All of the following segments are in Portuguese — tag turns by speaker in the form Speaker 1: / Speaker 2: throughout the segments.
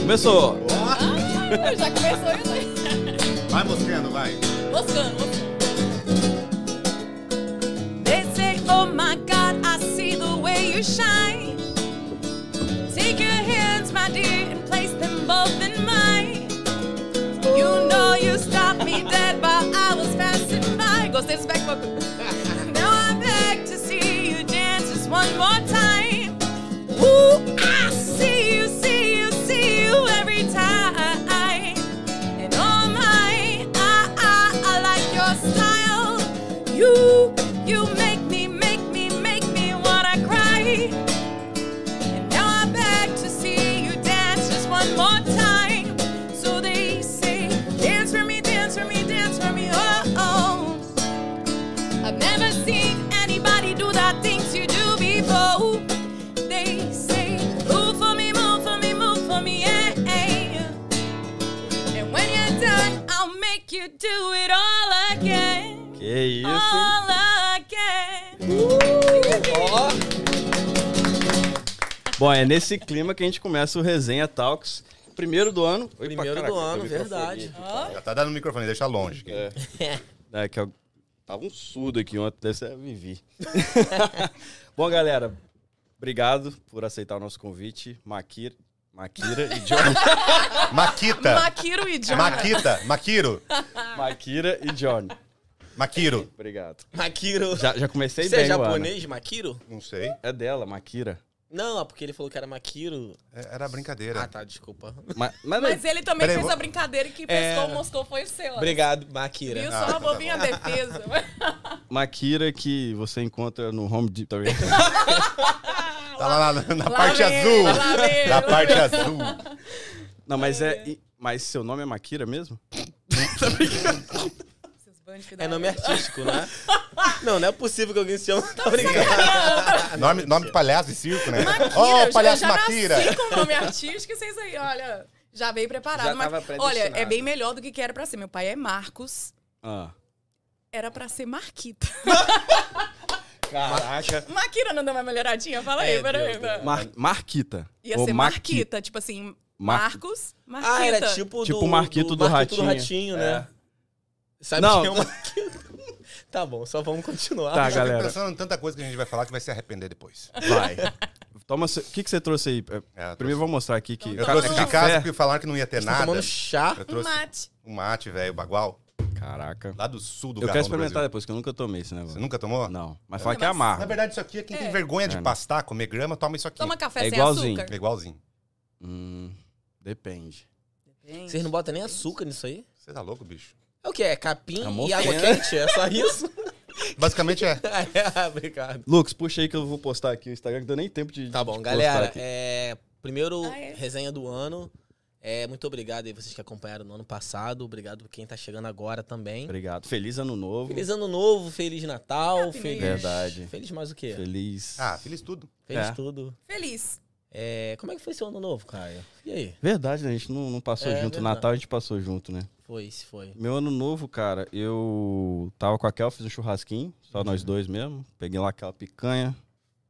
Speaker 1: Começou!
Speaker 2: Ah, já começou isso aí.
Speaker 3: Vai moscando, vai.
Speaker 2: Moscando, moscando. They say, oh my God, I see the way you shine. Take your hands, my dear, and place them both in mine. You know you stopped me dead while I was passing by. Gostei desse back vocal. Now I'm back to see you dance just one more time. Ooh, I see you, see you, see you every time. And oh my, I, I, I like your style. You, you make me, make me, make me wanna cry. And now I'm back to see you dance just one more time. So they say, dance for me, dance for me, dance for me, oh oh. I've never seen anybody do the things you do before. They say, move for me, move for me, move for me, yeah. yeah. And when you're done, I'll make you do it all again.
Speaker 1: Que isso,
Speaker 3: assim?
Speaker 1: hein?
Speaker 2: All again.
Speaker 1: Ó. Bom, é nesse clima que a gente começa o Resenha Talks, primeiro do ano. Oi, pra
Speaker 4: Primeiro
Speaker 1: caraca,
Speaker 4: do ano,
Speaker 1: tem o microfone
Speaker 4: verdade.
Speaker 1: aqui.
Speaker 3: Já tá dando o microfone, deixa longe. aqui.
Speaker 1: É, que eu... Tava um surdo aqui ontem, deve ser a Vivi. Bom, galera, obrigado por aceitar o nosso convite. Maquira, Maquira e Johnny.
Speaker 3: Maquita.
Speaker 2: Maquiro É. e John.
Speaker 3: Maquita. Maquiro.
Speaker 1: Maquira e Johnny.
Speaker 3: Maquiro.
Speaker 1: Obrigado.
Speaker 4: Makiro.
Speaker 1: Já, já comecei
Speaker 4: Você
Speaker 1: bem,
Speaker 4: é
Speaker 1: Luana.
Speaker 4: japonês, Makiro?
Speaker 3: Não sei.
Speaker 1: É dela, Maquira.
Speaker 4: Não, é porque ele falou que era Makiro.
Speaker 3: É- Era brincadeira.
Speaker 4: Ah, tá, desculpa.
Speaker 1: Ma- Mas, é
Speaker 2: Mas ele também
Speaker 3: Peraí,
Speaker 2: fez
Speaker 3: vou-
Speaker 2: a brincadeira e que
Speaker 4: É.
Speaker 2: pescou o Moscou foi o seu. ó.
Speaker 4: Obrigado,
Speaker 2: Viu
Speaker 4: Makira.
Speaker 2: só a bobinha defesa.
Speaker 1: Maquira que você encontra no Home Depot. também.
Speaker 3: Tá lá na, na
Speaker 2: Lá
Speaker 3: parte
Speaker 2: vem
Speaker 3: azul.
Speaker 2: ele, lá vem ele,
Speaker 3: na
Speaker 2: lá
Speaker 3: parte
Speaker 2: vem
Speaker 3: azul.
Speaker 1: Não, mas é. e- Mas seu nome é Maquira mesmo?
Speaker 2: Esses bandos que dá.
Speaker 4: É nome artístico, né? não, não é possível que alguém se chame. Tá brincando.
Speaker 3: Nome, nome de palhaço de circo, né?
Speaker 2: Maquira,
Speaker 3: Ó,
Speaker 2: eu
Speaker 3: oh, palhaço
Speaker 2: já
Speaker 3: Maquira.
Speaker 2: nasci com nome artístico e vocês aí, olha, já veio preparado.
Speaker 4: Já
Speaker 2: mas,
Speaker 4: tava predestinado.
Speaker 2: olha, é bem melhor do que que era pra ser. Meu pai é Marcos,
Speaker 1: Ah.
Speaker 2: era pra ser Marquita.
Speaker 1: Caraca.
Speaker 2: Maquira não dá uma melhoradinha? Fala
Speaker 4: É,
Speaker 2: aí, peraí.
Speaker 4: deu,
Speaker 2: vai.
Speaker 1: Mar Marquita.
Speaker 2: Ia
Speaker 1: Ou
Speaker 2: ser
Speaker 1: Maqui-
Speaker 2: Marquita, tipo assim,
Speaker 1: Mar-
Speaker 2: Marcos, Marquita.
Speaker 4: Ah, era tipo,
Speaker 1: Tipo
Speaker 4: do,
Speaker 1: o Marquito do
Speaker 4: Marquito
Speaker 1: Ratinho.
Speaker 4: do Ratinho, né? Sabe
Speaker 1: Não.
Speaker 4: quem é o Marquito? tá bom, só vamos continuar.
Speaker 1: Tá,
Speaker 3: Eu já
Speaker 1: galera.
Speaker 3: tô pensando em tanta coisa que a gente vai falar que vai se arrepender depois.
Speaker 1: Vai. Toma. O que, que você trouxe aí? É,
Speaker 3: É, eu
Speaker 1: Primeiro
Speaker 3: trouxe-
Speaker 1: vou mostrar aqui que.
Speaker 3: Eu
Speaker 1: Ca- é
Speaker 3: trouxe de
Speaker 1: café.
Speaker 3: casa porque falaram que não ia ter
Speaker 4: Tá
Speaker 3: nada.
Speaker 4: tomando chá.
Speaker 3: Eu
Speaker 2: Um
Speaker 3: trouxe
Speaker 2: mate.
Speaker 3: um mate, velho, o bagual.
Speaker 1: Caraca.
Speaker 3: Lá do sul do
Speaker 1: Eu quero
Speaker 3: Garrão do
Speaker 1: experimentar
Speaker 3: Brasil.
Speaker 1: depois, que eu nunca tomei esse
Speaker 3: Você
Speaker 1: negócio.
Speaker 3: nunca tomou?
Speaker 1: Não. Mas fala
Speaker 2: Não,
Speaker 1: que é
Speaker 2: mas-
Speaker 3: Na
Speaker 1: amargo.
Speaker 3: verdade, isso aqui é quem tem
Speaker 2: É.
Speaker 3: vergonha
Speaker 1: É,
Speaker 3: de
Speaker 1: né?
Speaker 3: pastar, comer grama, toma isso aqui.
Speaker 2: Toma café
Speaker 1: É
Speaker 2: sem
Speaker 1: igualzinho.
Speaker 2: açúcar.
Speaker 3: É igualzinho.
Speaker 1: Hum, depende.
Speaker 2: Gente.
Speaker 4: Vocês não botam nem açúcar nisso aí?
Speaker 3: Você tá louco, bicho?
Speaker 4: É o quê? É capim
Speaker 1: Amor,
Speaker 4: e água
Speaker 1: né?
Speaker 4: quente? É só isso?
Speaker 3: Basicamente é.
Speaker 4: é, obrigado.
Speaker 1: Lucas, puxa aí que eu vou postar aqui o Instagram, que deu nem tempo de.
Speaker 4: Tá bom,
Speaker 1: de
Speaker 4: galera.
Speaker 1: postar aqui.
Speaker 4: É, primeiro
Speaker 2: Ah, é.
Speaker 4: resenha do ano. É, muito obrigado aí vocês que acompanharam no ano passado. Obrigado quem tá chegando agora também.
Speaker 1: Obrigado. Feliz ano novo.
Speaker 4: Feliz ano novo, feliz Natal,
Speaker 2: Happy New
Speaker 4: feliz.
Speaker 2: Year.
Speaker 1: Verdade.
Speaker 4: Feliz mais o quê? Feliz,
Speaker 1: Feliz.
Speaker 3: Ah, feliz tudo.
Speaker 1: É.
Speaker 4: tudo.
Speaker 2: Feliz.
Speaker 4: É, como é que foi seu ano novo, Caio? E aí?
Speaker 1: Verdade, né? a gente não, não passou
Speaker 4: É,
Speaker 1: junto.
Speaker 4: verdade.
Speaker 1: Natal a gente passou junto, né?
Speaker 4: Foi, se foi.
Speaker 1: Meu ano novo, cara, eu tava com a Kel, fiz um churrasquinho, só nós
Speaker 4: Uhum.
Speaker 1: dois mesmo. Peguei lá aquela picanha,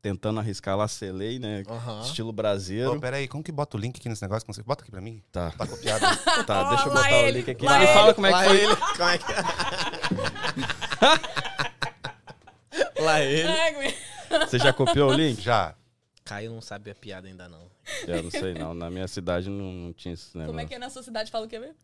Speaker 1: tentando arriscar lá, selei, né?
Speaker 4: Aham.
Speaker 1: Estilo
Speaker 3: Pô,
Speaker 1: breraí.
Speaker 3: peraí, como que bota o link aqui nesse negócio? Como você- Bota aqui pra mim.
Speaker 1: Tá,
Speaker 3: Tá copiado.
Speaker 1: tá,
Speaker 2: Ó,
Speaker 1: deixa eu
Speaker 2: lá
Speaker 1: botar o
Speaker 2: ele,
Speaker 1: link aqui.
Speaker 2: lá
Speaker 1: Me fala
Speaker 2: ele.
Speaker 1: como é que
Speaker 4: Lá
Speaker 1: foi.
Speaker 4: ele, como é que é? Lá ele.
Speaker 2: Ai, meu-
Speaker 1: Você já copiou o link?
Speaker 3: Já.
Speaker 4: Caio não sabe a piada ainda não.
Speaker 1: Eu não sei não, na minha cidade não, não tinha esse negócio.
Speaker 2: Como é que é na sua cidade? Fala o que mesmo?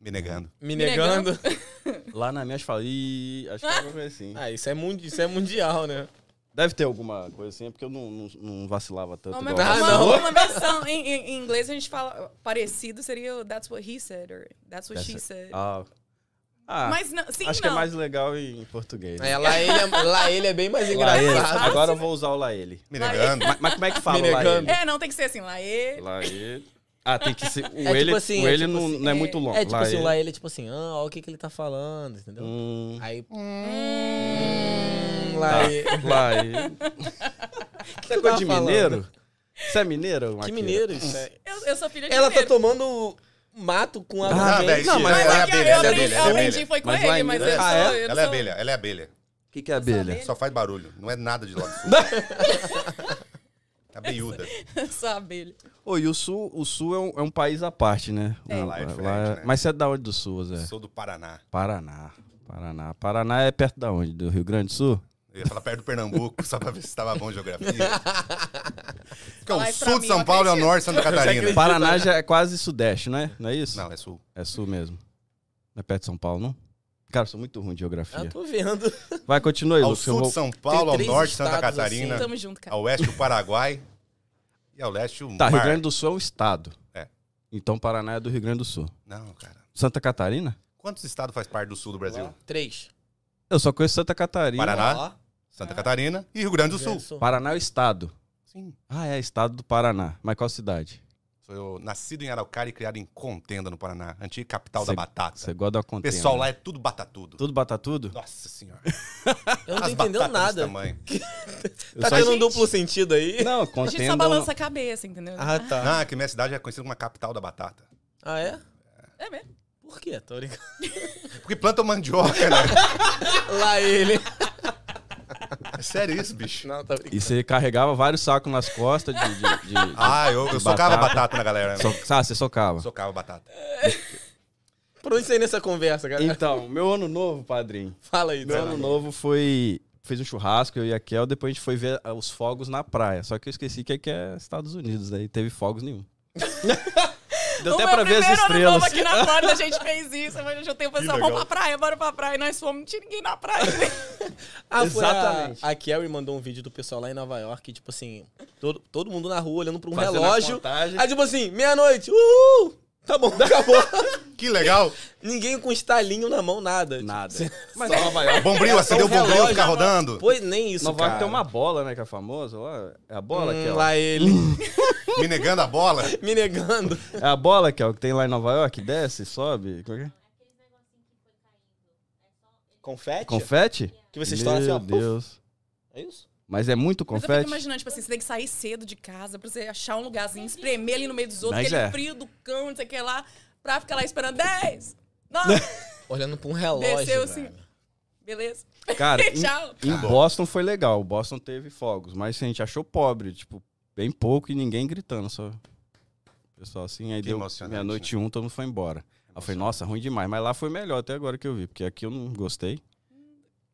Speaker 3: Me negando.
Speaker 4: Me
Speaker 2: negando?
Speaker 4: negando.
Speaker 1: Lá na minha eu falo, ih, acho que alguma coisa assim.
Speaker 4: Ah, isso é, mundi isso é mundial, né?
Speaker 1: Deve ter alguma coisa assim, é porque eu não, não, não vacilava tanto.
Speaker 2: Uma,
Speaker 1: igual
Speaker 4: Ah,
Speaker 1: você.
Speaker 2: uma,
Speaker 4: não.
Speaker 2: uma versão em, em- em inglês a gente fala parecido seria o That's what he said or That's what she
Speaker 1: That's-
Speaker 2: said.
Speaker 1: Ah, Ah,
Speaker 2: Mas não, sim
Speaker 1: acho que
Speaker 2: não.
Speaker 1: é mais legal em português.
Speaker 4: É, lá, ele é, lá ele é bem mais
Speaker 1: Lá ele.
Speaker 4: engraçado.
Speaker 1: Agora eu vou usar o lá ele.
Speaker 3: Me negando.
Speaker 1: Mas, mas como é que fala
Speaker 4: Me
Speaker 1: lá
Speaker 4: negando.
Speaker 1: ele?
Speaker 2: É, não tem que ser assim lá ele.
Speaker 1: Lá ele. Ah, tem que ser. O
Speaker 4: tipo
Speaker 1: ele,
Speaker 4: assim,
Speaker 1: o
Speaker 4: é
Speaker 1: ele
Speaker 4: tipo
Speaker 1: não,
Speaker 4: assim,
Speaker 1: não é
Speaker 2: é-
Speaker 1: muito longo.
Speaker 4: É tipo assim,
Speaker 1: ele.
Speaker 4: lá ele é tipo assim, ah, olha o que, que ele tá falando, entendeu?
Speaker 1: Hum,
Speaker 4: Aí.
Speaker 2: Hum.
Speaker 4: lá
Speaker 1: tá.
Speaker 4: ele.
Speaker 1: Lá ele. Você é
Speaker 4: tava
Speaker 1: coisa de
Speaker 4: falando?
Speaker 1: mineiro? Você é mineiro,
Speaker 4: Que
Speaker 1: Marquinhos?
Speaker 4: mineiro isso é.
Speaker 2: Eu, eu sou filha de
Speaker 4: Ela tá
Speaker 2: mineiro.
Speaker 4: tomando mato com água
Speaker 1: Ah,
Speaker 4: quente.
Speaker 3: velho,
Speaker 4: Não, mas
Speaker 3: ela é
Speaker 2: Mas é que
Speaker 3: abelha,
Speaker 2: eu
Speaker 3: ela é
Speaker 2: aprendi, eu
Speaker 3: abelha, ela é
Speaker 2: aprendi
Speaker 3: abelha.
Speaker 2: foi com
Speaker 1: Mas lá
Speaker 2: ele,
Speaker 1: em
Speaker 2: mas eu
Speaker 1: Minas-
Speaker 2: sou...
Speaker 1: Ah, é?
Speaker 2: eu
Speaker 3: Ela é
Speaker 2: sou-
Speaker 3: abelha, ela é abelha.
Speaker 1: O que, que é abelha?
Speaker 3: Só faz barulho. Não é nada de lá do sul. A beiuda.
Speaker 2: Só abelha.
Speaker 1: Ô, e o Sul, o Sul é, um, é um país à parte, né?
Speaker 2: É.
Speaker 1: Lá,
Speaker 3: Lá é diferente,
Speaker 1: lá-
Speaker 3: né?
Speaker 1: Mas você é da onde do Sul, Zé?
Speaker 3: Sou do Paraná.
Speaker 1: Paraná. Paraná. Paraná é perto da onde? Do Rio Grande do Sul?
Speaker 3: Eu ia falar perto do Pernambuco, só pra ver se tava bom a geografia. Porque
Speaker 2: Fala
Speaker 3: o
Speaker 2: aí pra mim,
Speaker 3: sul de
Speaker 2: eu
Speaker 3: São Paulo é o
Speaker 2: acredito.
Speaker 3: norte de Santa Catarina.
Speaker 4: acredito.
Speaker 1: Paraná já é quase sudeste, não é? Não é isso?
Speaker 3: Não, é sul.
Speaker 1: É sul mesmo. Não é perto de São Paulo, não? Cara, eu sou muito ruim de
Speaker 4: Eu
Speaker 1: geografia.
Speaker 4: tô vendo.
Speaker 1: Vai, continua aí,
Speaker 3: Ah, tá. Ao
Speaker 1: Lucas. eu
Speaker 3: sul
Speaker 1: vou-
Speaker 3: de São Paulo, ao
Speaker 4: três
Speaker 3: norte de Santa
Speaker 4: estados
Speaker 3: Catarina,
Speaker 4: assim.
Speaker 2: Tamo junto, cara.
Speaker 3: ao oeste o Paraguai e ao leste o
Speaker 1: Tá, Rio
Speaker 3: mar.
Speaker 1: Grande do Sul é um estado.
Speaker 3: É.
Speaker 1: Então Paraná é do Rio Grande do Sul.
Speaker 3: Não, cara.
Speaker 1: Santa Catarina?
Speaker 3: Quantos estados faz parte do sul do Brasil?
Speaker 4: Três.
Speaker 1: Eu só conheço Santa Catarina.
Speaker 3: Paraná.
Speaker 4: Ó,
Speaker 3: Santa Catarina e Rio Grande do
Speaker 4: Rio Grande
Speaker 3: Sul.
Speaker 4: do Sul.
Speaker 1: Paraná é o estado.
Speaker 3: Sim.
Speaker 1: Ah, é estado do Paraná. Mas qual cidade?
Speaker 3: Sou eu, nascido em Araucária e criado em Contenda, no Paraná. Antiga capital
Speaker 1: Cê-
Speaker 3: da batata.
Speaker 1: Você gosta da
Speaker 3: o
Speaker 1: contenda. né?
Speaker 3: pessoal lá Tá é tudo batatudo.
Speaker 1: Tudo batatudo?
Speaker 3: Nossa senhora.
Speaker 4: Eu não tô
Speaker 3: As
Speaker 4: entendendo
Speaker 3: batatas desse
Speaker 4: nada.
Speaker 3: tamanho.
Speaker 1: Eu
Speaker 4: Tá
Speaker 1: só-
Speaker 4: tendo um
Speaker 2: Gente.
Speaker 4: duplo sentido aí?
Speaker 1: Não,
Speaker 2: A
Speaker 1: contenda...
Speaker 2: gente só balança a cabeça, entendeu?
Speaker 4: Ah, tá.
Speaker 3: Ah, que minha cidade é conhecida como a capital da batata.
Speaker 4: Ah, é?
Speaker 2: É mesmo.
Speaker 4: Por quê? Tô brincando.
Speaker 3: Porque plantam mandioca, né?
Speaker 4: Lá ele.
Speaker 3: É sério isso, bicho.
Speaker 4: Não, tá
Speaker 1: E
Speaker 4: brincando.
Speaker 1: você carregava vários sacos nas costas de... de- de-
Speaker 3: Ah, eu, eu socava
Speaker 1: Batata.
Speaker 3: batata na galera. né?
Speaker 1: So- Ah, você socava.
Speaker 3: Socava batata.
Speaker 4: Por onde você ia nessa conversa, galera?
Speaker 1: Então, meu ano novo, padrinho.
Speaker 4: Fala aí,
Speaker 1: Meu ano
Speaker 4: Dona.
Speaker 1: novo foi... Fez um churrasco, eu e a Kel, depois a gente foi ver ah, os fogos na praia. Só que eu esqueci que aqui é Estados Unidos, daí teve fogos nenhum. Deu até
Speaker 2: é o
Speaker 1: pra
Speaker 2: meu
Speaker 1: ver as
Speaker 2: primeiro ano novo
Speaker 1: estrelas.
Speaker 2: aqui na Flórida, a gente fez isso. Eu juntei o pessoal,
Speaker 3: Que
Speaker 2: vamos
Speaker 3: legal.
Speaker 2: pra praia, bora pra praia. E nós fomos, não tinha ninguém na praia.
Speaker 4: Ah, foi
Speaker 1: Exatamente.
Speaker 4: A, a Carrie mandou um vídeo do pessoal lá em Nova York, tipo assim, todo, todo mundo na rua olhando pra um
Speaker 1: Fazendo a
Speaker 4: relógio.
Speaker 1: contagem.
Speaker 4: Aí, tipo assim, meia-noite, uhul! Tá bom, acabou.
Speaker 3: Que legal.
Speaker 4: Ninguém com estalinho na mão, nada. Tipo,
Speaker 1: Nada.
Speaker 4: cê-
Speaker 1: Mas Nova York.
Speaker 3: Bombril, acendeu o
Speaker 4: Só um
Speaker 3: bombril, fica
Speaker 4: relógio.
Speaker 3: rodando.
Speaker 4: Pois nem isso,
Speaker 1: Nova
Speaker 4: cara.
Speaker 1: York tem uma bola, né? Que é famosa. ó, É a bola que é.
Speaker 4: Hum,
Speaker 1: ó.
Speaker 4: lá ele,
Speaker 3: Me negando a bola.
Speaker 4: me negando.
Speaker 1: É a bola que é o que tem lá em Nova York. Desce, sobe. como é que é?
Speaker 4: Confete?
Speaker 1: Confete?
Speaker 4: Que você estoura assim, ó.
Speaker 1: Meu
Speaker 4: puf.
Speaker 1: Deus.
Speaker 4: É isso?
Speaker 1: Mas é muito
Speaker 2: Mas eu fico
Speaker 1: confete.
Speaker 2: imaginando, tipo assim, você tem que sair cedo de casa pra você achar um lugarzinho, espremer ali no meio dos outros,
Speaker 1: Mas
Speaker 2: aquele
Speaker 1: é.
Speaker 2: frio do cão, não sei o que lá, pra ficar lá esperando 10, 9,
Speaker 4: Olhando pra um relógio,
Speaker 2: Desceu,
Speaker 4: velho.
Speaker 2: assim. beleza?
Speaker 1: Cara, em,
Speaker 2: Tchau.
Speaker 3: Tá
Speaker 1: em Boston foi legal. O Boston teve fogos. Mas assim, a gente achou pobre. Tipo, bem pouco e ninguém gritando. Só. Pessoal assim. Aí
Speaker 3: Que
Speaker 1: deu
Speaker 3: emocionante, né?
Speaker 1: meia-noite e um, todo mundo foi embora. Aí eu falei, nossa, ruim demais. Mas lá foi melhor até agora que eu vi. Porque aqui eu não gostei.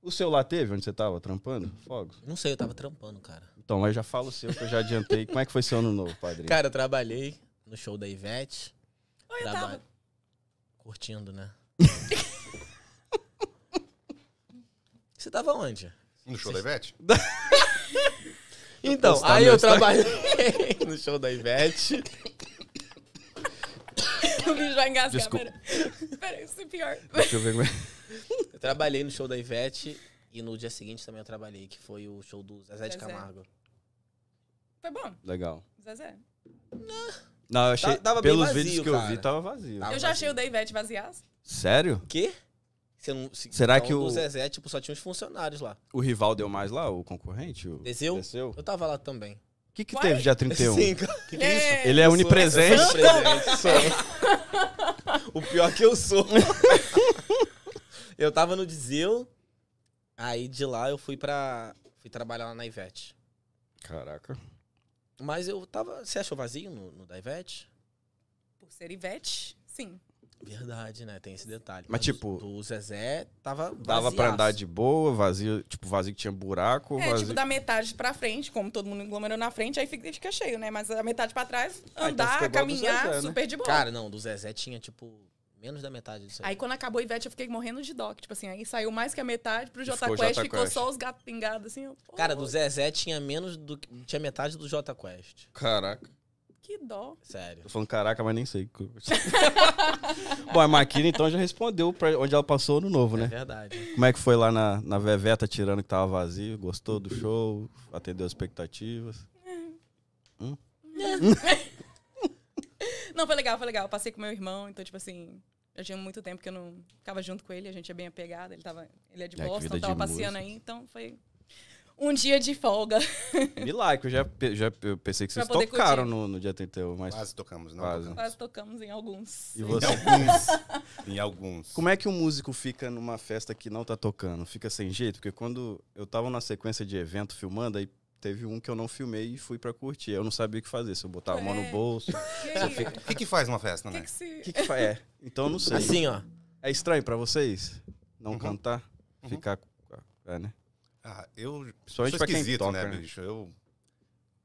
Speaker 1: O seu lá teve? Onde você tava trampando? Fogos?
Speaker 4: Não sei, eu tava trampando, cara.
Speaker 1: Então, mas já fala o seu, que eu já adiantei. Como é que foi seu ano novo, padrinho?
Speaker 4: Cara, eu trabalhei no show da Ivete.
Speaker 2: Oi, eu
Speaker 4: Trabalho.
Speaker 2: tava.
Speaker 4: Curtindo, né? Você tava onde?
Speaker 3: No show da Ivete?
Speaker 4: Então,
Speaker 1: postar
Speaker 4: aí
Speaker 1: meu
Speaker 4: eu
Speaker 1: Instagram.
Speaker 4: trabalhei no show da Ivete.
Speaker 2: O bicho vai engasgar,
Speaker 1: Desculpa.
Speaker 2: pera. Pera, isso é pior.
Speaker 1: Deixa eu ver como é.
Speaker 4: Eu trabalhei no show da Ivete e no dia seguinte também eu trabalhei, que foi o show do Zezé de
Speaker 2: Zezé.
Speaker 4: Camargo.
Speaker 2: Foi bom,
Speaker 1: Legal.
Speaker 2: Zezé.
Speaker 1: Não, eu achei.
Speaker 4: Tá- tava bem
Speaker 1: pelos
Speaker 4: vazio,
Speaker 1: vídeos que eu
Speaker 4: cara.
Speaker 1: vi, tava vazio.
Speaker 3: Ah,
Speaker 4: Tava.
Speaker 2: Eu já achei o da Ivete vaziaço.
Speaker 1: Sério?
Speaker 4: Quê? Você não, se-
Speaker 1: Será
Speaker 4: então,
Speaker 1: que o-
Speaker 4: do Zezé, tipo, só tinha uns funcionários lá.
Speaker 1: O rival deu mais lá, o concorrente? O...
Speaker 4: Desceu?
Speaker 1: Desceu?
Speaker 4: Eu tava lá também.
Speaker 1: O que, que
Speaker 2: Uai.
Speaker 1: teve dia 31?
Speaker 4: Sim, cara.
Speaker 3: Que que é isso?
Speaker 1: Ele é
Speaker 4: Eu sou-
Speaker 1: onipresente.
Speaker 4: eu sou onipresente, sou. O pior que eu sou. Eu tava no Dizeu, aí de lá eu fui pra... Fui trabalhar lá na Ivete.
Speaker 1: Caraca.
Speaker 4: Mas eu tava... Você achou vazio no, no da Ivete?
Speaker 2: Por ser Ivete, sim.
Speaker 4: Verdade, né? Tem esse detalhe.
Speaker 1: Mas, tipo,
Speaker 4: Do, do Zezé tava
Speaker 1: Dava pra andar de boa, vazio, tipo, vazio que tinha buraco,
Speaker 2: É,
Speaker 1: vazio.
Speaker 2: tipo, da metade pra frente, como todo mundo aglomerou na frente, aí fica, fica cheio, né? Mas a metade pra trás,
Speaker 1: Ah, então
Speaker 2: andar,
Speaker 1: ficou igual do
Speaker 2: caminhar,
Speaker 1: Zezé, né?
Speaker 2: super de boa.
Speaker 4: Cara, não, do Zezé tinha, tipo, menos da metade disso aí.
Speaker 2: Aí quando acabou a Ivete, eu fiquei morrendo de dó. que, Tipo assim, aí saiu mais que a metade pro Jota
Speaker 1: Ficou
Speaker 2: Quest,
Speaker 1: Jota
Speaker 2: ficou
Speaker 1: Quest.
Speaker 2: só os gatos pingados, assim. eu, pô,
Speaker 4: Cara, do Zezé tinha menos do que. Tinha metade do Jota Quest.
Speaker 1: Caraca.
Speaker 2: Que dó.
Speaker 4: Sério.
Speaker 1: Tô falando caraca, mas nem sei. Bom, a Maquina então já respondeu pra onde ela passou no novo,
Speaker 4: É
Speaker 1: né?
Speaker 4: verdade.
Speaker 1: Como é que foi lá na, na Veveta tirando que tava vazio? Gostou do show? Atendeu as expectativas?
Speaker 2: Não, foi legal, foi legal. Eu passei com meu irmão, então, tipo assim, eu tinha muito tempo que eu não ficava junto com ele, a gente é bem apegado, ele, tava, ele é de
Speaker 1: É, que
Speaker 2: Boston,
Speaker 1: vida de
Speaker 2: tava passeando
Speaker 1: músico.
Speaker 2: aí, então foi um dia de folga.
Speaker 1: Milagre, eu já, pe- já eu pensei que
Speaker 2: Pra
Speaker 1: vocês
Speaker 2: poder
Speaker 1: tocaram
Speaker 2: curtir.
Speaker 1: no, no dia 31, mas.
Speaker 3: Quase tocamos, não
Speaker 1: Quase.
Speaker 3: tocamos.
Speaker 2: Quase tocamos em alguns.
Speaker 1: E
Speaker 3: Em
Speaker 1: você?
Speaker 3: alguns. Em alguns.
Speaker 1: Como é que o músico fica numa festa que não tá tocando? Fica sem jeito? Porque quando eu tava na sequência de evento filmando, aí teve um que eu não filmei e fui pra curtir. Eu não sabia o que fazer, se eu botava a mão
Speaker 5: É.
Speaker 1: no bolso.
Speaker 3: O que, que faz uma festa,
Speaker 5: O que
Speaker 3: né?
Speaker 5: que se...
Speaker 1: O que, que faz? É, então eu não sei.
Speaker 4: Assim, ó.
Speaker 1: É estranho pra vocês? Não
Speaker 3: Uhum.
Speaker 1: cantar?
Speaker 3: Uhum.
Speaker 1: Ficar. com- É, né?
Speaker 3: Ah, eu sou
Speaker 1: Principalmente pra quem
Speaker 3: esquisito,
Speaker 1: toca,
Speaker 3: né,
Speaker 1: né?
Speaker 3: bicho? Eu,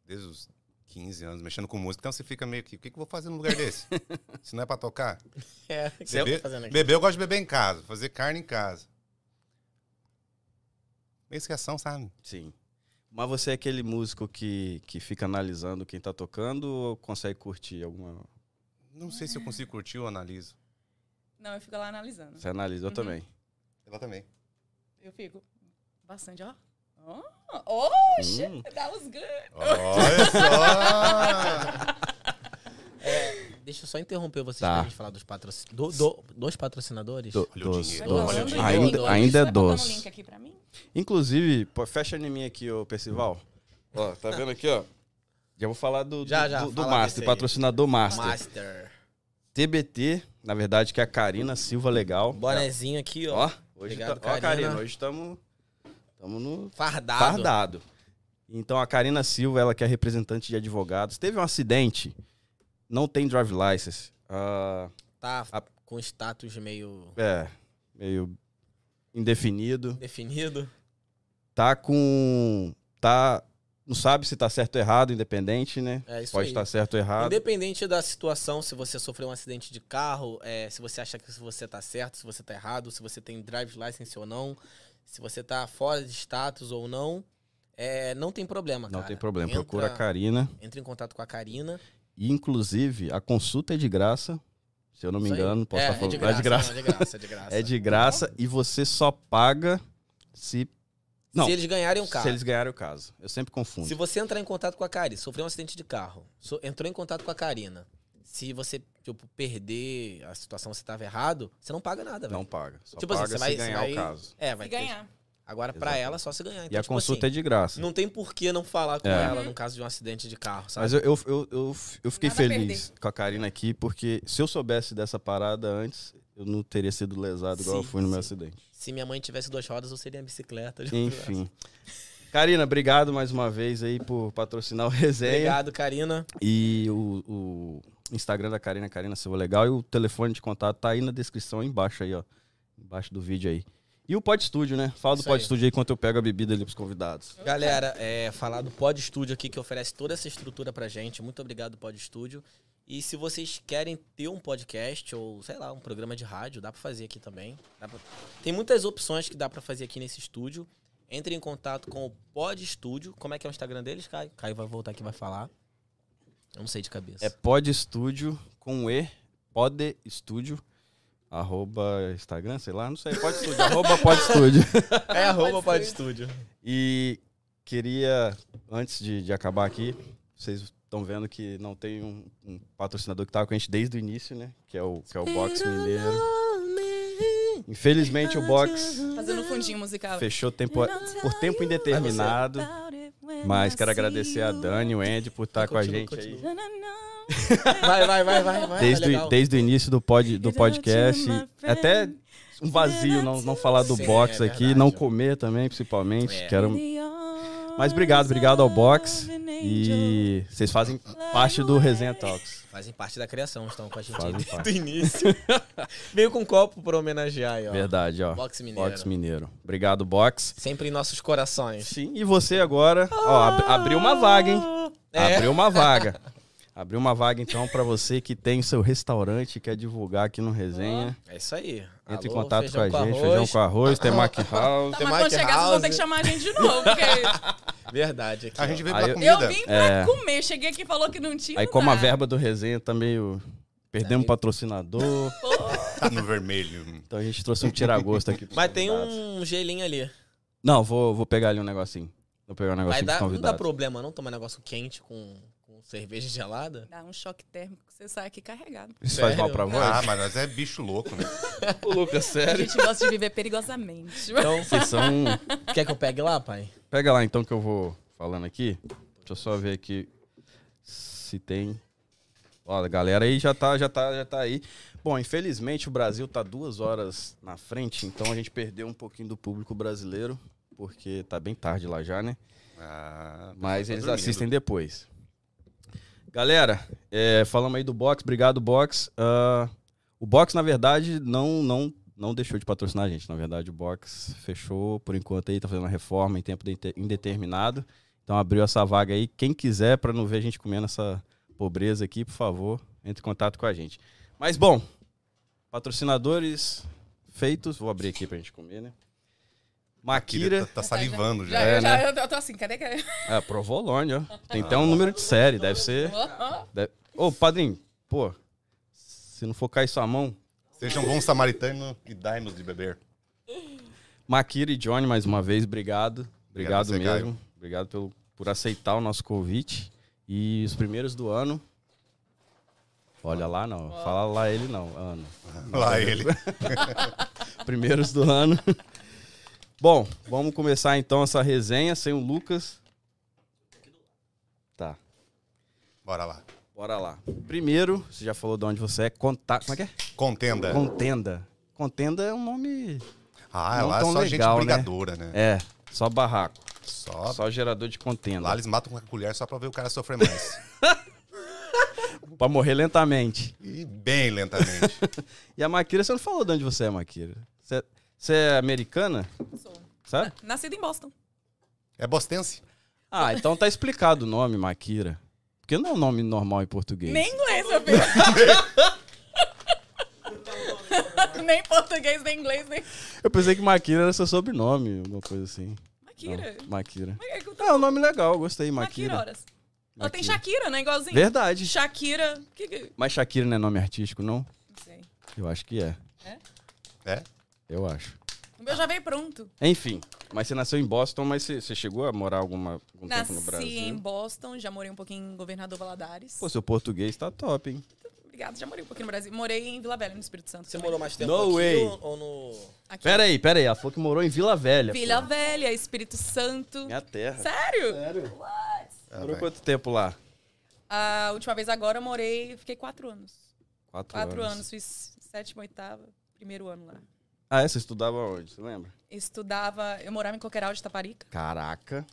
Speaker 3: desde os 15 anos, mexendo com música, então você fica meio que, o que, que eu vou fazer num lugar desse? Se não é pra tocar?
Speaker 4: É, o que
Speaker 1: Você-
Speaker 4: eu tô fazendo aqui?
Speaker 3: Beber, eu gosto de beber em casa, fazer carne em casa. Meio esqueção, sabe?
Speaker 1: Sim. Mas você é aquele músico que, que fica analisando quem tá tocando ou consegue curtir alguma.
Speaker 3: Não sei se eu consigo curtir ou analiso.
Speaker 5: Não, eu fico lá analisando.
Speaker 1: Você analisa? Eu
Speaker 5: Uhum.
Speaker 1: também.
Speaker 3: Ela também.
Speaker 5: Eu fico bastante, ó. Oh, oh shit,
Speaker 1: Hum.
Speaker 5: that was good.
Speaker 3: Olha só!
Speaker 4: Deixa eu só interromper vocês
Speaker 1: Tá.
Speaker 4: pra gente falar dos patrocinadores. Do, do- dos patrocinadores?
Speaker 1: Do-
Speaker 3: Olha o
Speaker 1: dos-
Speaker 3: dinheiro,
Speaker 1: dos-
Speaker 3: olha o dinheiro.
Speaker 1: Ainda, ainda
Speaker 5: Você
Speaker 1: é
Speaker 5: vai botar
Speaker 1: dos.
Speaker 5: um link aqui pra mim?
Speaker 1: Inclusive, pô, fecha em mim aqui, ô Percival. Ó, tá vendo aqui, ó? Já vou falar do,
Speaker 4: Já,
Speaker 1: do,
Speaker 4: já,
Speaker 1: do- do
Speaker 4: fala desse
Speaker 1: Master,
Speaker 4: aí.
Speaker 1: patrocinador Master.
Speaker 4: Master.
Speaker 1: TBT, na verdade, que é a Karina Silva Legal.
Speaker 4: Bonezinho aqui,
Speaker 1: Ó,
Speaker 4: ó.
Speaker 1: hoje
Speaker 4: Obrigado,
Speaker 1: tá, ó, Karina,
Speaker 4: Karina.
Speaker 1: hoje estamos no
Speaker 4: Fardado.
Speaker 1: fardado. Então, a Karina Silva, ela que é representante de advogados, teve um acidente, não tem drive license. Ah,
Speaker 4: Tá
Speaker 1: A-
Speaker 4: com status meio
Speaker 1: é, meio indefinido.
Speaker 4: definido.
Speaker 1: Tá com... tá... Não sabe se tá certo ou errado, independente, né?
Speaker 4: É isso
Speaker 1: Pode
Speaker 4: aí.
Speaker 1: estar certo ou errado.
Speaker 4: Independente da situação, se você sofreu um acidente de carro, é, se você acha que você tá certo, se você tá errado, se você tem drive license ou não, se você tá fora de status ou não, é, não tem problema,
Speaker 1: Não
Speaker 4: cara.
Speaker 1: tem problema,
Speaker 4: Entra-
Speaker 1: procura a Karina.
Speaker 4: Entra em contato com a Karina.
Speaker 1: E, inclusive, a consulta é de graça, se eu não me
Speaker 4: Isso aí.
Speaker 1: engano. Posso
Speaker 4: é,
Speaker 1: estar falando.
Speaker 4: é de graça.
Speaker 1: É de graça.
Speaker 4: não, é de graça, é de graça.
Speaker 1: É de graça e você só paga se, Não.
Speaker 4: Se eles ganharem um carro.
Speaker 1: se eles ganharem o caso. Eu sempre confundo.
Speaker 4: Se você entrar em contato com a Karina, sofreu um acidente de carro, so- entrou em contato com a Karina, se você, tipo, perder a situação, você tava errado, você não paga nada, velho.
Speaker 1: Não paga. Só
Speaker 4: Tipo assim,
Speaker 1: paga
Speaker 4: você
Speaker 1: se
Speaker 4: vai-
Speaker 1: ganhar
Speaker 4: você
Speaker 1: o
Speaker 4: vai-
Speaker 1: caso.
Speaker 4: É,
Speaker 5: Se
Speaker 4: vai ter-
Speaker 5: ganhar.
Speaker 4: Agora, pra
Speaker 1: Exatamente.
Speaker 4: ela, só se ganhar.
Speaker 1: e
Speaker 4: Então,
Speaker 1: a
Speaker 4: tipo
Speaker 1: consulta
Speaker 4: assim,
Speaker 1: é de graça.
Speaker 4: Não tem por que não falar com
Speaker 1: É.
Speaker 4: ela no caso de um acidente de carro, sabe?
Speaker 1: Mas eu, eu, eu, eu, eu fiquei
Speaker 5: Nada a
Speaker 1: feliz com a Karina aqui, porque se eu soubesse dessa parada antes, eu não teria sido lesado igual eu
Speaker 4: Sim,
Speaker 1: fui no meu
Speaker 4: sim.
Speaker 1: acidente.
Speaker 4: Se minha mãe tivesse duas rodas, eu seria a bicicleta.
Speaker 1: Enfim. Karina, obrigado mais uma vez aí por patrocinar o resenha.
Speaker 4: Obrigado, Karina.
Speaker 1: E o, o Instagram da Karina, Karina Silva Legal. E o telefone de contato tá aí na descrição aí embaixo aí, ó. Embaixo do vídeo aí. E o Pod Estúdio, né? Fala do
Speaker 4: Isso
Speaker 1: Pod
Speaker 4: aí.
Speaker 1: Estúdio aí enquanto eu pego a bebida ali pros convidados.
Speaker 4: Galera, é, falar do Pod Estúdio aqui, que oferece toda essa estrutura pra gente. Muito obrigado, Pod Estúdio. E se vocês querem ter um podcast ou, sei lá, um programa de rádio, dá pra fazer aqui também. Dá pra- Tem muitas opções que dá pra fazer aqui nesse estúdio. Entre em contato com o Pod Estúdio. Como é que é o Instagram deles, Caio? Caio vai voltar aqui e vai falar. Eu não sei de cabeça.
Speaker 1: É Pod Estúdio com E, Pod Estúdio, arroba Instagram, sei lá, não sei, Pod Estúdio, arroba Pod Estúdio.
Speaker 4: É arroba
Speaker 5: Pod
Speaker 4: Pod Estúdio.
Speaker 1: E queria, antes de, de acabar aqui, vocês estão vendo que não tem um, um patrocinador que tava com a gente desde o início, né? Que é o, que é o Box Mineiro. Infelizmente o Box
Speaker 5: Fazendo um fundinho musical.
Speaker 1: fechou tempo- por tempo indeterminado, mas quero agradecer a Dani e o Andy por estar Tá com a
Speaker 4: Continua,
Speaker 1: gente aí.
Speaker 4: continua. Vai, vai, vai, vai, vai. tá
Speaker 1: Desde,
Speaker 4: legal.
Speaker 1: o- desde o início do, pod, do podcast. e Até um vazio não, não falar do
Speaker 4: Sim,
Speaker 1: box
Speaker 4: é
Speaker 1: aqui,
Speaker 4: verdade,
Speaker 1: não
Speaker 4: ó.
Speaker 1: comer também, principalmente.
Speaker 4: É.
Speaker 1: Quero... Mas obrigado, obrigado ao box. E vocês fazem parte do Resenha Talks.
Speaker 4: Fazem parte da criação, estão com a gente
Speaker 1: Fazem
Speaker 4: desde
Speaker 1: parte.
Speaker 4: o início. Veio com um copo pra homenagear aí, ó.
Speaker 1: Verdade, ó.
Speaker 4: Box Mineiro.
Speaker 1: Box Mineiro. Obrigado, box.
Speaker 4: Sempre em nossos corações.
Speaker 1: Sim, e você agora, ó, ab- abriu uma vaga, hein?
Speaker 4: É.
Speaker 1: Abriu uma vaga. Abriu uma vaga, então, pra você que tem seu restaurante e quer divulgar aqui no Resenha.
Speaker 4: É isso aí.
Speaker 1: Entre em
Speaker 4: Alô,
Speaker 1: contato com
Speaker 4: feijão
Speaker 1: a gente, feijão com arroz, tem Mac House.
Speaker 5: Tá,
Speaker 4: The
Speaker 5: mas quando
Speaker 4: Mike
Speaker 5: chegar, vocês vão ter que
Speaker 4: House.
Speaker 5: chamar a gente de novo, porque
Speaker 4: Verdade. Aqui,
Speaker 3: A gente
Speaker 4: ó.
Speaker 3: veio
Speaker 1: Aí eu-
Speaker 3: pela
Speaker 5: eu
Speaker 3: comida.
Speaker 5: vim pra comer. Cheguei aqui e falou que não tinha.
Speaker 1: É. Aí,
Speaker 5: não
Speaker 1: como a
Speaker 5: dá.
Speaker 1: verba do Resenha tá meio. Perdemos
Speaker 4: Aí-
Speaker 1: patrocinador,
Speaker 3: Tá no vermelho.
Speaker 1: então a gente trouxe um tiragosto aqui. pros
Speaker 4: Mas tem
Speaker 1: convidados.
Speaker 4: um gelinho ali.
Speaker 1: Não, vou, vou pegar ali um negocinho. Vou pegar um
Speaker 4: Vai
Speaker 1: negocinho pros
Speaker 4: dar, não dá
Speaker 1: convidados.
Speaker 4: problema não tomar negócio quente com, com cerveja gelada?
Speaker 5: Dá um choque térmico que você sai aqui carregado.
Speaker 1: Isso faz mal
Speaker 4: Sério?
Speaker 1: pra voz?
Speaker 3: Ah, mas nós é bicho louco, né?
Speaker 1: Lucas,
Speaker 5: A
Speaker 1: sério.
Speaker 5: gente gosta de viver perigosamente.
Speaker 4: Então,
Speaker 1: Vocês são.
Speaker 4: quer que eu pegue lá, pai?
Speaker 1: Pega lá então que eu vou falando aqui. Deixa eu só ver aqui se tem. Ó, a galera aí já tá, já tá, já tá aí. Bom, infelizmente o Brasil tá duas horas na frente, então a gente perdeu um pouquinho do público brasileiro, porque tá bem tarde lá já, né?
Speaker 3: Ah,
Speaker 1: Mas
Speaker 3: tá
Speaker 1: eles
Speaker 3: dormindo.
Speaker 1: assistem depois. Galera, é, falamos aí do box, obrigado box. Ah, o box na verdade não não não deixou de patrocinar a gente. Na verdade o box fechou por enquanto aí tá fazendo a reforma em tempo de- indeterminado. Então abriu essa vaga aí. Quem quiser para não ver a gente comendo essa pobreza aqui, por favor, entre em contato com a gente. Mas bom, patrocinadores feitos, vou abrir aqui pra gente comer, né? Maquira,
Speaker 3: Tá, tá salivando já.
Speaker 1: Já é,
Speaker 2: eu, já,
Speaker 1: né?
Speaker 2: eu, eu tô assim, cadê que é?
Speaker 1: é, provolone, ó. Tem até um número de série, deve ser Ô, padrinho, pô, se não for cair sua mão,
Speaker 3: Sejam bons samaritanos e dai-nos de beber.
Speaker 1: Maquira e Johnny, mais uma vez, obrigado. Obrigado,
Speaker 3: Obrigado você,
Speaker 1: mesmo. Obrigado pelo, por aceitar o nosso convite. E os primeiros do ano. Olha lá, não. Fala lá ele, não. Ano.
Speaker 3: Lá ele.
Speaker 1: Primeiros do ano. Bom, vamos começar então essa resenha sem o Lucas. Tá,
Speaker 3: Bora lá.
Speaker 1: bora lá. Primeiro, você já falou de onde você é. Conta... Como é que é?
Speaker 3: Contenda.
Speaker 1: Contenda. Contenda é um nome
Speaker 3: Ah,
Speaker 1: Não
Speaker 3: lá é
Speaker 1: tão
Speaker 3: só
Speaker 1: legal, né?
Speaker 3: gente brigadora, né?
Speaker 1: É, só barraco.
Speaker 3: Só,
Speaker 1: Só gerador de contenda.
Speaker 3: Lá eles matam com a colher só pra ver o cara sofrer mais.
Speaker 1: Pra morrer lentamente.
Speaker 3: e bem lentamente.
Speaker 1: E a Maquira, você não falou de onde você é, Maquira. Você, você é americana?
Speaker 2: Sou.
Speaker 1: Sabe?
Speaker 2: Nascida em Boston.
Speaker 3: É bostense?
Speaker 1: Ah, então tá explicado o nome, Maquira. Porque não é um nome normal em português.
Speaker 2: Nem inglês, meu filho. nem português, nem inglês, nem.
Speaker 1: Eu pensei que Maquira era seu sobrenome, alguma coisa assim. Não,
Speaker 2: Maquira.
Speaker 1: Maquira.
Speaker 2: Mas é que eu tô-
Speaker 1: Ah, é um nome legal, gostei,
Speaker 2: Maquira,
Speaker 1: Maquira.
Speaker 2: horas. Ó, tem Shakira, né? Igualzinho.
Speaker 1: Verdade.
Speaker 2: Shakira. Que que-
Speaker 1: Mas Shakira não é nome artístico, não?
Speaker 2: Não sei.
Speaker 1: Eu acho que é.
Speaker 3: É?
Speaker 1: Eu acho.
Speaker 2: O meu já veio pronto.
Speaker 1: Enfim, mas você nasceu em Boston, mas você, você chegou a morar alguma, algum Um tempo no Brasil?
Speaker 2: Nasci em Boston, já morei um pouquinho em Governador Valadares.
Speaker 1: Pô, seu português tá top, hein?
Speaker 2: Obrigada, já morei um pouquinho no Brasil. Morei em Vila Velha, no Espírito Santo.
Speaker 4: Você
Speaker 2: também.
Speaker 4: morou mais tempo
Speaker 1: No
Speaker 4: aqui
Speaker 1: way.
Speaker 4: ou- ou no...
Speaker 2: Aqui.
Speaker 1: Pera aí, pera aí. Ela falou que morou em Vila Velha.
Speaker 2: Vila
Speaker 1: pô.
Speaker 2: Velha, Espírito Santo.
Speaker 1: Minha terra.
Speaker 2: Sério?
Speaker 1: Sério?
Speaker 3: Ah,
Speaker 1: Morou
Speaker 3: vai.
Speaker 1: quanto tempo lá?
Speaker 2: A última vez agora eu morei, fiquei quatro anos.
Speaker 1: Quatro,
Speaker 2: Quatro anos. fiz sétima, oitava, primeiro ano lá.
Speaker 1: Ah, é? Você estudava onde? Você lembra?
Speaker 2: Estudava, eu morava em Coqueiral de Taparica.
Speaker 1: Caraca.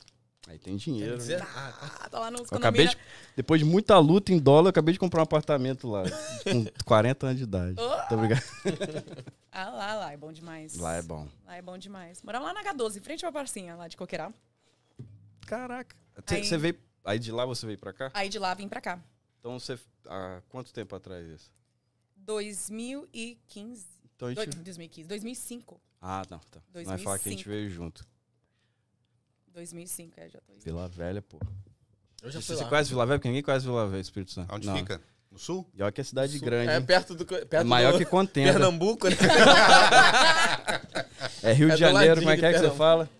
Speaker 1: Aí tem
Speaker 4: Quer
Speaker 1: dinheiro.
Speaker 4: dizer?
Speaker 1: né?
Speaker 4: Ah,
Speaker 2: Ah, tô lá nos
Speaker 1: Eu acabei
Speaker 2: condomínios.
Speaker 1: de, depois de muita luta em dólar, eu acabei de comprar um apartamento lá. com 40 anos de idade. Tá
Speaker 2: Oh!
Speaker 1: Muito obrigado.
Speaker 2: Ah, lá, lá, é bom demais.
Speaker 1: Lá é bom.
Speaker 2: Lá é bom demais. Morava lá na H12, em frente à Parcinha, lá de Coqueiral.
Speaker 1: Caraca. Você
Speaker 2: Aí-
Speaker 1: você veio. Aí de lá você veio pra cá?
Speaker 2: Aí de lá vim pra cá.
Speaker 1: Então você. Há quanto tempo atrás isso?
Speaker 2: 2015.
Speaker 1: Então a
Speaker 2: Doi-
Speaker 1: gente.
Speaker 2: 2015, 2005.
Speaker 1: Ah, não. Tá. Não vai falar que a gente
Speaker 2: 2005.
Speaker 1: veio junto.
Speaker 2: 2005, é, já tô
Speaker 1: Vila Velha, pô.
Speaker 4: eu já
Speaker 1: Você
Speaker 4: fui
Speaker 1: você
Speaker 4: lá.
Speaker 1: conhece Vila Velha? Porque ninguém conhece Vila Velha, Espírito Santo.
Speaker 3: Onde
Speaker 1: Não.
Speaker 3: fica? No sul?
Speaker 1: E olha que é cidade grande.
Speaker 4: É
Speaker 1: hein?
Speaker 4: perto do... Perto
Speaker 1: É maior
Speaker 4: do...
Speaker 1: que Contenda.
Speaker 4: Pernambuco, né?
Speaker 1: É Rio
Speaker 4: É
Speaker 1: de
Speaker 4: do
Speaker 1: Janeiro,
Speaker 4: ladinho
Speaker 1: como é
Speaker 4: de
Speaker 1: que é que você
Speaker 4: Pernambuco.
Speaker 1: fala?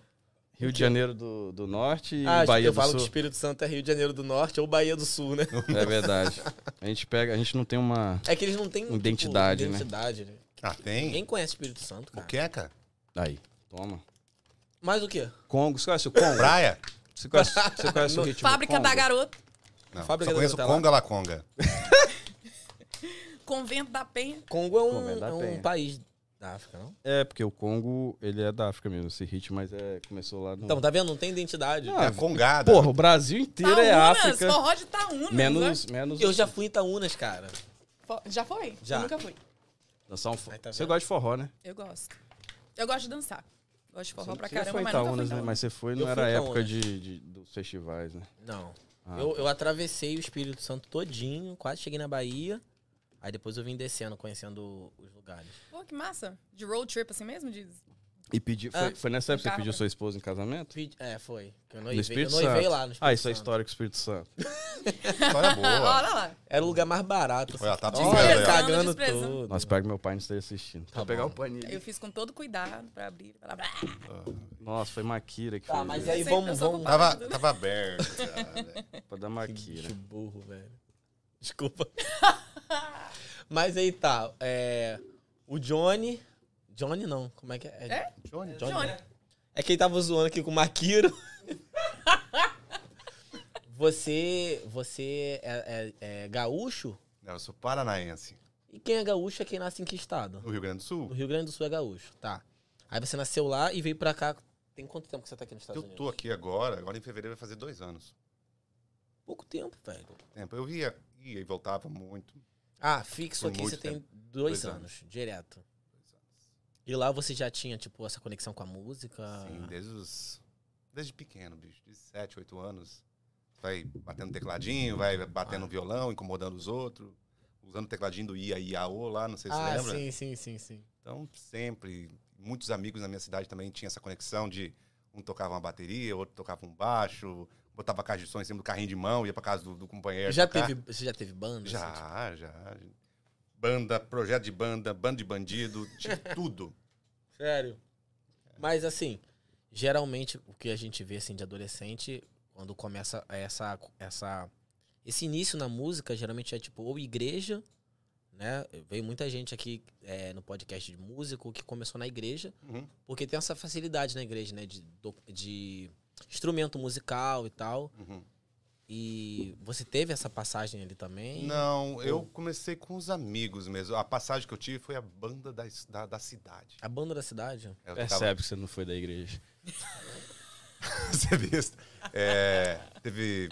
Speaker 1: Rio de Janeiro do, do Norte e
Speaker 4: Ah,
Speaker 1: Bahia
Speaker 4: eu
Speaker 1: do
Speaker 4: falo que
Speaker 1: Sul.
Speaker 4: Espírito Santo é Rio de Janeiro do Norte ou Bahia do Sul, né?
Speaker 1: É verdade. A gente pega, a gente não tem uma.
Speaker 4: É que eles não têm tipo,
Speaker 1: Identidade, né?
Speaker 4: identidade, né?
Speaker 3: Ah, tem.
Speaker 4: Ninguém conhece Espírito Santo, cara.
Speaker 3: Muqueca?
Speaker 1: Aí, toma.
Speaker 4: Mais o quê?
Speaker 1: Congo, você conhece o Congo?
Speaker 3: Praia?
Speaker 1: Você conhece, você conhece o ritmo?
Speaker 2: Fábrica
Speaker 1: Congo?
Speaker 2: da Garota,
Speaker 3: Não,
Speaker 4: Fábrica
Speaker 3: só
Speaker 4: da
Speaker 3: conheço
Speaker 4: Garota
Speaker 3: Conga La Conga.
Speaker 2: Convento da Penha.
Speaker 4: Congo é
Speaker 1: Congo é
Speaker 4: um,
Speaker 1: da
Speaker 4: é um
Speaker 1: Penha.
Speaker 4: país da África, não?
Speaker 1: É, porque o Congo, ele é da África mesmo, esse ritmo, mas é, começou lá no.
Speaker 4: Então, tá vendo? Não tem identidade.
Speaker 1: Não,
Speaker 3: É a Congada.
Speaker 1: Ah, Porra, o Brasil inteiro é África.
Speaker 2: forró de Taunas,
Speaker 1: Menos, menos.
Speaker 4: né? Eu já fui em Itaúnas, cara.
Speaker 2: né? Já foi?
Speaker 4: Já.
Speaker 2: Eu nunca fui.
Speaker 1: Dançar um fo-
Speaker 4: Aí tá
Speaker 1: você
Speaker 4: vendo?
Speaker 1: gosta de forró, né?
Speaker 2: Eu gosto. Eu gosto de dançar. Gosto de forró pra
Speaker 1: Você já
Speaker 2: caramba,
Speaker 1: foi em
Speaker 2: mas nunca fui
Speaker 1: Itaúnas, né?
Speaker 2: Itaúnas.
Speaker 1: Mas você foi,
Speaker 4: Eu
Speaker 1: não
Speaker 4: fui
Speaker 1: era a
Speaker 4: em
Speaker 1: época
Speaker 4: Itaúnas.
Speaker 1: de, de- dos festivais, né?
Speaker 4: Não.
Speaker 1: Ah.
Speaker 4: Eu, eu atravessei o Espírito Santo todinho, quase cheguei na Bahia. Aí depois eu vim descendo, conhecendo os lugares.
Speaker 2: Pô, que massa. De road trip assim mesmo? De...
Speaker 1: E pedi, foi,
Speaker 4: Ah.
Speaker 1: foi nessa época que você
Speaker 2: Carro.
Speaker 1: pediu sua esposa em casamento?
Speaker 4: Fui- É, foi. Que Eu
Speaker 1: No
Speaker 4: noivei,
Speaker 1: Espírito
Speaker 4: eu noivei
Speaker 1: Santo.
Speaker 4: lá no Espírito
Speaker 1: Ah, isso é
Speaker 4: Santo.
Speaker 1: histórico do Espírito Santo. Tá
Speaker 3: História boa.
Speaker 2: Olha lá.
Speaker 4: Era o lugar mais barato.
Speaker 3: Olha, tá
Speaker 4: Olha,
Speaker 3: desprezando,
Speaker 2: ó.
Speaker 4: cagando
Speaker 2: Desprezando.
Speaker 4: tudo.
Speaker 1: Nossa, pega que meu pai não esteja assistindo.
Speaker 4: Tá
Speaker 1: Vou pegar o
Speaker 4: bom.
Speaker 1: paninho.
Speaker 2: Eu fiz com todo cuidado pra abrir. Blá, blá.
Speaker 1: Nossa, foi Maquira que
Speaker 4: Tá,
Speaker 1: fez
Speaker 4: mas
Speaker 1: isso.
Speaker 4: aí
Speaker 2: Eu sei, eu
Speaker 4: vamos,
Speaker 2: sou né?
Speaker 4: vamos.
Speaker 3: Tava, tava aberto. cara.
Speaker 1: Pra dar né?
Speaker 3: né?
Speaker 1: Maquira.
Speaker 4: Que burro, velho. Desculpa. Mas aí tá. é, o Johnny. Johnny não, como é que é?
Speaker 2: É?
Speaker 3: Johnny, Johnny.
Speaker 2: Johnny.
Speaker 4: É que ele tava zoando aqui com o Maquiro. você. Você é, é- é gaúcho?
Speaker 3: Não, eu sou paranaense.
Speaker 4: E quem é gaúcho é quem nasce em que estado?
Speaker 3: No Rio Grande do
Speaker 4: O
Speaker 3: Sul?
Speaker 4: Rio Grande do Sul é gaúcho, tá. Aí você nasceu lá e veio pra cá. Tem quanto tempo que você tá aqui nos Estados
Speaker 3: Eu
Speaker 4: Unidos?
Speaker 3: tô aqui agora, agora em fevereiro vai fazer dois anos.
Speaker 4: Pouco tempo, velho.
Speaker 3: Tempo. Eu ia, ia e voltava muito.
Speaker 4: Ah, fixo
Speaker 3: Por
Speaker 4: aqui
Speaker 3: muito
Speaker 4: você tem
Speaker 3: tempo.
Speaker 4: dois,
Speaker 3: Dois
Speaker 4: anos, direto. E lá você já tinha, tipo, essa conexão com a música?
Speaker 3: Sim, desde os. Desde pequeno, bicho. De 7, 8 anos. Vai batendo tecladinho, vai batendo
Speaker 4: Ah.
Speaker 3: violão, incomodando os outros. Usando o tecladinho do Ia Ia O lá, não sei se
Speaker 4: ah,
Speaker 3: lembra.
Speaker 4: sim, sim, sim, sim.
Speaker 3: Então, sempre. Muitos amigos na minha cidade também tinham essa conexão de um tocava uma bateria, outro tocava um baixo, botava caixa de som em cima do carrinho de mão, ia pra casa do, do companheiro.
Speaker 4: Já
Speaker 3: tocar.
Speaker 4: teve, você já teve banda? assim, tipo?
Speaker 3: Já, já. Banda, projeto de banda, banda de bandido, tinha tudo.
Speaker 4: Sério. Mas assim, geralmente o que a gente vê assim de adolescente, quando começa essa essa esse início na música, geralmente é tipo ou igreja, né? Veio muita gente aqui é, no podcast de músico que começou na igreja,
Speaker 3: Uhum.
Speaker 4: porque tem essa facilidade na igreja, né, de, do- de instrumento musical e tal.
Speaker 3: Uhum.
Speaker 4: E você teve essa passagem ali também?
Speaker 3: Não, eu comecei com os amigos mesmo. A passagem que eu tive foi a banda da, es- da, da cidade.
Speaker 4: A banda da cidade?
Speaker 3: Eu tocava-
Speaker 1: Percebe É que você não foi da igreja.
Speaker 3: Você visto? É, teve.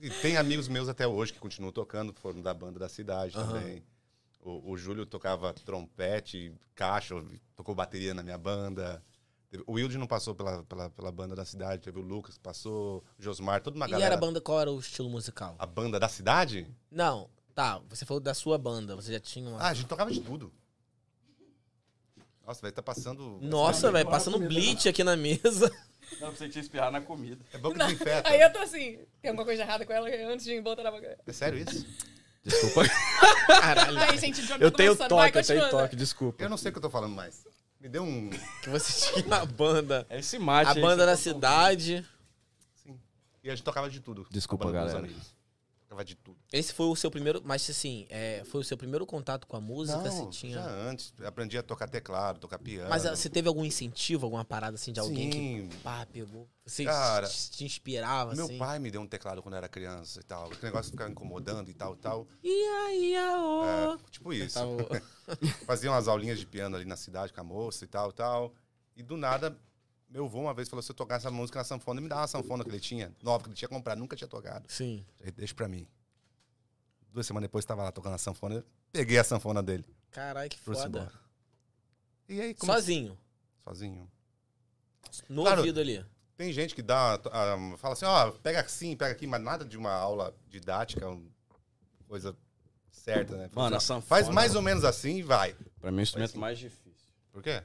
Speaker 3: e tem amigos meus até hoje que continuam tocando, que foram da banda da cidade
Speaker 4: Aham.
Speaker 3: também. O, o Júlio tocava trompete, caixa, tocou bateria na minha banda. Teve- O Wilde não passou pela, pela, pela banda da cidade, teve o Lucas, que passou, o Josmar, toda uma
Speaker 4: e
Speaker 3: galera.
Speaker 4: era a banda qual era o estilo musical?
Speaker 3: A banda da cidade?
Speaker 4: Não, tá, você falou da sua banda, você já tinha uma.
Speaker 3: Ah, a gente tocava de tudo. Nossa, vai estar passando.
Speaker 4: Nossa, velho, passando um blitz aqui na mesa.
Speaker 1: Não, pra você te espirrar na comida.
Speaker 3: É bom que desinfeta.
Speaker 2: Aí eu tô assim, tem alguma coisa errada com ela antes de botar na boca.
Speaker 3: É sério isso?
Speaker 1: Desculpa.
Speaker 4: Tá Caralho,
Speaker 2: Aí, gente, o John
Speaker 1: eu
Speaker 2: tá
Speaker 1: tenho
Speaker 2: começando.
Speaker 1: toque,
Speaker 2: Vai,
Speaker 1: eu tenho
Speaker 2: continua.
Speaker 1: toque, desculpa.
Speaker 3: Eu não sei o que eu tô falando mais. Me deu um.
Speaker 4: que você tinha uma banda.
Speaker 1: É esse mate
Speaker 4: A
Speaker 1: aí
Speaker 4: banda
Speaker 1: que
Speaker 4: da
Speaker 1: eu tô ouvindo.
Speaker 4: cidade.
Speaker 3: Sim. E a gente tocava de tudo.
Speaker 1: Desculpa,
Speaker 3: A banda dos
Speaker 1: galera.
Speaker 3: amigos. Tocava de tudo.
Speaker 4: Esse foi o seu primeiro. Mas assim, é, foi o seu primeiro contato com a música? você
Speaker 3: já
Speaker 4: tinha.
Speaker 3: antes. Aprendi a tocar teclado, tocar piano.
Speaker 4: Mas ah, você teve algum incentivo, alguma parada assim de alguém
Speaker 3: Sim.
Speaker 4: que. Pá, pegou. Você
Speaker 3: Cara,
Speaker 4: te te inspirava,
Speaker 3: Meu
Speaker 4: assim.
Speaker 3: pai me deu um teclado quando eu era criança e tal. Aquele negócio de ficar incomodando e tal e tal.
Speaker 4: E aí, aô.
Speaker 3: É, tipo isso.
Speaker 4: Tava-
Speaker 3: Fazia umas aulinhas de piano ali na cidade com a moça e tal e tal. E do nada, meu avô uma vez falou: se eu tocar essa música na sanfona, ele me dá uma sanfona que ele tinha, nova, que ele tinha comprado, nunca tinha tocado.
Speaker 4: Sim.
Speaker 3: Ele deixa pra mim. Duas semanas depois, tava lá tocando a sanfona. eu Peguei a sanfona dele.
Speaker 4: Caralho, que
Speaker 3: Trouxe
Speaker 4: foda.
Speaker 3: embora. E aí, como...
Speaker 4: Sozinho.
Speaker 3: sozinho.
Speaker 4: No
Speaker 3: Claro.
Speaker 4: ouvido ali.
Speaker 3: Tem gente que dá, ah, fala assim, ó, pega assim, pega aqui, mas nada de uma aula didática, um- coisa certa, né?
Speaker 1: Mano, a
Speaker 3: Fala assim, ó,
Speaker 1: sanfona.
Speaker 3: faz mais ou menos assim e vai.
Speaker 1: Pra mim é o instrumento
Speaker 3: Faz sim.
Speaker 1: um. mais difícil.
Speaker 3: Por quê?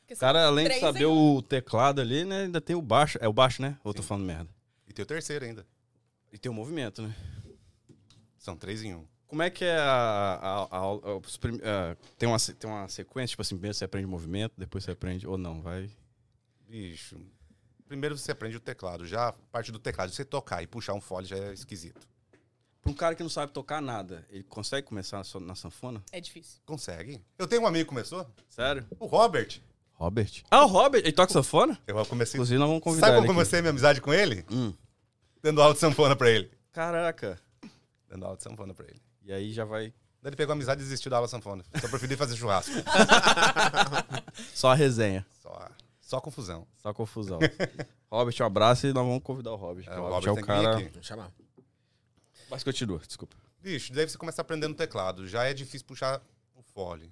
Speaker 2: Porque
Speaker 1: O
Speaker 2: você-
Speaker 1: cara, além de
Speaker 2: Três
Speaker 1: saber o teclado ali, né, ainda tem o baixo. É o baixo, né? Ou eu tô
Speaker 3: Sim.
Speaker 1: falando merda.
Speaker 3: E tem o terceiro ainda.
Speaker 1: E tem o movimento, né?
Speaker 3: São três em um.
Speaker 1: Como é que é a, a, a, a- os prim- ah, tem, uma, se- tem uma sequência, tipo assim, primeiro você aprende movimento, depois você aprende. Ou não, vai.
Speaker 3: Bicho. Primeiro você aprende o teclado. Já a parte do teclado, você tocar e puxar um fole já é esquisito.
Speaker 1: Pra um cara que não sabe tocar nada, ele consegue começar na, so- na sanfona?
Speaker 2: É difícil.
Speaker 3: Consegue. Eu tenho um amigo que começou,
Speaker 1: Sério?
Speaker 3: o Robert.
Speaker 1: Robert? Ah, o Robert, ele toca sanfona?
Speaker 3: Eu comecei...
Speaker 1: Inclusive, nós vamos convidar
Speaker 3: Sabe como
Speaker 1: ele.
Speaker 3: eu
Speaker 1: aqui.
Speaker 3: comecei a minha amizade com ele?
Speaker 1: Hum.
Speaker 3: Dando aula de sanfona pra ele.
Speaker 1: Caraca.
Speaker 3: Dando aula de sanfona pra ele.
Speaker 1: E aí já vai.
Speaker 3: Daí ele pegou a amizade e desistiu da aula de sanfona. Só preferi fazer churrasco.
Speaker 1: Só a resenha.
Speaker 3: Só, só confusão.
Speaker 1: Só confusão. Robert, um abraço e nós vamos convidar o Robert.
Speaker 3: É,
Speaker 1: porque
Speaker 3: o
Speaker 1: o
Speaker 3: Robert
Speaker 1: Robert é
Speaker 3: tem
Speaker 1: o
Speaker 3: que vir
Speaker 1: cara.
Speaker 3: aqui.
Speaker 4: Vamos chamar.
Speaker 1: Mas continua, desculpa.
Speaker 3: Bicho, daí você começa aprendendo o teclado. Já é difícil puxar o fole.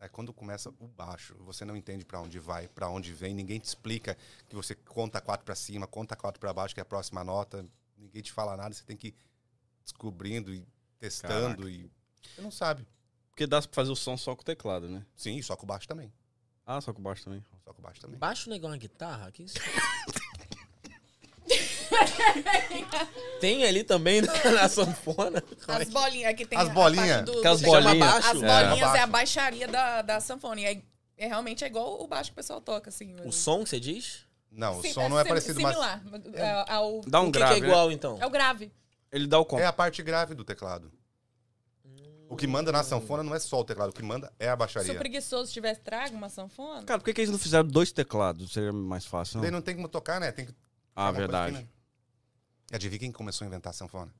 Speaker 3: É quando começa o baixo. Você não entende pra onde vai, pra onde vem. Ninguém te explica que você conta quatro pra cima, conta quatro pra baixo, que é a próxima nota. Ninguém te fala nada. Você tem que ir descobrindo e testando. E... Você não sabe.
Speaker 1: Porque dá pra fazer o som só com o teclado, né?
Speaker 3: Sim, só com o baixo também.
Speaker 1: Ah, só com o baixo também.
Speaker 3: Só com o baixo também.
Speaker 4: Baixo não é igual uma guitarra? Que isso? Tem ali também na, na sanfona.
Speaker 2: As bolinhas aqui tem
Speaker 3: As
Speaker 2: a- a
Speaker 3: bolinhas.
Speaker 2: parte do-
Speaker 1: Aquelas
Speaker 2: do-
Speaker 4: Chama
Speaker 1: bolinhas.
Speaker 4: baixo?
Speaker 2: As
Speaker 4: É.
Speaker 2: bolinhas
Speaker 3: Abaixo.
Speaker 2: é, a baixaria da, da sanfona. E é, é realmente é igual o baixo que o pessoal toca, assim.
Speaker 4: O som que você diz?
Speaker 3: Não,
Speaker 2: Sim,
Speaker 3: o som não é
Speaker 2: sim-
Speaker 3: parecido, mas
Speaker 2: similar é. ao...
Speaker 1: Dá um
Speaker 4: o que, que
Speaker 1: grave.
Speaker 4: é
Speaker 1: né?
Speaker 4: igual, então?
Speaker 2: É o grave.
Speaker 1: Ele dá o combo.
Speaker 3: é a parte grave do teclado. O que manda na sanfona não é só o teclado. O que manda é a
Speaker 2: Se o
Speaker 3: baixaria.
Speaker 2: preguiçoso tivesse trago uma sanfona...
Speaker 1: Cara, por que, que eles não fizeram dois teclados? Seria mais fácil,
Speaker 3: Daí
Speaker 1: não?
Speaker 3: não tem como tocar, né? Tem que
Speaker 1: Ah,
Speaker 3: Alguma coisa
Speaker 1: verdade.
Speaker 3: aqui, né? E Adivinha quem começou a inventar a sanfona?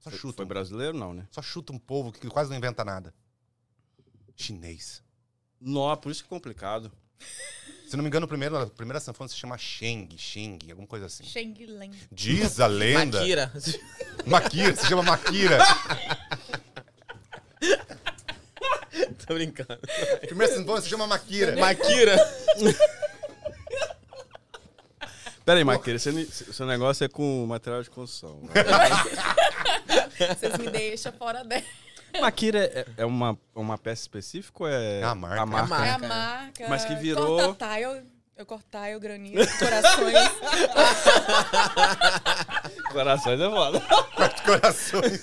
Speaker 3: Só
Speaker 1: Foi-
Speaker 3: chuta.
Speaker 1: Foi
Speaker 3: um-
Speaker 1: brasileiro, não, né?
Speaker 3: Só chuta um povo que quase não inventa nada. Chinês.
Speaker 1: Não, por isso que é complicado.
Speaker 3: Se não me engano, o primeiro, a primeira sanfona se chama Sheng, Sheng, alguma coisa assim.
Speaker 2: Sheng-Len.
Speaker 3: Diz a lenda.
Speaker 4: Akira.
Speaker 3: Makira, se chama Makira.
Speaker 4: Tô brincando.
Speaker 3: A primeira sanfona se chama Makira.
Speaker 4: Makira.
Speaker 1: Pera aí, Maqueira, seu, ni- seu negócio é com material de construção. né?
Speaker 2: Vocês me deixam fora dela.
Speaker 1: Maquira é, é uma, uma peça específica ou é
Speaker 3: É a marca.
Speaker 1: A marca.
Speaker 4: É a
Speaker 2: É a
Speaker 4: Cara.
Speaker 2: marca.
Speaker 1: Mas que virou-
Speaker 2: Corta tile, eu cortar tile, granito, corações.
Speaker 1: Corações é foda.
Speaker 3: Quatro corações.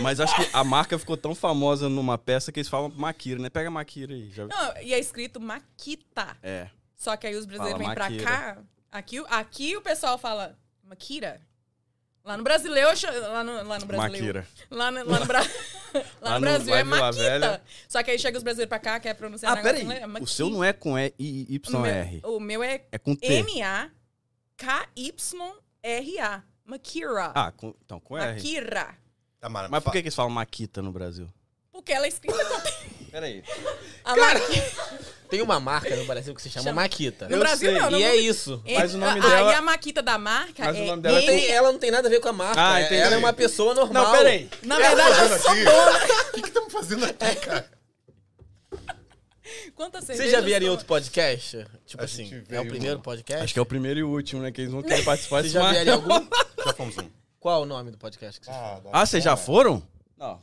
Speaker 1: Mas acho que a marca ficou tão famosa numa peça que eles falam Maquira, né? Pega Maquira aí. Já...
Speaker 2: Não, e é escrito Maquita.
Speaker 1: É.
Speaker 2: Só que aí os brasileiros
Speaker 1: Fala
Speaker 2: vêm pra
Speaker 1: Maquira.
Speaker 2: cá. Aqui, aqui o pessoal fala Maquira. Lá no brasileiro, eu cha- lá no, lá no brasileiro.
Speaker 1: Maquira.
Speaker 2: Lá no, lá no, Bra- lá
Speaker 1: Lá
Speaker 2: no
Speaker 1: no-
Speaker 2: Brasil
Speaker 1: lá
Speaker 2: é
Speaker 1: em Vila
Speaker 2: Maquita.
Speaker 1: Velha.
Speaker 2: Só que aí chega os brasileiros pra cá, quer pronunciar
Speaker 1: Ah,
Speaker 2: negócio
Speaker 1: peraí.
Speaker 2: inglês, é
Speaker 1: O
Speaker 2: Maquita.
Speaker 1: seu não é com E e
Speaker 2: O meu-
Speaker 1: YR.
Speaker 2: O meu é
Speaker 1: É com T.
Speaker 2: M-A-K-Y-R-A. Maquira.
Speaker 1: Ah, com- então com R.
Speaker 2: Maquira.
Speaker 3: Tá, Mara,
Speaker 1: Mas por
Speaker 3: fa-
Speaker 1: que, que eles falam Maquita no Brasil?
Speaker 2: Porque ela é escrita com...
Speaker 1: Peraí.
Speaker 2: A Maquita.
Speaker 4: Tem uma marca no Brasil que se chama
Speaker 2: Chama-
Speaker 4: Maquita.
Speaker 2: No
Speaker 1: Eu
Speaker 2: Brasil
Speaker 1: sei.
Speaker 2: não. no-
Speaker 4: E é isso.
Speaker 1: Mas o nome
Speaker 2: Ah,
Speaker 1: dela-
Speaker 2: E a Maquita da marca
Speaker 1: Mas o
Speaker 2: é
Speaker 1: nome dela
Speaker 4: Ela,
Speaker 1: é
Speaker 2: M-
Speaker 4: tem, ela não tem nada a ver com a marca.
Speaker 1: Ah,
Speaker 4: é-
Speaker 1: entendi.
Speaker 4: ela é uma pessoa normal.
Speaker 1: Não, peraí.
Speaker 2: Na verdade, eu sou dona.
Speaker 3: O Tá que que estamos fazendo aqui, cara?
Speaker 2: Quantas cervejas?
Speaker 4: Vocês já vieram em
Speaker 2: são-
Speaker 4: outro podcast? Tipo
Speaker 3: A gente
Speaker 4: assim, é
Speaker 3: veio,
Speaker 4: o primeiro
Speaker 3: mano.
Speaker 4: podcast?
Speaker 1: Acho que é o primeiro e último, né? Que eles vão querer participar
Speaker 4: Vocês
Speaker 1: desse
Speaker 4: já
Speaker 1: mar-
Speaker 4: vieram em algum?
Speaker 3: Já fomos um.
Speaker 4: Qual o nome do podcast que vocês
Speaker 1: Ah, vocês
Speaker 4: É.
Speaker 1: já foram? Não.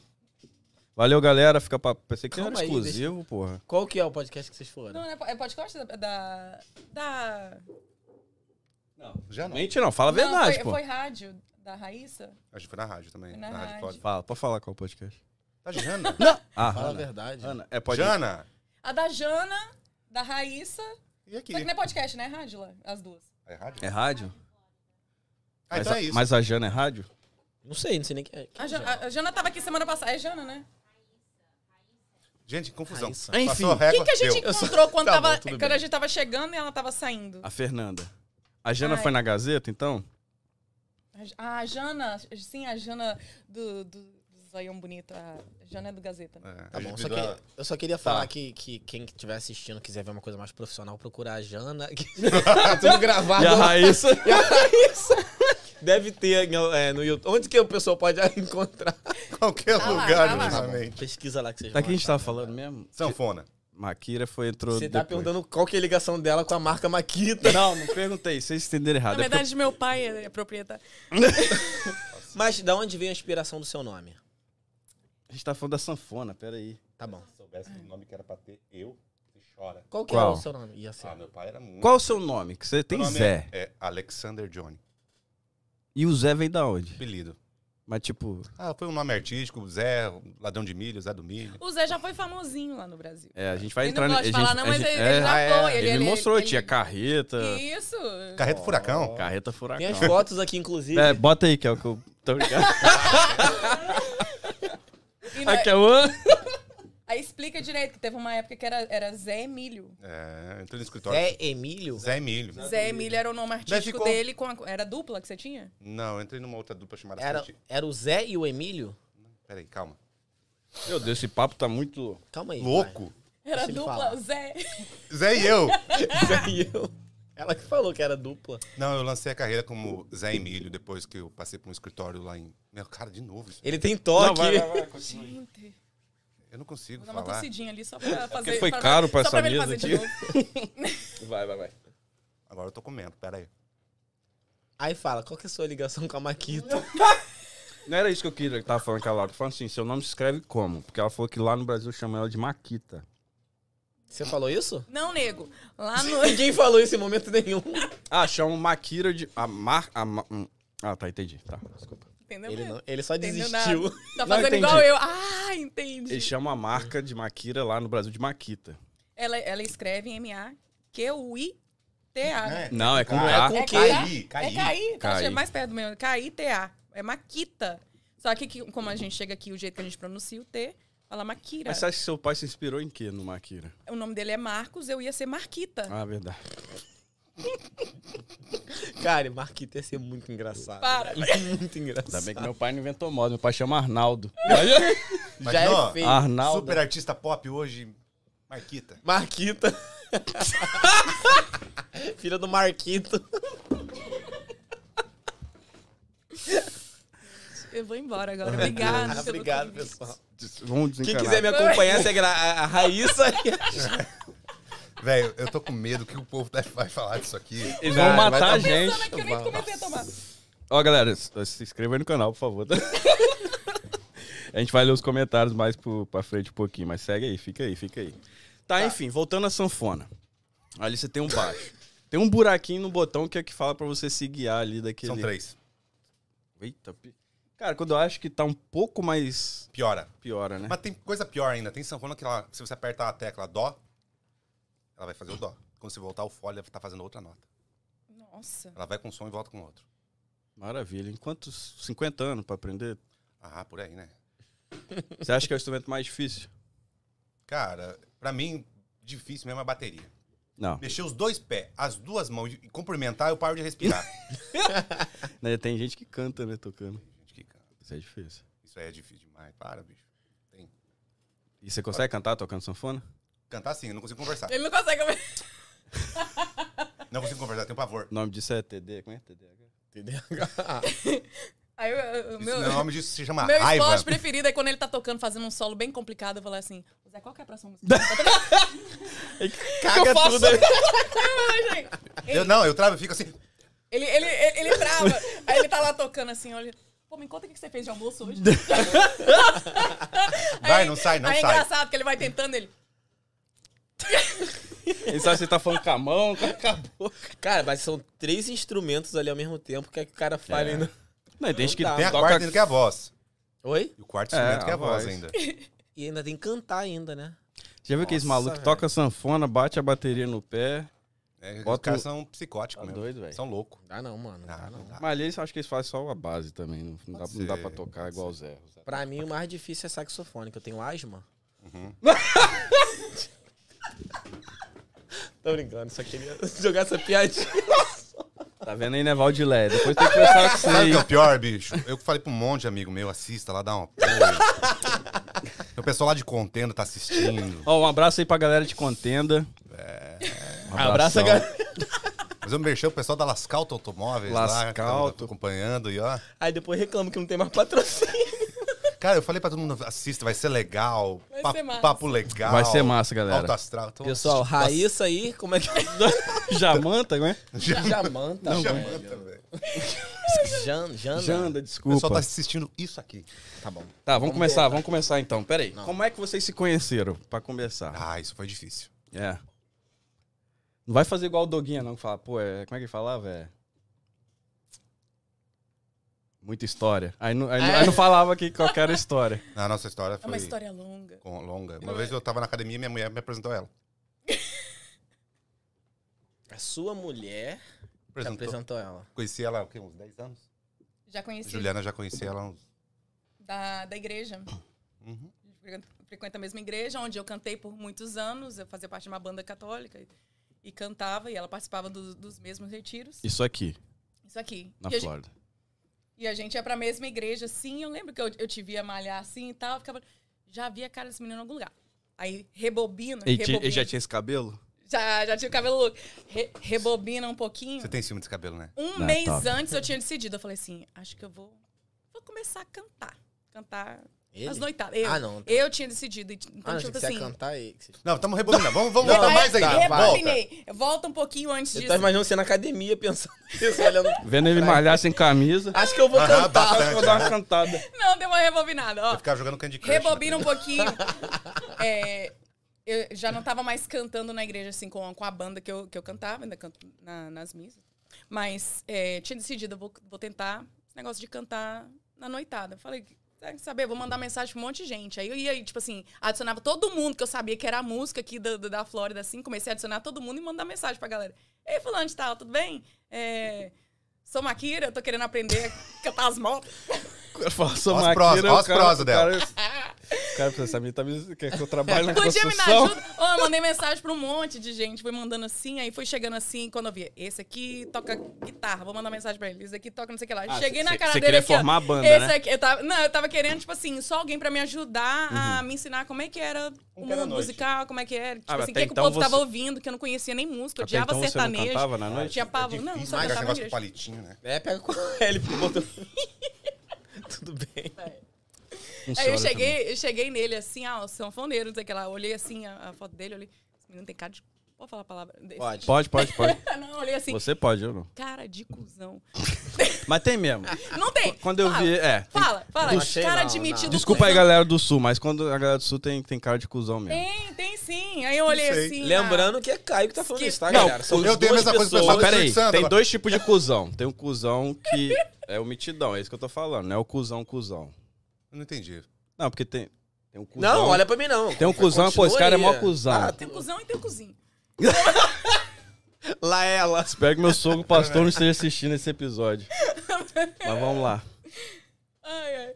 Speaker 1: Valeu, galera. Fica pra... Pensei que
Speaker 4: Calma
Speaker 1: era
Speaker 4: aí,
Speaker 1: exclusivo, porra.
Speaker 4: Qual que é o podcast que vocês foram?
Speaker 2: Não, não é, po- é podcast da... Da... da-
Speaker 3: Já não.
Speaker 1: Mentira, não. Fala a
Speaker 2: Não,
Speaker 1: é verdade,
Speaker 2: foi,
Speaker 1: pô.
Speaker 2: foi rádio da Raíssa.
Speaker 3: A gente foi na rádio também.
Speaker 2: Foi na
Speaker 3: na rádio,
Speaker 2: rádio.
Speaker 3: pode.
Speaker 1: Fala, pode falar qual é podcast.
Speaker 3: Tá, Jana?
Speaker 1: Não. Ah,
Speaker 4: Fala a
Speaker 1: Ana.
Speaker 4: verdade.
Speaker 1: Ana, é, pode...
Speaker 3: Jana?
Speaker 2: A da Jana, da Raíssa.
Speaker 3: E aqui?
Speaker 2: Só que não é podcast, né? É rádio lá, as duas.
Speaker 3: É rádio?
Speaker 1: É rádio?
Speaker 3: Ah,
Speaker 1: mas,
Speaker 3: então
Speaker 1: a-
Speaker 3: é isso.
Speaker 1: mas a Jana é rádio?
Speaker 4: Não sei, não sei nem quem é.
Speaker 2: A Jana, a- a Jana tava aqui semana passada. É Jana, né?
Speaker 3: Gente, confusão.
Speaker 4: Raíssa.
Speaker 1: Enfim.
Speaker 3: Passou a régua,
Speaker 2: Quem que a gente
Speaker 3: deu.
Speaker 2: encontrou quando,
Speaker 4: Tá bom,
Speaker 2: tava,
Speaker 4: tudo
Speaker 2: quando a
Speaker 4: bem.
Speaker 2: gente tava chegando e ela tava saindo?
Speaker 1: A Fernanda. A Jana
Speaker 2: Ai.
Speaker 1: foi na Gazeta, então?
Speaker 2: A, a Jana, sim, a Jana do, do, do Zoião Bonito. A Jana é do Gazeta.
Speaker 3: É,
Speaker 4: Tá
Speaker 3: a
Speaker 4: bom,
Speaker 3: gente
Speaker 4: só
Speaker 3: virou
Speaker 4: que, eu só queria falar que, que quem estiver assistindo quiser ver uma coisa mais profissional, procurar a Jana. que- tá tudo gravado.
Speaker 1: E a Raíssa?
Speaker 4: E a Raíssa. Deve ter em- é, no YouTube. Onde que o pessoal pode encontrar?
Speaker 3: a- Qualquer
Speaker 2: Tá lá,
Speaker 3: lugar,
Speaker 2: tá lá.
Speaker 3: justamente.
Speaker 4: Pesquisa lá que vocês
Speaker 1: Tá
Speaker 4: vão
Speaker 1: que a gente
Speaker 4: achar.
Speaker 1: tava falando mesmo?
Speaker 3: Sanfona.
Speaker 1: Maquira foi, entrou
Speaker 4: Você tá
Speaker 1: depois.
Speaker 4: perguntando qual que é a ligação dela com a marca Maquita.
Speaker 1: Não, não perguntei. Vocês
Speaker 2: Na
Speaker 1: entenderam errado. É porque
Speaker 2: verdade, meu pai é é proprietário.
Speaker 4: Mas da onde veio a inspiração do seu nome?
Speaker 1: a gente tá falando da sanfona, peraí.
Speaker 4: Tá bom.
Speaker 3: Se soubesse o nome que era pra ter, eu, você chora. Ah,
Speaker 4: Qual que
Speaker 1: Qual?
Speaker 4: é o seu nome? Ia ser.
Speaker 3: meu pai era muito...
Speaker 1: Qual o seu nome? Que você tem
Speaker 3: Meu nome
Speaker 1: Zé.
Speaker 3: É, é Alexander Johnny.
Speaker 1: E o Zé vem da onde?
Speaker 3: Apelido.
Speaker 1: Mas tipo,
Speaker 3: Ah, foi um nome artístico. Zé, ladrão de milho, Zé do milho.
Speaker 2: O Zé já foi famosinho lá no Brasil.
Speaker 1: é, a gente vai
Speaker 2: Ele
Speaker 1: entrar...
Speaker 2: não gosta
Speaker 1: ne-
Speaker 2: de
Speaker 1: a gente-
Speaker 2: falar, não,
Speaker 1: a
Speaker 2: mas
Speaker 1: gente-
Speaker 2: ele-
Speaker 1: é,
Speaker 2: ele já foi, ele-
Speaker 1: Ele,
Speaker 2: ele-
Speaker 1: me mostrou,
Speaker 2: ele-
Speaker 1: tinha carreta,
Speaker 2: Isso!
Speaker 3: Carreta Furacão.
Speaker 1: carreta furacão.
Speaker 4: Tem as fotos aqui, inclusive.
Speaker 1: É, bota aí que é o que eu tô ligado.
Speaker 2: E não-
Speaker 1: Aqui é o...
Speaker 2: Aí explica direito, que teve uma época que era, era Zé Emílio.
Speaker 3: É, entrou no escritório.
Speaker 4: Zé Emílio?
Speaker 3: Zé Emílio.
Speaker 2: Zé Emílio era o nome artístico
Speaker 3: ficou-
Speaker 2: dele. Com a- era a dupla que você tinha?
Speaker 3: Não, eu entrei numa outra dupla chamada...
Speaker 4: Era,
Speaker 3: Santi-
Speaker 4: era o Zé e o Emílio?
Speaker 3: Peraí, calma.
Speaker 1: Meu Deus, esse papo tá muito...
Speaker 4: Calma aí.
Speaker 3: Louco.
Speaker 2: Era a
Speaker 4: Deixa ele
Speaker 2: dupla
Speaker 4: falar.
Speaker 2: Zé.
Speaker 3: Zé e eu.
Speaker 4: vai. Zé e eu. Ela que falou que era dupla.
Speaker 3: Não, eu lancei a carreira como Zé Emílio depois que eu passei por um escritório lá em. Meu, cara, de novo isso.
Speaker 4: Ele tem toque.
Speaker 2: Gente,
Speaker 3: Eu não consigo
Speaker 2: vou dar é uma
Speaker 3: falar.
Speaker 2: tossidinha ali só pra fazer.
Speaker 1: É foi
Speaker 2: pra-
Speaker 1: caro pra
Speaker 2: só
Speaker 1: essa
Speaker 2: ele
Speaker 1: mesa
Speaker 2: fazer de
Speaker 1: aqui.
Speaker 2: novo.
Speaker 1: Vai, vai, vai.
Speaker 3: Agora eu tô comendo, pera aí.
Speaker 4: Aí fala, qual que é a sua ligação com a Maquita?
Speaker 1: Não era isso que eu queria, que tava falando com a Laura. Tô falando assim, seu nome se escreve como? Porque ela falou que lá no Brasil chama ela de Maquita.
Speaker 4: Você falou isso?
Speaker 2: Não, nego. Lá no.
Speaker 4: Ninguém falou isso em momento nenhum.
Speaker 1: Ah, chama Maquira de... A mar... A ma- hum. Ah, tá, entendi. Tá, desculpa.
Speaker 2: Entendeu?
Speaker 4: Ele,
Speaker 2: mesmo?
Speaker 4: não, ele só
Speaker 2: Entendeu
Speaker 4: desistiu.
Speaker 2: nada. Tá
Speaker 1: Não,
Speaker 2: fazendo
Speaker 1: entendi.
Speaker 2: igual eu. Ah, entendi.
Speaker 1: Eles chamam a marca de Maquira lá no Brasil de Maquita.
Speaker 2: Ela, ela escreve em M-A-Q-U-I-T-A. né?
Speaker 1: Não, é com
Speaker 4: Não, é
Speaker 1: A.
Speaker 4: com-
Speaker 2: É
Speaker 4: K.
Speaker 2: cair,
Speaker 3: Caí,
Speaker 2: É cair, tá
Speaker 1: caí.
Speaker 2: che- mais perto do meu. K-I-T-A. É maquita. Só que, que- como a gente chega aqui, o jeito que a gente pronuncia o T, fala maquira.
Speaker 1: Mas você acha que seu pai se inspirou em quê no Maquira?
Speaker 2: O nome dele é Marcos, eu ia ser Marquita.
Speaker 1: Ah, verdade.
Speaker 4: Cara, Marquita ia ser muito engraçado.
Speaker 2: Para.
Speaker 4: velho. Muito engraçado.
Speaker 1: Ainda bem que meu pai não inventou moda. Meu pai chama Arnaldo.
Speaker 3: Mas
Speaker 4: Já
Speaker 3: não,
Speaker 4: é feio.
Speaker 1: Arnaldo.
Speaker 3: Super artista pop hoje, Marquita.
Speaker 4: Marquita. Filha do Marquito.
Speaker 2: Eu vou embora agora. Obrigada. pelo
Speaker 4: Ah, Obrigado,
Speaker 2: convite.
Speaker 4: pessoal.
Speaker 1: Vamos
Speaker 4: Quem
Speaker 1: desencanar.
Speaker 4: quiser me acompanhar, segue lá a, a Raíssa e a
Speaker 3: Velho, eu tô com medo que o povo deve- vai falar disso aqui.
Speaker 1: Eles vão
Speaker 3: Vai- tá vai
Speaker 1: matar a
Speaker 3: dar-
Speaker 1: gente.
Speaker 2: Sabe que eu nem comecei a tomar.
Speaker 1: Ó, galera, s- se inscreva aí no canal, por favor. tá? a gente vai ler os comentários mais pro, pra frente um pouquinho, mas segue aí, fica aí, fica aí. Tá, enfim, voltando à sanfona. Ali você tem um baixo. tem um buraquinho no botão que é que fala pra você se guiar ali daquele.
Speaker 3: São três.
Speaker 1: Eita, pi- Cara, quando eu acho que tá um pouco mais.
Speaker 3: Piora.
Speaker 1: Piora, né?
Speaker 3: Mas tem coisa pior ainda. Tem sanfona que ela, se você apertar a tecla dó, ela vai fazer o dó. Quando você voltar o fole, ela tá fazendo outra nota.
Speaker 2: Nossa.
Speaker 3: Ela vai com um som e volta com outro.
Speaker 1: Maravilha. Em quantos 50 anos pra aprender?
Speaker 3: Ah, por aí, né?
Speaker 1: Você acha que é o instrumento mais difícil?
Speaker 3: Cara, pra mim, difícil mesmo é a bateria.
Speaker 1: Não.
Speaker 3: Mexer os dois pés, as duas mãos e cumprimentar, eu paro de respirar.
Speaker 1: Né, Tem gente que canta, né, tocando.
Speaker 3: Gente, que cara,
Speaker 1: Isso é difícil.
Speaker 3: Isso aí é difícil demais. Para, bicho. Tem.
Speaker 1: E você consegue cantar tocando sanfona?
Speaker 3: Cantar assim, eu não consigo conversar.
Speaker 2: Ele não consegue comer.
Speaker 3: Não consigo conversar, tenho pavor.
Speaker 1: O nome disso é TD, como é TDH?
Speaker 4: TDAH.
Speaker 2: Aí eu- eu- o
Speaker 3: Isso,
Speaker 2: meu,
Speaker 3: não, o nome disso se chama
Speaker 2: meu
Speaker 3: raiva.
Speaker 2: esporte preferido é quando ele tá tocando, fazendo um solo bem complicado. Eu falo assim, Zé, qual que é a próxima música?
Speaker 4: Caga
Speaker 1: faço?
Speaker 4: tudo.
Speaker 3: Eu, não, eu travo e fico assim.
Speaker 2: ele, ele, ele, ele trava. Aí ele tá lá tocando assim, olha... Pô, me conta o que você fez de almoço hoje.
Speaker 3: Vai, não sai, não
Speaker 2: aí é
Speaker 3: sai.
Speaker 2: engraçado, porque ele vai tentando, ele...
Speaker 1: Ele sabe se você tá falando com a mão, com a boca.
Speaker 4: Cara, mas são três instrumentos ali ao mesmo tempo que é que o cara fala
Speaker 1: É.
Speaker 4: ainda.
Speaker 1: Não, tem gente que
Speaker 4: Não dá.
Speaker 3: Tem a
Speaker 1: toca-
Speaker 3: quarta ainda que é a voz.
Speaker 4: Oi?
Speaker 3: E o quarto
Speaker 1: É,
Speaker 3: instrumento que é
Speaker 1: a
Speaker 3: a voz
Speaker 1: voz.
Speaker 3: ainda.
Speaker 4: E ainda tem que cantar ainda, né?
Speaker 1: Já viu aqueles
Speaker 4: Nossa,
Speaker 1: malucos que
Speaker 4: velho.
Speaker 1: toca sanfona, bate a bateria no pé?
Speaker 3: É, os
Speaker 1: Bota
Speaker 3: caras
Speaker 1: o-
Speaker 3: são psicóticos
Speaker 1: Tá
Speaker 3: mesmo.
Speaker 1: doido, velho. Tá
Speaker 3: São loucos.
Speaker 4: Dá não, mano.
Speaker 3: Ah,
Speaker 4: Dá
Speaker 3: não
Speaker 4: não.
Speaker 3: dá.
Speaker 1: Mas ali eles acho que eles fazem só a base também. Não, não, dá,
Speaker 3: Pode
Speaker 1: não dá
Speaker 3: ser,
Speaker 1: pra tocar
Speaker 3: pode
Speaker 1: igual o
Speaker 3: ser.
Speaker 1: Zé. O Zé-
Speaker 4: Pra mim, o mais difícil é saxofone, que eu tenho asma. Uhum. Tô brincando, só queria jogar essa piadinha.
Speaker 1: Tá vendo aí, né, Valdilé? Depois tem que pensar com
Speaker 3: Sabe o que é o
Speaker 1: você.
Speaker 3: pior, bicho? Eu falei pra um monte de amigo meu, assista lá, dá uma apoio. o pessoal lá de contenda tá assistindo.
Speaker 1: Ó, um abraço aí pra galera de contenda. É. Um
Speaker 4: Abraça
Speaker 1: abração.
Speaker 4: a galera.
Speaker 3: Mas eu mexi o pessoal da Lascalto Automóveis lá, que tá me
Speaker 1: Lascalto.
Speaker 3: acompanhando e ó.
Speaker 4: Aí depois reclamo que não tem mais patrocínio.
Speaker 3: Cara, eu falei pra todo mundo, assista, vai ser legal.
Speaker 2: Vai
Speaker 3: papo,
Speaker 2: ser massa.
Speaker 3: papo legal.
Speaker 1: Vai ser massa, galera.
Speaker 3: Alto astral. Tô-
Speaker 4: Pessoal, Raíssa aí, como é que...
Speaker 1: Jamanta, né?
Speaker 4: Jamanta,
Speaker 3: Nossa,
Speaker 4: velho.
Speaker 3: Jamanta, velho.
Speaker 4: Jan, Jana.
Speaker 1: Janda,
Speaker 3: O pessoal tá
Speaker 1: desculpa.
Speaker 3: assistindo isso aqui.
Speaker 4: Tá bom.
Speaker 1: Tá, vamos começar, vamos começar então. Pera aí. Como é que vocês se conheceram? Pra começar.
Speaker 3: Ah, isso foi difícil.
Speaker 1: É. Não vai fazer igual o Doguinha, não, que fala, pô, é, como é que ele falava? É. Muita história. Aí não, aí, não- aí não falava que qual que era a história.
Speaker 3: A nossa história
Speaker 2: É
Speaker 3: foi
Speaker 2: uma história é. longa.
Speaker 3: com- longa. Uma vez eu tava na academia e minha mulher me apresentou ela.
Speaker 4: A sua mulher te
Speaker 3: Apresentou.
Speaker 4: apresentou ela.
Speaker 3: Conheci ela há o quê? Uns 10 anos?
Speaker 2: Já conheci
Speaker 3: Juliana já conhecia ela há uns.
Speaker 2: da, da igreja.
Speaker 3: Uhum.
Speaker 2: A gente frequenta- frequenta a mesma igreja, onde eu cantei por muitos anos. Eu fazia parte de uma banda católica e, e cantava, e ela participava do- dos mesmos retiros.
Speaker 1: Isso aqui,
Speaker 2: Isso aqui.
Speaker 1: na
Speaker 2: e, a gente,
Speaker 1: Flórida.
Speaker 2: e a gente ia pra mesma igreja, assim. Eu lembro que eu, eu te via malhar assim e tal. eu Ficava, já vi a cara desse menino em algum lugar. Aí rebobina,
Speaker 1: E, ti-
Speaker 2: rebobina.
Speaker 1: e já tinha esse cabelo?
Speaker 2: já, já tinha o cabelo louco. Re- rebobina um pouquinho.
Speaker 3: Você tem ciúme desse cabelo, né?
Speaker 2: Um
Speaker 1: Não,
Speaker 2: mês
Speaker 1: top.
Speaker 2: antes eu tinha decidido. Eu falei assim, acho que eu vou, vou começar a cantar. Cantar
Speaker 4: Ele?
Speaker 2: as noitadas. Eu,
Speaker 4: Ah, não.
Speaker 2: eu tinha decidido. e t-
Speaker 4: Ah,
Speaker 2: Então,
Speaker 4: não, achei
Speaker 2: tipo
Speaker 4: que você
Speaker 2: assim...
Speaker 4: ia cantar aí. que você-
Speaker 3: Não, estamos rebobinando. Vamos, vamos
Speaker 4: Não,
Speaker 3: voltar mais
Speaker 4: vai,
Speaker 3: ainda.
Speaker 4: tá,
Speaker 3: Volta.
Speaker 2: Rebobinei. Volta um pouquinho antes
Speaker 4: Eu
Speaker 2: disso.
Speaker 4: tô imaginando você na academia pensando nisso, olhando...
Speaker 1: Vendo ele malhar sem camisa.
Speaker 4: Acho que eu vou
Speaker 3: Ah,
Speaker 4: cantar.
Speaker 3: bacana.
Speaker 1: Acho que eu Tá. vou dar uma cantada.
Speaker 2: Não, deu uma rebobinada,
Speaker 3: Eu
Speaker 2: ó.
Speaker 3: ficava jogando Candy Crush.
Speaker 2: Rebobina
Speaker 3: né?
Speaker 2: um pouquinho. É, eu já não tava mais cantando na igreja, assim, com, com a banda que eu, que eu cantava, ainda canto na- nas missas. Mas é, tinha decidido, eu vou, vou tentar esse negócio de cantar na noitada. Falei, "Ah, quer saber, vou mandar mensagem pra um monte de gente. Aí eu ia, e, tipo assim, adicionava todo mundo que eu sabia que era a música aqui da, da, da Flórida, assim. Comecei a adicionar todo mundo e mandar mensagem pra galera. Ei, fulano de tal, tudo bem? É, sou Maquira, tô querendo aprender a cantar as motos.
Speaker 1: Eu falo, sou
Speaker 3: Ó as
Speaker 1: maqueira,
Speaker 3: prosas, ó
Speaker 1: o
Speaker 3: as
Speaker 1: cara-
Speaker 3: prosas
Speaker 1: o cara- Cara, essa menina tá me... quer que eu trabalhe na
Speaker 2: Podia me dar
Speaker 1: construção?
Speaker 2: ajuda? Ó, eu mandei mensagem pra um monte de gente. Fui mandando assim, aí foi chegando assim. Quando eu vi, esse aqui toca guitarra, vou mandar mensagem pra ele. Esse aqui toca não sei o que lá.
Speaker 1: Ah,
Speaker 2: Cheguei na
Speaker 1: cê-
Speaker 2: cara
Speaker 1: cê
Speaker 2: dele
Speaker 1: queria
Speaker 2: aqui, ó.
Speaker 1: formar a banda,
Speaker 2: esse
Speaker 1: né?
Speaker 2: aqui, eu tava, não, eu tava querendo, tipo assim, só alguém pra me ajudar a
Speaker 1: Uhum.
Speaker 2: me ensinar como é que era o
Speaker 3: Um cada
Speaker 2: mundo
Speaker 3: noite.
Speaker 2: musical, como é que era. Tipo
Speaker 1: mas
Speaker 2: assim, o
Speaker 1: até
Speaker 2: que, que
Speaker 1: então
Speaker 2: o povo
Speaker 1: você-
Speaker 2: tava ouvindo, que eu não conhecia nem música, eu
Speaker 1: Até
Speaker 2: odiava
Speaker 1: então você não
Speaker 2: sertanejo.
Speaker 1: cantava na noite? É
Speaker 2: Tinha pavor.
Speaker 3: É difícil
Speaker 2: não, só
Speaker 3: pegar esse
Speaker 2: cantava na
Speaker 3: negócio com
Speaker 2: igreja.
Speaker 3: palitinho, né?
Speaker 4: É, pega com ele, botou. Tudo bem.
Speaker 2: Aí eu
Speaker 1: Funciona também.
Speaker 2: cheguei, eu cheguei nele assim, ah, o sanfoneiro, não sei o que lá. Eu olhei assim a, a foto dele, eu olhei. Esse menino tem cara de. Pode falar a palavra? desse?
Speaker 4: Pode.
Speaker 1: Pode, pode, pode.
Speaker 2: não, eu olhei assim,
Speaker 1: Você pode, eu não.
Speaker 2: cara de cuzão.
Speaker 1: Mas tem mesmo.
Speaker 2: Não tem!
Speaker 1: Quando eu
Speaker 2: fala,
Speaker 1: vi, é.
Speaker 2: Fala, fala.
Speaker 4: Não achei,
Speaker 2: cara
Speaker 4: não,
Speaker 2: admitido.
Speaker 4: não.
Speaker 1: Desculpa aí,
Speaker 2: cuzão.
Speaker 1: galera do Sul, mas quando a galera do Sul tem, tem cara de cuzão mesmo.
Speaker 2: Tem, tem sim. Aí eu olhei
Speaker 3: sei.
Speaker 2: assim.
Speaker 4: Lembrando que é Caio que tá falando
Speaker 2: Que-
Speaker 4: isso, tá,
Speaker 1: Não,
Speaker 4: galera? São
Speaker 3: eu
Speaker 4: duas
Speaker 3: tenho a mesma coisa
Speaker 4: pessoas.
Speaker 3: pra
Speaker 1: Mas
Speaker 3: falar.
Speaker 1: peraí,
Speaker 3: Espírito Santo,
Speaker 1: tem
Speaker 3: agora.
Speaker 1: dois tipos de cuzão. Tem um cuzão que é o mitidão, é isso que eu tô falando. Não é o cuzão, cuzão.
Speaker 3: Eu não entendi.
Speaker 1: Não, porque tem, tem um cuzão.
Speaker 4: Não, olha pra mim não.
Speaker 1: Tem um cuzão, pô, esse cara é mó
Speaker 4: Continua aí.
Speaker 1: cuzão.
Speaker 4: Ah,
Speaker 2: Ah, tem
Speaker 4: tem
Speaker 2: o cuzão e tem o cozinho.
Speaker 4: Lá é ela.
Speaker 1: Espero que meu sogro pastor não esteja assistindo esse episódio. Mas vamos lá.
Speaker 2: Ai, ai.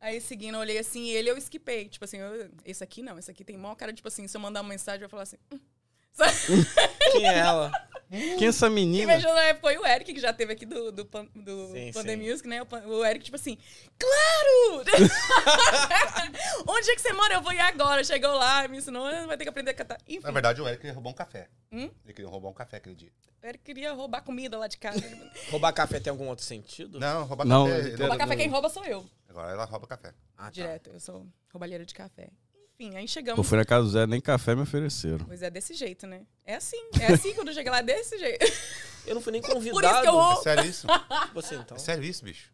Speaker 2: Aí seguindo, eu olhei assim, ele eu esquipei. Tipo assim, eu- esse aqui não, esse aqui tem mó cara, tipo assim, se eu mandar uma mensagem, eu vou falar assim. hum. Sabe?
Speaker 4: Quem é ela?
Speaker 1: Quem é essa
Speaker 2: Quem
Speaker 1: menina?
Speaker 2: me ajudou na época foi o Eric, que já teve aqui do, do, pan- do
Speaker 4: Sim,
Speaker 2: Pandemic
Speaker 4: sim.
Speaker 2: Music, né? O, pan- o Eric, tipo assim, claro! Onde é que você mora? Eu vou ir agora. Chegou lá, me ensinou, "Ah, vai ter que aprender a cantar. Enfim,
Speaker 3: Na verdade, o Eric queria roubar um café.
Speaker 2: Hum?
Speaker 3: Ele queria roubar um café aquele dia.
Speaker 2: o Eric queria roubar comida lá de casa.
Speaker 4: Roubar café tem algum outro sentido?
Speaker 3: Não, roubar
Speaker 1: Não,
Speaker 3: café.
Speaker 1: ele
Speaker 3: ele-
Speaker 1: quer-
Speaker 2: roubar café, quem rouba sou eu,
Speaker 3: Agora ela rouba café.
Speaker 4: Ah, tá.
Speaker 2: direto. Eu sou roubalheira de café. Enfim, aí
Speaker 1: Eu
Speaker 2: chegamos.
Speaker 1: fui na casa do Zé, nem café me ofereceram.
Speaker 2: Pois é, desse jeito, né? É assim, é assim quando chega lá, é desse jeito.
Speaker 4: Eu não fui nem
Speaker 2: Por isso
Speaker 4: convidado.
Speaker 2: que eu
Speaker 3: É
Speaker 2: roubo.
Speaker 3: sério isso?
Speaker 4: Você então.
Speaker 3: É sério isso, bicho?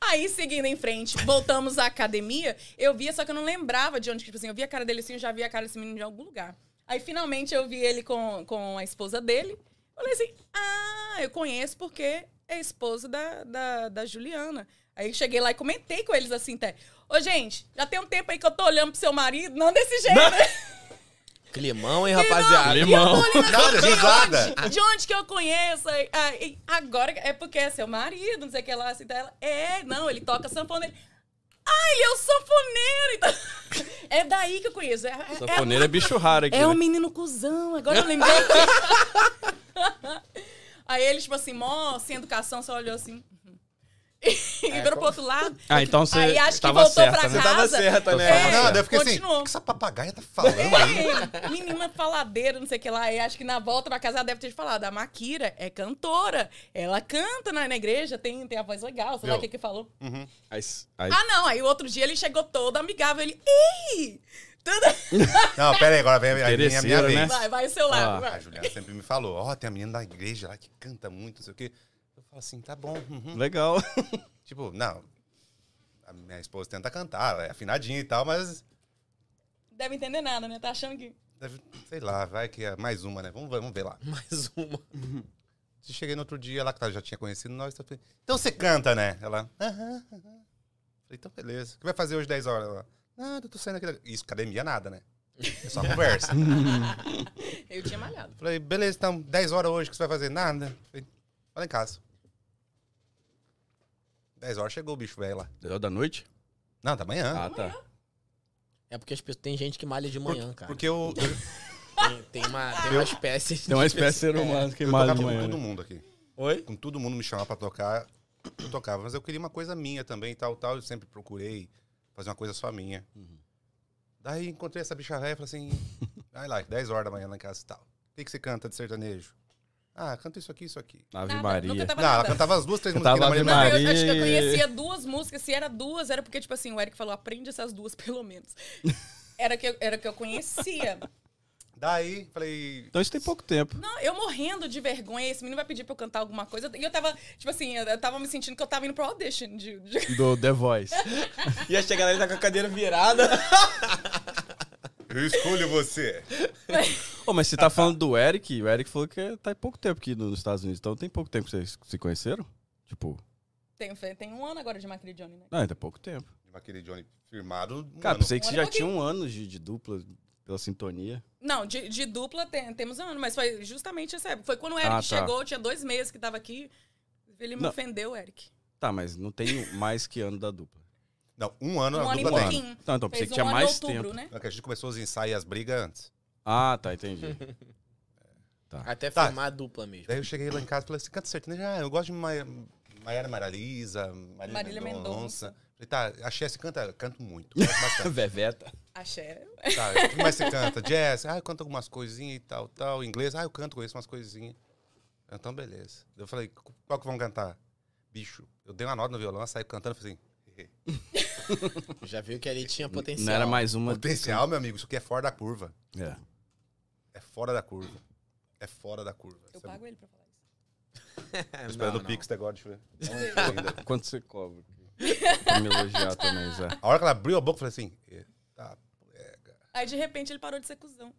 Speaker 2: Aí, seguindo em frente, voltamos à academia. Eu via, só que eu não lembrava de onde, tipo assim, eu via a cara dele assim, eu já via a cara desse menino de algum lugar. Aí, finalmente, eu vi ele com, com a esposa dele. Falei assim, ah, eu conheço porque é a esposa da, da, da Juliana. Aí, cheguei lá e comentei com eles assim, até. Ô, gente, já tem um tempo aí que eu tô olhando pro seu marido, não desse jeito. né?
Speaker 4: Climão, hein, rapaziada?
Speaker 2: E eu tô
Speaker 1: Limão.
Speaker 2: olhando
Speaker 3: Nada,
Speaker 2: assim,
Speaker 3: risada.
Speaker 2: de onde que eu conheço? Aí, aí, agora é porque é seu marido, não sei o que lá, assim, dela. É, não, ele toca sanfona. Ele... Ah, ele é o sanfoneiro! Então, é daí que eu conheço. É, é-
Speaker 1: Sanfoneiro é bicho raro aqui.
Speaker 2: é o
Speaker 1: né?
Speaker 2: menino cuzão, agora eu lembrei. aí ele, tipo assim, mó sem educação, só olhou assim. uhum. E
Speaker 1: É,
Speaker 2: virou pro outro lado.
Speaker 1: Ah, então você
Speaker 2: aí acho que
Speaker 1: tava
Speaker 2: voltou
Speaker 1: certa,
Speaker 2: pra
Speaker 1: né?
Speaker 2: casa.
Speaker 4: Tava certa, né?
Speaker 2: É,
Speaker 3: Não, daí eu fiquei assim,
Speaker 2: continuou.
Speaker 3: o que essa papagaia tá falando aí?
Speaker 2: É, menina faladeira, não sei o que lá. E acho que na volta pra casa ela deve ter falado. A Maquira é cantora. Ela canta na, na igreja, tem, tem a voz legal, sei lá
Speaker 3: Viu?
Speaker 2: o que que falou.
Speaker 3: Uhum.
Speaker 1: Aí, aí-
Speaker 2: Ah, não. Aí o outro dia ele chegou todo amigável. Ele, ei! Tudo...
Speaker 3: Não, pera aí, agora vem a minha, a minha
Speaker 1: Interesseiro, né?
Speaker 3: vez.
Speaker 2: Vai, vai, seu lado.
Speaker 1: Ah,
Speaker 2: vai.
Speaker 3: A Juliana sempre me falou, ó, tem a menina da igreja lá que canta muito, não sei o quê. Eu falo assim, tá bom. uhum.
Speaker 1: Legal.
Speaker 3: Tipo, não, a minha esposa tenta cantar, ela é afinadinha e tal, mas,
Speaker 2: Deve entender nada, né? Tá achando que.
Speaker 3: deve- sei lá, vai que é mais uma, né? Vamos, vamos ver lá.
Speaker 4: Mais uma.
Speaker 3: Cheguei no outro dia, ela que ela já tinha conhecido nós, eu falei, então você canta, né? Ela, aham, aham. Falei, então beleza. O que vai fazer hoje 10 horas? Ela, nada, tô saindo aqui. da-" Isso, academia nada, né? É só conversa.
Speaker 2: Eu tinha malhado.
Speaker 3: Falei, beleza, então, 10 horas hoje, o que você vai fazer? Nada. Falei, vai lá em casa. 10 horas chegou o bicho velho lá.
Speaker 1: Deu da noite?
Speaker 3: Não, da manhã.
Speaker 1: Ah, tá.
Speaker 4: É porque as pessoas- tem gente que malha de manhã, cara.
Speaker 3: Porque eu, eu,
Speaker 4: Tem, tem uma, tem uma espécie. de
Speaker 1: Tem uma espécie de
Speaker 4: pessoa-
Speaker 1: ser humano que
Speaker 3: eu
Speaker 1: mais
Speaker 3: tocava
Speaker 1: de
Speaker 3: com
Speaker 1: manhã.
Speaker 3: todo
Speaker 1: né?
Speaker 3: mundo aqui.
Speaker 1: Oi?
Speaker 3: Com todo mundo me chamava pra tocar, eu tocava. Mas eu queria uma coisa minha também, tal, tal. Eu sempre procurei fazer uma coisa só minha.
Speaker 1: Uhum.
Speaker 3: Daí encontrei essa bicha velha e falei assim, vai lá, 10 horas da manhã lá em casa e tal. O que, que você canta de sertanejo? Ah, canto isso aqui, isso aqui.
Speaker 1: Ave
Speaker 2: Nada,
Speaker 1: Maria.
Speaker 2: nunca tava
Speaker 3: Não, ela
Speaker 2: nada.
Speaker 3: cantava as duas, três
Speaker 1: Cantava
Speaker 3: músicas na manhã.
Speaker 2: Não,
Speaker 1: Ave
Speaker 3: mas-
Speaker 2: eu acho que eu
Speaker 1: Maria.
Speaker 2: conhecia duas músicas. Se era duas, era porque, tipo assim, o Eric falou, aprende essas duas, pelo menos. Era que eu, era que eu conhecia.
Speaker 3: Daí, falei,
Speaker 1: Então isso tem pouco tempo.
Speaker 2: Não, eu morrendo de vergonha, esse menino vai pedir pra eu cantar alguma coisa. E eu tava, tipo assim, eu eu tava me sentindo que eu tava indo pro audition. De, de-
Speaker 1: Do The Voice.
Speaker 4: Ia chegar lá e tá com a cadeira virada.
Speaker 3: eu escolho você.
Speaker 1: Ô, mas você tá falando do Eric, o Eric falou que tá em pouco tempo aqui nos Estados Unidos, então tem pouco tempo que vocês se conheceram? Tipo,
Speaker 2: Tem, tem um ano agora de Macri e Johnny, né?
Speaker 1: não, ainda é pouco tempo.
Speaker 3: Aquele Johnny firmado. um
Speaker 1: Cara,
Speaker 3: ano.
Speaker 1: pensei que você
Speaker 2: Olha
Speaker 1: já
Speaker 2: um
Speaker 1: tinha um ano de, de dupla pela sintonia.
Speaker 2: Não, de, de dupla tem- temos um ano, mas foi justamente essa época. Foi quando o Eric
Speaker 1: Ah, tá.
Speaker 2: chegou, tinha dois meses que tava aqui. Ele me
Speaker 1: Não.
Speaker 2: ofendeu, Eric.
Speaker 1: Tá, mas não tem mais que ano da dupla.
Speaker 3: Não, um ano
Speaker 2: Um
Speaker 3: a
Speaker 2: ano e
Speaker 3: dupla tem.
Speaker 2: pouquinho.
Speaker 1: Então, então, pensei
Speaker 2: Fez
Speaker 1: que
Speaker 2: um
Speaker 1: tinha
Speaker 2: ano em
Speaker 1: mais
Speaker 2: outubro,
Speaker 1: tempo.
Speaker 2: né?
Speaker 3: Não, que a gente começou os ensaios e as brigas antes.
Speaker 1: Ah, tá, entendi.
Speaker 4: Até
Speaker 3: Tá.
Speaker 4: formar a dupla mesmo.
Speaker 3: Daí eu cheguei lá em casa e falei, você canta sertanejo? Ah, eu gosto de Ma Maiara Maralisa, Marília,
Speaker 2: Marília
Speaker 3: Mendonça.
Speaker 2: Mendonça.
Speaker 3: Falei, tá, axé você canta? Canto muito. Gosto bastante.
Speaker 1: Veveta.
Speaker 2: Axé.
Speaker 3: tá, o que mais você canta? Jazz? Ah, eu canto algumas coisinhas e tal, tal. Inglês? Ah, eu canto, conheço umas coisinhas. Então, beleza. Daí Eu falei, "Qu- qual que vão cantar? Bicho. Eu dei uma nota no violão, saí cantando, falei assim,
Speaker 4: Já viu que ali tinha potencial.
Speaker 1: Não era mais uma.
Speaker 3: potencial, meu amigo, isso aqui é fora da curva.
Speaker 1: É.
Speaker 3: É fora da curva. É fora da curva.
Speaker 2: Eu
Speaker 3: Sabe?
Speaker 2: pago ele pra falar isso.
Speaker 4: Não,
Speaker 1: É,
Speaker 3: Tô esperando o
Speaker 4: não.
Speaker 3: Pix até agora, deixa eu ver. Não, ainda.
Speaker 1: Quanto você cobra? Pra me elogiar também, Zé.
Speaker 3: A hora que ela abriu a boca, eu falei assim, "Eita, pega."
Speaker 2: Aí, de repente, ele parou de ser cuzão.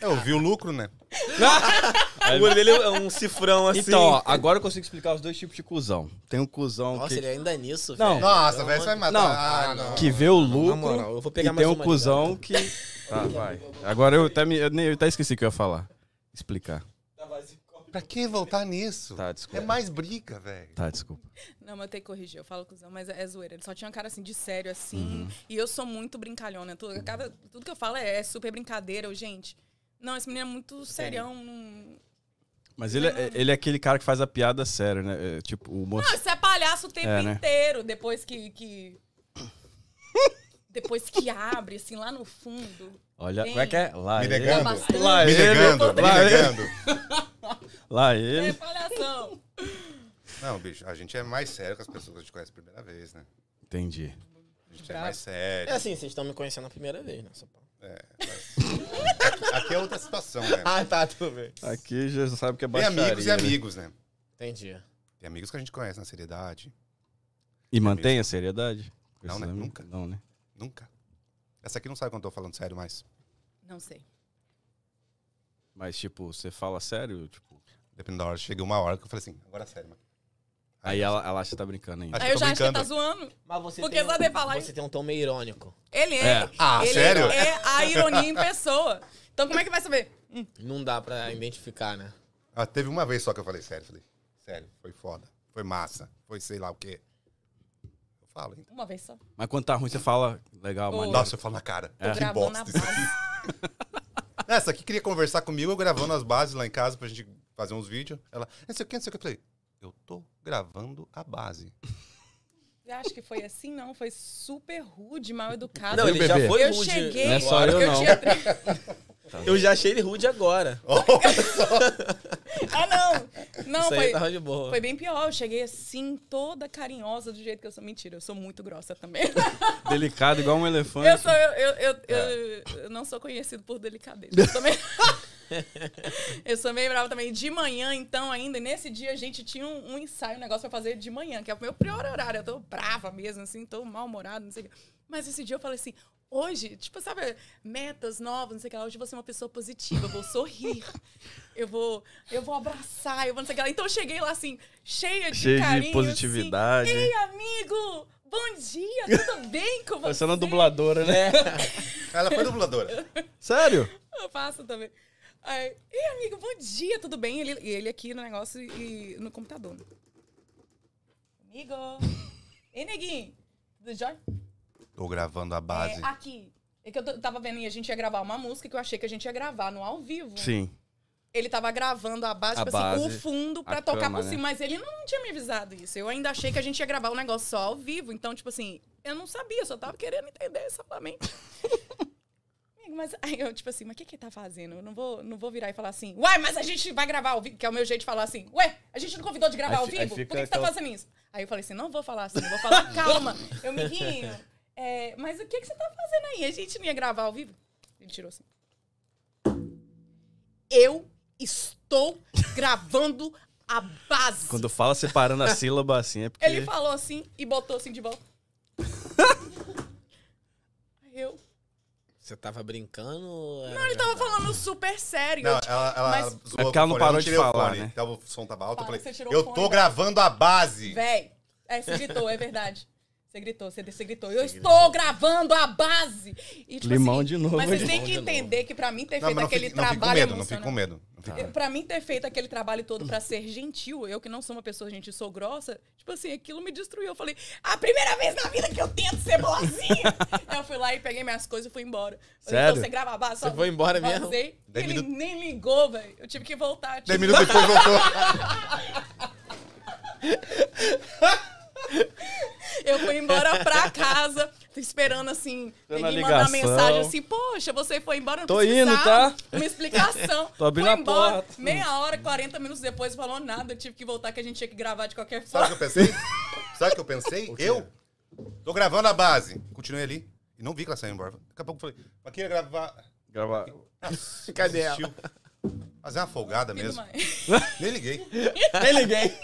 Speaker 3: Eu vi o lucro, né?
Speaker 4: O olho dele é um cifrão assim.
Speaker 1: Então, ó, agora eu consigo explicar os dois tipos de cuzão. Tem um cuzão
Speaker 4: Nossa,
Speaker 1: que,
Speaker 4: ele ainda é nisso,
Speaker 1: Não.
Speaker 4: velho.
Speaker 3: Nossa,
Speaker 4: Pelo
Speaker 3: velho, você vai
Speaker 4: amor
Speaker 3: matar.
Speaker 1: Não.
Speaker 3: Ah, não.
Speaker 1: que vê o
Speaker 4: de-
Speaker 1: lucro
Speaker 4: Na moral, eu vou pegar
Speaker 1: e tem
Speaker 4: mais
Speaker 1: um
Speaker 4: uma ali,
Speaker 1: cuzão
Speaker 4: cara.
Speaker 1: que... Tá, vai. Agora eu até, me, eu nem- eu até esqueci o que eu ia falar. Explicar.
Speaker 3: Pra que voltar nisso?
Speaker 1: Tá,
Speaker 3: É
Speaker 1: desculpa.
Speaker 3: mais briga, velho.
Speaker 1: Tá, desculpa.
Speaker 2: Não, mas eu tenho que corrigir. Eu falo cuzão, mas é, é zoeira. Ele só tinha uma cara assim, de sério, assim. E eu sou muito brincalhona. Tudo, cada- tudo que eu falo é, é super brincadeira. Eu, gente, não, esse menino é muito serião. Não,
Speaker 1: Mas ele é, ele é aquele cara que faz a piada séria, né? É, tipo, o humor...
Speaker 2: Não, isso é palhaço o tempo
Speaker 1: É, né?
Speaker 2: inteiro. Depois que... que- Depois que abre, assim, lá no fundo.
Speaker 1: Olha, como é que é? Lá
Speaker 3: Me
Speaker 1: ele...
Speaker 3: negando.
Speaker 2: Bastante.
Speaker 1: Lá
Speaker 3: Me negando,
Speaker 1: ele...
Speaker 3: me
Speaker 1: Lá ele...
Speaker 3: negando.
Speaker 1: Lá
Speaker 2: É
Speaker 1: ele...
Speaker 2: palhação.
Speaker 3: Não, bicho, a gente é mais sério com as pessoas que a gente conhece a primeira vez, né?
Speaker 1: Entendi.
Speaker 3: A gente
Speaker 1: Tá.
Speaker 3: é
Speaker 2: Bravo.
Speaker 3: mais
Speaker 4: É
Speaker 3: sério.
Speaker 4: assim, vocês estão me conhecendo a primeira vez, né? Só pra-
Speaker 3: Aqui é outra situação, né?
Speaker 4: Ah, tá, tudo bem.
Speaker 1: Aqui já sabe que é
Speaker 3: Tem
Speaker 1: baixaria.
Speaker 3: amigos e
Speaker 1: né?
Speaker 3: amigos, né?
Speaker 4: Entendi.
Speaker 3: Tem amigos que a gente conhece na seriedade.
Speaker 1: E mantém a seriedade? Com
Speaker 3: Não,
Speaker 1: esses
Speaker 3: né?
Speaker 1: amigos?
Speaker 3: Nunca.
Speaker 1: Não, né?
Speaker 3: Nunca. Essa aqui não sabe quando eu tô falando sério mais.
Speaker 2: Não sei.
Speaker 1: Mas, tipo, você fala sério, tipo...
Speaker 3: Dependendo da hora. Chega uma hora que eu falei assim, agora é sério, mano.
Speaker 1: Aí ela, ela acha que tá brincando ainda.
Speaker 3: Acho
Speaker 2: Aí
Speaker 3: que
Speaker 2: eu
Speaker 3: tô
Speaker 2: já acho que ele tá
Speaker 3: brincando.
Speaker 2: zoando.
Speaker 4: Mas você
Speaker 2: Porque
Speaker 4: tem
Speaker 2: só de falar
Speaker 4: Você
Speaker 2: isso.
Speaker 4: tem um tom meio irônico.
Speaker 2: Ele é.
Speaker 1: É.
Speaker 3: Ah,
Speaker 2: ele
Speaker 3: sério?
Speaker 2: é a ironia em pessoa. Então como é que vai saber?
Speaker 4: Não dá pra identificar, né?
Speaker 3: Ah, teve uma vez só que eu falei sério. Falei, sério, foi foda. Foi massa. Foi sei lá o quê. Eu falo, então.
Speaker 2: Uma vez só.
Speaker 1: Mas quando tá ruim, você fala legal,
Speaker 2: Ô.
Speaker 1: maneiro.
Speaker 3: Nossa, eu falo na cara. Que
Speaker 2: É. Gravou na
Speaker 3: bosta isso aqui.
Speaker 2: base.
Speaker 3: Essa aqui queria conversar comigo, eu gravando as bases lá em casa pra gente fazer uns vídeos. Ela, não sei o que, não sei o que. Eu falei, eu tô gravando a base.
Speaker 2: Você acha que foi assim? Não, foi super rude, mal educado.
Speaker 4: Não,
Speaker 1: E o
Speaker 4: ele
Speaker 1: bebê?
Speaker 4: já foi
Speaker 2: eu
Speaker 4: rude.
Speaker 2: cheguei,
Speaker 1: Não é só eu, não.
Speaker 2: tinha tre-
Speaker 4: Eu já achei ele rude agora.
Speaker 2: Ah, não! Não,
Speaker 4: Isso aí tá
Speaker 2: foi,
Speaker 4: tava de boa.
Speaker 2: foi bem pior. Eu cheguei assim, toda carinhosa do jeito que eu sou. Mentira, eu sou muito grossa também.
Speaker 1: Delicado, igual um
Speaker 2: Eu,
Speaker 1: elefante.
Speaker 2: sou, eu, eu, eu,
Speaker 1: É.
Speaker 2: eu- eu não sou conhecido por delicadeza. Eu sou, meio... eu sou meio brava também. De manhã, então, ainda, e nesse dia a gente tinha um, um ensaio, um negócio pra fazer de manhã, que é o meu pior horário. Eu tô brava mesmo, assim, tô mal-humorada, não sei o quê. Mas esse dia eu falei assim, hoje, tipo, sabe, metas novas, não sei o que lá, hoje eu vou ser uma pessoa positiva, eu vou sorrir, eu vou, eu vou abraçar, eu vou não sei o que lá. Então eu cheguei lá, assim, cheia de
Speaker 1: Cheio
Speaker 2: carinho,
Speaker 1: de
Speaker 2: assim,
Speaker 1: positividade.
Speaker 2: Ei, amigo! Bom dia, tudo bem com você? É.
Speaker 1: Parecendo a dubladora, né?
Speaker 3: Ela foi dubladora.
Speaker 1: Sério?
Speaker 2: Eu faço também. Aí, e amigo, bom dia, tudo bem? Ele, e ele aqui no negócio e no computador. né? Amigo! Ei, neguinho! Tudo jóia?
Speaker 3: Tô gravando a base.
Speaker 2: É, aqui. É que eu t- tava vendo e a gente ia gravar uma música que eu achei que a gente ia gravar no ao vivo. né?
Speaker 1: Sim.
Speaker 2: Ele tava gravando a base,
Speaker 1: A
Speaker 2: tipo assim,
Speaker 1: base,
Speaker 2: o fundo
Speaker 1: a
Speaker 2: pra tocar
Speaker 1: cama,
Speaker 2: por
Speaker 1: né?
Speaker 2: cima. Mas ele não tinha me avisado isso. Eu ainda achei que a gente ia gravar o negócio só ao vivo. Então, tipo assim, eu não sabia, eu só tava querendo entender exatamente. Amigo, Mas aí eu, tipo assim, mas o que que ele tá fazendo? Eu não vou, não vou virar e falar assim, uai, mas a gente vai gravar ao vivo, que é o meu jeito de falar assim, ué, a gente não convidou de gravar
Speaker 1: Aí
Speaker 2: ao
Speaker 1: fi- aí
Speaker 2: vivo? Por que,
Speaker 1: fica
Speaker 2: que você tá
Speaker 1: aquela-
Speaker 2: fazendo isso? Aí eu falei assim, não vou falar assim, eu vou falar, calma, meu amiguinho, é, mas o que que você tá fazendo aí? A gente não ia gravar ao vivo? Ele tirou assim. Eu estou gravando a base.
Speaker 1: Quando fala separando a sílaba assim, é porque.
Speaker 2: Ele falou assim e botou assim de volta. Aí eu
Speaker 4: Você tava brincando? ou era
Speaker 2: Não, ele tava falando super sério.
Speaker 3: Não,
Speaker 2: eu, tipo,
Speaker 3: ela, ela
Speaker 2: mas-
Speaker 3: zoou
Speaker 1: É porque
Speaker 3: com
Speaker 1: ela
Speaker 3: o
Speaker 1: não
Speaker 3: fone,
Speaker 1: parou
Speaker 3: eu
Speaker 1: de
Speaker 3: tirei o
Speaker 1: falar,
Speaker 3: fone.
Speaker 1: né?
Speaker 3: Então o som tava alto,
Speaker 2: Fala
Speaker 3: eu
Speaker 2: que você
Speaker 3: falei,
Speaker 2: tirou o
Speaker 3: eu
Speaker 2: fone,
Speaker 3: tô
Speaker 2: velho."
Speaker 3: gravando a base.
Speaker 2: Véi, é, você gritou, é verdade. Você gritou, você, você gritou. Eu estou gravando a base! E, tipo
Speaker 1: Limão
Speaker 2: assim,
Speaker 1: de novo.
Speaker 2: Mas vocês
Speaker 1: hein?
Speaker 2: têm que
Speaker 4: de novo.
Speaker 2: entender que pra mim ter
Speaker 3: Não, mas
Speaker 2: feito
Speaker 3: não
Speaker 2: aquele
Speaker 3: fico, não fico com
Speaker 2: trabalho
Speaker 3: medo, não fico
Speaker 2: emocional...
Speaker 3: com medo.
Speaker 1: Tá.
Speaker 3: Não fico com
Speaker 2: Eu-
Speaker 3: medo.
Speaker 2: Pra mim ter feito aquele trabalho todo
Speaker 1: Hum.
Speaker 2: pra ser gentil, eu que não sou uma pessoa gentil, sou grossa, tipo assim, aquilo me destruiu. Eu falei, a primeira vez na vida que eu tento ser boazinha! Aí eu fui lá e peguei minhas coisas e fui embora. Eu falei,
Speaker 1: Sério?
Speaker 2: Então você grava a base, só
Speaker 4: Você foi embora mesmo?
Speaker 2: vazei.
Speaker 3: Dez
Speaker 2: Ele
Speaker 3: minutos-
Speaker 2: nem ligou, velho. Eu tive que voltar. Tipo,
Speaker 3: Dez minutos depois voltou.
Speaker 2: Eu fui embora pra casa, tô esperando assim,
Speaker 1: Tô na
Speaker 2: ninguém mandar
Speaker 1: ligação.
Speaker 2: mensagem assim, poxa, você foi embora, não
Speaker 1: Tô
Speaker 2: precisava,
Speaker 1: indo, tá?
Speaker 2: Uma explicação.
Speaker 1: Tô abrindo
Speaker 2: Fui
Speaker 1: a
Speaker 2: embora,
Speaker 1: porta.
Speaker 2: Meia hora, 40 minutos depois, falou nada, eu tive que voltar que a gente tinha que gravar de qualquer
Speaker 3: Sabe
Speaker 2: forma.
Speaker 3: o que eu pensei? Sabe o que eu pensei? Eu tô gravando a base. Continuei ali. E não vi que ela saiu embora. Daqui a pouco eu falei, mas quem ia gravar?
Speaker 1: Gravar.
Speaker 4: Cadê ela?
Speaker 3: Assistiu. Fazer uma folgada
Speaker 1: é
Speaker 2: Tudo
Speaker 3: mesmo.
Speaker 2: mais.
Speaker 3: Nem liguei.
Speaker 1: Nem liguei.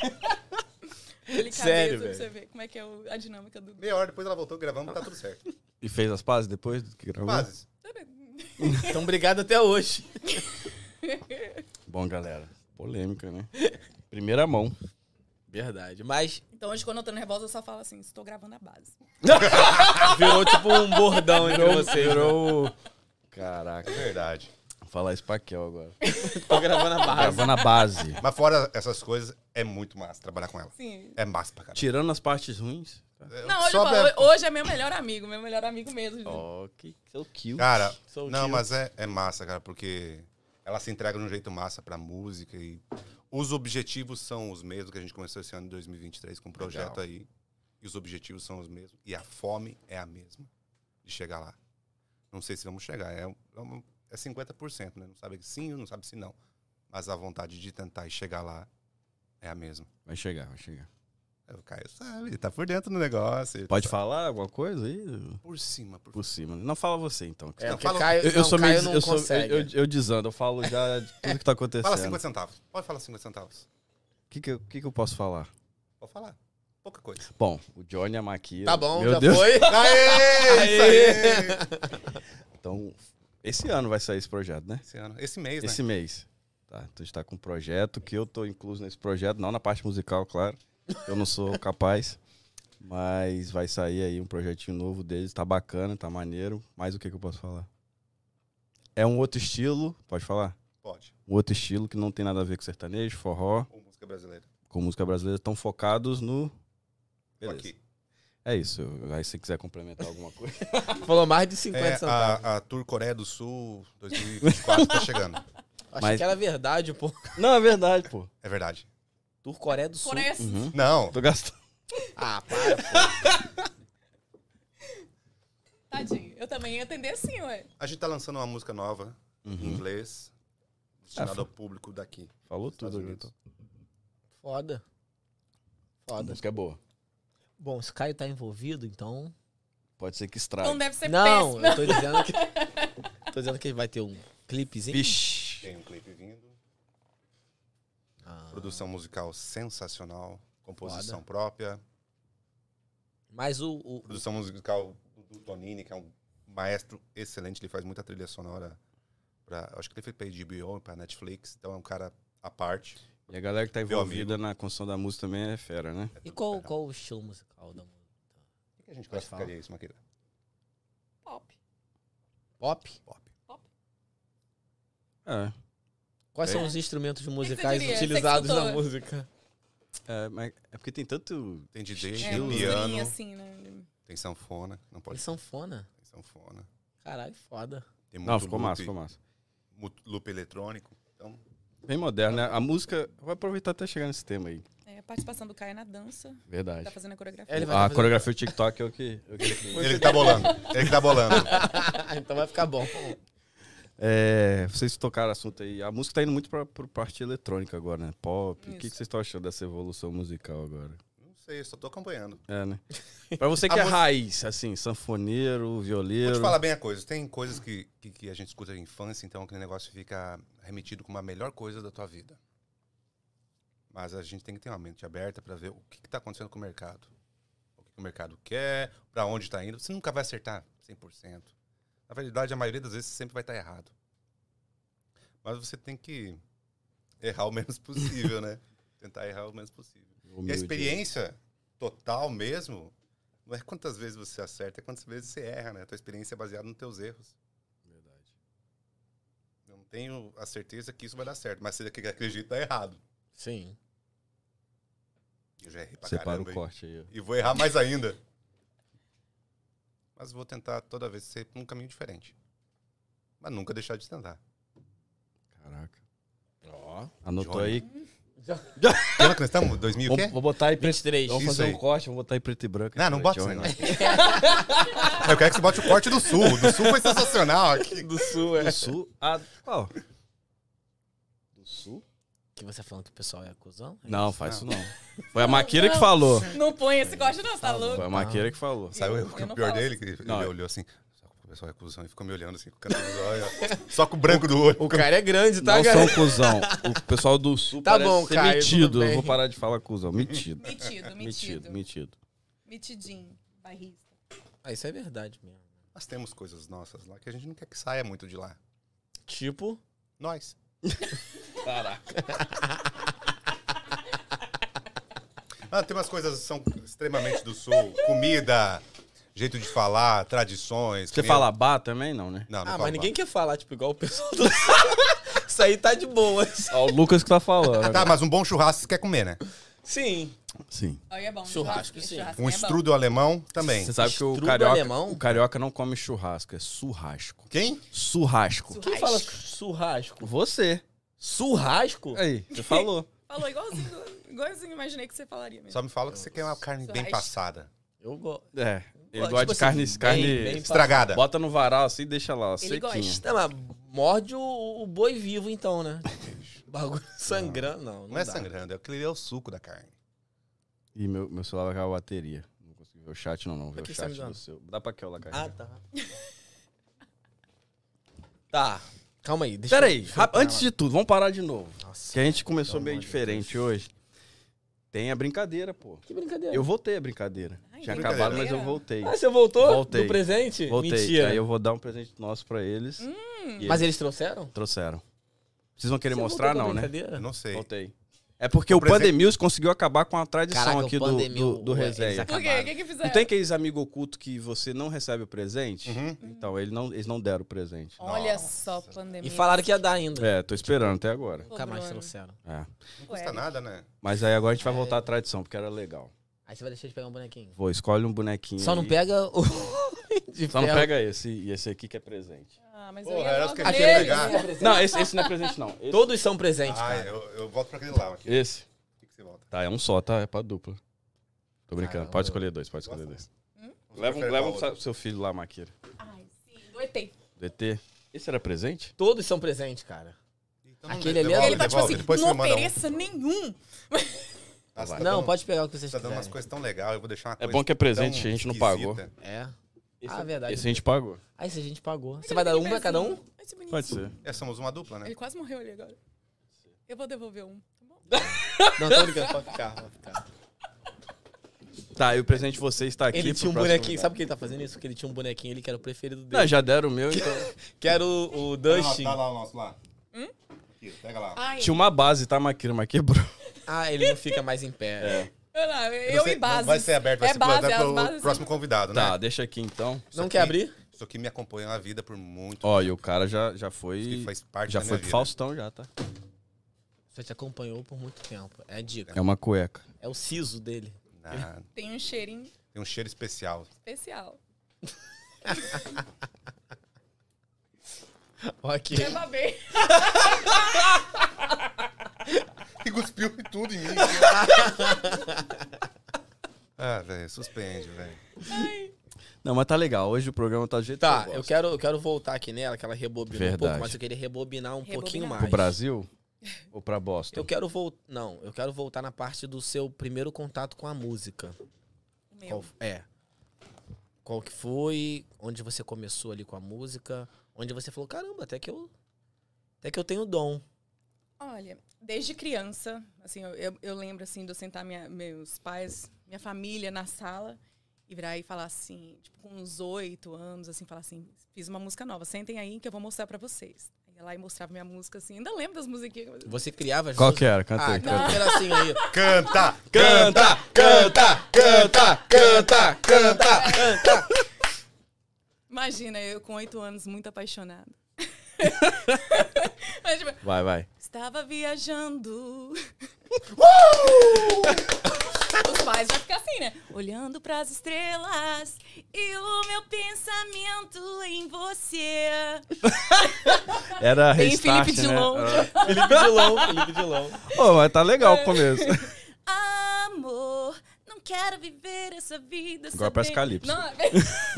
Speaker 2: Delicadeza
Speaker 4: Sério,
Speaker 2: pra
Speaker 4: velho.
Speaker 2: você ver como é que é o- a dinâmica do.
Speaker 3: Meia hora depois ela voltou, gravamos, tá tudo certo.
Speaker 1: E fez as pazes depois do que gravou?
Speaker 3: Bases.
Speaker 4: Então, obrigado até hoje.
Speaker 1: Bom, galera. Polêmica, né? Primeira mão.
Speaker 4: Verdade. Mas
Speaker 2: Então hoje, quando eu tô nervosa, eu só falo assim: estou gravando a base.
Speaker 4: virou tipo um bordão entre vocês. né?
Speaker 1: Virou. Caraca.
Speaker 3: Verdade.
Speaker 1: Vou falar isso pra Kel agora.
Speaker 4: Tô gravando a barra.
Speaker 1: Gravando a base.
Speaker 3: Mas fora essas coisas, é muito massa trabalhar com ela.
Speaker 2: Sim.
Speaker 3: É massa pra caralho.
Speaker 1: Tirando as partes ruins. tá?
Speaker 3: É,
Speaker 2: Não, hoje, eu
Speaker 3: sobra-
Speaker 2: falo, hoje é meu melhor amigo, meu melhor amigo mesmo.
Speaker 1: Ó, que seu kill.
Speaker 3: Cara,
Speaker 4: Sou
Speaker 3: não,
Speaker 4: tio.
Speaker 3: mas é, é massa, cara, porque ela se entrega de um jeito massa pra música e os objetivos são os mesmos que a gente começou esse ano de 2023 com um projeto
Speaker 1: Legal.
Speaker 3: aí. E os objetivos são os mesmos. E a fome é a mesma de chegar lá. Não sei se vamos chegar. É, um- é um- é 50%, né? Não sabe que sim, não sabe se não. Mas a vontade de tentar e chegar lá é a mesma.
Speaker 1: Vai chegar, vai chegar.
Speaker 3: Aí O Caio sabe, ele tá por dentro do negócio. ele
Speaker 1: Pode
Speaker 3: tá-
Speaker 1: falar alguma coisa aí?
Speaker 3: Por cima, por,
Speaker 1: Por cima. Não fala você, então.
Speaker 4: É,
Speaker 3: Não,
Speaker 4: porque
Speaker 3: fala-
Speaker 4: Caio,
Speaker 1: Eu, eu
Speaker 4: não,
Speaker 1: sou
Speaker 4: Caio
Speaker 1: meio.
Speaker 4: não
Speaker 1: eu, sou,
Speaker 4: consegue.
Speaker 1: eu, eu- eu desando, eu falo já de tudo que tá acontecendo.
Speaker 3: Fala assim, 50 centavos. Pode falar 50 centavos.
Speaker 1: O que, que, eu- que que eu posso falar?
Speaker 3: Pode falar. Pouca coisa.
Speaker 1: Bom, o Johnny e a Maquia.
Speaker 4: Tá bom,
Speaker 1: meu
Speaker 4: já
Speaker 1: Deus.
Speaker 4: foi.
Speaker 3: Aê, isso aí.
Speaker 1: Então, esse ano vai sair esse projeto, né?
Speaker 3: Esse ano. Esse mês,
Speaker 1: Esse
Speaker 3: né?
Speaker 1: mês. Tá, então a gente tá com um projeto que eu tô incluso nesse projeto, não na parte musical, claro. Eu não sou capaz. Mas vai sair aí um projetinho novo deles, tá bacana, tá maneiro. Mais o que, que eu posso falar? É um outro estilo, pode falar?
Speaker 3: Pode.
Speaker 1: Um outro estilo que não tem nada a ver com sertanejo, forró,
Speaker 3: Ou música brasileira.
Speaker 1: com música brasileira, estão focados no. Beleza.
Speaker 3: Aqui.
Speaker 1: É isso. eu- Aí se você quiser complementar alguma coisa.
Speaker 4: Falou mais de 50
Speaker 3: É,
Speaker 4: centavos.
Speaker 3: a, a Tour Coreia do Sul 2024 tá chegando.
Speaker 4: Achei
Speaker 1: mas-
Speaker 4: que era verdade, pô.
Speaker 1: não, é verdade, pô.
Speaker 3: É verdade.
Speaker 4: Tour Coreia do Sul.
Speaker 2: Coreia,
Speaker 1: Uhum.
Speaker 3: Não.
Speaker 1: Tô gastando.
Speaker 4: Ah, para, pô.
Speaker 2: tadinho. Eu também ia atender assim, ué.
Speaker 3: A gente tá lançando uma música nova em
Speaker 1: Uhum.
Speaker 3: inglês
Speaker 1: Ah,
Speaker 3: destinada
Speaker 1: fa-
Speaker 3: ao público daqui.
Speaker 1: Falou tudo
Speaker 3: Estados
Speaker 1: ali.
Speaker 3: Unidos.
Speaker 1: Então.
Speaker 4: Foda.
Speaker 1: A
Speaker 4: Foda.
Speaker 1: música é boa.
Speaker 4: Bom, se o Caio tá envolvido, então.
Speaker 1: Pode ser que
Speaker 2: Então
Speaker 1: estrague.
Speaker 2: deve ser
Speaker 4: não,
Speaker 2: péssimo. né?
Speaker 4: eu tô dizendo que. tô dizendo que vai ter um clipezinho.
Speaker 1: Vixe.
Speaker 3: Tem um clipe vindo.
Speaker 4: Ah,
Speaker 3: Produção musical sensacional. Composição própria.
Speaker 4: mas o. o-
Speaker 3: Produção musical do Tonini, que é um maestro excelente. Ele faz muita trilha sonora. Pra, acho que ele fez pra HBO e pra Netflix. Então é um cara à parte.
Speaker 1: E a galera que tá
Speaker 3: Meu
Speaker 1: envolvida na construção da música também é fera, né?
Speaker 3: É
Speaker 4: e
Speaker 3: tudo
Speaker 4: qual,
Speaker 3: fera.
Speaker 4: qual o estilo musical da música?
Speaker 3: O que a gente
Speaker 4: Pode
Speaker 3: classificaria isso, Maquila?
Speaker 2: Pop.
Speaker 4: Pop?
Speaker 3: Pop.
Speaker 1: É.
Speaker 4: Quais
Speaker 1: É.
Speaker 4: são os instrumentos musicais
Speaker 2: diria? Você que
Speaker 4: utilizados na
Speaker 2: escutou.
Speaker 4: música?
Speaker 1: É, mas é porque tem tanto.
Speaker 3: Tem DJ,
Speaker 2: É,
Speaker 1: Estilo,
Speaker 3: tem
Speaker 1: né?
Speaker 2: uma
Speaker 3: piano,
Speaker 2: misturinha assim, né?
Speaker 3: tem sanfona. Não
Speaker 4: E
Speaker 3: pode
Speaker 4: sanfona.
Speaker 3: tem sanfona.
Speaker 4: Caralho, foda.
Speaker 3: Tem
Speaker 1: Não, ficou
Speaker 3: loop,
Speaker 1: massa, ficou massa.
Speaker 3: mu- loop eletrônico. Então,
Speaker 1: Bem moderno, né? A música. Vou aproveitar até chegar nesse tema aí.
Speaker 2: É, a participação do Caio na dança.
Speaker 1: Verdade.
Speaker 2: Tá fazendo a coreografia.
Speaker 4: Ele vai
Speaker 1: um A
Speaker 4: fazer-
Speaker 1: coreografia do TikTok é o que. é o que-
Speaker 3: ele que tá bolando. Ele que tá bolando.
Speaker 4: então vai ficar bom.
Speaker 1: É, vocês tocaram o assunto aí. A música tá indo muito pra, pra parte eletrônica agora, né? Pop. O que,
Speaker 2: Isso.
Speaker 1: que vocês estão achando dessa evolução musical agora?
Speaker 3: Não sei, só tô acompanhando.
Speaker 1: É, né? Pra você que é
Speaker 3: A música-
Speaker 1: raiz, assim, sanfoneiro,
Speaker 3: Vou
Speaker 1: violeiro.
Speaker 3: te falar bem a coisa. Tem coisas que, que, que a gente escuta na infância, então aquele negócio fica remetido como a melhor coisa da tua vida. Mas a gente tem que ter uma mente aberta pra ver o que, que tá acontecendo com o mercado. O que, que o mercado quer, pra onde tá indo. Você nunca vai acertar 100%. Na verdade, a maioria das vezes você sempre vai estar errado. Mas você tem que errar o menos possível, né? Tentar errar o menos possível. E a
Speaker 1: humilde.
Speaker 3: experiência total mesmo, Não é quantas vezes você acerta, é quantas vezes você erra, né? A tua experiência é baseada nos teus erros.
Speaker 1: Verdade.
Speaker 3: Eu não tenho a certeza que isso vai dar certo, mas você acredita tá errado.
Speaker 4: Sim.
Speaker 3: Eu já errei pra
Speaker 1: Separa
Speaker 3: caramba.
Speaker 1: o
Speaker 3: hein?
Speaker 1: corte aí. ó.
Speaker 3: E vou errar mais ainda. Mas vou tentar toda vez ser um caminho diferente. Mas nunca deixar de tentar.
Speaker 1: Caraca.
Speaker 4: Ó.
Speaker 1: Anotou
Speaker 3: Johnny.
Speaker 1: aí.
Speaker 3: Quanto que nós estamos? 2000 o quê?
Speaker 1: Vou, vou botar aí preto.
Speaker 4: 23.
Speaker 1: Vamos
Speaker 3: Isso
Speaker 1: fazer
Speaker 3: aí.
Speaker 1: um corte, vou botar aí preto e branco.
Speaker 3: Não, não
Speaker 1: Pra
Speaker 3: bota esse
Speaker 1: Johnny.
Speaker 3: negócio. Eu quero que você bote o corte do sul. Do sul foi sensacional. Aqui.
Speaker 4: Do Sul, é.
Speaker 1: Do sul. Ah, qual? Do sul?
Speaker 4: Que você falando que o pessoal é cuzão?
Speaker 1: Não, faz isso não. Foi a Maquira que falou.
Speaker 2: Não põe esse corte, não, você tá louco?
Speaker 1: Foi a Maquira que falou.
Speaker 3: Sabe
Speaker 2: Eu-
Speaker 3: o
Speaker 2: eu não
Speaker 3: pior
Speaker 2: falo
Speaker 3: dele? Que ele
Speaker 1: Não, eu-
Speaker 3: olhou assim, só com o pessoal é cuzão e ficou me olhando assim, com o canto dos olhos. Só com o branco do olho.
Speaker 4: O cara é grande, tá,
Speaker 1: Não
Speaker 4: cara?
Speaker 1: sou um cuzão. O pessoal do sul
Speaker 4: Tá
Speaker 1: parece
Speaker 4: bom,
Speaker 1: ser
Speaker 4: Caio, tudo
Speaker 1: metido. Eu
Speaker 4: bem.
Speaker 1: vou parar de falar cuzão. Metido.
Speaker 2: Metido,
Speaker 1: Metido,
Speaker 2: metido.
Speaker 1: metido.
Speaker 2: Metidinho, barrista.
Speaker 1: um
Speaker 4: Ah, isso é verdade mesmo.
Speaker 3: Nós temos coisas nossas lá que a gente não quer que saia muito de lá.
Speaker 4: Tipo,
Speaker 3: Nós.
Speaker 1: Caraca.
Speaker 3: Ah, tem umas coisas que são extremamente do sul. Comida, jeito de falar, tradições.
Speaker 1: Você
Speaker 3: que nem-
Speaker 1: fala bar também, não, né?
Speaker 3: Não, não
Speaker 4: Ah,
Speaker 3: falo
Speaker 4: mas ninguém quer falar, tipo, igual o pessoal do Isso aí tá de boas.
Speaker 1: Ó, o Lucas que tá falando.
Speaker 3: Tá, mas um bom churrasco você quer comer, né?
Speaker 4: Sim.
Speaker 1: Sim.
Speaker 2: Aí é bom.
Speaker 4: Churrasco, sim.
Speaker 2: churrasco
Speaker 3: Um
Speaker 2: é bom.
Speaker 3: estrudo alemão também.
Speaker 1: Você sabe que o
Speaker 4: Estrudo
Speaker 1: carioca,
Speaker 4: alemão?
Speaker 1: o carioca não come churrasco, é churrasco.
Speaker 3: Quem?
Speaker 1: Churrasco.
Speaker 4: Quem fala churrasco?
Speaker 1: Você.
Speaker 4: Churrasco?
Speaker 1: Aí, você falou.
Speaker 2: Falou igualzinho, igualzinho imaginei que você falaria mesmo.
Speaker 3: Só me fala que você quer uma carne bem
Speaker 2: Churrasco.
Speaker 3: passada.
Speaker 4: Eu gosto.
Speaker 1: É. Ele
Speaker 4: Tipo
Speaker 1: gosta de
Speaker 4: assim,
Speaker 1: carne.
Speaker 4: bem-
Speaker 1: carne
Speaker 4: bem-
Speaker 3: Estragada.
Speaker 1: Bota no varal assim e deixa lá, ó, sequinha.
Speaker 2: gosta.
Speaker 4: Não, mas morde o, o boi vivo, então, né? O Bagulho sangrando, não. Não,
Speaker 3: Não é
Speaker 4: dá.
Speaker 3: sangrando, é aquele ali é o suco da carne.
Speaker 1: Ih, meu, meu celular vai acabar a bateria. Não consegui ver o chat, não, não. Ver
Speaker 4: Pra
Speaker 1: o
Speaker 4: que você tá
Speaker 1: chat
Speaker 4: me
Speaker 1: do
Speaker 4: dando?
Speaker 1: seu. Dá pra Kel lá, cara.
Speaker 4: Ah, tá. tá. Calma aí. Deixa
Speaker 1: Peraí,
Speaker 4: deixa eu
Speaker 1: rap-
Speaker 4: parar
Speaker 1: antes
Speaker 4: lá.
Speaker 1: de tudo, vamos parar de novo.
Speaker 4: Nossa.
Speaker 1: Que a gente começou
Speaker 4: Pelo
Speaker 1: meio
Speaker 4: amor de
Speaker 1: diferente hoje. Tem a brincadeira, pô.
Speaker 4: Que brincadeira.
Speaker 1: Eu voltei a brincadeira.
Speaker 2: Ai,
Speaker 1: Tinha
Speaker 2: que
Speaker 1: acabado, mas
Speaker 2: brincadeira.
Speaker 1: eu voltei.
Speaker 4: Ah, você voltou?
Speaker 1: Voltei.
Speaker 4: Do presente?
Speaker 1: Voltei.
Speaker 4: Mentira.
Speaker 1: Aí eu vou dar um presente nosso pra eles. E
Speaker 4: Mas eles trouxeram?
Speaker 1: Trouxeram. Vocês vão querer
Speaker 4: Você
Speaker 1: mostrar,
Speaker 4: voltou
Speaker 1: não,
Speaker 4: com
Speaker 1: né?
Speaker 4: brincadeira?
Speaker 3: Eu não sei.
Speaker 1: Voltei. É porque o,
Speaker 3: O presente-
Speaker 1: Pandemius conseguiu acabar com a tradição
Speaker 4: Caraca, o
Speaker 1: aqui do, do,
Speaker 4: Pandemius,
Speaker 1: do
Speaker 4: ué,
Speaker 1: resenha.
Speaker 4: eles
Speaker 2: Por quê? O que que fizeram?
Speaker 4: É.
Speaker 1: Não tem aqueles amigos ocultos que você não recebe o presente?
Speaker 3: Uhum.
Speaker 1: Então, ele não, eles não deram o presente.
Speaker 2: Olha
Speaker 3: Nossa.
Speaker 2: só, pandemia.
Speaker 4: E falaram que ia dar ainda.
Speaker 1: É, tô esperando até agora.
Speaker 2: Ô,
Speaker 4: Nunca mais
Speaker 2: Bruno.
Speaker 4: trouxeram.
Speaker 1: É.
Speaker 3: Não custa
Speaker 2: Ué.
Speaker 3: nada, né?
Speaker 1: Mas aí agora a gente vai voltar à tradição, porque era legal.
Speaker 4: Aí você vai deixar de pegar um bonequinho.
Speaker 1: Vou, escolhe um bonequinho.
Speaker 4: Só não
Speaker 1: aí.
Speaker 4: pega o. de
Speaker 1: Só não
Speaker 4: ferro.
Speaker 1: pega esse. E esse aqui que é presente.
Speaker 2: Ah, mas eu
Speaker 3: Porra,
Speaker 2: ia
Speaker 3: era
Speaker 2: logo
Speaker 3: os que a
Speaker 4: Ah,
Speaker 3: gente
Speaker 2: nele.
Speaker 3: ia
Speaker 4: aquele
Speaker 3: pegar.
Speaker 4: ali é presente.
Speaker 1: Não, esse, esse não é presente, não. Esse.
Speaker 4: Todos são presentes,
Speaker 3: Ah,
Speaker 4: cara.
Speaker 3: eu, eu volto pra aquele lá. Aqui.
Speaker 1: esse.
Speaker 3: O que, que você volta?
Speaker 1: Tá, é um só, tá? É pra dupla. Tô brincando.
Speaker 4: Caramba.
Speaker 1: pode escolher dois, pode escolher dois.
Speaker 2: Hum?
Speaker 1: Leva um,
Speaker 3: Prefere
Speaker 1: leva
Speaker 3: qual
Speaker 1: um
Speaker 3: outro?
Speaker 1: pro seu filho lá, Maqueira.
Speaker 2: Ai, sim, do ET.
Speaker 1: Do ET. Esse era presente?
Speaker 4: Todos são presentes, cara.
Speaker 3: Então não
Speaker 4: Aquele ali
Speaker 3: devolve,
Speaker 4: é-
Speaker 2: Ele tá tipo
Speaker 3: devolve,
Speaker 2: assim,
Speaker 3: depois
Speaker 2: não
Speaker 3: você me manda um.
Speaker 2: ofereça nenhum.
Speaker 3: Ah, você tá
Speaker 4: não,
Speaker 1: um.
Speaker 3: dando-
Speaker 4: pode É. pegar o que vocês
Speaker 3: Você tá dando
Speaker 4: quiserem.
Speaker 3: umas coisas tão legais, eu vou deixar uma
Speaker 1: É
Speaker 3: coisa
Speaker 1: bom que é presente,
Speaker 3: tão
Speaker 1: a gente não pagou.
Speaker 3: esquisita.
Speaker 4: É.
Speaker 1: Esse,
Speaker 4: Ah, verdade.
Speaker 1: Esse a gente pagou.
Speaker 4: Aí se a gente pagou. Você vai dar um pra cada um?
Speaker 2: assim, Vai ser bonito.
Speaker 1: Pode ser.
Speaker 3: É, somos uma dupla, né?
Speaker 2: Ele quase morreu ali agora. Eu vou devolver um. Tá bom?
Speaker 4: Não, tô brincando. Pode ficar, pode ficar.
Speaker 1: Tá, e o presente de você está aqui.
Speaker 4: Ele
Speaker 1: pro
Speaker 4: tinha um
Speaker 1: próximo
Speaker 4: bonequinho.
Speaker 1: lugar.
Speaker 4: Sabe por que ele tá fazendo isso? Porque ele tinha um bonequinho ali que era o preferido
Speaker 1: Não,
Speaker 4: dele.
Speaker 1: já deram o meu, então.
Speaker 4: Que era o, o
Speaker 3: Tá lá,
Speaker 4: Dustin.
Speaker 3: tá lá o nosso lá.
Speaker 2: Hum?
Speaker 3: Aqui, pega lá.
Speaker 2: Ai,
Speaker 1: tinha uma base, tá, Maquira? Mas quebrou.
Speaker 4: Ah, ele não fica mais em
Speaker 1: É.
Speaker 4: pé.
Speaker 2: olha lá, eu,
Speaker 3: Não sei-
Speaker 2: em base.
Speaker 3: não Vai ser aberto, vai
Speaker 2: é
Speaker 3: ser
Speaker 2: base,
Speaker 3: guardado
Speaker 2: é
Speaker 3: pro
Speaker 2: as bases.
Speaker 3: próximo convidado, né?
Speaker 1: Tá, deixa aqui então.
Speaker 4: Não
Speaker 3: aqui-
Speaker 4: quer abrir?
Speaker 3: Isso aqui me acompanha na vida por muito
Speaker 1: Ó, e o cara já, já foi.
Speaker 3: que faz parte
Speaker 1: Já
Speaker 3: da
Speaker 1: foi
Speaker 3: minha
Speaker 1: pro
Speaker 3: vida.
Speaker 1: Faustão, já, tá?
Speaker 4: Você te acompanhou por muito tempo. É a dica.
Speaker 1: É uma cueca.
Speaker 4: É o siso dele.
Speaker 3: Ah,
Speaker 2: Tem um cheirinho
Speaker 3: tem um cheiro especial.
Speaker 2: especial.
Speaker 4: Ó aqui.
Speaker 2: Eu babei.
Speaker 3: E cuspiu e tudo em mim. ah, velho, suspende, velho.
Speaker 1: Não, mas tá legal. Hoje o programa tá do jeito
Speaker 4: Tá,
Speaker 1: que eu,
Speaker 4: eu
Speaker 1: gosto.
Speaker 4: quero, eu quero voltar aqui nela, que ela rebobinou um
Speaker 1: Verdade.
Speaker 4: pouco, mas eu queria rebobinar um
Speaker 2: Rebobinar.
Speaker 4: pouquinho mais.
Speaker 1: Pro Brasil ou pra Boston?
Speaker 4: Eu quero voltar. Não, eu quero voltar na parte do seu primeiro contato com a música. Qual,
Speaker 2: Meu.
Speaker 4: é. Qual que foi? Onde você começou ali com a música? Onde você falou, caramba, até que eu. Até que eu tenho dom.
Speaker 2: Olha, desde criança, assim, eu, eu- eu lembro assim de eu sentar minha- meus pais, minha família na sala e virar e falar assim, tipo, com uns oito anos, assim, falar assim, fiz uma música nova, sentem aí que eu vou mostrar pra vocês. Aí Ia lá e mostrava minha música, assim. Ainda lembro das musiquinhas.
Speaker 4: Você criava as
Speaker 1: Qual
Speaker 4: suas-
Speaker 1: que é? era?
Speaker 4: Ah,
Speaker 1: Cantei.
Speaker 4: tem um pedacinho aí.
Speaker 3: Canta!
Speaker 1: Canta, canta, canta, canta, canta.
Speaker 2: Imagina, eu com oito anos, muito apaixonada. Mas, tipo,
Speaker 1: Vai, vai.
Speaker 2: Estava viajando. Os pais vão ficar assim, né? Olhando pras estrelas e o meu pensamento em você.
Speaker 1: Era
Speaker 2: Tem
Speaker 1: restart,
Speaker 2: Felipe
Speaker 1: né?
Speaker 2: Dilon.
Speaker 4: Felipe Dilon, Felipe Dilon.
Speaker 1: Pô, mas tá legal o começo.
Speaker 2: Amor, não quero viver essa vida
Speaker 1: Agora parece Calypso.
Speaker 2: Não, é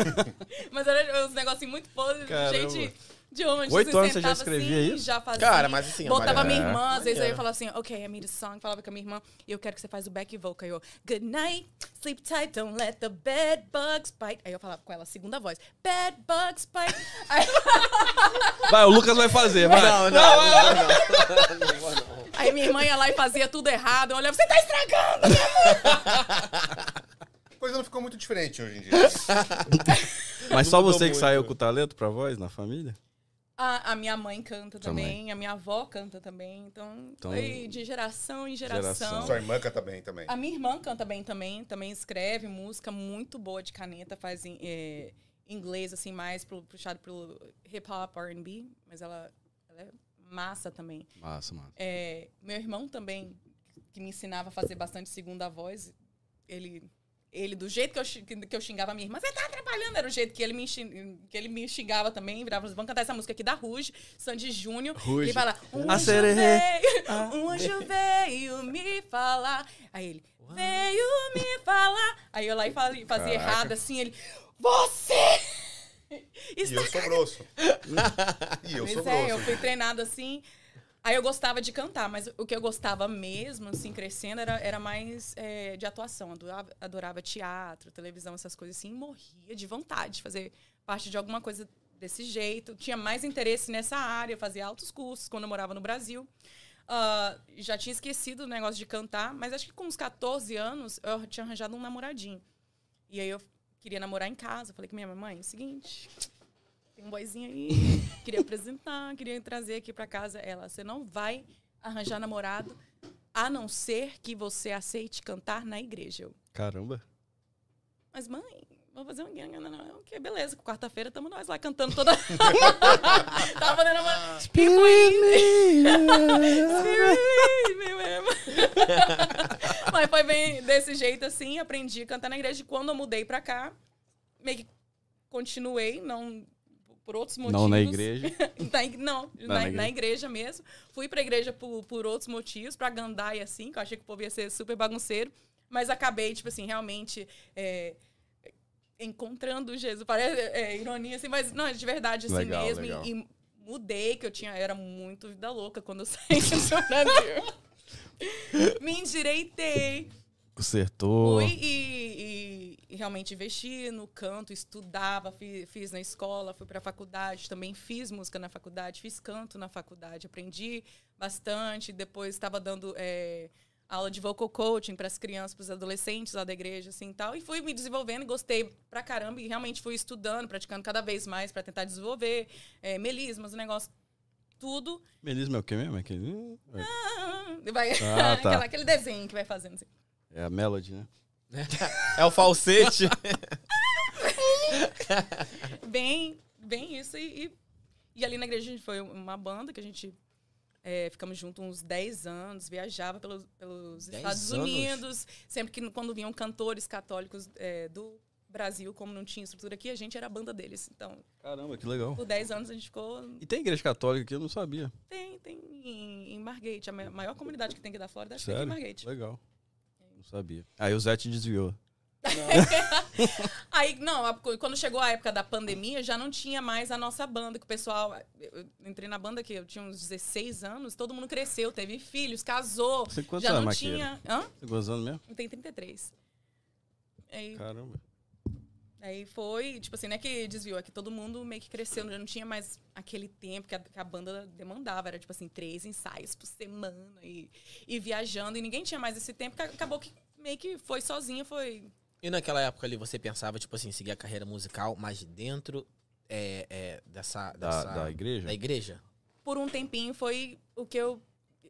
Speaker 2: mas era uns negocinhos muito podres,
Speaker 1: Caramba.
Speaker 2: gente de homem.
Speaker 1: Oito
Speaker 2: assim,
Speaker 1: anos você
Speaker 2: sentava
Speaker 1: já escrevia
Speaker 2: assim,
Speaker 1: isso?
Speaker 2: Já fazia.
Speaker 4: Cara, mas assim, é uma
Speaker 2: Botava
Speaker 1: galera.
Speaker 2: minha irmã, às vezes eu ia
Speaker 4: Maneiro.
Speaker 2: falar assim, ok, I made a song, falava com a minha irmã, e eu quero que você faz o back vocal. Aí eu, good night, sleep tight, don't let the bed bugs bite. Aí eu falava com ela, segunda voz, bed bugs bite. Aí,
Speaker 1: Vai, o Lucas vai fazer, vai.
Speaker 4: Não, não, não, não, não, não, não.
Speaker 2: aí minha irmã ia lá e fazia tudo errado. Eu olhava, você tá estragando! minha música."
Speaker 3: A coisa não ficou muito diferente hoje em dia.
Speaker 1: Mas só
Speaker 4: Mudou
Speaker 1: você que
Speaker 4: muito.
Speaker 1: saiu com o talento pra voz na família?
Speaker 2: A, a minha mãe canta também,
Speaker 1: Também.
Speaker 2: a minha avó canta também, então,
Speaker 1: Então-
Speaker 2: foi de geração em geração.
Speaker 1: Geração.
Speaker 3: Sua irmã canta bem também.
Speaker 2: A minha irmã canta bem também, também escreve música muito boa de caneta, faz em, eh, inglês, assim, mais pro, puxado pro hip hop, R&B, mas ela, ela é massa também.
Speaker 1: Massa, mano.
Speaker 2: Eh, meu irmão também, que me ensinava a fazer bastante segunda voz, ele... Ele, do jeito que eu, xi- que eu xingava a minha irmã, você tá atrapalhando, era o jeito que ele me, xi- que ele me xingava também, virava, vamos cantar essa música aqui da Ruge, Sandy Júnior,
Speaker 1: Ruge.
Speaker 2: e fala, um
Speaker 1: A
Speaker 2: anjo
Speaker 1: sererê. Ah.
Speaker 2: veio, um anjo veio me falar, aí ele, veio me falar, aí eu lá e falei, fazia
Speaker 3: Caraca.
Speaker 2: errado, assim, ele, você
Speaker 3: E
Speaker 2: está
Speaker 3: eu sou grosso. E eu
Speaker 2: Pois
Speaker 3: sou
Speaker 2: é, eu
Speaker 3: grosso.
Speaker 2: fui treinada assim. Aí eu gostava de cantar, mas o que eu gostava mesmo, assim, crescendo, era, era mais é, de atuação. Adorava, adorava teatro, televisão, essas coisas assim. e Morria de vontade de fazer parte de alguma coisa desse jeito. Tinha mais interesse nessa área, fazia altos cursos quando eu morava no Brasil. Ah, já tinha esquecido o negócio de cantar, mas acho que com uns 14 anos eu tinha arranjado um namoradinho. E aí eu queria namorar em casa. Falei com minha mamãe, o seguinte, tem um boyzinho aí, queria apresentar, queria trazer aqui pra casa. Ela, você não vai arranjar namorado a não ser que você aceite cantar na igreja. Eu,
Speaker 1: Caramba.
Speaker 2: mas mãe, vou fazer um ganga, não, não, não. Ok, beleza, quarta-feira estamos nós lá cantando toda. Tava fazendo uma. Sim, bem mesmo. Mas foi bem desse jeito assim, aprendi a cantar na igreja. E quando eu mudei pra cá, meio que continuei, não por outros motivos.
Speaker 1: Não na igreja.
Speaker 2: Na ig- não, na,
Speaker 1: Não, na igreja.
Speaker 2: na igreja mesmo. Fui pra igreja por, por outros motivos, pra gandaia, assim, que eu achei que o povo ia ser super bagunceiro. Mas acabei, tipo assim, realmente é, encontrando Jesus. Parece é, ironia, assim, mas não, é de verdade, assim
Speaker 1: Legal,
Speaker 2: mesmo. E-
Speaker 1: legal.
Speaker 2: E, mudei, que eu tinha, era muito vida louca quando eu saí do Brasil. Me endireitei.
Speaker 1: Consertou.
Speaker 2: Fui e, e realmente investi no canto, estudava, fi- fiz, na escola, fui para a faculdade, também fiz música na faculdade, fiz canto na faculdade, aprendi bastante. Depois estava dando eh, aula de vocal coaching para as crianças, para os adolescentes lá da igreja, assim e tal. E fui me desenvolvendo, e gostei pra caramba e realmente fui estudando, praticando cada vez mais para tentar desenvolver eh, melismas, o negócio tudo.
Speaker 1: Melisma é o quê mesmo? É, aquele...
Speaker 2: Ah, vai-
Speaker 1: Ah, tá.
Speaker 2: aquela- aquele desenho que vai fazendo. Assim.
Speaker 1: é a Melody, né?
Speaker 4: É o falsete.
Speaker 2: bem, bem isso. E, e, e ali na igreja a gente foi uma banda que a gente é, ficamos juntos uns 10 anos, viajava pelos, pelos
Speaker 4: 10
Speaker 2: Estados
Speaker 4: anos?
Speaker 2: Unidos. Sempre que quando vinham cantores católicos é, do Brasil, como não tinha estrutura aqui, a gente era a banda deles. Então,
Speaker 1: Caramba, que legal.
Speaker 2: por 10 anos a gente ficou.
Speaker 1: E tem igreja católica aqui, eu não sabia.
Speaker 2: Tem, tem em, em Margate, a ma- maior comunidade que tem aqui da Flórida, acho que tem
Speaker 1: Sério?
Speaker 2: aqui em Margate.
Speaker 1: Legal. Não sabia. Aí o Zé te desviou.
Speaker 2: Aí, não, a- quando chegou a época da pandemia, já não tinha mais a nossa banda, que o pessoal. Eu eu entrei na banda que eu tinha uns 16 anos, todo mundo cresceu, teve filhos, casou.
Speaker 1: Você quantos
Speaker 2: já
Speaker 1: anos,
Speaker 2: não
Speaker 1: Maqueira?
Speaker 2: tinha. Hã?
Speaker 1: Você gozando mesmo?
Speaker 2: Não tem 33. Aí,
Speaker 1: Caramba.
Speaker 2: aí foi, tipo assim, não é que desviou, é que todo mundo meio que cresceu, já não tinha mais aquele tempo que a, que a banda demandava. Era tipo assim, três ensaios por semana e, e viajando, e ninguém tinha mais esse tempo, que acabou que meio que foi sozinha, foi
Speaker 4: E naquela época ali, você pensava, tipo assim, seguir a carreira musical, mas dentro é, é, dessa,
Speaker 1: Da,
Speaker 4: dessa-
Speaker 1: da igreja?
Speaker 4: da igreja?
Speaker 2: por um tempinho foi o que eu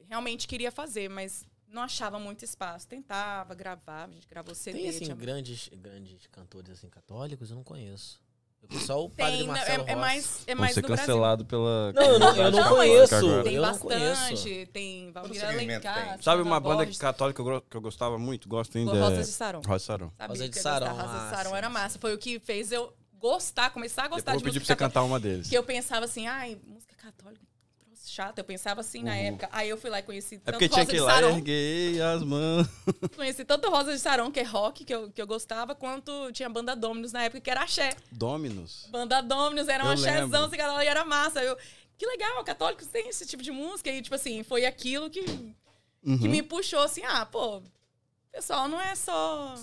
Speaker 2: realmente queria fazer, mas não achava muito espaço. Tentava, gravava, a gente gravou CD.
Speaker 4: Tem, assim,
Speaker 2: tinha-
Speaker 4: grandes, grandes cantores, assim, católicos? Eu não conheço. Eu- Só o padre
Speaker 2: Tem, não, é,
Speaker 4: Marcelo
Speaker 2: é
Speaker 4: Rossi.
Speaker 2: mais, é
Speaker 1: Vão
Speaker 2: mais
Speaker 1: ser
Speaker 2: do Brasil.
Speaker 1: cancelado pela.
Speaker 4: Não, eu não, eu não
Speaker 2: Não,
Speaker 4: conheço.
Speaker 1: agora.
Speaker 2: Tem
Speaker 4: eu não conheço.
Speaker 2: bastante, tem Valdir
Speaker 3: segmento
Speaker 2: Alencar.
Speaker 3: tem?
Speaker 1: Sabe
Speaker 2: Silva
Speaker 1: uma banda
Speaker 2: Borges,
Speaker 1: católica que eu, gro- que eu gostava muito? Gosto ainda.
Speaker 2: Rosas
Speaker 1: É...
Speaker 2: de Sarão.
Speaker 1: Rosa Sarão.
Speaker 2: Sabia
Speaker 4: Rosa de
Speaker 2: que eu ia gostar.
Speaker 4: Sarão,
Speaker 2: Rosa
Speaker 4: ah,
Speaker 2: de Sarão
Speaker 4: sim,
Speaker 2: era
Speaker 4: sim.
Speaker 2: massa. Foi o que fez eu gostar, começar a gostar
Speaker 1: Depois
Speaker 2: de
Speaker 1: eu pedi pra
Speaker 2: música
Speaker 1: você
Speaker 2: católica.
Speaker 1: cantar uma deles.
Speaker 2: Que eu pensava assim, ai, música católica, que troço chato. Eu pensava assim na época. Aí eu fui lá e conheci
Speaker 1: É
Speaker 2: tanto
Speaker 1: porque tinha
Speaker 2: Rosa
Speaker 1: que
Speaker 2: de
Speaker 1: ir lá
Speaker 2: Sarão.
Speaker 1: erguei as mãos.
Speaker 2: Conheci tanto Rosa de Sarão, que é rock, que eu, que eu gostava, quanto tinha banda Dominus na época, que era axé.
Speaker 1: Dominus.
Speaker 2: Banda Dominus era um
Speaker 1: Eu
Speaker 2: axézão,
Speaker 1: lembro.
Speaker 2: assim, e era massa. Eu, que legal, católicos têm esse tipo de música. E, tipo assim, foi aquilo que, que
Speaker 1: Uhum.
Speaker 2: me puxou, assim, ah, pô, pessoal, não é só...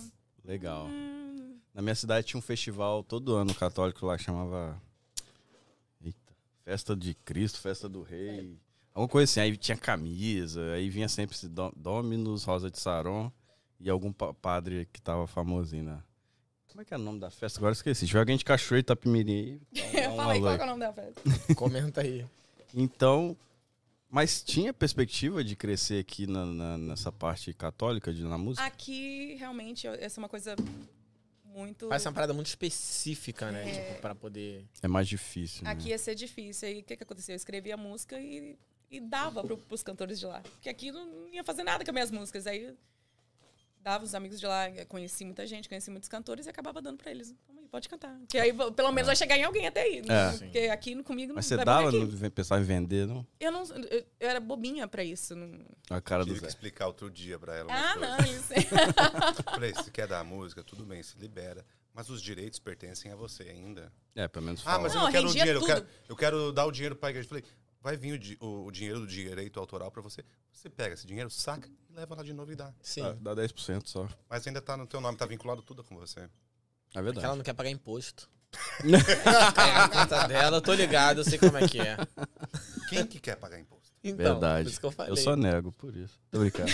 Speaker 1: Legal.
Speaker 2: hum,
Speaker 1: Na minha cidade tinha um festival todo ano católico lá que chamava. Eita. Festa de Cristo, Festa do Rei. Alguma coisa assim. Aí tinha camisa, aí vinha sempre esse Dó- Dominus, Rosa de Saron e algum pa- padre que tava famosinho na. Como é que era o nome da festa? Agora eu esqueci. Se tiver alguém de Cachoeira e Itapimirim aí. dá um- dá
Speaker 2: eu
Speaker 1: um
Speaker 2: falei,
Speaker 1: alô
Speaker 2: qual é.
Speaker 1: aí.
Speaker 2: que é o nome da festa?
Speaker 4: Comenta aí.
Speaker 1: Então, mas tinha perspectiva de crescer aqui na, na- nessa parte católica de, na
Speaker 2: Ah,
Speaker 1: música?
Speaker 2: Aqui, realmente, eu- essa é uma coisa muito...
Speaker 4: Parece uma parada muito específica, né? Tipo, pra poder...
Speaker 1: É mais difícil, né?
Speaker 2: Aqui ia ser difícil. Aí o que, que aconteceu? Eu escrevi a música e, e dava pro, pros cantores de lá. Porque aqui não, não ia fazer nada com as minhas músicas. Aí dava os amigos de lá, conheci muita gente, conheci muitos cantores e acabava dando pra eles. Toma aí, pode cantar. Que aí vo- pelo menos vai chegar em alguém até aí. né?
Speaker 4: Sim.
Speaker 2: Porque aqui no- comigo não
Speaker 1: Ah. É. Mas você
Speaker 2: vai
Speaker 1: dava,
Speaker 2: morrer
Speaker 1: não
Speaker 2: aqui.
Speaker 1: ve- pensava em vender, não?
Speaker 2: Eu não. Eu, eu era bobinha pra isso. não-
Speaker 1: A cara do
Speaker 3: Tive que
Speaker 1: Zé.
Speaker 3: explicar outro dia pra ela. umas
Speaker 2: Ah,
Speaker 3: coisas.
Speaker 2: não, é. eles-
Speaker 3: Falei, se quer dar a música, tudo bem, se libera. Mas os direitos pertencem a você ainda.
Speaker 1: É, pelo menos
Speaker 3: Ah,
Speaker 1: fala.
Speaker 3: mas eu
Speaker 2: Não,
Speaker 3: não quero o
Speaker 2: rendia
Speaker 3: dinheiro, eu
Speaker 2: tudo.
Speaker 3: quero, eu quero dar o dinheiro pra igreja. Falei, vai vir o, di- o- o dinheiro do direito autoral pra você. Você pega esse dinheiro, saca e leva lá de novo e dá.
Speaker 4: Sim.
Speaker 1: Ah, Dá, dá 10% só.
Speaker 3: Mas ainda tá no teu nome, tá vinculado tudo com você.
Speaker 1: É
Speaker 4: Porque ela
Speaker 1: verdade.
Speaker 4: não quer pagar imposto. é, a conta dela, eu tô ligado, eu sei como é que é.
Speaker 3: Quem que quer pagar imposto?
Speaker 4: Então,
Speaker 1: Verdade.
Speaker 4: por isso que eu falei.
Speaker 1: só nego, por isso. Tô brincando.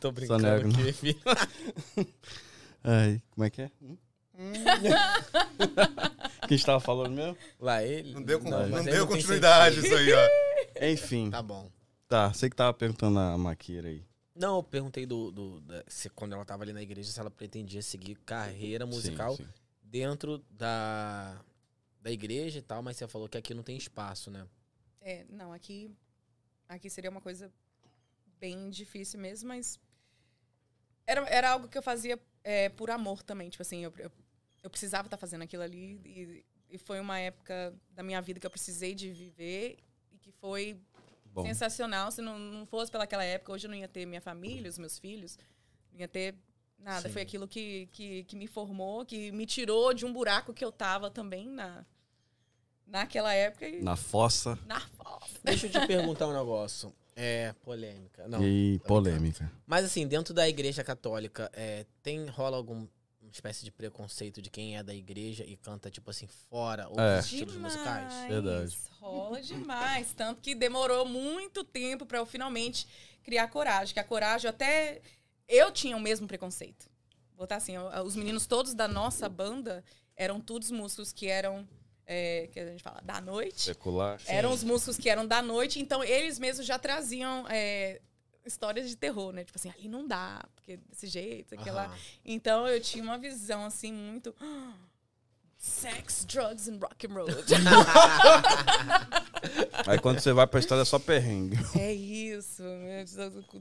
Speaker 4: Tô
Speaker 1: nego,
Speaker 4: brincando
Speaker 1: não.
Speaker 4: aqui, filho.
Speaker 1: Ai, como é que é? Hum? O que a gente tava falando mesmo?
Speaker 4: Lá ele...
Speaker 3: Não deu, con- não,
Speaker 4: mas aí
Speaker 3: deu
Speaker 4: tem
Speaker 3: continuidade isso
Speaker 4: sentido.
Speaker 3: aí, ó.
Speaker 1: Enfim.
Speaker 4: Tá bom.
Speaker 1: Tá, sei que tava perguntando a Maquira aí.
Speaker 4: Não, eu perguntei do, do- da- se quando ela tava ali na igreja se ela pretendia seguir carreira musical
Speaker 1: Sim, sim.
Speaker 4: dentro da, da igreja e tal, mas você falou que aqui não tem espaço, né?
Speaker 2: É, não, aqui. Aqui seria uma coisa bem difícil mesmo, mas. Era, era algo que eu fazia é, por amor também. Tipo assim, eu, eu, eu precisava estar fazendo aquilo ali. E, e foi uma época da minha vida que eu precisei de viver e que foi
Speaker 1: Bom,
Speaker 2: sensacional. Se não, não fosse pelaquela época, hoje eu não ia ter minha família, os meus filhos, não ia ter nada.
Speaker 4: Sim.
Speaker 2: Foi aquilo que, que, que me formou, que me tirou de um buraco que eu tava também na, naquela época. E,
Speaker 1: na fossa
Speaker 2: na fossa.
Speaker 4: Deixa eu te perguntar um negócio. É, polêmica. Não.
Speaker 1: e polêmica.
Speaker 4: Mas assim, dentro da igreja católica, é, tem, rola alguma espécie de preconceito de quem é da igreja e canta, tipo assim, fora outros
Speaker 1: É.
Speaker 4: estilos musicais?
Speaker 1: Verdade.
Speaker 2: Rola demais. Tanto que demorou muito tempo pra eu finalmente criar coragem. Que a coragem eu até. Eu tinha o mesmo preconceito. Botar assim, eu- os meninos todos da nossa banda eram todos músicos que eram. é, que a gente fala, da noite.
Speaker 1: Secular.
Speaker 2: Eram os músicos que eram da noite, então eles mesmos já traziam é, histórias de terror, né? Tipo assim, ali não dá, porque desse jeito, aquela.
Speaker 4: Aham.
Speaker 2: Então eu tinha uma visão assim muito sex, drugs and rock and roll.
Speaker 1: Aí quando você vai pra história é só perrengue.
Speaker 2: é isso, né?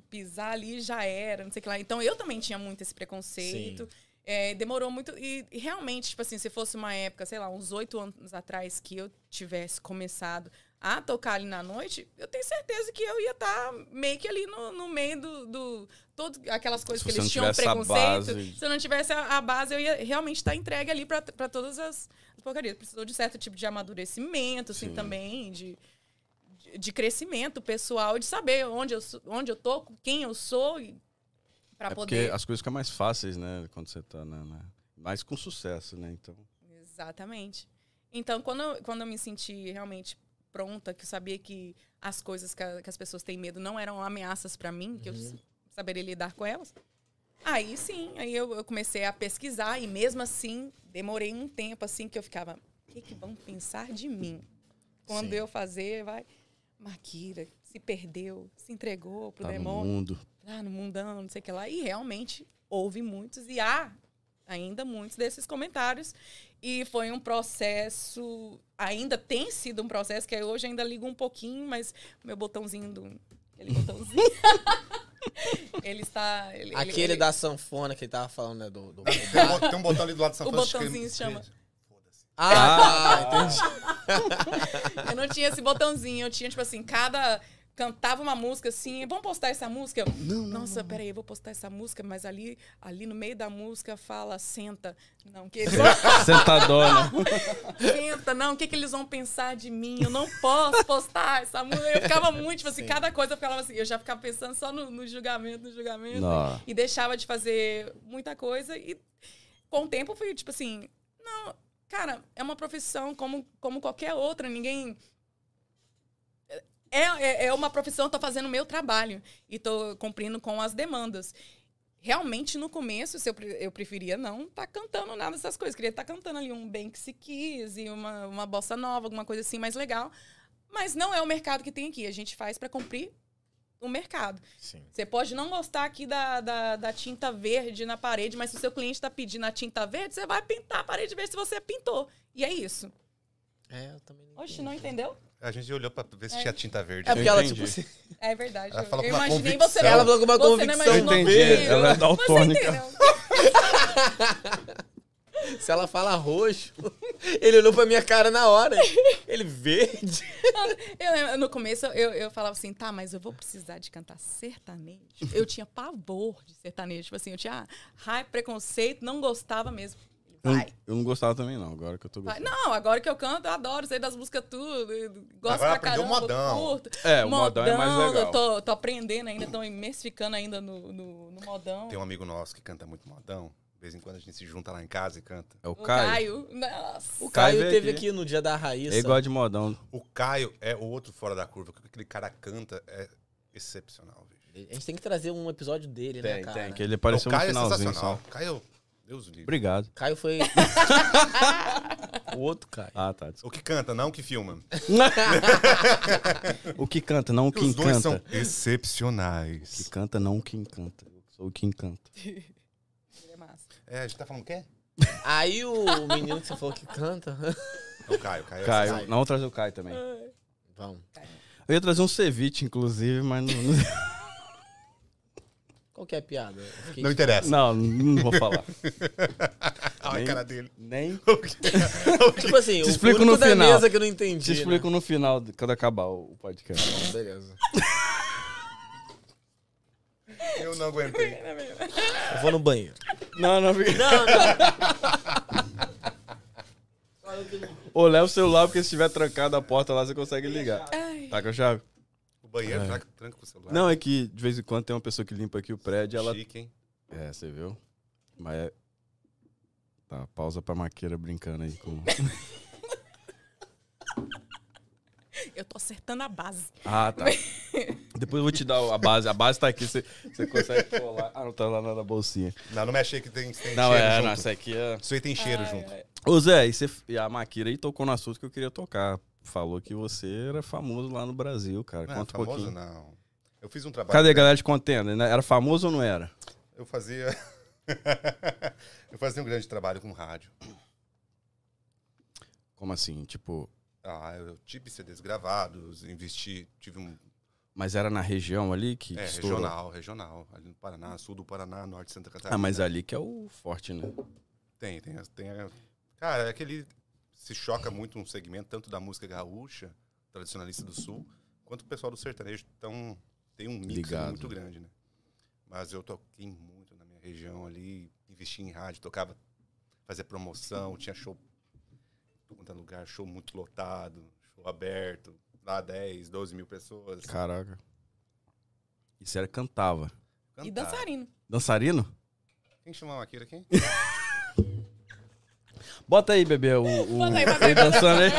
Speaker 2: pisar ali já era, não sei o que lá. Então eu também tinha muito esse preconceito. É, demorou muito. E, e realmente, tipo assim, se fosse uma época, sei lá, uns oito anos atrás que eu tivesse começado a tocar ali na noite, eu tenho certeza que eu ia estar meio que ali no, no meio do. do todas aquelas coisas
Speaker 1: Se
Speaker 2: que
Speaker 1: você
Speaker 2: eles
Speaker 1: não
Speaker 2: tinham
Speaker 1: tivesse a
Speaker 2: preconceito.
Speaker 1: base.
Speaker 2: Se eu não tivesse a, a base, eu ia realmente estar entregue ali pra pra todas as, as porcarias. Precisou de certo tipo de amadurecimento, assim,
Speaker 1: Sim.
Speaker 2: também, de, de, de crescimento pessoal, de saber onde eu, sou- onde eu tô, com quem eu sou, e- pra
Speaker 1: é
Speaker 2: poder.
Speaker 1: porque as coisas ficam mais fáceis, né? Quando você tá na. na... Mais com sucesso, né? Então.
Speaker 2: Exatamente. Então, quando eu, quando eu me senti realmente pronta, que eu sabia que as coisas que, a- que as pessoas têm medo não eram ameaças pra mim, que eu
Speaker 1: Uhum.
Speaker 2: s- saberia lidar com elas, aí sim, aí eu, eu comecei a pesquisar e mesmo assim demorei um tempo assim que eu ficava, o que, que vão pensar de mim? Quando
Speaker 4: Sim.
Speaker 2: eu fazer, vai. Maquira se perdeu, se entregou pro
Speaker 1: Tá no
Speaker 2: demônio.
Speaker 1: mundo.
Speaker 2: ah, no mundão, não sei o que lá. E realmente houve muitos, e há ainda muitos desses comentários. E foi um processo, ainda tem sido um processo que hoje ainda ligo um pouquinho, mas meu botãozinho do. Aquele botãozinho. ele está. Ele,
Speaker 4: Aquele
Speaker 2: ele,
Speaker 4: da sanfona que ele tava falando, né? Do, do-
Speaker 3: Tem um bo- Tem um botão ali do lado do São
Speaker 2: O
Speaker 3: Francisco.
Speaker 2: botãozinho se chama-
Speaker 3: Foda-se.
Speaker 4: Ah, tá, entendi.
Speaker 2: Eu não tinha esse botãozinho, eu tinha, tipo assim, cada. Cantava uma música assim, vamos postar essa música? Eu, Nossa, peraí, eu vou postar essa música, mas ali, ali no meio da música fala, senta. Não, que
Speaker 1: Sentadona.
Speaker 2: Senta, não, o que, que eles vão pensar de mim? Eu não posso postar essa música. Eu ficava muito, tipo assim,
Speaker 4: Sim.
Speaker 2: cada coisa eu ficava assim, eu já ficava pensando só no, no julgamento, no julgamento.
Speaker 1: Não.
Speaker 2: E deixava de fazer muita coisa. E com o tempo eu fui, tipo assim, não, cara, é uma profissão como, como qualquer outra, ninguém. É, é, é uma profissão, eu tô fazendo o meu trabalho e tô cumprindo com as demandas. Realmente, no começo, se eu, pre- eu preferia não estar cantando nada dessas coisas. Queria estar cantando ali um bem que se quis e uma, uma bossa nova, alguma coisa assim mais legal. Mas não é o mercado que tem aqui. A gente faz para cumprir o mercado.
Speaker 4: Sim.
Speaker 2: Você pode não gostar aqui da, da, da tinta verde na parede, mas se o seu cliente está pedindo a tinta verde, você vai pintar a parede verde se você pintou. E é isso.
Speaker 4: É, eu também não
Speaker 2: Oxe,
Speaker 4: entendi.
Speaker 2: não entendeu?
Speaker 3: A gente olhou pra ver se tinha tinta verde.
Speaker 4: É porque ela,
Speaker 1: entendi.
Speaker 4: tipo assim,
Speaker 2: É verdade.
Speaker 3: Ela fala
Speaker 2: eu
Speaker 3: com uma
Speaker 2: imaginei
Speaker 3: convicção.
Speaker 2: você.
Speaker 4: ela falou com uma
Speaker 2: você não é um
Speaker 4: convicção.
Speaker 2: imaginou
Speaker 1: Eu entendi,
Speaker 2: comigo.
Speaker 1: ela é
Speaker 2: Você
Speaker 1: daltônica.
Speaker 2: entendeu?
Speaker 4: Se ela fala roxo, ele olhou pra minha cara na hora. Ele verde.
Speaker 2: Eu lembro, no começo eu, eu falava assim, tá, mas eu vou precisar de cantar sertanejo. Eu tinha pavor de sertanejo. Tipo assim, eu tinha raiva, preconceito, não gostava mesmo.
Speaker 1: Eu,
Speaker 2: Vai.
Speaker 1: eu não gostava também, não. Agora que eu tô
Speaker 2: Vai.
Speaker 1: gostando.
Speaker 2: Não, agora que eu canto, eu adoro, sei das músicas tudo, eu gosto
Speaker 3: Agora
Speaker 2: pra
Speaker 3: aprendeu o
Speaker 2: caramba,
Speaker 3: modão.
Speaker 2: curto.
Speaker 1: É, o modão é mais legal.
Speaker 2: eu tô, tô aprendendo ainda, tô imersificando ainda no, no, no modão.
Speaker 3: Tem um amigo nosso que canta muito modão. De vez em quando a gente se junta lá em casa e canta.
Speaker 1: É o
Speaker 2: O
Speaker 1: Caio.
Speaker 2: Caio. Nossa.
Speaker 4: O
Speaker 1: Caio
Speaker 4: Caio
Speaker 1: veio
Speaker 4: teve
Speaker 1: aqui.
Speaker 4: aqui no dia da Raíssa.
Speaker 1: Ele gosta de modão.
Speaker 3: O Caio é o outro fora da curva. O que aquele cara canta é excepcional, bicho.
Speaker 4: A gente tem que trazer um episódio dele, né, cara?
Speaker 1: Que ele apareceu
Speaker 3: o
Speaker 1: no
Speaker 3: Caio é
Speaker 1: um finalzinho
Speaker 3: sensacional.
Speaker 1: só.
Speaker 3: O Caio, Deus o livre.
Speaker 1: Obrigado.
Speaker 4: Caio foi. o outro Caio.
Speaker 1: Ah, tá. desculpa.
Speaker 3: O que canta, não o que filma.
Speaker 1: o que canta, não o que
Speaker 3: Os dois
Speaker 1: encanta.
Speaker 3: são
Speaker 1: O que
Speaker 3: excepcionais.
Speaker 1: canta, não o que encanta. Eu sou o que encanta.
Speaker 2: Ele é massa.
Speaker 3: É, a gente tá falando o quê?
Speaker 4: Aí o menino que você falou que canta.
Speaker 3: Não, o Caio. o Caio, é
Speaker 1: Caio.
Speaker 3: sensacional.
Speaker 1: Não, vou trazer o Caio também.
Speaker 4: Vamos.
Speaker 1: Eu ia trazer um ceviche, inclusive, mas não,
Speaker 4: Qual que é a piada? Eu fiquei
Speaker 3: Não
Speaker 4: tipo,
Speaker 3: interessa.
Speaker 1: não, não vou falar.
Speaker 3: Olha a cara dele.
Speaker 1: Nem
Speaker 4: tipo assim,
Speaker 1: Te
Speaker 4: o
Speaker 1: explico
Speaker 4: único
Speaker 1: no
Speaker 4: da
Speaker 1: final.
Speaker 4: mesa que eu não entendi.
Speaker 1: te explico no final, de- quando acabar o podcast.
Speaker 4: Né? Beleza.
Speaker 3: Eu não aguentei.
Speaker 4: Eu vou no banheiro.
Speaker 1: Não, não fica.
Speaker 4: Não, não.
Speaker 1: Ou leva o celular, porque se tiver trancado a porta lá, você consegue ligar. Tá com a chave?
Speaker 3: O banheiro, será que tranca o celular?
Speaker 1: Não, é que de vez em quando tem uma pessoa que limpa aqui o prédio, ela...
Speaker 3: Chique, hein?
Speaker 1: É, você viu? Mas é... Tá, pausa pra maqueira brincando aí com...
Speaker 2: Eu tô acertando a base.
Speaker 1: Ah, tá. Depois eu vou te dar a base. A base tá aqui, você, você consegue colar. Ah, não tá lá na bolsinha.
Speaker 3: Não, não mexe aí que tem, tem
Speaker 1: Não,
Speaker 3: cheiro
Speaker 1: é,
Speaker 3: junto.
Speaker 1: não, essa aqui é...
Speaker 3: Isso aí tem cheiro
Speaker 4: Ah,
Speaker 3: junto.
Speaker 1: Ô Zé, e, você, e a Maquira aí tocou no assunto que eu queria tocar. Falou que você era famoso lá no Brasil, cara.
Speaker 3: Não, é
Speaker 1: Conta um
Speaker 3: famoso,
Speaker 1: pouquinho.
Speaker 3: não. Eu fiz um trabalho.
Speaker 1: Cadê a galera de contenda? né? Era famoso ou não era?
Speaker 3: Eu fazia. eu fazia um grande trabalho com rádio.
Speaker 1: Como assim? Tipo,
Speaker 3: Ah, eu tive CDs gravados, investi, tive um.
Speaker 1: mas era na região ali que
Speaker 3: É,
Speaker 1: estourou?
Speaker 3: regional, regional. Ali no Paraná, sul do Paraná, norte de Santa Catarina.
Speaker 1: Ah, mas ali que é o forte, né?
Speaker 3: Tem, tem. as- tem a- Cara, é aquele. Se choca muito um segmento, tanto da música gaúcha, tradicionalista do sul, quanto o pessoal do sertanejo. Então, tem um mix
Speaker 1: Ligado.
Speaker 3: muito grande, né? Mas eu toquei muito na minha região ali, investi em rádio, tocava, fazia promoção, tinha show em quanto é lugar, show muito lotado, show aberto, lá 10, 12 mil pessoas.
Speaker 1: Caraca. Isso era cantava.
Speaker 2: E
Speaker 3: Cantar.
Speaker 2: dançarino.
Speaker 1: Dançarino?
Speaker 3: Quem chamou a Maquira aqui?
Speaker 1: Bota aí, bebê, o, o,
Speaker 2: Bota aí, bota aí,
Speaker 1: ele dançando aí.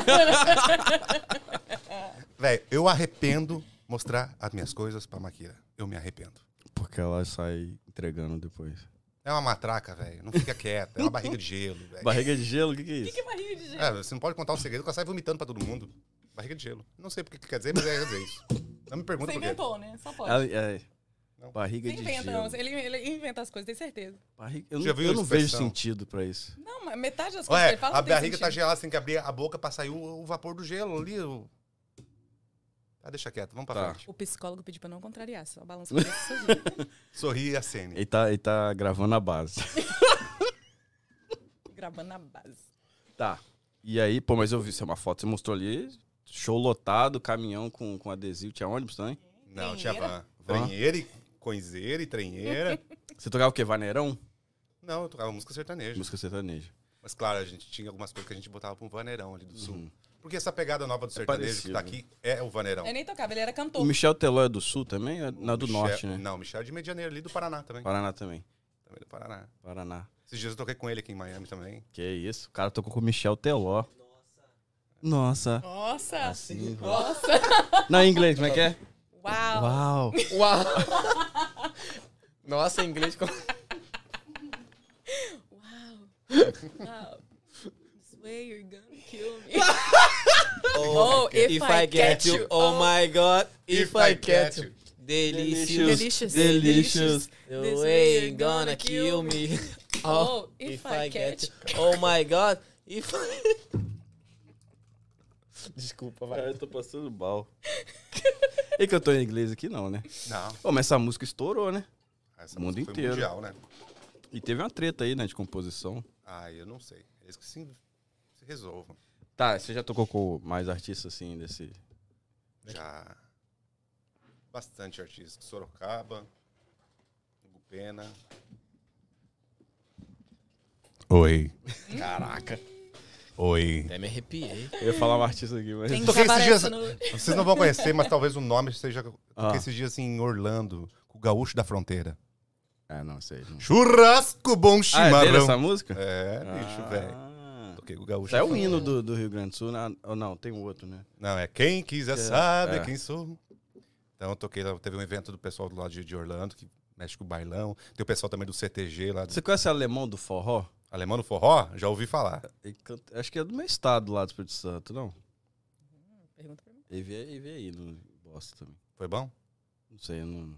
Speaker 3: Véi, eu arrependo mostrar as minhas coisas pra Maquira. Eu me arrependo.
Speaker 1: Porque ela sai entregando depois.
Speaker 3: É uma matraca, velho. Não fica quieta. É uma barriga de gelo, velho.
Speaker 1: Barriga de gelo, o que, que é
Speaker 2: Que
Speaker 1: isso?
Speaker 3: um
Speaker 2: barriga de gente.
Speaker 3: É, você não pode contar o segredo que ela sai vomitando pra todo mundo. Barriga de gelo. Não sei porque que quer dizer, mas é quer dizer isso. Não me pergunta
Speaker 2: Você
Speaker 3: por quê.
Speaker 2: inventou, né? Só pode.
Speaker 1: Ah, é.
Speaker 3: Não.
Speaker 1: Barriga
Speaker 2: Você
Speaker 1: de
Speaker 2: inventa,
Speaker 1: gelo.
Speaker 2: não. Ele, ele inventa as coisas, tem certeza.
Speaker 1: Barriga- Eu
Speaker 3: Já
Speaker 1: não,
Speaker 3: viu
Speaker 1: eu não
Speaker 3: a
Speaker 1: vejo
Speaker 3: expressão?
Speaker 1: sentido pra isso.
Speaker 2: Não, mas metade das coisas que
Speaker 3: Ué,
Speaker 2: ele fala
Speaker 3: a
Speaker 2: não tem
Speaker 3: barriga tá
Speaker 2: sentido.
Speaker 3: gelada, você tem que abrir a boca pra sair o, o vapor do gelo ali. o- Ah, deixa quieto, vamos pra
Speaker 1: Tá.
Speaker 3: frente.
Speaker 2: O psicólogo pediu pra não contrariar, só balança a cabeça e sorri.
Speaker 3: Sorri e acene.
Speaker 1: Ele tá, ele tá gravando a base.
Speaker 2: Gravando na base.
Speaker 1: Tá. E aí, pô, mas eu vi, isso é uma foto que você mostrou ali. Show lotado, caminhão com, com adesivo. Tinha ônibus também?
Speaker 3: Não, tinha van.
Speaker 1: Van?
Speaker 3: Tranheira e coiseira e tranheira.
Speaker 1: Você tocava o quê? Vaneirão?
Speaker 3: Não, eu tocava música sertaneja.
Speaker 1: Música sertaneja.
Speaker 3: Mas claro, a gente tinha algumas coisas que a gente botava pra um vaneirão ali do sul. Porque essa pegada nova do sertanejo que
Speaker 1: Uhum. parecido.
Speaker 3: tá aqui é o vaneirão.
Speaker 2: Eu nem tocava, ele era cantor.
Speaker 1: O Michel Teló é do sul também? É na do
Speaker 3: Michel-
Speaker 1: norte, né? Ah.
Speaker 3: Não, Michel é de Medianeira, ali do Paraná também.
Speaker 1: Paraná também.
Speaker 3: Também do Paraná.
Speaker 1: Paraná.
Speaker 3: Esses dias eu toquei com ele aqui em Miami também.
Speaker 1: Que isso? O cara tocou com o Michel Teló. Nossa.
Speaker 2: Nossa!
Speaker 1: Assim,
Speaker 2: Nossa!
Speaker 1: Não, em inglês, como é que é?
Speaker 2: Uau!
Speaker 1: Uau.
Speaker 4: Uau! Nossa, em inglês. como-
Speaker 2: Uau! Uau! This way you're gonna kill me.
Speaker 4: Oh,
Speaker 2: if I get you,
Speaker 4: Oh my god, if, I get you.
Speaker 1: Delicious,
Speaker 4: Delicious,
Speaker 1: delicious.
Speaker 2: This
Speaker 4: You
Speaker 2: way
Speaker 4: ain't gonna kill me.
Speaker 2: Oh, if I get you.
Speaker 4: Oh my god, if I... Desculpa, vai.
Speaker 1: eu tô passando mal. Ele cantou em inglês aqui, não, né?
Speaker 3: Não,
Speaker 1: Pô, mas essa música estourou, né?
Speaker 3: essa
Speaker 1: Mundo
Speaker 3: música
Speaker 1: inteiro.
Speaker 3: foi mundial, né?
Speaker 1: E teve uma treta aí, né, de composição.
Speaker 3: Ah, eu não sei. Eles que se, se resolvam.
Speaker 1: Tá, você já tocou com mais artistas assim desse.
Speaker 3: Já. Bastante artista. Sorocaba, Hugo Pena. Oi. Caraca. Oi.
Speaker 4: Até me arrepiei.
Speaker 1: Eu ia falar um artista aqui, mas.
Speaker 2: Tem
Speaker 3: Toquei esses
Speaker 2: cabaré
Speaker 3: dias-
Speaker 2: no-
Speaker 1: Tá
Speaker 3: Vocês não vão conhecer, mas talvez o nome seja. Toquei
Speaker 1: Ah.
Speaker 3: esses dias assim, em Orlando, com o Gaúcho da Fronteira.
Speaker 1: Ah, não, sei. Não.
Speaker 3: Churrasco bom
Speaker 1: Ah, é dele
Speaker 3: chimarrão.
Speaker 1: essa música?
Speaker 3: É, bicho, velho.
Speaker 1: Ah.
Speaker 3: Toquei com o Gaúcho
Speaker 1: Isso é
Speaker 3: da
Speaker 1: o
Speaker 3: Fronteira.
Speaker 1: hino do, do Rio Grande do Sul, né? Ou não, tem um outro, né?
Speaker 3: Não, é quem quiser sabe
Speaker 1: é.
Speaker 3: quem sou. Então eu toquei lá, teve um evento do pessoal do lado de, de Orlando, que mexe com o bailão. Tem o pessoal também do CTG lá, do
Speaker 1: Você conhece alemão do forró?
Speaker 3: Alemão no Forró, já ouvi falar.
Speaker 1: Ele canta- Acho que é do meu estado lá do Espírito Santo, não?
Speaker 2: Pergunta pra mim.
Speaker 1: Ele veio, ele veio aí no Boston também.
Speaker 3: Foi bom?
Speaker 1: Não sei, eu não.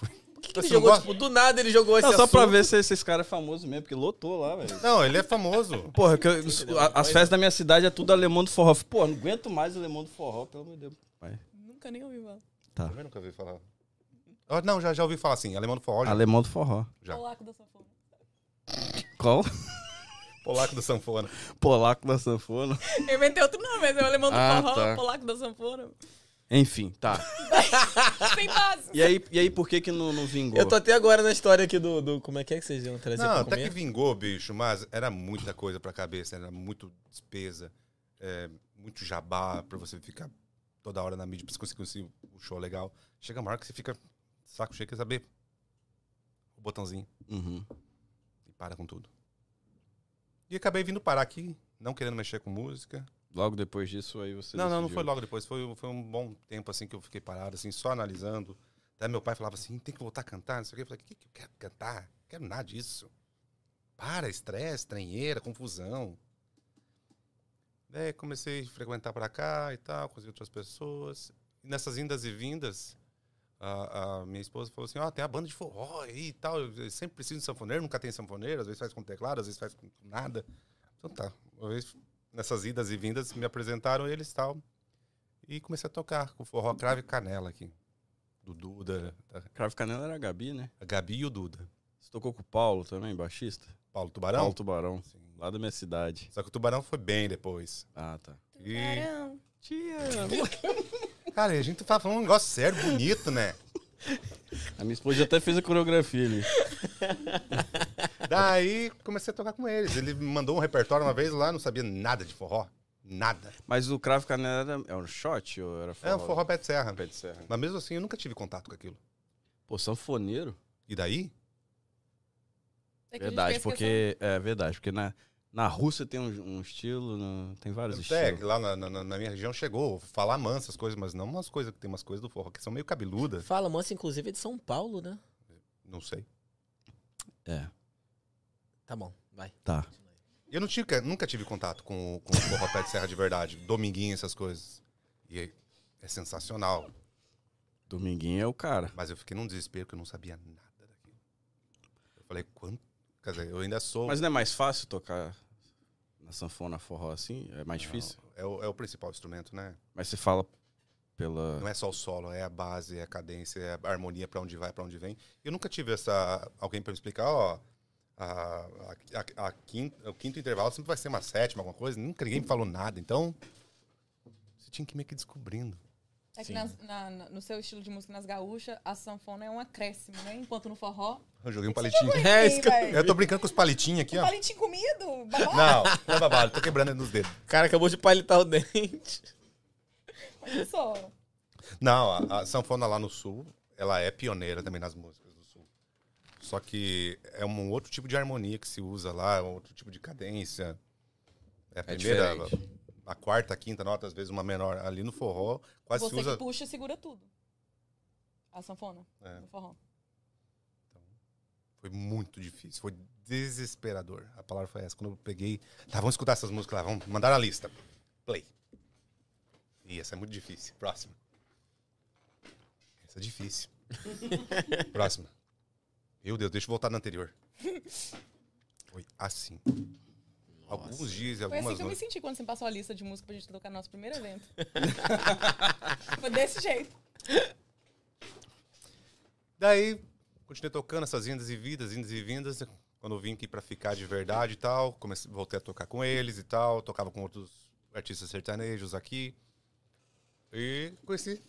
Speaker 4: Por que, que ele
Speaker 3: Você não
Speaker 4: jogou,
Speaker 3: gosta?
Speaker 4: tipo, do nada ele jogou esse
Speaker 1: Não, só pra
Speaker 4: assunto?
Speaker 1: ver se esses caras é famoso mesmo, porque lotou lá, velho.
Speaker 3: Não, ele é famoso.
Speaker 1: Porra, que eu- a- as festas da minha cidade é tudo alemão do forró. Pô, não aguento mais alemão do forró, pelo amor de Deus. Vai.
Speaker 2: Nunca nem ouvi falar.
Speaker 3: também nunca ouvi falar. Ah, não, já, já ouvi falar assim, Alemão no Forró, já.
Speaker 1: Alemão do forró.
Speaker 3: Já.
Speaker 2: Polaco da sanfona.
Speaker 1: Qual?
Speaker 3: Polaco do Sanfona.
Speaker 1: Polaco da sanfona.
Speaker 2: Eu inventei outro nome, mas é o alemão do
Speaker 1: Ah,
Speaker 2: forró,
Speaker 1: tá.
Speaker 2: polaco da sanfona.
Speaker 1: Enfim, tá.
Speaker 2: Sem
Speaker 6: É
Speaker 2: base.
Speaker 1: E aí, e aí por que que não, não vingou?
Speaker 4: Eu tô até agora na história aqui do, do- Como é que é que vocês iam trazer
Speaker 3: Não,
Speaker 1: tá
Speaker 4: pra
Speaker 3: até
Speaker 4: comer?
Speaker 3: que vingou, bicho, mas era muita coisa pra cabeça, era muito despesa, é, muito jabá pra você ficar toda hora na mídia pra você conseguir, conseguir um show legal. Chega uma hora que você fica saco cheio, quer saber? O botãozinho
Speaker 1: Uhum.
Speaker 3: e para com tudo. E acabei vindo parar aqui, não querendo mexer com música.
Speaker 1: Logo depois disso, aí você.
Speaker 3: não, não, não
Speaker 1: decidiu.
Speaker 3: foi logo depois, foi, foi um bom tempo assim que eu fiquei parado, assim, só analisando. Até meu pai falava assim, tem que voltar a cantar, não sei o quê. Eu falei, o que, que eu quero cantar? Não quero nada disso. Para, estresse, tranheira, confusão. Daí comecei a frequentar pra cá e tal, conheci outras pessoas. E nessas indas e vindas, a, a minha esposa falou assim, ó, tem a banda de forró aí e tal. Eu sempre preciso de sanfoneiro, nunca tem sanfoneiro. Às vezes faz com teclado, às vezes faz com nada. Então tá, uma vez nessas idas e vindas me apresentaram eles e tal. E comecei a tocar com forró cravo e canela aqui. Do Duda, da-
Speaker 1: Cravo Canela era a Gabi, né?
Speaker 3: a Gabi e o Duda.
Speaker 1: Você tocou com o Paulo também, baixista?
Speaker 3: Paulo Tubarão?
Speaker 1: Paulo Tubarão,
Speaker 3: Sim.
Speaker 1: lá da minha cidade.
Speaker 3: Só que o Tubarão foi bem depois.
Speaker 1: Ah, tá.
Speaker 3: E,
Speaker 2: Tubarão.
Speaker 1: Tia!
Speaker 3: cara, a gente tá falando um negócio sério, bonito, né?
Speaker 1: A minha esposa até fez a coreografia ali.
Speaker 3: Daí comecei a tocar com eles. Ele me mandou um repertório uma vez lá, não sabia nada de forró. Nada.
Speaker 1: Mas o Cravo Canela era, era um shot ou era forró?
Speaker 3: É um forró pé de serra.
Speaker 1: pé de serra.
Speaker 3: Mas mesmo assim, eu nunca tive contato com aquilo.
Speaker 1: Pô, sanfoneiro?
Speaker 3: E daí?
Speaker 2: É que a gente
Speaker 1: Verdade,
Speaker 2: pensa que
Speaker 1: porque. É verdade, porque na, na Rússia tem um, um estilo, na- tem vários
Speaker 3: É,
Speaker 1: estilos.
Speaker 3: lá na, na- na minha região chegou falar mansa as coisas, mas não umas coisas que tem umas coisas do forró que são meio cabeludas.
Speaker 4: Fala, mansa, inclusive, é de São Paulo, né?
Speaker 3: Não sei.
Speaker 1: É,
Speaker 4: Tá bom, vai.
Speaker 1: tá.
Speaker 3: Eu não tive, nunca tive contato com, o- com o forró pé de serra de verdade. Dominguinho, essas coisas. E é, é sensacional.
Speaker 1: Dominguinho é o cara.
Speaker 3: Mas eu fiquei num desespero que eu não sabia nada daquilo. Eu falei, quanto? Quer dizer, eu ainda sou.
Speaker 1: Mas não é mais fácil tocar na sanfona forró assim? É mais difícil?
Speaker 3: É o, é o principal instrumento, né?
Speaker 1: Mas você fala pela.
Speaker 3: Não é só o solo, é a base, é a cadência, é a harmonia, pra onde vai, pra onde vem. Eu nunca tive essa. Alguém pra me explicar, ó. A, a- a- a quinta- o quinto intervalo sempre vai ser uma sétima, alguma coisa. Nunca ninguém me falou nada, então. Você tinha que ir meio que descobrindo.
Speaker 6: É que
Speaker 4: Sim.
Speaker 6: nas- na- na- no seu estilo de música nas gaúchas, a sanfona é um acréscimo, né? Enquanto no forró.
Speaker 3: Eu joguei um palitinho.
Speaker 4: É isso que eu-
Speaker 6: véi.
Speaker 3: Eu tô brincando com os palitinhos aqui,
Speaker 6: Um
Speaker 3: ó.
Speaker 6: palitinho comido? babó.
Speaker 3: Não, não é babado, tô quebrando ele nos dedos.
Speaker 4: O cara acabou de palitar o dente.
Speaker 6: Olha só.
Speaker 3: Não, a, a sanfona lá no sul, ela é pioneira também nas músicas do sul. Só que é um outro tipo de harmonia que se usa lá, é um outro tipo de cadência. É a primeira,
Speaker 1: diferente.
Speaker 3: a, quarta, a quinta nota, às vezes uma menor. Ali no forró, quase
Speaker 6: Você
Speaker 3: se usa.
Speaker 6: que puxa, segura tudo. A sanfona.
Speaker 3: É.
Speaker 6: No forró.
Speaker 3: Foi muito difícil, foi desesperador. A palavra foi essa. Quando eu peguei, tá, vamos escutar essas músicas lá, vamos mandar na lista. Play. E essa é muito difícil. Próxima. Essa é difícil. Próxima. Meu Deus, deixa eu voltar na anterior. Foi assim. Alguns dias e
Speaker 6: Foi assim
Speaker 3: algumas
Speaker 6: que eu me
Speaker 3: noites.
Speaker 6: senti quando você me passou a lista de música pra gente tocar no nosso primeiro evento. Foi desse jeito.
Speaker 3: Daí, continuei tocando essas indas e vidas, indas e vindas. Quando eu vim aqui pra ficar de verdade e tal, comecei, voltei a tocar com eles e tal. Tocava com outros artistas sertanejos aqui. E conheci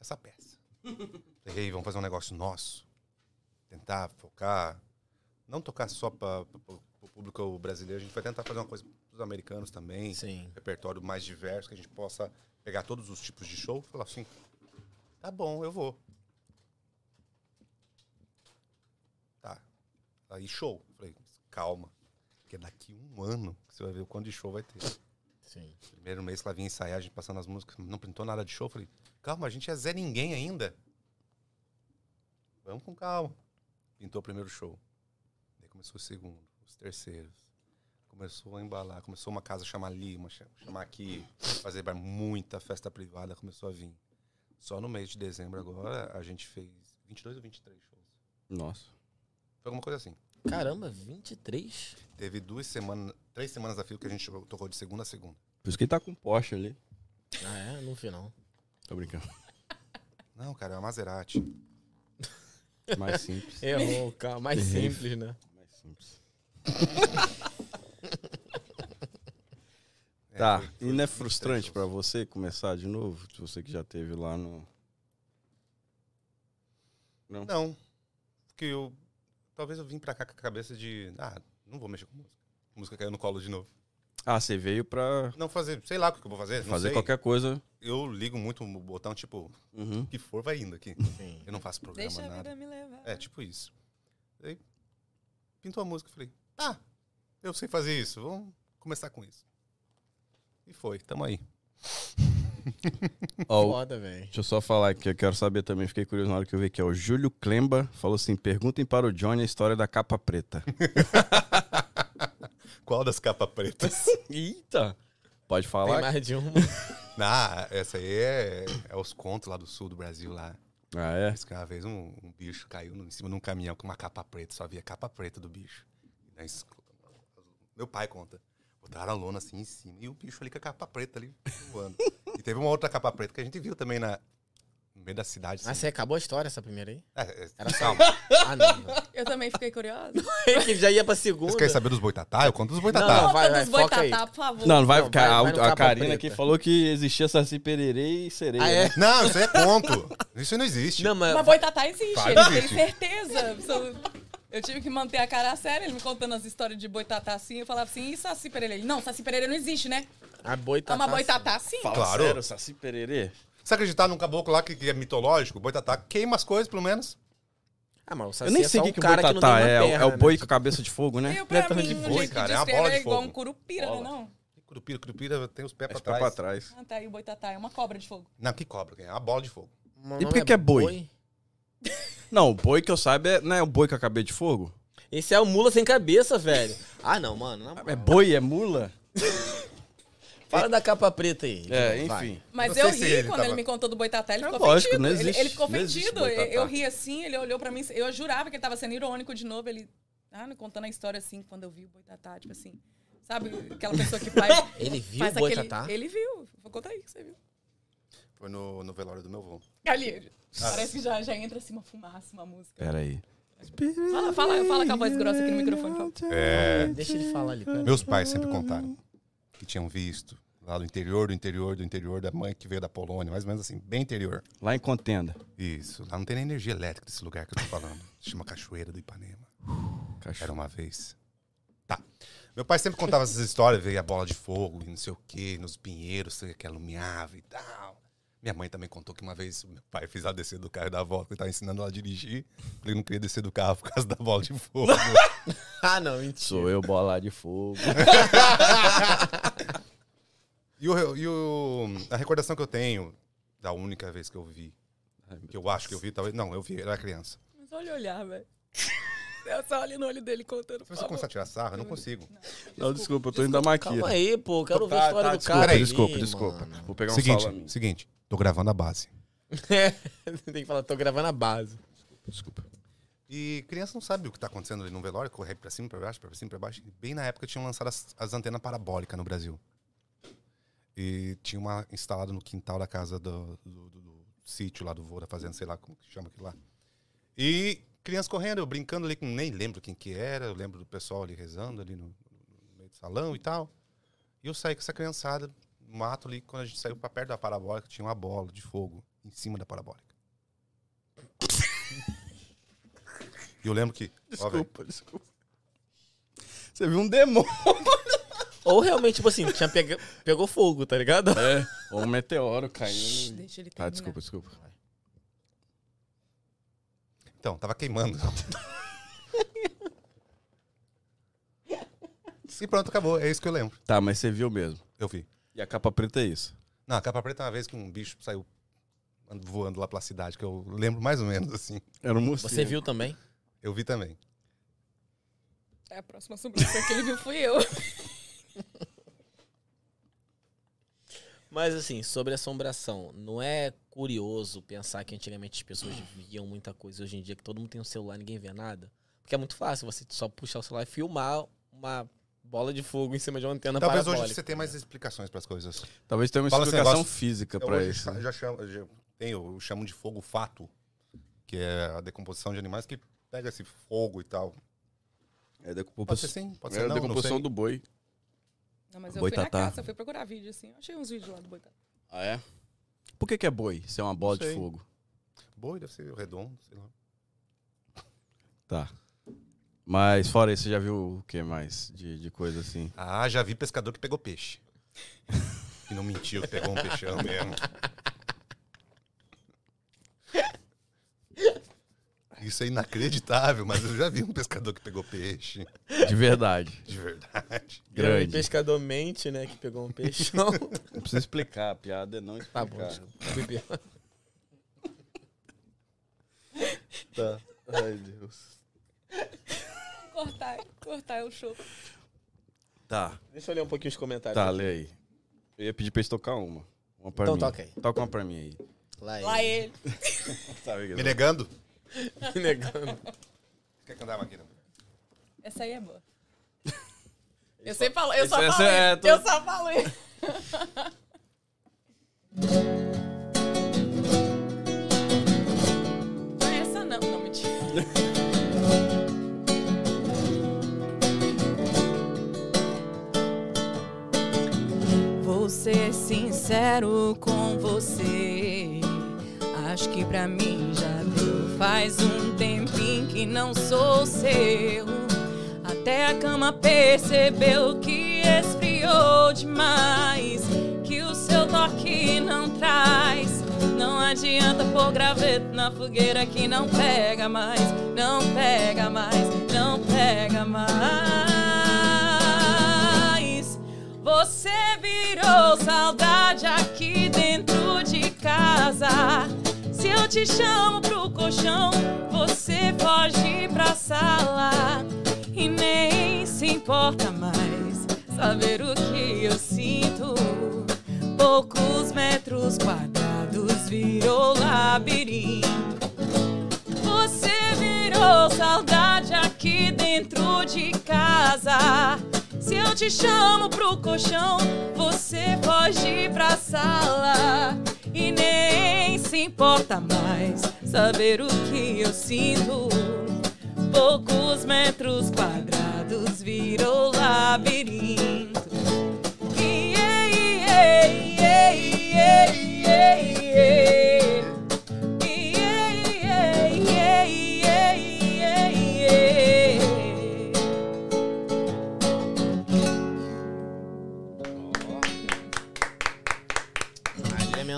Speaker 3: essa peça. Falei, "Ei, vamos fazer um negócio nosso. Tentar focar. Não tocar só para o público brasileiro. A gente vai tentar fazer uma coisa pros americanos também
Speaker 4: Sim.
Speaker 3: repertório mais diverso, que a gente possa pegar todos os tipos de show e falar assim, tá bom, eu vou. Tá. Aí show. Falei, calma. Porque daqui um ano que você vai ver o quanto de show vai ter.
Speaker 4: Sim.
Speaker 3: Primeiro mês que ela vinha ensaiar, a gente passando as músicas, não pintou nada de show. Falei, calma, a gente é Zé Ninguém ainda. Vamos com calma. Pintou o primeiro show. Daí começou o segundo, os terceiros. Começou a embalar, começou uma casa chamar ali, uma cha- chamar aqui, fazer bar- muita festa privada, começou a vir. Só no mês de dezembro agora, a gente fez 22 ou 23 shows.
Speaker 1: Nossa.
Speaker 3: Foi alguma coisa assim.
Speaker 4: Caramba, 23?
Speaker 3: Teve duas semanas, três semanas a fio que a gente tocou de segunda a segunda.
Speaker 1: Por isso que ele tá com Porsche ali.
Speaker 4: Ah, é? Não vi, não.
Speaker 1: Tô brincando.
Speaker 3: Não, cara, é uma Maserati.
Speaker 1: Mais simples.
Speaker 4: Errou, cara. Mais simples, né?
Speaker 1: Mais simples. tá.
Speaker 3: foi-
Speaker 1: e não é
Speaker 3: foi
Speaker 1: frustrante
Speaker 3: três
Speaker 1: pra
Speaker 3: shows.
Speaker 1: você começar de novo? Você que já teve lá no.
Speaker 3: Não. Porque eu. Talvez eu vim pra cá com a cabeça de. Ah, não vou mexer com música. A música caiu no colo de novo.
Speaker 1: Ah, você veio pra
Speaker 3: Não fazer, sei lá o que eu vou fazer. não
Speaker 1: fazer
Speaker 3: sei.
Speaker 1: qualquer coisa.
Speaker 3: Eu ligo muito o botão, tipo,
Speaker 1: Uhum.
Speaker 3: o que for vai indo aqui.
Speaker 4: Sim.
Speaker 3: Eu não faço programa,
Speaker 6: Deixa a
Speaker 3: nada.
Speaker 6: vida me levar.
Speaker 3: É, tipo isso. Aí pintou a música, eu falei, tá, eu sei fazer isso, vamos começar com isso. E foi, tamo aí.
Speaker 1: Ó, o-
Speaker 4: Foda, velho.
Speaker 1: Deixa eu só falar aqui, eu quero saber também, fiquei curioso na hora que eu vi que é o Júlio Clemba falou assim: perguntem para o Johnny a história da capa preta.
Speaker 3: Qual das capas pretas?
Speaker 1: Eita! Pode
Speaker 4: Tem
Speaker 1: falar?
Speaker 4: mais de uma.
Speaker 3: ah, essa aí é, é os contos lá do sul do Brasil lá.
Speaker 1: Ah, é?
Speaker 3: Diz que uma vez um, um bicho caiu no- em cima de um caminhão com uma capa preta, só havia capa preta do bicho. E daí, es- meu pai conta. Botaram a lona assim em cima e o bicho ali com a capa preta ali voando. e teve uma outra capa preta que a gente viu também na, no meio da cidade.
Speaker 4: Ah,
Speaker 3: assim.
Speaker 4: você acabou a história, essa primeira aí?
Speaker 3: É, é,
Speaker 4: Era só-
Speaker 3: calma,
Speaker 4: Ah, não.
Speaker 6: Eu também fiquei curiosa.
Speaker 4: que já ia pra segunda.
Speaker 3: vocês querem saber dos boitatá? Eu conto dos boitatá.
Speaker 4: Não,
Speaker 6: Volta
Speaker 4: vai, vai,
Speaker 6: dos
Speaker 4: foca aí.
Speaker 6: boitatá, por favor.
Speaker 1: Não, não vai
Speaker 4: Não,
Speaker 1: ficar.
Speaker 4: vai-
Speaker 1: a-
Speaker 4: vai no
Speaker 1: a,
Speaker 4: capa
Speaker 1: Karina
Speaker 4: preta.
Speaker 1: aqui falou que existia Saci Pererê e Sereia.
Speaker 4: Ah, é?
Speaker 1: né?
Speaker 3: Não, isso aí é conto. Isso aí não existe.
Speaker 1: Tipo,
Speaker 4: Não, mas...
Speaker 6: Mas boitatá existe,
Speaker 3: Vai,
Speaker 6: ele tem
Speaker 3: existe.
Speaker 6: certeza. absoluta. Eu tive que manter a cara séria, ele me contando as histórias de boitatá assim. Eu falava assim, e Saci Pereira? Ele, não, Saci Pereira não existe, né?
Speaker 4: A tá boita
Speaker 6: É uma
Speaker 2: tá-
Speaker 6: boitatá sim.
Speaker 1: Fala
Speaker 3: Claro.
Speaker 1: sério, Saci Pererê?
Speaker 3: Você acreditar num caboclo lá que, que é mitológico? O boitatá queima as coisas, pelo menos.
Speaker 4: Ah, mas o Saci
Speaker 1: Eu nem
Speaker 4: é
Speaker 1: sei o
Speaker 4: só
Speaker 1: que,
Speaker 4: um
Speaker 1: que o
Speaker 4: cara que não tem
Speaker 1: boitatá
Speaker 4: uma
Speaker 1: é. é o-
Speaker 4: perna,
Speaker 1: é o boi
Speaker 4: né?
Speaker 1: com a cabeça de fogo, né?
Speaker 6: Eu, pra
Speaker 1: Não é
Speaker 6: mim,
Speaker 1: de
Speaker 6: um
Speaker 1: boi.
Speaker 6: jeito
Speaker 3: cara,
Speaker 6: de
Speaker 3: é uma
Speaker 6: escrever
Speaker 3: bola de
Speaker 6: é igual
Speaker 3: fogo.
Speaker 6: um curupira, né,
Speaker 1: Bola.
Speaker 6: não?
Speaker 3: Curupira, curupira tem os pés
Speaker 1: É
Speaker 3: pra
Speaker 1: de pé pra
Speaker 3: trás.
Speaker 1: trás.
Speaker 6: Ah, tá aí o boitatá, é uma cobra de fogo.
Speaker 3: Não, que cobra, é uma bola de fogo.
Speaker 4: O nome
Speaker 1: E por que que é boi?
Speaker 4: boi?
Speaker 1: Não, o boi que eu saiba é, não é o boi com a cabeça de fogo?
Speaker 4: Esse é o mula sem cabeça, velho. Ah, não, mano. na moral.
Speaker 1: É boi, é mula?
Speaker 4: Fala da capa preta aí.
Speaker 1: É,
Speaker 4: Então Vai.
Speaker 1: enfim.
Speaker 2: Mas
Speaker 3: Não
Speaker 2: eu
Speaker 3: sei
Speaker 2: ri
Speaker 3: se ele
Speaker 2: quando
Speaker 3: tava-
Speaker 2: ele me contou do Boitatá, ele
Speaker 1: É
Speaker 2: ficou
Speaker 1: lógico,
Speaker 2: ofendido.
Speaker 1: não
Speaker 2: Ele-
Speaker 1: existe-
Speaker 2: ele, ficou
Speaker 1: não existe
Speaker 2: ofendido. Eu,
Speaker 1: Boitatá.
Speaker 2: eu ri assim, ele olhou pra mim, eu jurava que ele tava sendo irônico de novo, ele ah, me contando a história assim, quando eu vi o Boitatá, tipo assim, sabe aquela pessoa que faz,
Speaker 4: Ele viu o
Speaker 2: faz
Speaker 4: Boi
Speaker 2: aquele...
Speaker 4: Tatá?
Speaker 2: Ele viu, vou contar aí que você viu.
Speaker 3: Foi no, no velório do meu avô.
Speaker 2: Ali,
Speaker 4: Ah.
Speaker 2: parece que já, já entra assim uma fumaça, uma música.
Speaker 4: É.
Speaker 1: Pera aí.
Speaker 2: Fala, fala, fala com a voz grossa aqui no microfone. fala.
Speaker 3: É.
Speaker 4: Deixa ele falar ali, pera.
Speaker 3: Meus pais sempre contaram que tinham visto lá do interior, do interior, do interior da mãe que veio da Polônia, mais ou menos assim, bem interior.
Speaker 1: Lá em contenda.
Speaker 3: Isso, lá não tem nem energia elétrica desse lugar que eu tô falando. Se chama Cachoeira do Ipanema. Era
Speaker 1: Cachorro.
Speaker 3: uma vez. Tá. Meu pai sempre contava essas histórias, veio a bola de fogo e não sei o quê, nos pinheiros que alumiava e tal. Minha mãe também contou que uma vez meu pai fez ela descer do carro da avó, que ele tava ensinando ela a dirigir. Ele não queria descer do carro por causa da bola de fogo.
Speaker 4: Ah, não, mentira.
Speaker 1: Sou eu, bola de fogo.
Speaker 3: e o, e o- a recordação que eu tenho da única vez que eu vi, que eu acho que eu vi, talvez. Não, eu vi, eu era criança.
Speaker 2: Mas olha o olhar, velho. Eu só olho no olho dele contando.
Speaker 3: Se você começar a tirar sarro, eu não consigo.
Speaker 1: Não, desculpa, eu tô indo da maquia.
Speaker 4: Calma aí, pô. Quero ver a
Speaker 1: Tá,
Speaker 4: história
Speaker 1: tá,
Speaker 4: do
Speaker 1: desculpa,
Speaker 4: cara. ali,
Speaker 1: Desculpa,
Speaker 4: mano.
Speaker 1: desculpa. Vou pegar um sal a mim.
Speaker 3: Seguinte, seguinte, tô gravando a base.
Speaker 4: É. Tem que falar, tô gravando a base.
Speaker 1: Desculpa.
Speaker 3: E criança não sabe o que tá acontecendo ali no velório, correr pra cima, pra baixo, pra cima, pra baixo. Bem na época tinham lançado as, as antenas parabólicas no Brasil. E tinha uma instalada no quintal da casa do, do- do- do sítio lá do vô da fazenda, sei lá como que chama aquilo lá. E criança correndo, eu brincando ali, com- nem lembro quem que era, eu lembro do pessoal ali rezando ali no, no meio do salão e tal. E eu saí com essa criançada no mato ali, quando a gente saiu pra perto da parabólica, tinha uma bola de fogo em cima da parabólica. E eu lembro que. ó, velho,
Speaker 1: Desculpa, desculpa. Você viu um demônio.
Speaker 4: Ou realmente, tipo assim, tinha pega... pegou fogo, tá ligado?
Speaker 1: É, ou um meteoro caindo.
Speaker 2: Deixa ele terminar.
Speaker 1: Tá, desculpa, desculpa.
Speaker 3: Então, tava queimando. e pronto, acabou. É isso que eu lembro.
Speaker 1: Tá, mas você viu mesmo.
Speaker 3: Eu vi.
Speaker 1: E a capa preta é isso.
Speaker 3: Não, a capa preta é uma vez que um bicho saiu and- voando lá pela cidade, que eu lembro mais ou menos assim.
Speaker 1: Era um mocinho.
Speaker 4: Você viu também?
Speaker 3: Eu vi também.
Speaker 2: É, a próxima sobrancelha que ele viu fui eu.
Speaker 4: Mas assim, sobre assombração, não é curioso pensar que antigamente as pessoas viam muita coisa hoje em dia, que todo mundo tem um celular e ninguém vê nada? Porque é muito fácil você só puxar o celular e filmar uma bola de fogo em cima de uma antena
Speaker 3: Talvez
Speaker 4: parabólica.
Speaker 3: hoje você tenha mais explicações para as coisas.
Speaker 1: Talvez tenha uma
Speaker 3: Fala esse
Speaker 1: explicação
Speaker 3: negócio.
Speaker 1: física
Speaker 3: Eu
Speaker 1: né? pra
Speaker 3: hoje
Speaker 1: isso. né?
Speaker 3: fa- já chamo, já tenho, eu chamo de fogo fato, que é a decomposição de animais que pega esse fogo e tal.
Speaker 1: É a
Speaker 3: Pode ser
Speaker 1: decomposição,
Speaker 3: sim, pode
Speaker 1: é
Speaker 3: ser
Speaker 1: a
Speaker 3: não, não
Speaker 1: decomposição
Speaker 3: sei.
Speaker 1: do boi.
Speaker 2: Não, mas eu fui
Speaker 1: Boitatá.
Speaker 2: na caça, eu fui procurar vídeo, assim. Eu achei uns vídeos lá do Boitatá.
Speaker 1: Ah, é? Por que, que é boi? Se é uma bola
Speaker 3: Não
Speaker 1: de
Speaker 3: sei.
Speaker 1: fogo.
Speaker 3: Boi, deve ser redondo, sei lá.
Speaker 1: Tá. Mas fora isso, você já viu o que mais de, de coisa assim?
Speaker 3: Ah, já vi pescador que pegou peixe. E não mentiu, que pegou um peixão mesmo. Isso é inacreditável, mas eu já vi um pescador que pegou peixe,
Speaker 1: De verdade.
Speaker 3: de verdade.
Speaker 4: Grande. Um
Speaker 1: Grande.
Speaker 4: pescador mente, né, que pegou um peixão.
Speaker 1: Não precisa explicar, a piada é não
Speaker 4: tá
Speaker 1: explicar.
Speaker 4: bom, desculpa. Fui pior.
Speaker 1: Tá. Ai, Deus.
Speaker 2: Cortar, cortar é o show.
Speaker 1: Tá,
Speaker 4: Deixa eu ler um pouquinho os comentários.
Speaker 1: tá, lê aí. Eu ia pedir pra eles tocar uma. Uma pra
Speaker 4: Então
Speaker 1: mim.
Speaker 4: toca aí.
Speaker 1: Toca uma pra mim aí.
Speaker 4: Lá,
Speaker 2: Lá
Speaker 4: ele.
Speaker 2: ele.
Speaker 1: Sabe, é
Speaker 3: Me
Speaker 1: Guilherme?
Speaker 3: negando?
Speaker 4: Me negando.
Speaker 3: Quer cantar uma aqui, né? não?
Speaker 2: Essa aí é boa. Eu sempre falo, eu só
Speaker 1: Esse-
Speaker 2: falo.
Speaker 1: esse é
Speaker 2: isso.
Speaker 1: tu-
Speaker 2: Eu só falo. isso. Não é essa não, não mentira. Vou ser sincero com você. Acho que pra mim já deu. Faz um tempinho que não sou seu. Até a cama percebeu que esfriou demais. Que o seu toque não traz. Não adianta pôr graveto na fogueira que não pega mais. Não pega mais, não pega mais. Você virou saudade aqui dentro de casa. Se eu te chamo pro colchão, você foge pra sala e nem se importa mais saber o que eu sinto
Speaker 5: vento. Poucos metros quadrados virou labirinto. Você virou saudade aqui dentro de casa. Se eu te chamo pro colchão, você foge pra sala. E nem se importa mais saber o que eu sinto. Poucos metros quadrados virou labirinto. Iê, iê, iê, iê, iê, iê. Iê, iê, iê, iê, iê, iê.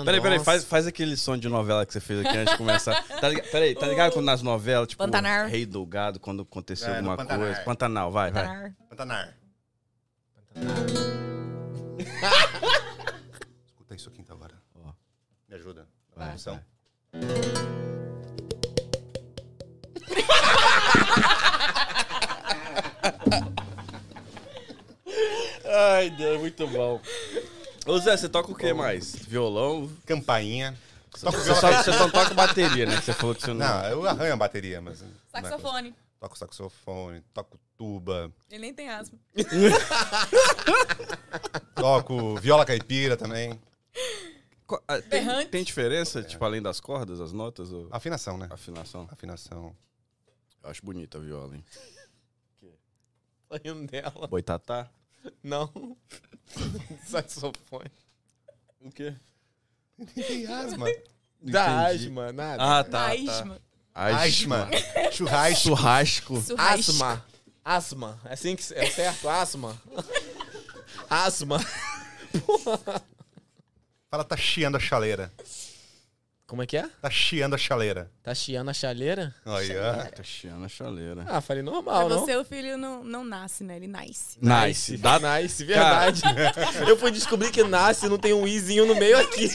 Speaker 1: Peraí, peraí, faz, faz aquele som de novela que você fez aqui antes de começar. Tá ligado, peraí, tá ligado quando nas novelas, tipo,
Speaker 2: Pantanar.
Speaker 1: Rei do Gado, quando aconteceu
Speaker 3: É, no
Speaker 1: alguma
Speaker 3: Pantanar.
Speaker 1: coisa. Pantanal, vai, vai.
Speaker 3: Pantanar. Escuta isso aqui então agora.
Speaker 1: Ó.
Speaker 3: Me ajuda.
Speaker 1: Vai,
Speaker 3: Produção.
Speaker 1: vai. Ai, Deus, muito bom. Ô Zé, você toca o que mais? Violão?
Speaker 3: Campainha. Toco
Speaker 1: Você
Speaker 3: violão-
Speaker 1: só, você só toca bateria, né? Que você falou que você não.
Speaker 3: Não, eu arranho a bateria, mas. é
Speaker 2: Saxofone.
Speaker 3: Toco saxofone, toco tuba,
Speaker 2: Ele nem tem asma.
Speaker 3: toco viola caipira também.
Speaker 1: Co- ah, Tem, tem diferença, tipo, além das cordas, as notas, ou
Speaker 3: Afinação, né?
Speaker 1: afinação?
Speaker 3: Afinação.
Speaker 1: Eu acho bonita a viola, hein?
Speaker 4: Tô rindo um dela.
Speaker 1: Boitatá?
Speaker 4: Não. Saxofone.
Speaker 1: O quê?
Speaker 3: Tem asma.
Speaker 4: Da
Speaker 1: Entendi.
Speaker 4: asma, nada.
Speaker 1: Ah, tá.
Speaker 2: Asma.
Speaker 1: tá.
Speaker 3: Asma. Churrasco.
Speaker 1: Churrasco.
Speaker 4: Asma. Asma. É assim que é certo? Asma. Asma.
Speaker 3: Fala, tá chiando a chaleira.
Speaker 4: Como é que é?
Speaker 3: Tá chiando a chaleira.
Speaker 4: Tá chiando a chaleira?
Speaker 3: Aí, ó.
Speaker 1: Tá chiando a chaleira.
Speaker 4: Ah, falei
Speaker 2: Pra
Speaker 4: normal, não?
Speaker 2: você, o filho não, não nasce, né? Ele nasce.
Speaker 1: Nice.
Speaker 4: Dá nice, verdade. Eu fui descobrir que nasce não tem um izinho no meio aqui.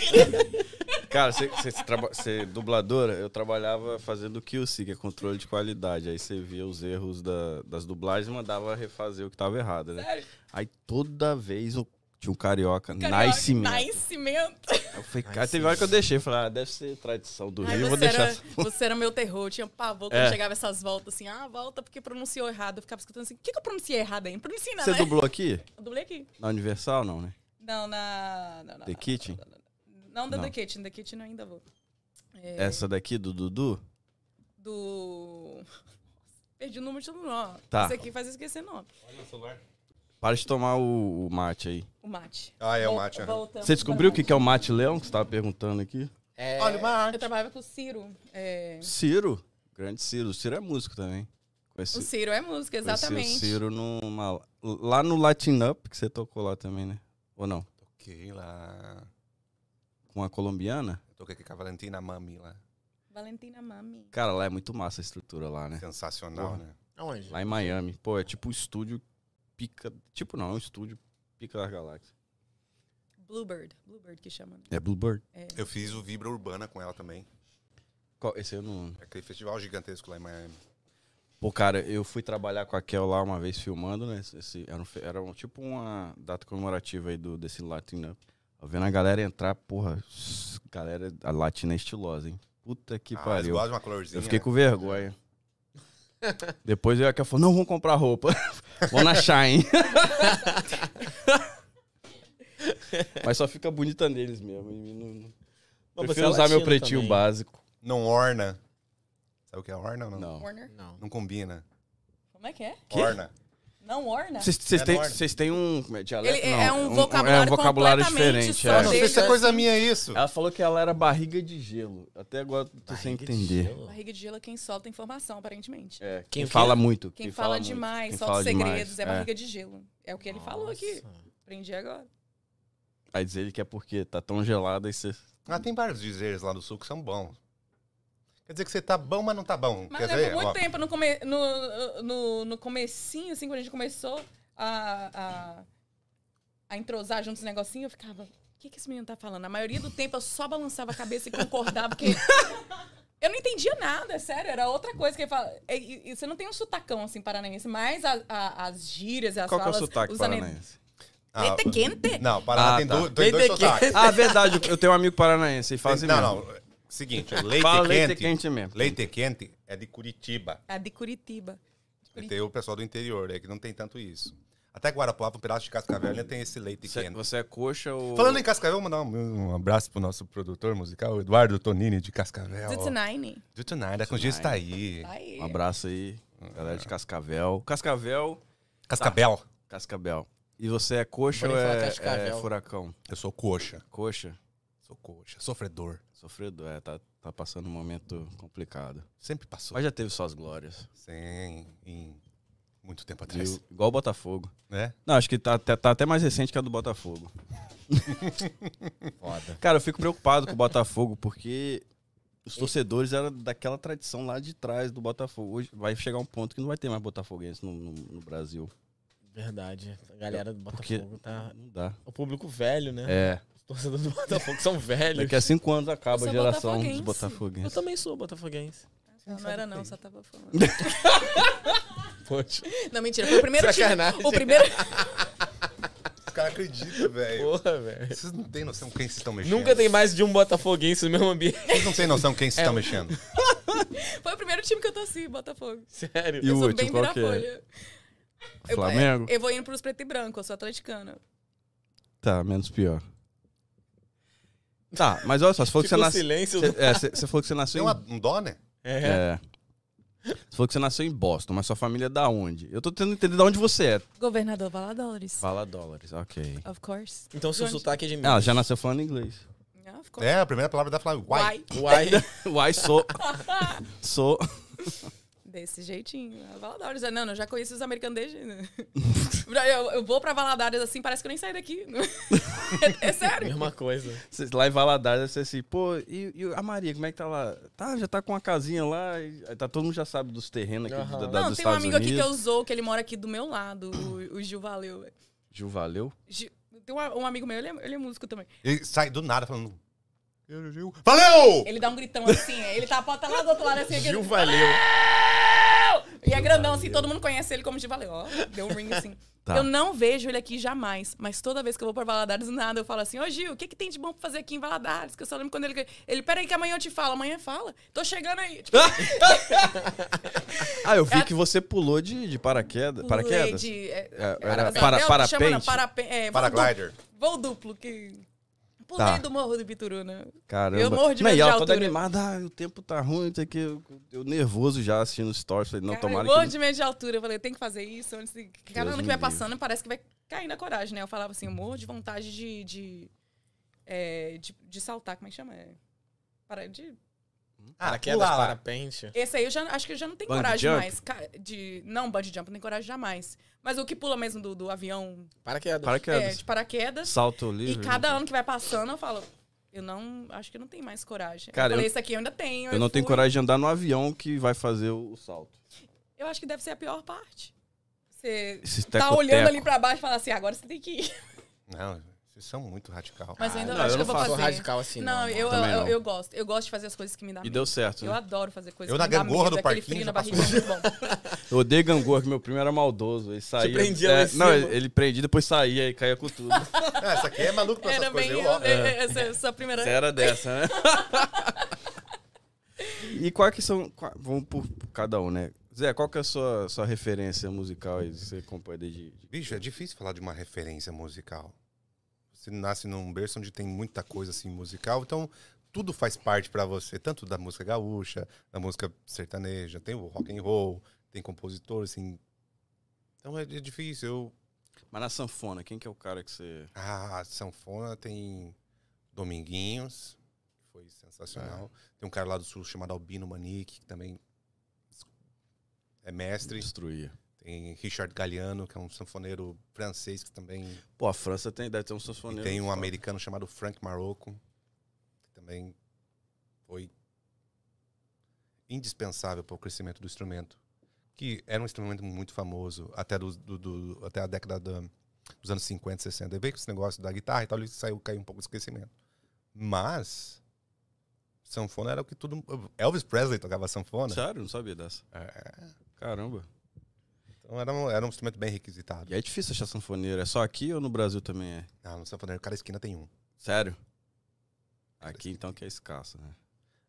Speaker 1: Cara, você- você você traba- você é dubladora, eu trabalhava fazendo QC, que é controle de qualidade. Aí você via os erros da- das dublagens e mandava refazer o que tava errado, né?
Speaker 2: Sério?
Speaker 1: Aí toda vez o- tinha um carioca,
Speaker 2: Carioca,
Speaker 1: nice mesmo.
Speaker 2: Nascimento.
Speaker 1: Eu falei, cara, teve hora que eu deixei. Falei, ah, deve ser tradição do
Speaker 2: Ai,
Speaker 1: Rio, vou
Speaker 2: você,
Speaker 1: deixar.
Speaker 2: era,
Speaker 1: essa-
Speaker 2: você era meu terror. Eu tinha pavor quando
Speaker 1: É.
Speaker 2: chegava essas voltas assim. Ah, volta porque pronunciou errado. Eu ficava escutando assim. O que, que eu pronunciei errado aí? Não pronunciei nada,
Speaker 1: Você é
Speaker 2: né?
Speaker 1: dublou aqui?
Speaker 2: Eu dublei aqui.
Speaker 1: Na Universal, não, né?
Speaker 2: Não, na... Não, não,
Speaker 1: The Kitchen?
Speaker 2: não da
Speaker 1: Não.
Speaker 2: The Kitchen. The Kitchen eu ainda vou. É,
Speaker 1: Essa daqui, do Dudu?
Speaker 2: Do... Perdi o número de nome.
Speaker 1: Tá.
Speaker 2: Isso aqui faz eu esquecer nome.
Speaker 1: Para de tomar o, o mate aí.
Speaker 2: O mate.
Speaker 3: Ah, é o
Speaker 2: Vol-
Speaker 3: mate. aham.
Speaker 2: voltamos
Speaker 1: Você descobriu o
Speaker 2: para
Speaker 1: que que é o mate leão que você tava perguntando aqui?
Speaker 4: É,
Speaker 3: Olha o
Speaker 2: o mate. Eu
Speaker 3: mate.
Speaker 2: trabalhava com o Ciro. é,
Speaker 1: Ciro. Grande Ciro. O Ciro é músico também. Conheci,
Speaker 2: O Ciro é música,
Speaker 1: conheci
Speaker 2: exatamente.
Speaker 1: o Ciro numa, lá no Latin Up, que você tocou lá também, né? Ou não?
Speaker 3: Toquei lá.
Speaker 1: Com a colombiana?
Speaker 3: Toquei com a Valentina Mami lá.
Speaker 2: Valentina Mami.
Speaker 1: Cara, lá é muito massa a estrutura lá, né?
Speaker 3: Sensacional,
Speaker 1: Porra.
Speaker 3: né?
Speaker 4: Aonde?
Speaker 1: Lá em Miami. Pô, é tipo um estúdio pica... Tipo não, é um estúdio pica das galáxias.
Speaker 2: Bluebird. Bluebird que chama. né?
Speaker 1: É Bluebird.
Speaker 3: Eu fiz o Vibra Urbana com ela também. É
Speaker 1: Qual- Esse eu não...
Speaker 3: Aquele festival gigantesco lá em Miami.
Speaker 1: Pô, cara, eu fui trabalhar com a Kel lá uma vez filmando, né? Esse- esse- era, um, fe- era um- tipo uma data comemorativa aí do, desse Latin Up. Tô vendo a galera entrar, porra, s- galera, a latina é estilosa, hein? Puta que
Speaker 3: ah, né? eles
Speaker 1: pariu.
Speaker 3: gostam de uma colorzinha.
Speaker 1: Eu fiquei com vergonha. Depois eu e a Kel falou, não, vamos comprar roupa. Vou na Shine. Mas só fica bonita neles mesmo. em mim não- não-
Speaker 4: Mas você é
Speaker 1: Prefiro usar meu
Speaker 4: latino
Speaker 1: pretinho
Speaker 4: também.
Speaker 1: básico.
Speaker 3: Não orna. Sabe o que é orna ou não?
Speaker 1: Não.
Speaker 2: Warner.
Speaker 4: Não.
Speaker 3: Não combina.
Speaker 2: Como é que é?
Speaker 3: Orna.
Speaker 2: Não Warner?
Speaker 1: Vocês- Vocês
Speaker 3: É
Speaker 1: têm-
Speaker 3: norte.
Speaker 1: vocês têm um como é, dialeto?
Speaker 2: Ele é
Speaker 1: Não,
Speaker 2: um vocabulário completamente só
Speaker 3: Ah,
Speaker 1: é.
Speaker 3: não
Speaker 2: dele.
Speaker 3: sei se é coisa minha isso.
Speaker 1: Ela falou que ela era barriga de gelo. Até agora eu tô sem
Speaker 4: Barriga de
Speaker 1: entender.
Speaker 4: gelo.
Speaker 2: Barriga de gelo é quem solta informação, aparentemente.
Speaker 1: É,
Speaker 4: Quem
Speaker 1: quem,
Speaker 4: o quê?
Speaker 1: fala muito.
Speaker 2: Quem, fala,
Speaker 1: muito,
Speaker 2: demais,
Speaker 1: quem
Speaker 2: solta
Speaker 1: fala demais,
Speaker 2: segredos, é barriga de gelo. É o que ele falou aqui.
Speaker 4: Nossa.
Speaker 2: Aprendi agora.
Speaker 1: Aí diz ele que é porque tá tão gelada e você...
Speaker 3: Ah, tem vários dizeres lá do sul que são bons. Quer dizer que você tá bom, mas não tá bom.
Speaker 2: Mas
Speaker 3: Quer
Speaker 2: levou
Speaker 3: dizer,
Speaker 2: muito
Speaker 3: ó,
Speaker 2: tempo no, come, no, no, no comecinho, assim, quando a gente começou a, a, a entrosar juntos os negocinhos, eu ficava, o que, que esse menino tá falando? A maioria do tempo eu só balançava a cabeça e concordava, porque eu não entendia nada, é sério, era outra coisa que ele fala. E- E, e você não tem um sotacão, assim, paranaense, mas a- a- as gírias, as
Speaker 1: Qual que é o
Speaker 2: falas,
Speaker 1: sotaque
Speaker 2: os ane-
Speaker 1: paranaense?
Speaker 3: Ah,
Speaker 2: Leite quente?
Speaker 3: Não,
Speaker 1: Ah,
Speaker 3: Paraná tem,
Speaker 1: tá.
Speaker 3: do, tem dois
Speaker 4: Leite
Speaker 3: sotaques.
Speaker 1: Ah, verdade, eu tenho um amigo paranaense, ele fala assim
Speaker 3: não,
Speaker 1: mesmo.
Speaker 3: não. Seguinte, o leite
Speaker 1: Fala
Speaker 3: quente.
Speaker 1: leite quente mesmo.
Speaker 3: Leite quente é de Curitiba.
Speaker 2: A de Curitiba.
Speaker 3: Tem o pessoal do interior, é que não tem tanto isso. Até Guarapuava, um pedaço de Cascavel, ainda tem esse leite
Speaker 1: Você,
Speaker 3: quente.
Speaker 1: você é coxa ou...
Speaker 3: Falando em Cascavel, mandar um, um abraço pro nosso produtor musical, Eduardo Tonini, de
Speaker 1: É,
Speaker 3: Cascavel.
Speaker 2: Zutinaine.
Speaker 3: Do Tonight, a Congês tá aí.
Speaker 2: Aí.
Speaker 1: Um abraço aí, galera de Cascavel. Cascavel,
Speaker 3: Cascavel.
Speaker 1: Cascavel. E você é coxa
Speaker 4: Vou
Speaker 1: ou
Speaker 4: nem falar
Speaker 1: é,
Speaker 4: Cascavel.
Speaker 1: é furacão?
Speaker 3: Eu sou coxa.
Speaker 1: Coxa?
Speaker 3: Sou coxa. Sofredor.
Speaker 1: Sofrido, é, tá, tá passando um momento complicado.
Speaker 3: Sempre passou.
Speaker 1: Mas já teve suas glórias.
Speaker 3: Sim, em muito tempo atrás.
Speaker 1: Viu? Igual o Botafogo.
Speaker 3: Né?
Speaker 1: Não, acho que tá, até- tá até mais recente que a do Botafogo.
Speaker 4: Foda.
Speaker 1: Cara, eu fico preocupado com o Botafogo, porque os torcedores eram daquela tradição lá de trás do Botafogo. Hoje vai chegar um ponto que não vai ter mais botafoguense no, no- no Brasil.
Speaker 4: Verdade. A galera do
Speaker 1: Porque
Speaker 4: Botafogo tá.
Speaker 1: não dá.
Speaker 4: O público velho, né?
Speaker 1: É.
Speaker 4: Os torcedores do Botafogo são velhos.
Speaker 1: Daqui a cinco anos acaba a
Speaker 2: sou
Speaker 1: geração dos
Speaker 4: Eu
Speaker 1: botafoguenses.
Speaker 4: também sou botafoguense.
Speaker 2: Não, não era não, só tava falando.
Speaker 4: Poxa.
Speaker 2: Não, mentira. Foi o primeiro time.
Speaker 4: Sacanagem.
Speaker 2: O primeiro...
Speaker 3: Os caras acreditam, velho.
Speaker 4: Porra, velho.
Speaker 3: Vocês não têm noção quem vocês estão mexendo.
Speaker 4: Nunca tem mais de um botafoguense no mesmo ambiente.
Speaker 3: Vocês não têm noção quem vocês estão mexendo.
Speaker 2: Foi o primeiro time que eu torci, Botafogo.
Speaker 4: Sério.
Speaker 1: E
Speaker 2: Eu
Speaker 1: o
Speaker 2: sou
Speaker 1: último,
Speaker 2: bem
Speaker 1: qual que é?
Speaker 2: virafolha.
Speaker 1: Flamengo?
Speaker 2: Eu, É. eu vou indo pros preto e branco, eu sou atleticana.
Speaker 1: Tá, menos pior. Tá, mas olha só, você falou que você
Speaker 4: Ficou
Speaker 1: nasceu.
Speaker 4: silêncio.
Speaker 1: Você, é, você- você falou que você nasceu
Speaker 3: Tem
Speaker 1: em
Speaker 3: uma, um dó, né?
Speaker 4: É.
Speaker 1: É. Você falou que você nasceu em Boston, mas sua família é da onde? Eu tô tentando entender de onde você é.
Speaker 2: Governador Valadores.
Speaker 1: Fala dólares, ok.
Speaker 2: Of course.
Speaker 4: Então seu sotaque é de mim.
Speaker 1: Ela Ah, já nasceu falando inglês.
Speaker 2: Ah, ficou.
Speaker 3: É, a primeira palavra da Flávia. Uai.
Speaker 2: Uai.
Speaker 4: Uai.
Speaker 1: Uai, sou. sou.
Speaker 2: Desse jeitinho. A Valadares. ah, Não, eu já conheço os americanos desde. né? eu, eu vou pra Valadares assim, parece que eu nem saí daqui. é, é sério.
Speaker 4: Mesma coisa.
Speaker 1: Cês Lá em Valadares, você assim, pô, e, e a Maria, como é que tá lá? Tá, já tá com uma casinha lá, e- aí tá, todo mundo já sabe dos terrenos aqui
Speaker 4: Aham.
Speaker 1: da, da,
Speaker 2: Não,
Speaker 1: dos
Speaker 2: tem um
Speaker 1: Estados
Speaker 2: amigo aqui que
Speaker 1: Unidos.
Speaker 2: eu usou, que ele mora aqui do meu lado, o, o Gil Valeu. velho.
Speaker 1: Gil, valeu.
Speaker 2: Gil- tem um, um amigo meu, ele é, ele é músico também.
Speaker 3: Ele sai do nada falando. "Eu, Gil." Valeu!
Speaker 2: Ele dá um gritão assim, é, ele tá a porta lá do outro lado assim.
Speaker 4: Gil
Speaker 2: aquele-
Speaker 4: valeu.
Speaker 2: E é grandão, assim, todo mundo conhece ele como de valeu. Ó, deu um ring assim.
Speaker 1: Tá.
Speaker 2: Eu não vejo ele aqui jamais, mas toda vez que eu vou pra Valadares, nada, eu falo assim, ô Gil, o que, que tem de bom pra fazer aqui em Valadares? Que eu só lembro quando ele. Ele, peraí que amanhã eu te falo, amanhã fala. Tô chegando aí. Tipo,
Speaker 1: Ah, eu vi que você pulou de, de paraquedas.
Speaker 2: É. pulei
Speaker 1: Paraquedas?
Speaker 2: de- é,
Speaker 1: É,
Speaker 2: era-
Speaker 1: era
Speaker 2: é,
Speaker 1: para-
Speaker 2: é o que
Speaker 1: parapente?
Speaker 2: chama, não, parape- é, voo
Speaker 3: Paraglider.
Speaker 2: duplo- Voo duplo, que. Pulei
Speaker 1: Tá.
Speaker 2: do morro do né? Bituruna.
Speaker 1: Caramba.
Speaker 2: Eu morro de
Speaker 1: Não,
Speaker 2: medo de
Speaker 1: e ela toda
Speaker 2: altura.
Speaker 1: animada, ah, o tempo tá ruim, não sei o que. Eu, eu nervoso já assistindo stories. Falei, não,
Speaker 2: Cara,
Speaker 1: tomara
Speaker 2: eu morro
Speaker 1: que.
Speaker 2: de medo de altura. Eu falei, tem que fazer isso. antes de- Cada
Speaker 1: Deus
Speaker 2: ano que
Speaker 1: me
Speaker 2: vai
Speaker 1: livre.
Speaker 2: passando, parece que vai caindo a coragem, né? Eu falava assim, eu morro de vontade de. de, é, de, de saltar, como é que chama? É, para, de,
Speaker 3: Ah,
Speaker 4: Paraquedas,
Speaker 3: pula lá.
Speaker 4: parapente.
Speaker 2: esse aí eu já acho que eu já não tenho
Speaker 1: Bungee
Speaker 2: coragem
Speaker 1: jump?
Speaker 2: mais. ca- De, não, bungee jump, não tenho coragem jamais. Mas o que pula mesmo do, do avião
Speaker 4: Paraquedas.
Speaker 2: é,
Speaker 1: Paraquedas.
Speaker 2: de paraquedas.
Speaker 1: tipo, Salto
Speaker 2: E
Speaker 1: livre.
Speaker 2: cada ano que vai passando, eu falo, eu não. Acho que eu não tenho mais coragem. eu
Speaker 1: Cara,
Speaker 2: falei,
Speaker 1: eu-
Speaker 2: esse aqui eu ainda tenho.
Speaker 1: Eu não tenho
Speaker 2: fui.
Speaker 1: coragem de andar no avião que vai fazer o o salto.
Speaker 2: Eu acho que deve ser a pior parte. Você
Speaker 1: Esse
Speaker 2: tá
Speaker 1: teco-teco.
Speaker 2: olhando ali pra baixo e fala assim, agora você tem que ir.
Speaker 3: Não, vocês são muito radical.
Speaker 2: Mas eu ainda
Speaker 1: não,
Speaker 2: acho
Speaker 1: eu
Speaker 2: que eu
Speaker 1: não
Speaker 2: vou
Speaker 1: faço
Speaker 2: fazer.
Speaker 4: radical assim,
Speaker 2: não,
Speaker 4: não,
Speaker 2: eu, eu,
Speaker 1: também não.
Speaker 2: eu gosto. Eu gosto de fazer as coisas que me dão
Speaker 1: E
Speaker 2: medo.
Speaker 1: deu certo.
Speaker 2: Eu
Speaker 1: né?
Speaker 2: adoro fazer coisas
Speaker 3: Eu
Speaker 2: que
Speaker 3: na
Speaker 2: me dão
Speaker 3: gangorra
Speaker 2: medo.
Speaker 3: do
Speaker 2: aquele
Speaker 3: parquinho
Speaker 2: frio
Speaker 3: já
Speaker 2: na
Speaker 3: passou.
Speaker 2: barriga é muito bom.
Speaker 1: Eu odeio gangorra, que meu primo era maldoso. Ele saía. É,
Speaker 4: prendia lá em cima.
Speaker 1: Não, ele, ele prendia, depois saía e caía com tudo.
Speaker 3: Ah, essa aqui é maluco pra
Speaker 2: Era
Speaker 3: essas
Speaker 2: bem.
Speaker 3: coisas. Eu, ó,
Speaker 2: é, é, Essa, essa primeira.
Speaker 1: Você era dessa, né? e qual que são. qua- vamos por por cada um, né? Zé, qual que é a sua, sua referência musical aí? Você compõe desde. de-
Speaker 3: Bicho, é difícil falar de uma referência musical. Você nasce num berço onde tem muita coisa assim musical, então tudo faz parte pra você, tanto da música gaúcha, da música sertaneja, tem o rock and roll, tem compositor assim. Então é, é difícil. Eu,
Speaker 1: Mas na sanfona, quem que é o cara que você.
Speaker 3: ah, sanfona tem Dominguinhos, que foi sensacional. Tem um cara lá do sul chamado Albino Manique, que também é mestre.
Speaker 1: Destruía.
Speaker 3: Tem Richard Galliano, que é um sanfoneiro francês que também
Speaker 1: Pô, a França tem, deve ter um
Speaker 3: E
Speaker 1: sanfoneiro.
Speaker 3: tem um
Speaker 1: foda.
Speaker 3: americano chamado Frank Marocco, que também foi indispensável para o crescimento do instrumento, que era um instrumento muito famoso até, do, do- do- até a década da- dos anos 50, 60. Aí veio com esse negócio da guitarra e tal, ele saiu, caiu um pouco do esquecimento. Mas, sanfona era o que tudo... Elvis Presley tocava sanfona.
Speaker 1: Sério? Não sabia dessa.
Speaker 3: É,
Speaker 1: Caramba.
Speaker 3: Então era um, era um instrumento bem requisitado.
Speaker 1: E é difícil achar sanfoneiro. É só aqui ou no Brasil também é?
Speaker 3: Ah, no sanfoneiro, cada esquina tem um.
Speaker 1: Sério? Aqui então que é escasso, né?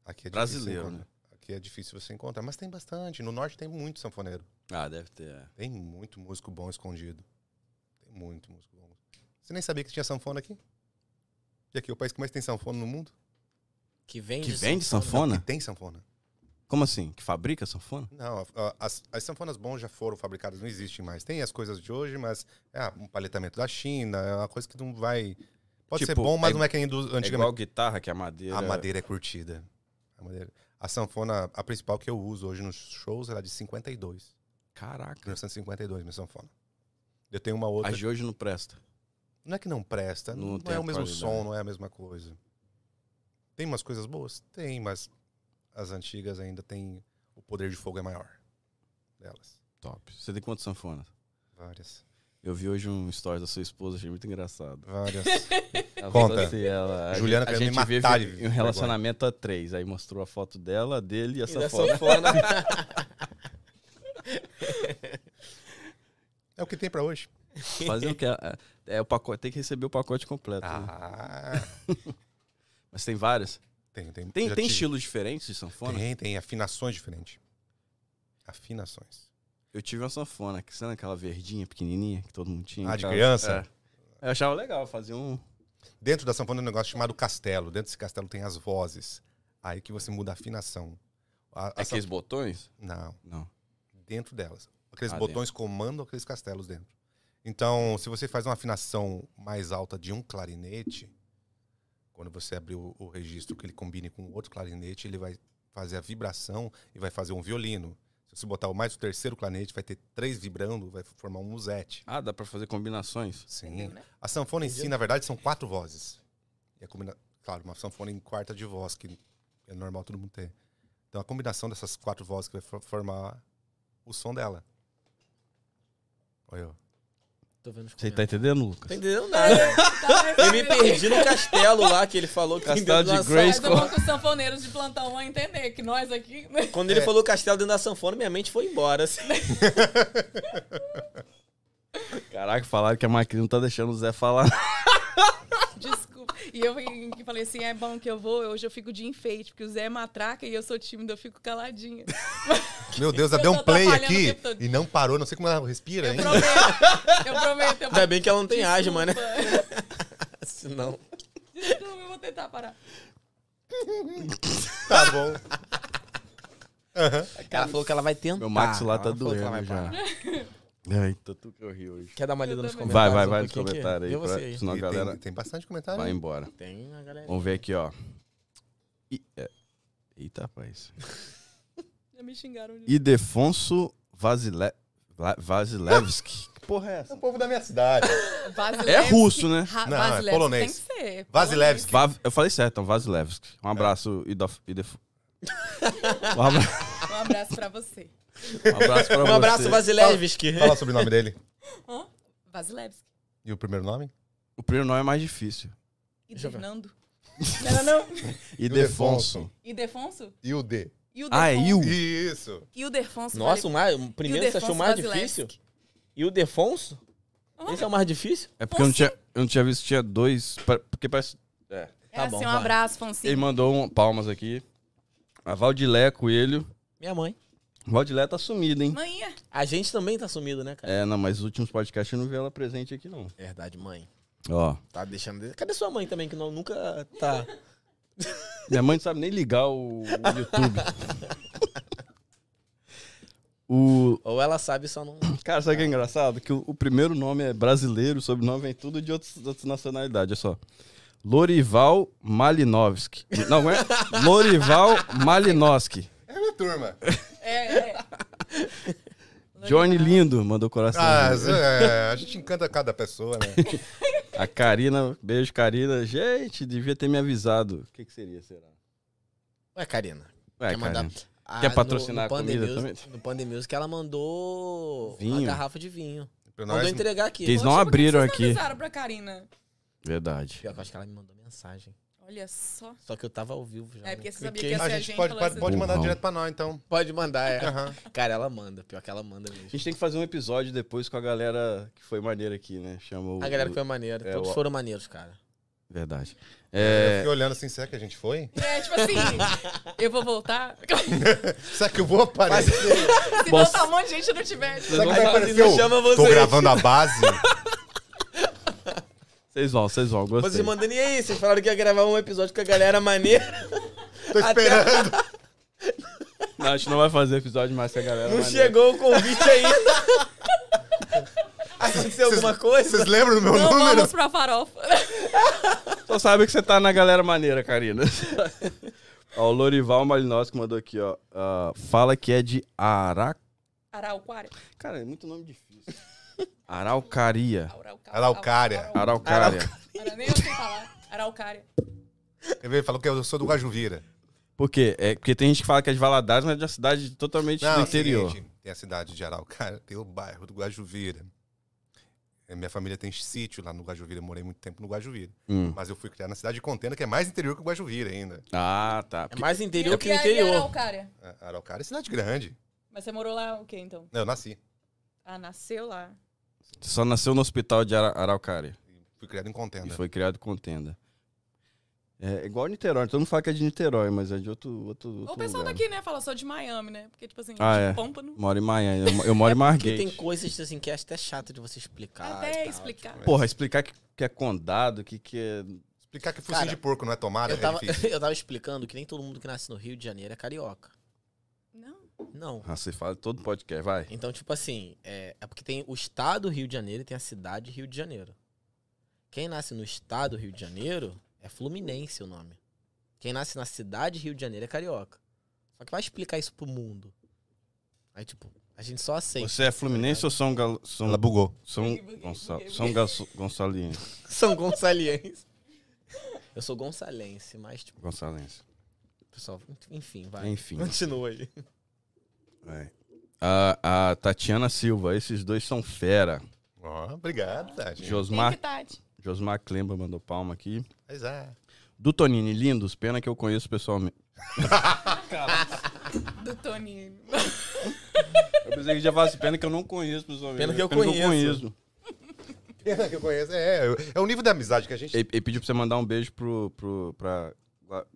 Speaker 3: Aqui é difícil
Speaker 1: Brasileiro, né?
Speaker 3: encontrar. Aqui é difícil você encontrar, mas tem bastante. No norte tem muito sanfoneiro.
Speaker 1: Ah, deve ter. é.
Speaker 3: Tem muito músico bom escondido. Tem muito músico bom. Você nem sabia que tinha sanfona aqui? E aqui é o país que mais tem sanfona no mundo?
Speaker 4: Que vende,
Speaker 1: Que vende sanfona?
Speaker 3: Que tem sanfona.
Speaker 1: Como assim? Que fabrica sanfona?
Speaker 3: Não, a- a- as, as sanfonas bons já foram fabricadas, não existem mais. Tem as coisas de hoje, mas é ah, um paletamento da China, é uma coisa que não vai. Pode ser
Speaker 1: Tipo,
Speaker 3: bom, mas
Speaker 1: é
Speaker 3: não é que nem do,
Speaker 1: É igual
Speaker 3: antigamente.
Speaker 1: guitarra, que a madeira...
Speaker 3: a madeira é curtida. A, madeira- a sanfona, a principal que eu uso hoje nos shows, ela é de 52.
Speaker 1: Caraca.
Speaker 3: 1952, minha sanfona. Eu tenho uma outra.
Speaker 1: As de hoje não presta.
Speaker 3: Não é que não presta,
Speaker 1: Não
Speaker 3: não,
Speaker 1: tem
Speaker 3: é
Speaker 1: a
Speaker 3: o mesmo
Speaker 1: qualidade.
Speaker 3: som, não é a mesma coisa. Tem umas coisas boas? Tem, mas as antigas ainda tem. O poder de fogo é maior delas.
Speaker 1: Top. Você tem quantas sanfonas?
Speaker 3: Várias.
Speaker 1: Eu vi hoje um story da sua esposa, achei muito engraçado.
Speaker 3: Várias.
Speaker 1: Ela
Speaker 3: Conta.
Speaker 1: falou assim, ela, a
Speaker 3: Juliana
Speaker 1: gente- a
Speaker 3: querendo me
Speaker 1: gente
Speaker 3: matar
Speaker 1: vive
Speaker 3: de
Speaker 1: em um relacionamento a três. Aí mostrou a foto dela, dele e
Speaker 4: E da
Speaker 1: essa foto.
Speaker 4: sanfona.
Speaker 3: é o que tem pra hoje.
Speaker 1: Fazer o que? É, é o pacote, tem que receber o pacote completo. né?
Speaker 3: Ah,
Speaker 1: Mas tem várias.
Speaker 3: tem,
Speaker 1: Tem,
Speaker 3: tem. já
Speaker 1: tem né?
Speaker 3: tive.
Speaker 1: estilos diferentes de sanfona?
Speaker 3: Tem, tem afinações diferentes. Afinações.
Speaker 1: Eu tive uma sanfona, que sabe aquela verdinha pequenininha que todo mundo tinha? em
Speaker 3: Ah, de
Speaker 1: casa?
Speaker 3: criança? É
Speaker 1: É. Eu achava legal fazer um.
Speaker 3: Dentro da sanfona tem um negócio chamado castelo. Dentro desse castelo tem as vozes. Aí que você muda a afinação. A- a
Speaker 1: É Aqueles
Speaker 3: sanfona-
Speaker 1: botões?
Speaker 3: Não.
Speaker 1: Não.
Speaker 3: dentro delas. Aqueles
Speaker 1: Ah,
Speaker 3: botões comandam aqueles castelos dentro. Então, se você faz uma afinação mais alta de um clarinete, quando você abrir o, o registro que ele combine com outro clarinete, ele vai fazer a vibração e vai fazer um violino. Se você botar o mais o terceiro clarinete, vai ter três vibrando, vai formar um musete.
Speaker 1: Ah, dá pra fazer combinações?
Speaker 3: Sim. A sanfona em si, na verdade, são quatro vozes. E a combina... Claro, uma sanfona em quarta de voz, que é normal todo mundo ter. Então a combinação dessas quatro vozes que vai for- formar o som dela. Olha eu.
Speaker 4: Tô vendo os
Speaker 1: Você tá entendendo,
Speaker 4: Tô
Speaker 1: Lucas?
Speaker 4: entendendo nada. Eu me perdi no castelo lá que ele falou que tem
Speaker 1: Castelo
Speaker 4: dentro
Speaker 1: de
Speaker 4: da
Speaker 1: Grayskull.
Speaker 6: Mas é bom que os sanfoneiros de plantão vão entender que nós aqui.
Speaker 4: san- Quando ele
Speaker 3: É.
Speaker 4: falou castelo dentro da sanfona, minha mente foi embora. assim.
Speaker 1: Caraca, falaram que a máquina não tá deixando o Zé falar.
Speaker 2: Desculpa. E eu em- que falei assim: é bom que eu vou, hoje eu fico de enfeite, porque o Zé é matraca e eu sou tímida, eu fico caladinha.
Speaker 3: Meu Deus, ela
Speaker 6: Eu
Speaker 3: deu
Speaker 6: tô
Speaker 3: um play
Speaker 6: atrapalhando o
Speaker 3: aqui
Speaker 6: tempo todo.
Speaker 3: e não parou. Não sei como ela respira ainda.
Speaker 6: Prometo. Eu prometo. Eu
Speaker 4: Ainda bem que ela não tem asma, né?
Speaker 6: prometo.
Speaker 4: Se não.
Speaker 6: Desculpa, eu vou tentar parar.
Speaker 3: Tá bom.
Speaker 4: Ela falou que ela vai tentar.
Speaker 1: Meu
Speaker 3: Ah,
Speaker 1: maxilar tá
Speaker 4: Ela falou que ela
Speaker 1: doendo
Speaker 4: vai
Speaker 1: já.
Speaker 4: parar.
Speaker 3: É,
Speaker 1: Ai, tô
Speaker 3: então.
Speaker 1: tudo que eu ri hoje.
Speaker 4: Quer dar uma lida nos
Speaker 6: também.
Speaker 4: comentários?
Speaker 1: Vai, vai,
Speaker 4: um
Speaker 1: vai nos
Speaker 4: pouquinho aqui?
Speaker 1: comentários
Speaker 4: Vê
Speaker 1: aí, pra-
Speaker 4: você aí.
Speaker 1: senão a
Speaker 3: E tem-
Speaker 1: galera
Speaker 3: tem, bastante comentário.
Speaker 1: vai embora.
Speaker 4: Tem a galera.
Speaker 1: Vamos ver aqui, ó. I- é. Eita, rapaz.
Speaker 6: Já me xingaram. De...
Speaker 1: Idefonso Vasile... Va- Vasilevski. Que porra é
Speaker 3: É o
Speaker 1: essa?
Speaker 3: povo da minha cidade.
Speaker 2: Vasilevski.
Speaker 1: É russo, né?
Speaker 2: Ra-
Speaker 3: Não, é
Speaker 2: Vasilevski
Speaker 3: polonês.
Speaker 2: Tem que ser.
Speaker 3: Vasilevski.
Speaker 1: Va- Eu falei certo, então, Vasilevski. Um abraço, Idof... Idef... um abra-
Speaker 2: Um abraço pra você.
Speaker 1: um abraço pra
Speaker 4: Um abraço,
Speaker 1: você.
Speaker 4: Vasilevski.
Speaker 3: Fala sobre o nome dele.
Speaker 2: Vasilevski.
Speaker 3: E o primeiro nome?
Speaker 1: O primeiro nome é mais difícil.
Speaker 2: E
Speaker 4: Deixa eu ver.
Speaker 2: Fernando.
Speaker 6: Não, não, não.
Speaker 1: Idefonso.
Speaker 6: E Defonso?
Speaker 3: Ilde.
Speaker 2: E o
Speaker 1: Ah, é
Speaker 2: Defonso.
Speaker 1: Iu.
Speaker 3: Isso.
Speaker 2: E o Defonso.
Speaker 4: Nossa, o,
Speaker 2: falei-
Speaker 4: mais, o primeiro que você achou
Speaker 2: Ildefonso
Speaker 4: mais
Speaker 2: Vasilevski.
Speaker 4: difícil? E o Defonso? Esse é o mais difícil?
Speaker 1: É porque eu não, tinha, eu não tinha visto que tinha dois. pa- Porque parece. É.
Speaker 2: Era
Speaker 4: Tá bom,
Speaker 2: assim, um
Speaker 4: vai.
Speaker 2: abraço,
Speaker 1: Ele
Speaker 2: Foncinho.
Speaker 1: mandou um, palmas aqui. A Valdilé Coelho.
Speaker 4: Minha mãe.
Speaker 1: Valdilé tá sumida, hein?
Speaker 2: Manhinha.
Speaker 4: A gente também tá sumido, né, cara? É
Speaker 1: É, não, mas os últimos podcasts eu não vi ela presente aqui, não.
Speaker 4: Verdade, mãe.
Speaker 1: Ó.
Speaker 4: Tá deixando. de- Cadê sua mãe também, que não, nunca tá.
Speaker 1: Minha mãe não sabe nem ligar o, o YouTube. o.
Speaker 4: Ou ela sabe, só não.
Speaker 1: Cara, sabe o que é engraçado? Que o, o primeiro nome é brasileiro, o sobrenome vem tudo de outros, outras nacionalidades, olha só. Lorival Malinovski. Não, não é? Lorival Malinowski.
Speaker 3: É a minha turma.
Speaker 6: É, é.
Speaker 1: Johnny Lindo mandou coração.
Speaker 3: Ah, é, a gente encanta cada pessoa, né?
Speaker 1: A Karina, beijo, Karina. Gente, devia ter me avisado. O que, que seria, será?
Speaker 4: Ué, Karina.
Speaker 1: Ué,
Speaker 4: quer mandar.
Speaker 1: É, Karina.
Speaker 4: Ah,
Speaker 1: Quer patrocinar a
Speaker 4: Pandemius-
Speaker 1: comida também?
Speaker 4: No Pandemius que ela mandou uma
Speaker 1: Vinho.
Speaker 4: garrafa de vinho.
Speaker 3: Pra
Speaker 4: mandou
Speaker 3: nós,
Speaker 4: entregar aqui.
Speaker 1: Eles não
Speaker 6: Poxa, por que
Speaker 1: abriram
Speaker 6: vocês não
Speaker 1: aqui.
Speaker 6: avisaram pra Karina.
Speaker 1: Verdade.
Speaker 4: Pior que eu acho que ela me mandou mensagem.
Speaker 2: Olha só.
Speaker 4: Só que eu tava ao vivo já.
Speaker 2: É,
Speaker 4: né?
Speaker 2: porque você sabia
Speaker 4: Cliquei.
Speaker 2: que ia
Speaker 3: A
Speaker 2: Se a
Speaker 3: gente
Speaker 2: gente
Speaker 3: pode,
Speaker 2: falasse-
Speaker 3: pode, pode mandar
Speaker 1: Burrão.
Speaker 3: direto pra nós, então.
Speaker 4: Pode mandar, é.
Speaker 3: Aham.
Speaker 4: Cara, ela manda. Pior que ela manda
Speaker 1: A
Speaker 4: mesmo.
Speaker 1: gente tem que fazer um episódio depois com a galera que foi maneira aqui, né? Chamou.
Speaker 4: A galera que foi maneira.
Speaker 1: É,
Speaker 4: Todos
Speaker 1: o-
Speaker 4: foram maneiros, cara.
Speaker 1: Verdade.
Speaker 3: Eu
Speaker 1: É,
Speaker 3: fiquei olhando assim, será que a gente foi?
Speaker 2: É, tipo assim, eu vou voltar.
Speaker 3: Será que eu vou aparecer?
Speaker 2: Se voltar um monte de gente e não tiver.
Speaker 1: vocês,
Speaker 3: Será que
Speaker 1: vão,
Speaker 3: vai aparecer o...
Speaker 4: chama vocês.
Speaker 3: Tô gravando a base?
Speaker 1: vocês vão, vocês vão. Gostei.
Speaker 4: Vocês mandando, e aí? Vocês falaram que ia gravar um episódio com a galera maneira.
Speaker 3: Tô esperando.
Speaker 1: Não, a gente não vai fazer episódio mais que a galera.
Speaker 4: Não
Speaker 1: maneira.
Speaker 4: chegou o convite ainda. Aconteceu
Speaker 3: Vocês-
Speaker 4: alguma coisa?
Speaker 3: Vocês lembram do meu
Speaker 2: Não
Speaker 3: número?
Speaker 2: vamos pra farofa.
Speaker 1: Só sabe que você tá na galera maneira, Karina. ó, o Lorival Malinowski mandou aqui, ó. ah, fala que é de Arac...
Speaker 2: Araucária.
Speaker 1: Cara, é muito nome difícil. Araucaria.
Speaker 2: Araucária.
Speaker 3: Araucária.
Speaker 1: Araucária.
Speaker 2: Ara- Nem eu sei falar. Araucária.
Speaker 3: Ele falou que eu sou do Guajuvira.
Speaker 1: Por quê? É, porque tem gente que fala que é de Valadares, mas é de uma cidade totalmente
Speaker 3: Não, é
Speaker 1: do
Speaker 3: o
Speaker 1: interior.
Speaker 3: seguinte, tem a cidade de Araucária, tem o bairro do Guajuvira. É, Minha família tem sítio lá no Guajuvira, eu morei muito tempo no Guajuvira.
Speaker 1: Hum.
Speaker 3: Mas eu fui criado na cidade de Contenda, que é mais interior que o Guajuvira ainda.
Speaker 1: Ah, tá.
Speaker 4: É
Speaker 1: Porque-
Speaker 4: mais
Speaker 2: E
Speaker 4: interior que o
Speaker 2: aí,
Speaker 4: interior.
Speaker 2: Araucária.
Speaker 3: A- Araucária é cidade grande.
Speaker 2: Mas você morou lá o quê, então?
Speaker 3: Não, Eu nasci.
Speaker 2: Ah, nasceu lá.
Speaker 1: Você só nasceu no hospital de Ara- Araucária.
Speaker 3: Fui criado em Contenda.
Speaker 1: E foi criado contenda. É igual Niterói. Todo mundo fala que é de Niterói, mas é de outro, outro, outro
Speaker 2: O pessoal
Speaker 1: lugar.
Speaker 2: daqui, né, fala só de Miami, né? Porque, tipo assim,
Speaker 1: Ah,
Speaker 2: de
Speaker 1: é.
Speaker 2: Pompano.
Speaker 1: Moro em Miami. Eu, eu moro em Margate.
Speaker 4: Porque tem coisas assim que é até chato de você explicar. e
Speaker 2: Até
Speaker 4: tal.
Speaker 2: explicar.
Speaker 1: Porra, explicar que, que é condado, que, que é...
Speaker 3: Explicar que focinho
Speaker 4: Cara,
Speaker 3: de porco não é tomada
Speaker 4: Eu tava,
Speaker 3: é difícil.
Speaker 4: eu tava explicando que nem todo mundo que nasce no Rio de Janeiro é carioca.
Speaker 2: Não.
Speaker 4: Não.
Speaker 1: Ah, você fala todo podcast, vai.
Speaker 4: Então, tipo assim, é, é porque tem o estado Rio de Janeiro e tem a cidade Rio de Janeiro. Quem nasce no estado Rio de Janeiro é Fluminense o nome. Quem nasce na cidade Rio de Janeiro é carioca. Só que vai explicar isso pro mundo. Aí, tipo, a gente só aceita.
Speaker 1: Você é fluminense ou São Gal... São...
Speaker 3: Ela bugou.
Speaker 1: São, Gonçal... São Gonçal... Gonçalense.
Speaker 4: São gonçaliense. Eu sou gonçalense, mas, tipo,
Speaker 1: Gonçalense.
Speaker 4: pessoal, enfim, vai.
Speaker 1: Enfim.
Speaker 4: Continua aí.
Speaker 1: É. A, a Tatiana Silva, esses dois são fera.
Speaker 3: Ó, obrigado, tá, Tati.
Speaker 2: Tem
Speaker 1: Josmar,
Speaker 2: que tá Tati.
Speaker 1: Josmar Clemba mandou palma aqui.
Speaker 3: Pois é.
Speaker 1: Do Tonini, lindos, pena que eu conheço pessoalmente.
Speaker 2: Do Tony.
Speaker 1: Eu pensei que já falasse, pena que eu não conheço pessoalmente.
Speaker 4: Pena que eu conheço.
Speaker 3: Pena que eu conheço. É, é, é o nível da amizade que a gente
Speaker 1: Ele, ele pediu pra você mandar um beijo pro, pro, pra Gua-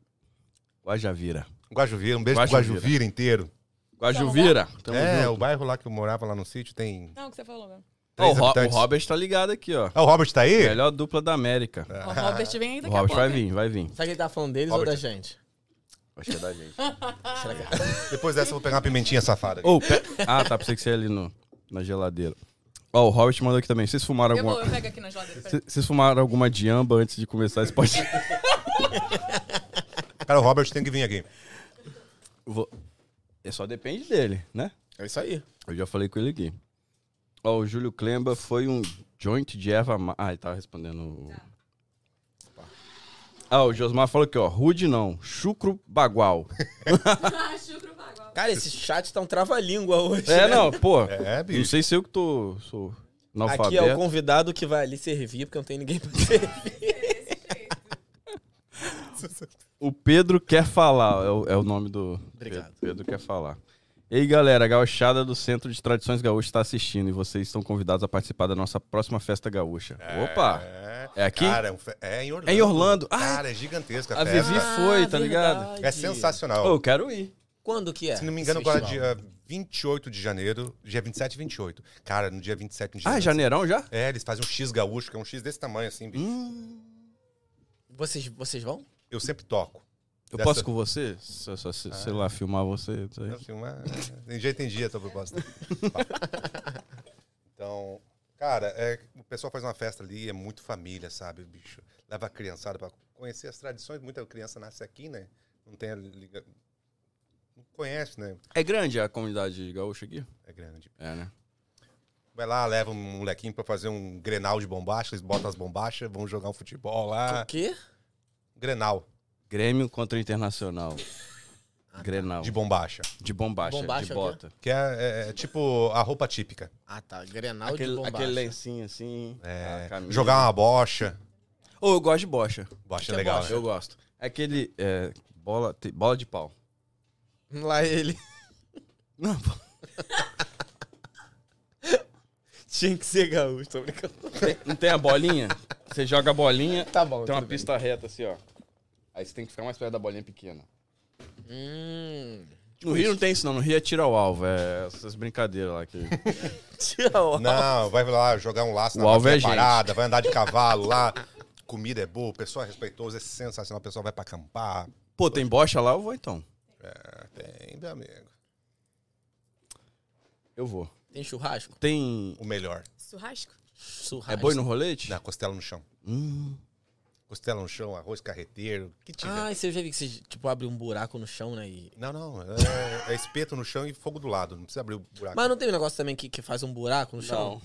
Speaker 1: Guajavira.
Speaker 3: Guajuvira, um beijo
Speaker 1: Guajuvira.
Speaker 3: pro Guajuvira inteiro.
Speaker 1: Guajuvira! Tamo
Speaker 3: é, o
Speaker 1: junto.
Speaker 3: bairro lá que eu morava lá no sítio tem
Speaker 2: Não, o que você falou mesmo.
Speaker 1: Ó, o,
Speaker 3: três
Speaker 1: Ro- o
Speaker 3: habitantes.
Speaker 1: Robert tá ligado aqui, ó.
Speaker 3: Ah, o Robert tá aí?
Speaker 1: Melhor dupla da América.
Speaker 2: Ó, O Robert vem aí
Speaker 1: Ah. O
Speaker 2: daqui a
Speaker 1: Robert
Speaker 2: pouco.
Speaker 1: vai vir, vai vir.
Speaker 4: Será que ele tá falando deles
Speaker 3: Robert.
Speaker 4: ou da gente?
Speaker 1: Acho que é da gente.
Speaker 2: Ah,
Speaker 4: Será
Speaker 1: é
Speaker 4: que...
Speaker 3: Depois dessa eu vou pegar uma pimentinha safada.
Speaker 1: Ô, pe- Ah, tá, pensei que você ia ali no, na geladeira. Ó, o Robert mandou aqui também. Vocês fumaram
Speaker 2: Eu, vou,
Speaker 1: alguma...
Speaker 2: eu pego aqui na geladeira. peraí.
Speaker 1: C- Vocês fumaram alguma diamba antes de começar esse podcast?
Speaker 3: Cara, o Robert tem que vir aqui.
Speaker 1: Vou- É só depende dele, né?
Speaker 4: É isso aí.
Speaker 1: Eu já falei com ele aqui. Ó, o Júlio Clemba foi um joint de erva ma... Ah, ele tava respondendo. o- Ah, o Josmar falou aqui, ó. Rude não, chucro bagual.
Speaker 2: Ah, chucro bagual.
Speaker 4: Cara, esse chat tá um trava-língua hoje.
Speaker 1: É,
Speaker 4: né?
Speaker 1: não, pô.
Speaker 3: É,
Speaker 1: Não
Speaker 3: bicho.
Speaker 1: sei se eu que tô. Sou
Speaker 4: Aqui é o
Speaker 1: analfabeto.
Speaker 4: convidado que vai ali servir, porque não tem ninguém pra servir.
Speaker 1: O Pedro quer falar, é o, é o nome do.
Speaker 4: Obrigado.
Speaker 1: Pedro, Pedro quer falar. Ei, galera, a gauchada do Centro de Tradições Gaúchas está assistindo e vocês estão convidados a participar da nossa próxima festa gaúcha. Opa! É aqui?
Speaker 3: Cara, é um fe- é em Orlando.
Speaker 1: É em Orlando. Ah,
Speaker 3: Cara, é gigantesca a,
Speaker 1: A
Speaker 3: festa.
Speaker 1: Vivi foi, tá ligado?
Speaker 3: É sensacional.
Speaker 1: Ô, eu quero ir.
Speaker 4: Ah, Quando que é?
Speaker 3: Se não me engano,
Speaker 4: esse
Speaker 3: agora é
Speaker 4: festival?
Speaker 3: dia 28 de janeiro, dia 27 e 28. Cara, no dia 27 no dia
Speaker 1: Ah, é
Speaker 3: 27.
Speaker 1: janeirão já? Hum.
Speaker 3: É, eles fazem um X gaúcho, que é um X desse tamanho, assim, bicho.
Speaker 4: Vocês, vocês vão?
Speaker 3: Eu sempre toco.
Speaker 1: Eu
Speaker 3: Dessa- É.
Speaker 1: posso com você? Se- se- se- Sei lá, filmar você. não sei.
Speaker 3: Eu filmo, ah, Tem dia, tem dia a tua proposta. então, cara, é, o pessoal faz uma festa ali, é muito família, sabe, bicho? Leva a criançada pra conhecer as tradições. Muita criança nasce aqui, né? Não tem a liga... Não conhece, né?
Speaker 1: É grande a comunidade gaúcha aqui?
Speaker 3: É grande.
Speaker 1: É, né?
Speaker 3: Vai lá, leva um molequinho pra fazer um grenal de bombacha, eles botam as bombachas, vão jogar um futebol lá.
Speaker 4: O quê?
Speaker 3: Grenal
Speaker 1: Grêmio contra Internacional. Grenal.
Speaker 3: Ah, tá. de
Speaker 1: De,
Speaker 3: bombacha,
Speaker 1: bombacha,
Speaker 4: Bombacha
Speaker 1: de
Speaker 4: é o quê?
Speaker 1: bota.
Speaker 3: que é, é- é tipo a roupa típica.
Speaker 4: Ah, tá. Grenal de
Speaker 1: Aquele,
Speaker 4: bombacha.
Speaker 1: aquele lencinho assim. a
Speaker 3: É,
Speaker 1: camisa.
Speaker 3: jogar uma bocha.
Speaker 1: Ou eu gosto de bocha.
Speaker 3: Bocha
Speaker 4: Que
Speaker 3: é legal,
Speaker 4: bocha?
Speaker 3: né?
Speaker 1: Eu gosto. É aquele. é, bola, te- bola de pau.
Speaker 7: Lá ele.
Speaker 1: Não, pô.
Speaker 7: Tinha que ser gaúcho, tô brincando.
Speaker 1: Tem- não tem a bolinha? Você joga a bolinha,
Speaker 7: Tá bom,
Speaker 1: tem uma
Speaker 7: tudo bem.
Speaker 1: pista reta assim, ó. Aí você tem que ficar mais perto da bolinha pequena.
Speaker 4: Hum.
Speaker 1: No Rio não tem isso, não. No Rio é tira o alvo. É essas brincadeiras lá que.
Speaker 4: Tira o
Speaker 3: Não, vai lá jogar um laço
Speaker 1: O
Speaker 3: na
Speaker 1: alvo é
Speaker 3: vaquinha
Speaker 1: gente.
Speaker 3: parada, vai andar de cavalo lá. Comida é boa, o pessoal é respeitoso, é sensacional, o pessoal vai pra acampar.
Speaker 1: Pô, tem bocha lá? Eu vou então.
Speaker 3: É, tem, meu amigo.
Speaker 1: Eu vou.
Speaker 4: Tem churrasco?
Speaker 1: Tem.
Speaker 3: O melhor,
Speaker 2: Churrasco?
Speaker 1: É
Speaker 4: Churrasco.
Speaker 1: boi no rolete?
Speaker 3: na costela no chão.
Speaker 1: Hum.
Speaker 3: Costela no chão, arroz carreteiro, que tiver.
Speaker 4: Ah, esse eu já vi que você, tipo, abre um buraco no chão, né? e-
Speaker 3: Não, não, é, é espeto no chão e fogo do lado, não precisa abrir o buraco.
Speaker 4: Mas não tem um negócio também que, que faz um buraco no chão?
Speaker 1: Não.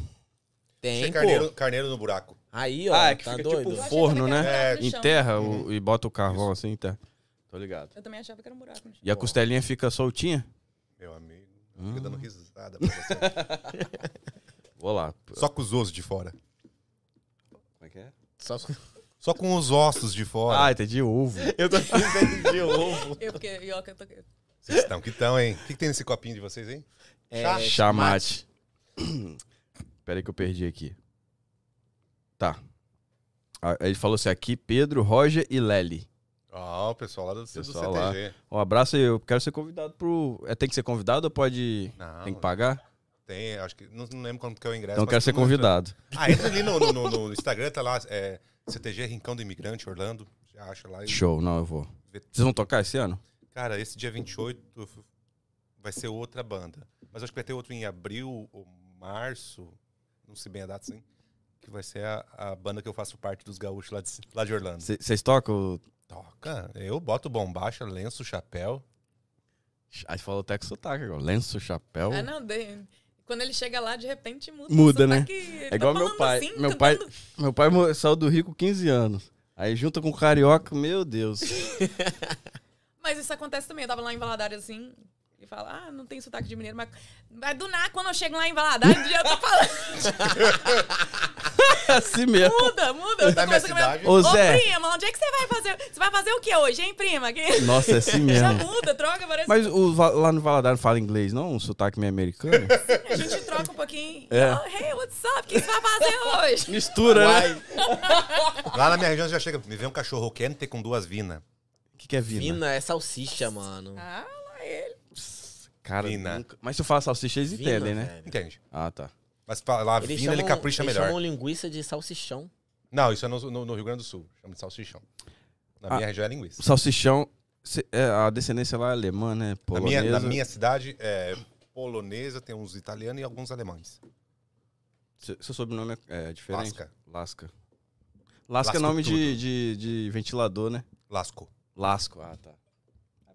Speaker 4: Tem,
Speaker 3: Tem
Speaker 4: pô.
Speaker 3: carneiro, carneiro no buraco.
Speaker 4: Aí, ó,
Speaker 1: Ah, é que
Speaker 4: tá
Speaker 1: fica
Speaker 4: doido.
Speaker 1: tipo um
Speaker 2: Eu
Speaker 1: forno,
Speaker 2: achava que
Speaker 1: né?
Speaker 2: era um buraco no chão.
Speaker 1: Enterra o- e bota o carvão assim, enterra. Uhum. Tô ligado.
Speaker 2: Eu também achava que era um buraco no chão.
Speaker 1: E a costelinha fica soltinha?
Speaker 3: Meu amigo, fica
Speaker 1: Hum.
Speaker 3: dando risada pra você.
Speaker 1: Vou lá.
Speaker 3: Só com os ossos de fora.
Speaker 1: Como é que é?
Speaker 4: Só com-
Speaker 3: Só com os ossos de fora.
Speaker 1: Ah, entendi. Ovo.
Speaker 7: Eu tô de ovo.
Speaker 2: Eu, porque, eu, que eu tô... eu-
Speaker 3: Vocês estão que estão, hein? O que, que tem nesse copinho de vocês, hein?
Speaker 4: É,
Speaker 3: Chá?
Speaker 1: Chamate. Peraí que eu perdi aqui. Tá. Ah, Ele falou assim, aqui Pedro, Roger e Lely.
Speaker 3: Ó, o pessoal lá do, do
Speaker 1: Pessoal
Speaker 3: CTG.
Speaker 1: Um abraço aí, eu quero ser convidado pro... É, tem que ser convidado ou pode...
Speaker 3: Não,
Speaker 1: tem que pagar?
Speaker 3: tem, acho que. Não, não lembro quanto que é o ingresso.
Speaker 1: Então
Speaker 3: mas
Speaker 1: quero ser
Speaker 3: todo mundo-
Speaker 1: convidado.
Speaker 3: Ah, entra ali no, no- no- no Instagram, tá lá. É, CTG Rincão do Imigrante, Orlando. Já acha lá. e-
Speaker 1: Show, não, eu vou. Vocês vão tocar esse ano?
Speaker 3: Cara, esse dia 28 eu fu- vai ser outra banda. Mas acho que vai ter outro em abril ou março. Não sei bem a data, sim. Que vai ser a, a banda que eu faço parte dos gaúchos lá de, lá de Orlando.
Speaker 1: C- Vocês tocam?
Speaker 3: Toca. Eu boto bombacha, lenço, chapéu.
Speaker 1: Aí falou até com sotaque agora. Lenço, chapéu...
Speaker 2: Ah, não, de- quando ele chega lá, de repente muda.
Speaker 1: Oh. Muda,
Speaker 2: o
Speaker 1: né?
Speaker 2: sotaque. Ele
Speaker 1: É igual
Speaker 2: tá
Speaker 1: meu
Speaker 2: falando
Speaker 1: pai.
Speaker 2: assim,
Speaker 1: meu,
Speaker 2: cantando-
Speaker 1: pai meu pai mo- saiu do Rio com 15 anos. Aí junta com o carioca, meu Deus.
Speaker 2: Mas isso acontece também. Eu tava lá em Valadares, assim... Ele fala, ah, não tem sotaque de mineiro, mas... Mas do nada, quando eu chego lá em Valadares, eu tô falando...
Speaker 1: assim mesmo.
Speaker 2: Muda, muda. Eu tô
Speaker 3: Na minha
Speaker 2: conversando com a
Speaker 3: cidade.
Speaker 2: minha...
Speaker 1: Ô, Zé.
Speaker 2: prima, onde é que você vai fazer... Você vai fazer o que hoje, hein, prima? Que...
Speaker 1: Nossa, é assim
Speaker 2: Já
Speaker 1: mesmo.
Speaker 2: muda, troca, parece...
Speaker 1: Mas o Va- lá no Valadares não fala inglês, não? Um sotaque meio americano?
Speaker 2: A gente troca um pouquinho.
Speaker 1: É.
Speaker 2: Oh, hey, what's up? O que você vai fazer hoje?
Speaker 1: Mistura, né?
Speaker 3: Lá na minha região já chega. Me vê um cachorro quente com duas vinas.
Speaker 1: O que, que é vina?
Speaker 4: Vina é salsicha, mano.
Speaker 2: Ah, lá ele.
Speaker 1: Cara,
Speaker 3: Vina.
Speaker 1: nunca- Mas se eu falar salsicha, eles
Speaker 4: Vina,
Speaker 1: entendem, né?
Speaker 4: velho.
Speaker 3: Entende?
Speaker 1: Ah, tá.
Speaker 3: Mas fala lá,
Speaker 4: Eles
Speaker 3: vina,
Speaker 4: chamam,
Speaker 3: ele capricha
Speaker 4: eles
Speaker 3: melhor.
Speaker 4: chamam linguiça de salsichão.
Speaker 3: Não, isso é no, no- no Rio Grande do Sul. Chama de salsichão. Na
Speaker 1: Ah.
Speaker 3: minha região é linguiça.
Speaker 1: O salsichão, cê- é, a descendência lá é alemã, né?
Speaker 3: Na minha,
Speaker 1: Polonesa.
Speaker 3: na minha cidade é polonesa, tem uns italianos e alguns alemães.
Speaker 1: Se- Seu sobrenome é, é diferente?
Speaker 3: Lasca.
Speaker 1: Lasca. Lasca
Speaker 3: Lasco
Speaker 1: é nome de,
Speaker 3: tudo.
Speaker 1: de, de ventilador, né?
Speaker 3: Lasco.
Speaker 1: Lasco, ah, tá.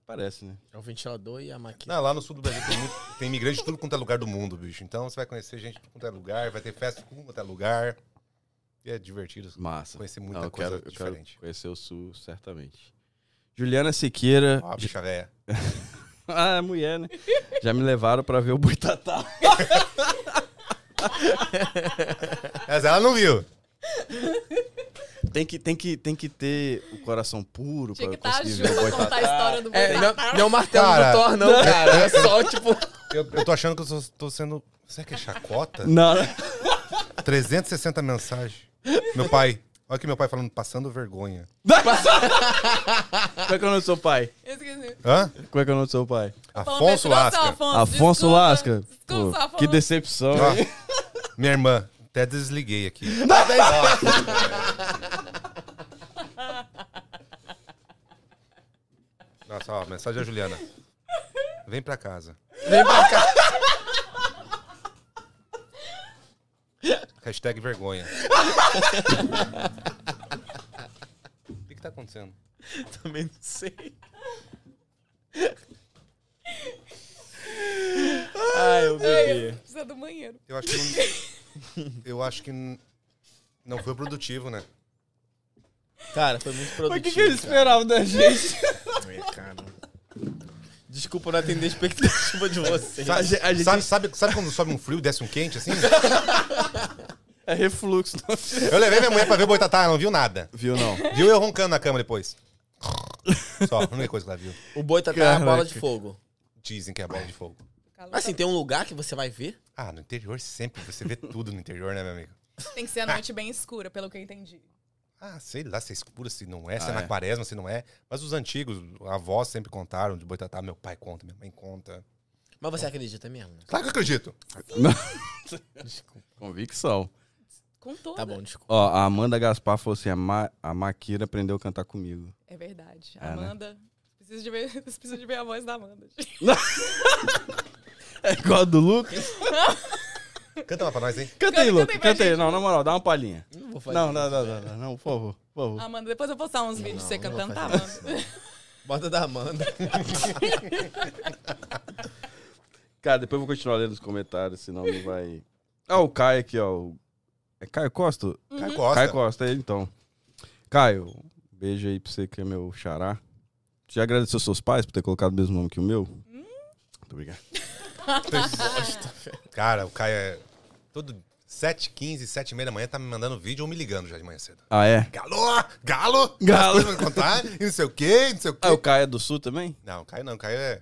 Speaker 1: Parece, né?
Speaker 4: É o ventilador e a máquina.
Speaker 3: Não, lá no sul do Brasil tem, muito, tem imigrante de tudo quanto é lugar do mundo, bicho. Então você vai conhecer gente de tudo quanto é lugar, vai ter festa de tudo quanto é lugar. E é divertido.
Speaker 1: Massa.
Speaker 3: Conhecer muita
Speaker 1: Não, eu
Speaker 3: coisa
Speaker 1: quero, eu quero
Speaker 3: diferente.
Speaker 1: conhecer o Sul, certamente. Juliana Siqueira.
Speaker 3: Ó, a bicha véia.
Speaker 1: Ah, é mulher, né? Já me levaram pra ver o Boitatá.
Speaker 3: Mas ela não viu.
Speaker 1: Tem que, tem, que, tem que ter o coração puro
Speaker 2: Tinha
Speaker 1: pra
Speaker 2: que
Speaker 1: eu
Speaker 2: estar tá
Speaker 1: conseguir ver
Speaker 2: junto
Speaker 1: o
Speaker 2: pra
Speaker 1: Boitatá.
Speaker 2: contar a história do boi.
Speaker 7: É, não, não é o martelo
Speaker 3: Cara.
Speaker 7: do Thor, não, cara. É só, tipo.
Speaker 3: Eu, eu tô achando que eu sou- tô sendo. Será que é chacota?
Speaker 1: Não, né?
Speaker 3: 360 mensagens. Meu pai. Olha aqui meu pai falando, passando vergonha.
Speaker 1: Como é que é o nome do seu pai?
Speaker 2: Esqueci.
Speaker 3: Hã?
Speaker 1: Como é que é o nome do seu pai?
Speaker 2: Nossa,
Speaker 3: Afonso Lasca.
Speaker 2: Afonso,
Speaker 1: Afonso
Speaker 2: desculpa.
Speaker 1: Lasca.
Speaker 2: Desculpa,
Speaker 1: Pô,
Speaker 2: Afonso.
Speaker 1: que decepção.
Speaker 3: Ó,
Speaker 1: hein?
Speaker 3: minha irmã. Até desliguei aqui.
Speaker 7: é
Speaker 3: Nossa, ó, mensagem da Juliana. Vem pra casa.
Speaker 7: Vem pra cá.
Speaker 3: Hashtag vergonha. O que, que tá acontecendo?
Speaker 7: Também não sei. Ai, eu bebi.
Speaker 2: Precisa do banheiro.
Speaker 3: Eu acho que não, eu acho que n- não foi produtivo, né?
Speaker 4: Cara, foi muito produtivo.
Speaker 1: Mas o que, que eles esperavam da gente?
Speaker 7: Desculpa não atender a expectativa de vocês.
Speaker 3: Sabe,
Speaker 1: Tá, a gente-
Speaker 3: sabe, sabe, sabe quando sobe um frio e desce um quente assim?
Speaker 1: É refluxo. não
Speaker 3: Eu levei minha mulher pra ver Boitatá, ela não viu nada.
Speaker 1: Viu, não?
Speaker 3: Viu eu roncando na cama depois. Só, a única coisa que ela viu.
Speaker 4: O boi tá é a bola de
Speaker 1: Caraca.
Speaker 4: fogo.
Speaker 3: Dizem que é bola de fogo.
Speaker 2: Calor
Speaker 4: Mas assim, tem um lugar que você vai ver?
Speaker 3: Ah, no interior sempre. Você vê tudo no interior, né, meu amigo?
Speaker 2: Tem que ser a noite bem escura, pelo que eu entendi.
Speaker 3: Ah, sei lá se é escuro, se não é, se
Speaker 1: Ah,
Speaker 3: é na
Speaker 1: é.
Speaker 3: quaresma, se não é. Mas os antigos, avós sempre contaram de Boitatá. Meu pai conta, minha mãe conta.
Speaker 4: Mas você acredita mesmo? né?
Speaker 3: Claro que eu acredito.
Speaker 1: Convicção.
Speaker 2: Com toda.
Speaker 4: Tá bom, desculpa.
Speaker 1: Ó, a Amanda Gaspar falou assim: a, Ma a Maquira aprendeu a cantar comigo.
Speaker 2: É verdade.
Speaker 1: É, né?
Speaker 2: Amanda. Preciso de ver, preciso de ver a voz da Amanda.
Speaker 1: É igual a do Lucas?
Speaker 3: Canta lá pra nós, hein?
Speaker 1: Canta aí,
Speaker 2: Canta- canta
Speaker 1: Lucas.
Speaker 2: aí pra
Speaker 1: Canta aí.
Speaker 2: gente.
Speaker 1: Não, na moral, dá uma palhinha.
Speaker 4: Não vou fazer.
Speaker 1: Não, não, não, não, não, não, por favor, por favor.
Speaker 2: Amanda, depois eu vou postar uns vídeos
Speaker 4: Não,
Speaker 2: você
Speaker 4: não vou
Speaker 2: cantando, tá,
Speaker 4: fazer
Speaker 2: Amanda?
Speaker 4: isso, Bota da Amanda.
Speaker 1: Cara, depois eu vou continuar lendo os comentários, senão não vai. Ah, o Caio aqui, ó. o- É Caio Costa?
Speaker 3: Caio Costa.
Speaker 1: Caio Costa, ele então. Caio, um beijo aí pra você que é meu xará. Já agradeceu seus pais por ter colocado o mesmo nome que o meu? Muito obrigado.
Speaker 3: Cara, o Caio é todo 7 15 7 h da manhã, tá me mandando vídeo ou me ligando já de manhã cedo.
Speaker 1: Ah, é?
Speaker 3: Galo! Galo!
Speaker 1: Galo.
Speaker 3: As coisas pra contar, e não sei o quê, não sei o quê.
Speaker 1: Ah, o Caio é do Sul também? Ah, é
Speaker 3: Não, o Caio não, o Caio é...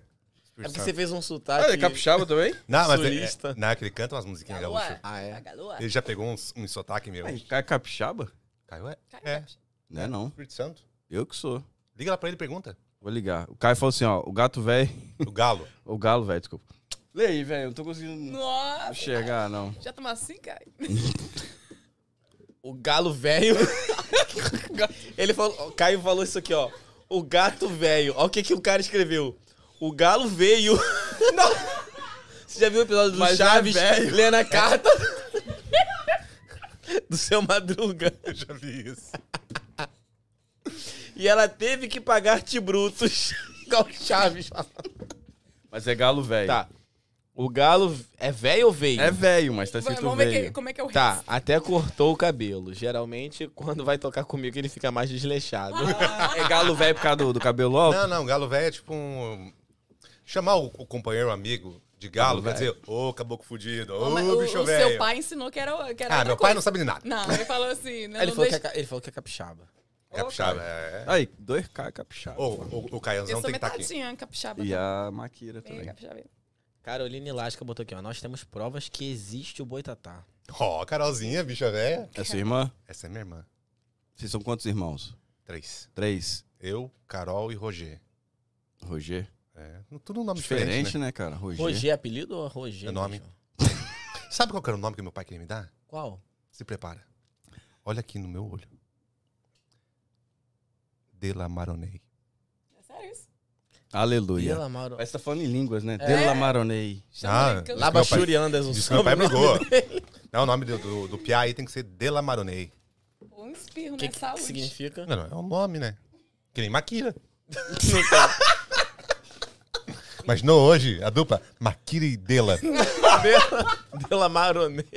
Speaker 4: É
Speaker 3: Espírito
Speaker 4: porque você
Speaker 3: Santo.
Speaker 4: fez um sotaque.
Speaker 1: também?
Speaker 3: Não, mas ele,
Speaker 4: sulista.
Speaker 3: é, não, que ele canta umas musiquinhas gaúchas.
Speaker 4: Ah, é.
Speaker 2: Galoa.
Speaker 3: Ele já pegou uns, um sotaque meu.
Speaker 1: Caio é capixaba?
Speaker 3: Caio é,
Speaker 2: Caio
Speaker 3: é
Speaker 1: Não é não.
Speaker 3: Espírito Santo.
Speaker 1: Eu que sou.
Speaker 3: Liga lá pra ele e pergunta.
Speaker 1: Vou ligar. O Caio falou assim, ó. O gato velho...
Speaker 3: O Galo.
Speaker 1: O galo velho, desculpa. Lê aí, velho. Não tô conseguindo
Speaker 2: Nossa,
Speaker 1: enxergar, não.
Speaker 2: já tomou assim, cara?
Speaker 4: O galo velho. Ele falou. O Caio falou isso aqui, ó. O gato velho. Olha o que, que o cara escreveu. O galo veio. Não. Você já viu o episódio do
Speaker 7: Mas já é
Speaker 4: Chaves
Speaker 7: velho.
Speaker 4: lendo a carta? do seu Madruga.
Speaker 3: Eu já vi isso.
Speaker 4: E ela teve que pagar tibrutos. Igual o Chaves.
Speaker 1: Mas é galo velho.
Speaker 7: Tá. O galo é velho ou veio?
Speaker 1: É velho, mas tá escrito
Speaker 2: Vamos ver que-
Speaker 1: velho.
Speaker 2: como é que é o
Speaker 7: Tá, até cortou o cabelo. Geralmente, quando vai tocar comigo, ele fica mais desleixado.
Speaker 2: Ah,
Speaker 1: É galo velho por causa do, do cabelo alto?
Speaker 3: Não, não, Galo Velho é tipo um... Chamar o, o companheiro, o amigo de
Speaker 1: Galo
Speaker 3: Galo, vai
Speaker 1: velho.
Speaker 3: dizer, ô, caboclo fudido,
Speaker 2: Não, mas
Speaker 3: ô,
Speaker 2: o,
Speaker 3: bicho
Speaker 2: o seu
Speaker 3: velho.
Speaker 2: pai ensinou que era, que era
Speaker 3: Ah,
Speaker 2: outra
Speaker 3: meu pai
Speaker 2: coisa.
Speaker 3: não sabe de nada.
Speaker 2: não... ele falou assim, né?
Speaker 4: Ele
Speaker 2: não
Speaker 4: falou, que
Speaker 2: deixa-
Speaker 4: é, ca- ele falou que é capixaba.
Speaker 3: Capixaba, é.
Speaker 1: Aí, 2K capixaba.
Speaker 3: Ô, o, o Caianzão
Speaker 2: Eu sou
Speaker 3: tem que estar é aqui.
Speaker 2: metadinha capixaba.
Speaker 1: E
Speaker 2: também.
Speaker 1: a Maquira
Speaker 2: Meio
Speaker 1: também.
Speaker 2: capixaba. É
Speaker 4: Caroline Lasca botou aqui, ó. Nós temos provas que existe o boitatá.
Speaker 3: Ó, Carolzinha, bicha velha.
Speaker 1: É sua irmã?
Speaker 3: Essa é minha irmã.
Speaker 1: Vocês são quantos irmãos?
Speaker 3: Três.
Speaker 1: Três.
Speaker 3: Eu, Carol e Roger.
Speaker 1: Roger.
Speaker 3: É, tudo um nome diferente,
Speaker 1: Diferente,
Speaker 3: né?
Speaker 1: né, cara? Roger.
Speaker 4: Roger é apelido ou Roger?
Speaker 3: É nome.
Speaker 4: bicho?
Speaker 1: né?
Speaker 3: Sabe qual que era o nome que meu pai queria me dar?
Speaker 4: Qual?
Speaker 3: Se prepara. Olha aqui no meu olho. De la Maronei.
Speaker 2: É sério isso?
Speaker 1: Aleluia.
Speaker 4: Pela Mauro.
Speaker 1: Mas você tá falando em línguas,
Speaker 2: É.
Speaker 1: né? De la Maronei.
Speaker 2: Chama ele,
Speaker 3: Ah,
Speaker 2: que eu-
Speaker 3: lá-
Speaker 4: Labachuri Anderson.
Speaker 3: Diz que é meu pai
Speaker 4: sobrenome
Speaker 3: brigou.
Speaker 4: dele.
Speaker 3: Não, o nome do, do, do Piá aí tem que ser De la Maronei.
Speaker 2: Pô, Um espirro,
Speaker 4: O que,
Speaker 2: né?
Speaker 4: que
Speaker 2: Saúde.
Speaker 4: significa?
Speaker 3: Não, não, é um nome, né? Que nem Maquira. Mas não hoje, a dupla Maquira e Dela.
Speaker 4: Dela, Dela Maronei.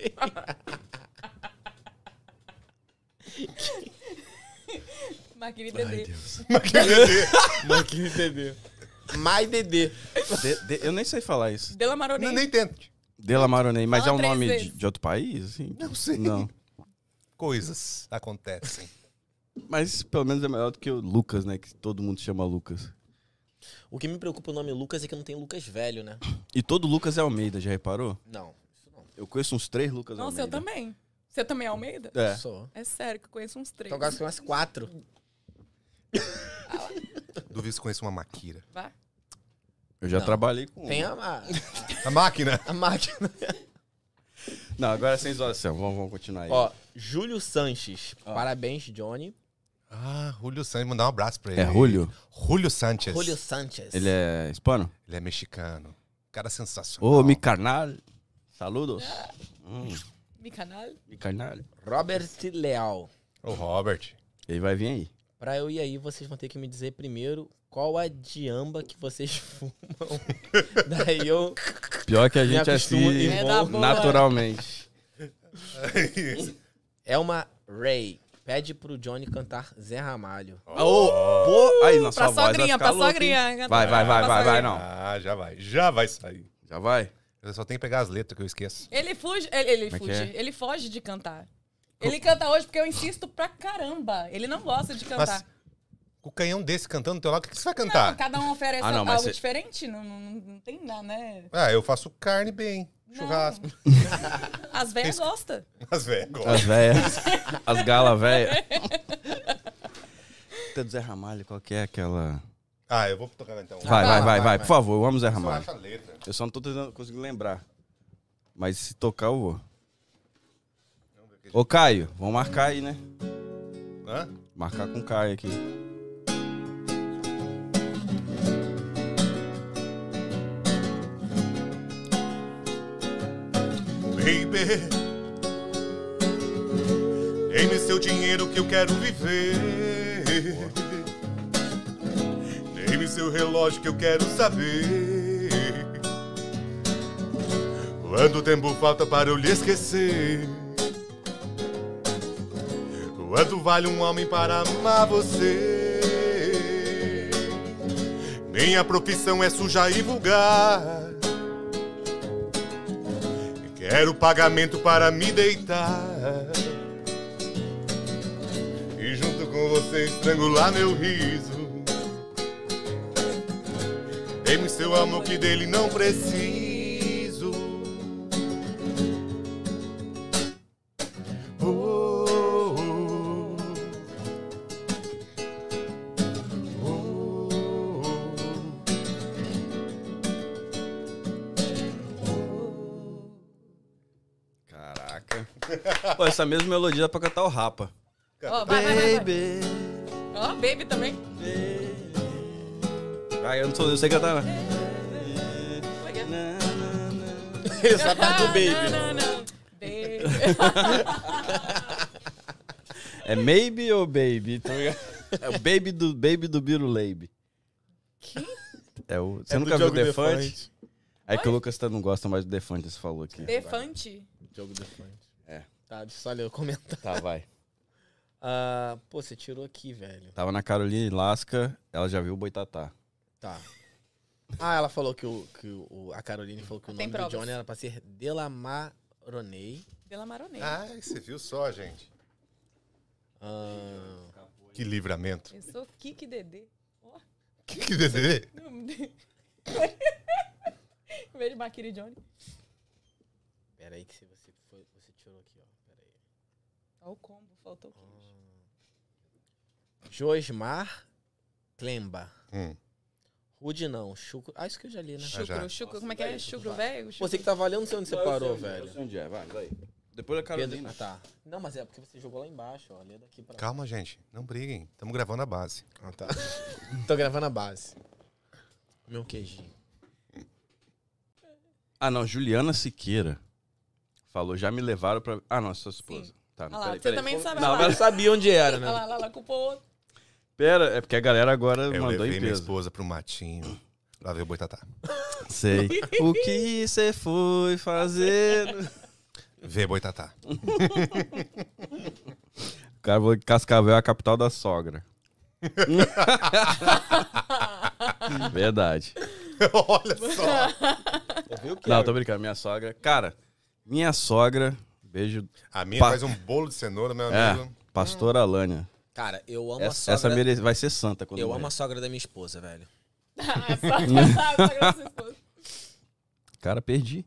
Speaker 2: Mas querido bebê.
Speaker 3: Maquira e Dedê.
Speaker 4: Maquinha Dedê. Mai Dedê.
Speaker 1: De- de- eu nem sei falar isso.
Speaker 2: Dela Maroni.
Speaker 3: Não, nem tento.
Speaker 1: De la Maronei, mas é
Speaker 2: Fala
Speaker 1: um
Speaker 2: três
Speaker 1: nome de,
Speaker 2: vezes.
Speaker 1: de outro país? Assim?
Speaker 3: Não sei.
Speaker 1: Não.
Speaker 3: Coisas acontecem.
Speaker 1: Mas pelo menos é melhor do que o Lucas, né? Que todo mundo chama Lucas.
Speaker 4: O que me preocupa o nome Lucas é que não tem Lucas velho, né?
Speaker 1: E todo Lucas é Almeida, já reparou?
Speaker 4: Não. Isso não.
Speaker 1: Eu conheço uns três Lucas
Speaker 2: Nossa, eu
Speaker 1: Almeida.
Speaker 2: também. Você também é Almeida?
Speaker 1: É.
Speaker 4: Só.
Speaker 2: É sério, que eu conheço uns três.
Speaker 4: Então agora você conhece quatro.
Speaker 3: Duvido se conheço uma Maquira.
Speaker 2: Vá.
Speaker 1: Eu já
Speaker 4: Não.
Speaker 1: trabalhei com.
Speaker 4: Tem
Speaker 1: um.
Speaker 4: a, a,
Speaker 3: A máquina.
Speaker 4: a máquina.
Speaker 1: Não, agora é sem zoação. Vamos, vamos continuar aí.
Speaker 4: Ó, Júlio Sanches. Parabéns, Johnny.
Speaker 3: Ah, Julio Sanchez. Mandar um abraço pra ele.
Speaker 1: é Julio?
Speaker 3: Julio Sanchez.
Speaker 4: Júlio Sanches.
Speaker 1: Ele é hispano?
Speaker 3: Ele é mexicano. Cara sensacional.
Speaker 1: Ô, mi carnal. Saludos.
Speaker 2: É.
Speaker 1: Hum,
Speaker 2: Me canal.
Speaker 1: mi carnal.
Speaker 4: Robert Leal.
Speaker 3: O Robert.
Speaker 1: Ele vai vir aí.
Speaker 4: Pra eu ir aí, vocês vão ter que me dizer primeiro qual a diamba que vocês fumam. Daí eu
Speaker 1: Pior que a
Speaker 4: me
Speaker 1: gente é
Speaker 4: acostumo
Speaker 1: assim,
Speaker 4: e
Speaker 2: É
Speaker 4: vou.
Speaker 2: da boa.
Speaker 1: naturalmente.
Speaker 4: É uma Ray. Pede pro Johnny cantar Zé Ramalho.
Speaker 1: Ah, pô, aí, nossa
Speaker 2: Pra
Speaker 1: voz vai
Speaker 2: sogrinha, né?
Speaker 1: ficar
Speaker 2: pra
Speaker 1: louca, hein?
Speaker 2: sogrinha.
Speaker 1: Vai, vai, vai,
Speaker 2: Pra
Speaker 1: vai, vai,
Speaker 2: sogrinha.
Speaker 1: não.
Speaker 3: Ah, já vai. Já vai sair.
Speaker 1: Já vai?
Speaker 3: Eu só tenho que pegar as letras que eu esqueço.
Speaker 2: Ele fuge, ele, ele
Speaker 1: Como é que
Speaker 2: fuge,
Speaker 1: é?
Speaker 2: ele foge de cantar. Ele canta hoje porque eu insisto pra caramba. Ele não gosta de cantar.
Speaker 3: Mas com o canhão desse cantando do teu lado, o que, que você vai
Speaker 2: Então tá. Não,
Speaker 3: cantar?
Speaker 2: cada um oferece
Speaker 1: Ah, não, mas
Speaker 2: algo
Speaker 1: cê-
Speaker 2: diferente. Não, não, não tem nada, né?
Speaker 3: Ah, eu faço carne bem, churrasco,
Speaker 2: As velhas gostam.
Speaker 3: mas velho, agora.
Speaker 1: As velhas. as galas velhas. Tem do Zé Ramalho, qual que é aquela.
Speaker 3: Ah, eu vou tocar então.
Speaker 1: Vai, vai, vai, vai. Por favor, eu amo Zé
Speaker 3: Só
Speaker 1: Ramalho.
Speaker 3: acha a letra.
Speaker 1: Eu só não tô tentando, conseguindo lembrar. Mas se tocar, eu vou. Ô, Caio, vamos marcar aí, né?
Speaker 3: Hã?
Speaker 1: Marcar com o Caio aqui.
Speaker 3: Baby, dê-me seu dinheiro que eu quero viver. Dê-me seu relógio que eu quero saber. Quanto tempo falta para eu lhe esquecer? Quanto vale um homem para amar você? Minha profissão é suja e vulgar. Quero pagamento para me deitar E junto com você estrangular meu riso Dei-me seu amor que dele não preciso Oh, oh, oh.
Speaker 1: Caraca. Pô, essa mesma melodia dá pra cantar o Rapa.
Speaker 2: Ó, vai, vai, vai, vai.
Speaker 1: Baby.
Speaker 2: Ó, baby também.
Speaker 1: Ah, eu não sou, eu sei cantar, não.
Speaker 4: Ele só faz do baby. né?
Speaker 2: Não, não, não. Baby.
Speaker 1: É maybe ou baby? Tá ligado? É o baby do, baby do Biruleibe. É o, você
Speaker 4: É do
Speaker 1: nunca viu o
Speaker 4: Diogo
Speaker 1: Defante?
Speaker 4: Defante.
Speaker 1: É que o Lucas tá- não gosta mais do Defante, você falou aqui.
Speaker 2: Defante.
Speaker 4: Jogo Defante.
Speaker 1: É.
Speaker 4: Tá, deixa eu só ler o comentário.
Speaker 1: Tá, vai.
Speaker 4: Ah, pô, você tirou aqui, velho.
Speaker 1: Tava na Carolina Lasca, ela já viu o Boitatá.
Speaker 4: Tá. Ah, ela falou que, o, que o, a Caroline falou que o
Speaker 2: Tem
Speaker 4: nome do
Speaker 2: provas.
Speaker 4: Johnny era pra ser Delamaronei.
Speaker 2: Pela Maronei.
Speaker 1: Ah.
Speaker 3: Ai, você viu só, gente?
Speaker 4: Ah,
Speaker 3: Que livramento.
Speaker 2: Eu sou Kiki Dedê.
Speaker 3: Que que dizer?
Speaker 2: Em vez de Maquiri Johnny.
Speaker 4: pera aí que se você, foi, você tirou aqui, ó. Pera aí.
Speaker 2: Ó o combo, faltou o queijo.
Speaker 4: Josmar Klemba.
Speaker 3: Hum.
Speaker 4: Rude não, Chucro. Ah, isso que eu já li, né?
Speaker 3: já.
Speaker 2: Chucro, chucro. Como é que é? Chucro velho?
Speaker 4: Pô, Você que tá valendo, não sei onde você parou, velho.
Speaker 1: onde é, vai, vai. Depois da
Speaker 4: Pedro, ah, tá. Não, mas é porque você jogou lá embaixo, ó. Lê daqui pra
Speaker 3: Calma, gente. Não briguem. Estamos gravando a base.
Speaker 4: Ah, tá. Tô gravando a base. Meu queijinho.
Speaker 1: Ah, não, Juliana Siqueira falou, já me levaram pra... Ah, não, é sua esposa. Tá,
Speaker 2: Olha
Speaker 1: não,
Speaker 2: lá,
Speaker 1: peraí,
Speaker 2: você
Speaker 1: peraí.
Speaker 2: também sabe.
Speaker 4: Não,
Speaker 2: olha lá.
Speaker 4: ela sabia onde era,
Speaker 2: Ah, Olha lá,
Speaker 4: né?
Speaker 2: olha lá, culpou outro.
Speaker 1: Pera, é porque a galera agora
Speaker 3: Eu
Speaker 1: mandou
Speaker 3: levei
Speaker 1: em
Speaker 3: minha
Speaker 1: peso.
Speaker 3: esposa pro matinho. Lá veio o boitatá.
Speaker 1: Sei. o que você foi fazer?
Speaker 3: Vê boitatá.
Speaker 1: O cara falou que Cascavel é a capital da sogra. Verdade.
Speaker 3: Olha só.
Speaker 1: Não, tô brincando. Minha sogra. Cara, minha sogra. Beijo.
Speaker 3: A minha
Speaker 1: Pa-
Speaker 3: faz um bolo de cenoura, meu
Speaker 1: É,
Speaker 3: amigo.
Speaker 1: pastora Alânia.
Speaker 4: Cara, eu amo
Speaker 1: Essa,
Speaker 4: a
Speaker 1: essa
Speaker 4: sogra.
Speaker 1: mere- vai ser santa quando
Speaker 4: né? Eu
Speaker 1: morrer.
Speaker 4: amo a sogra da minha esposa, velho.
Speaker 2: Ah, só só graças a Deus.
Speaker 1: Cara, perdi.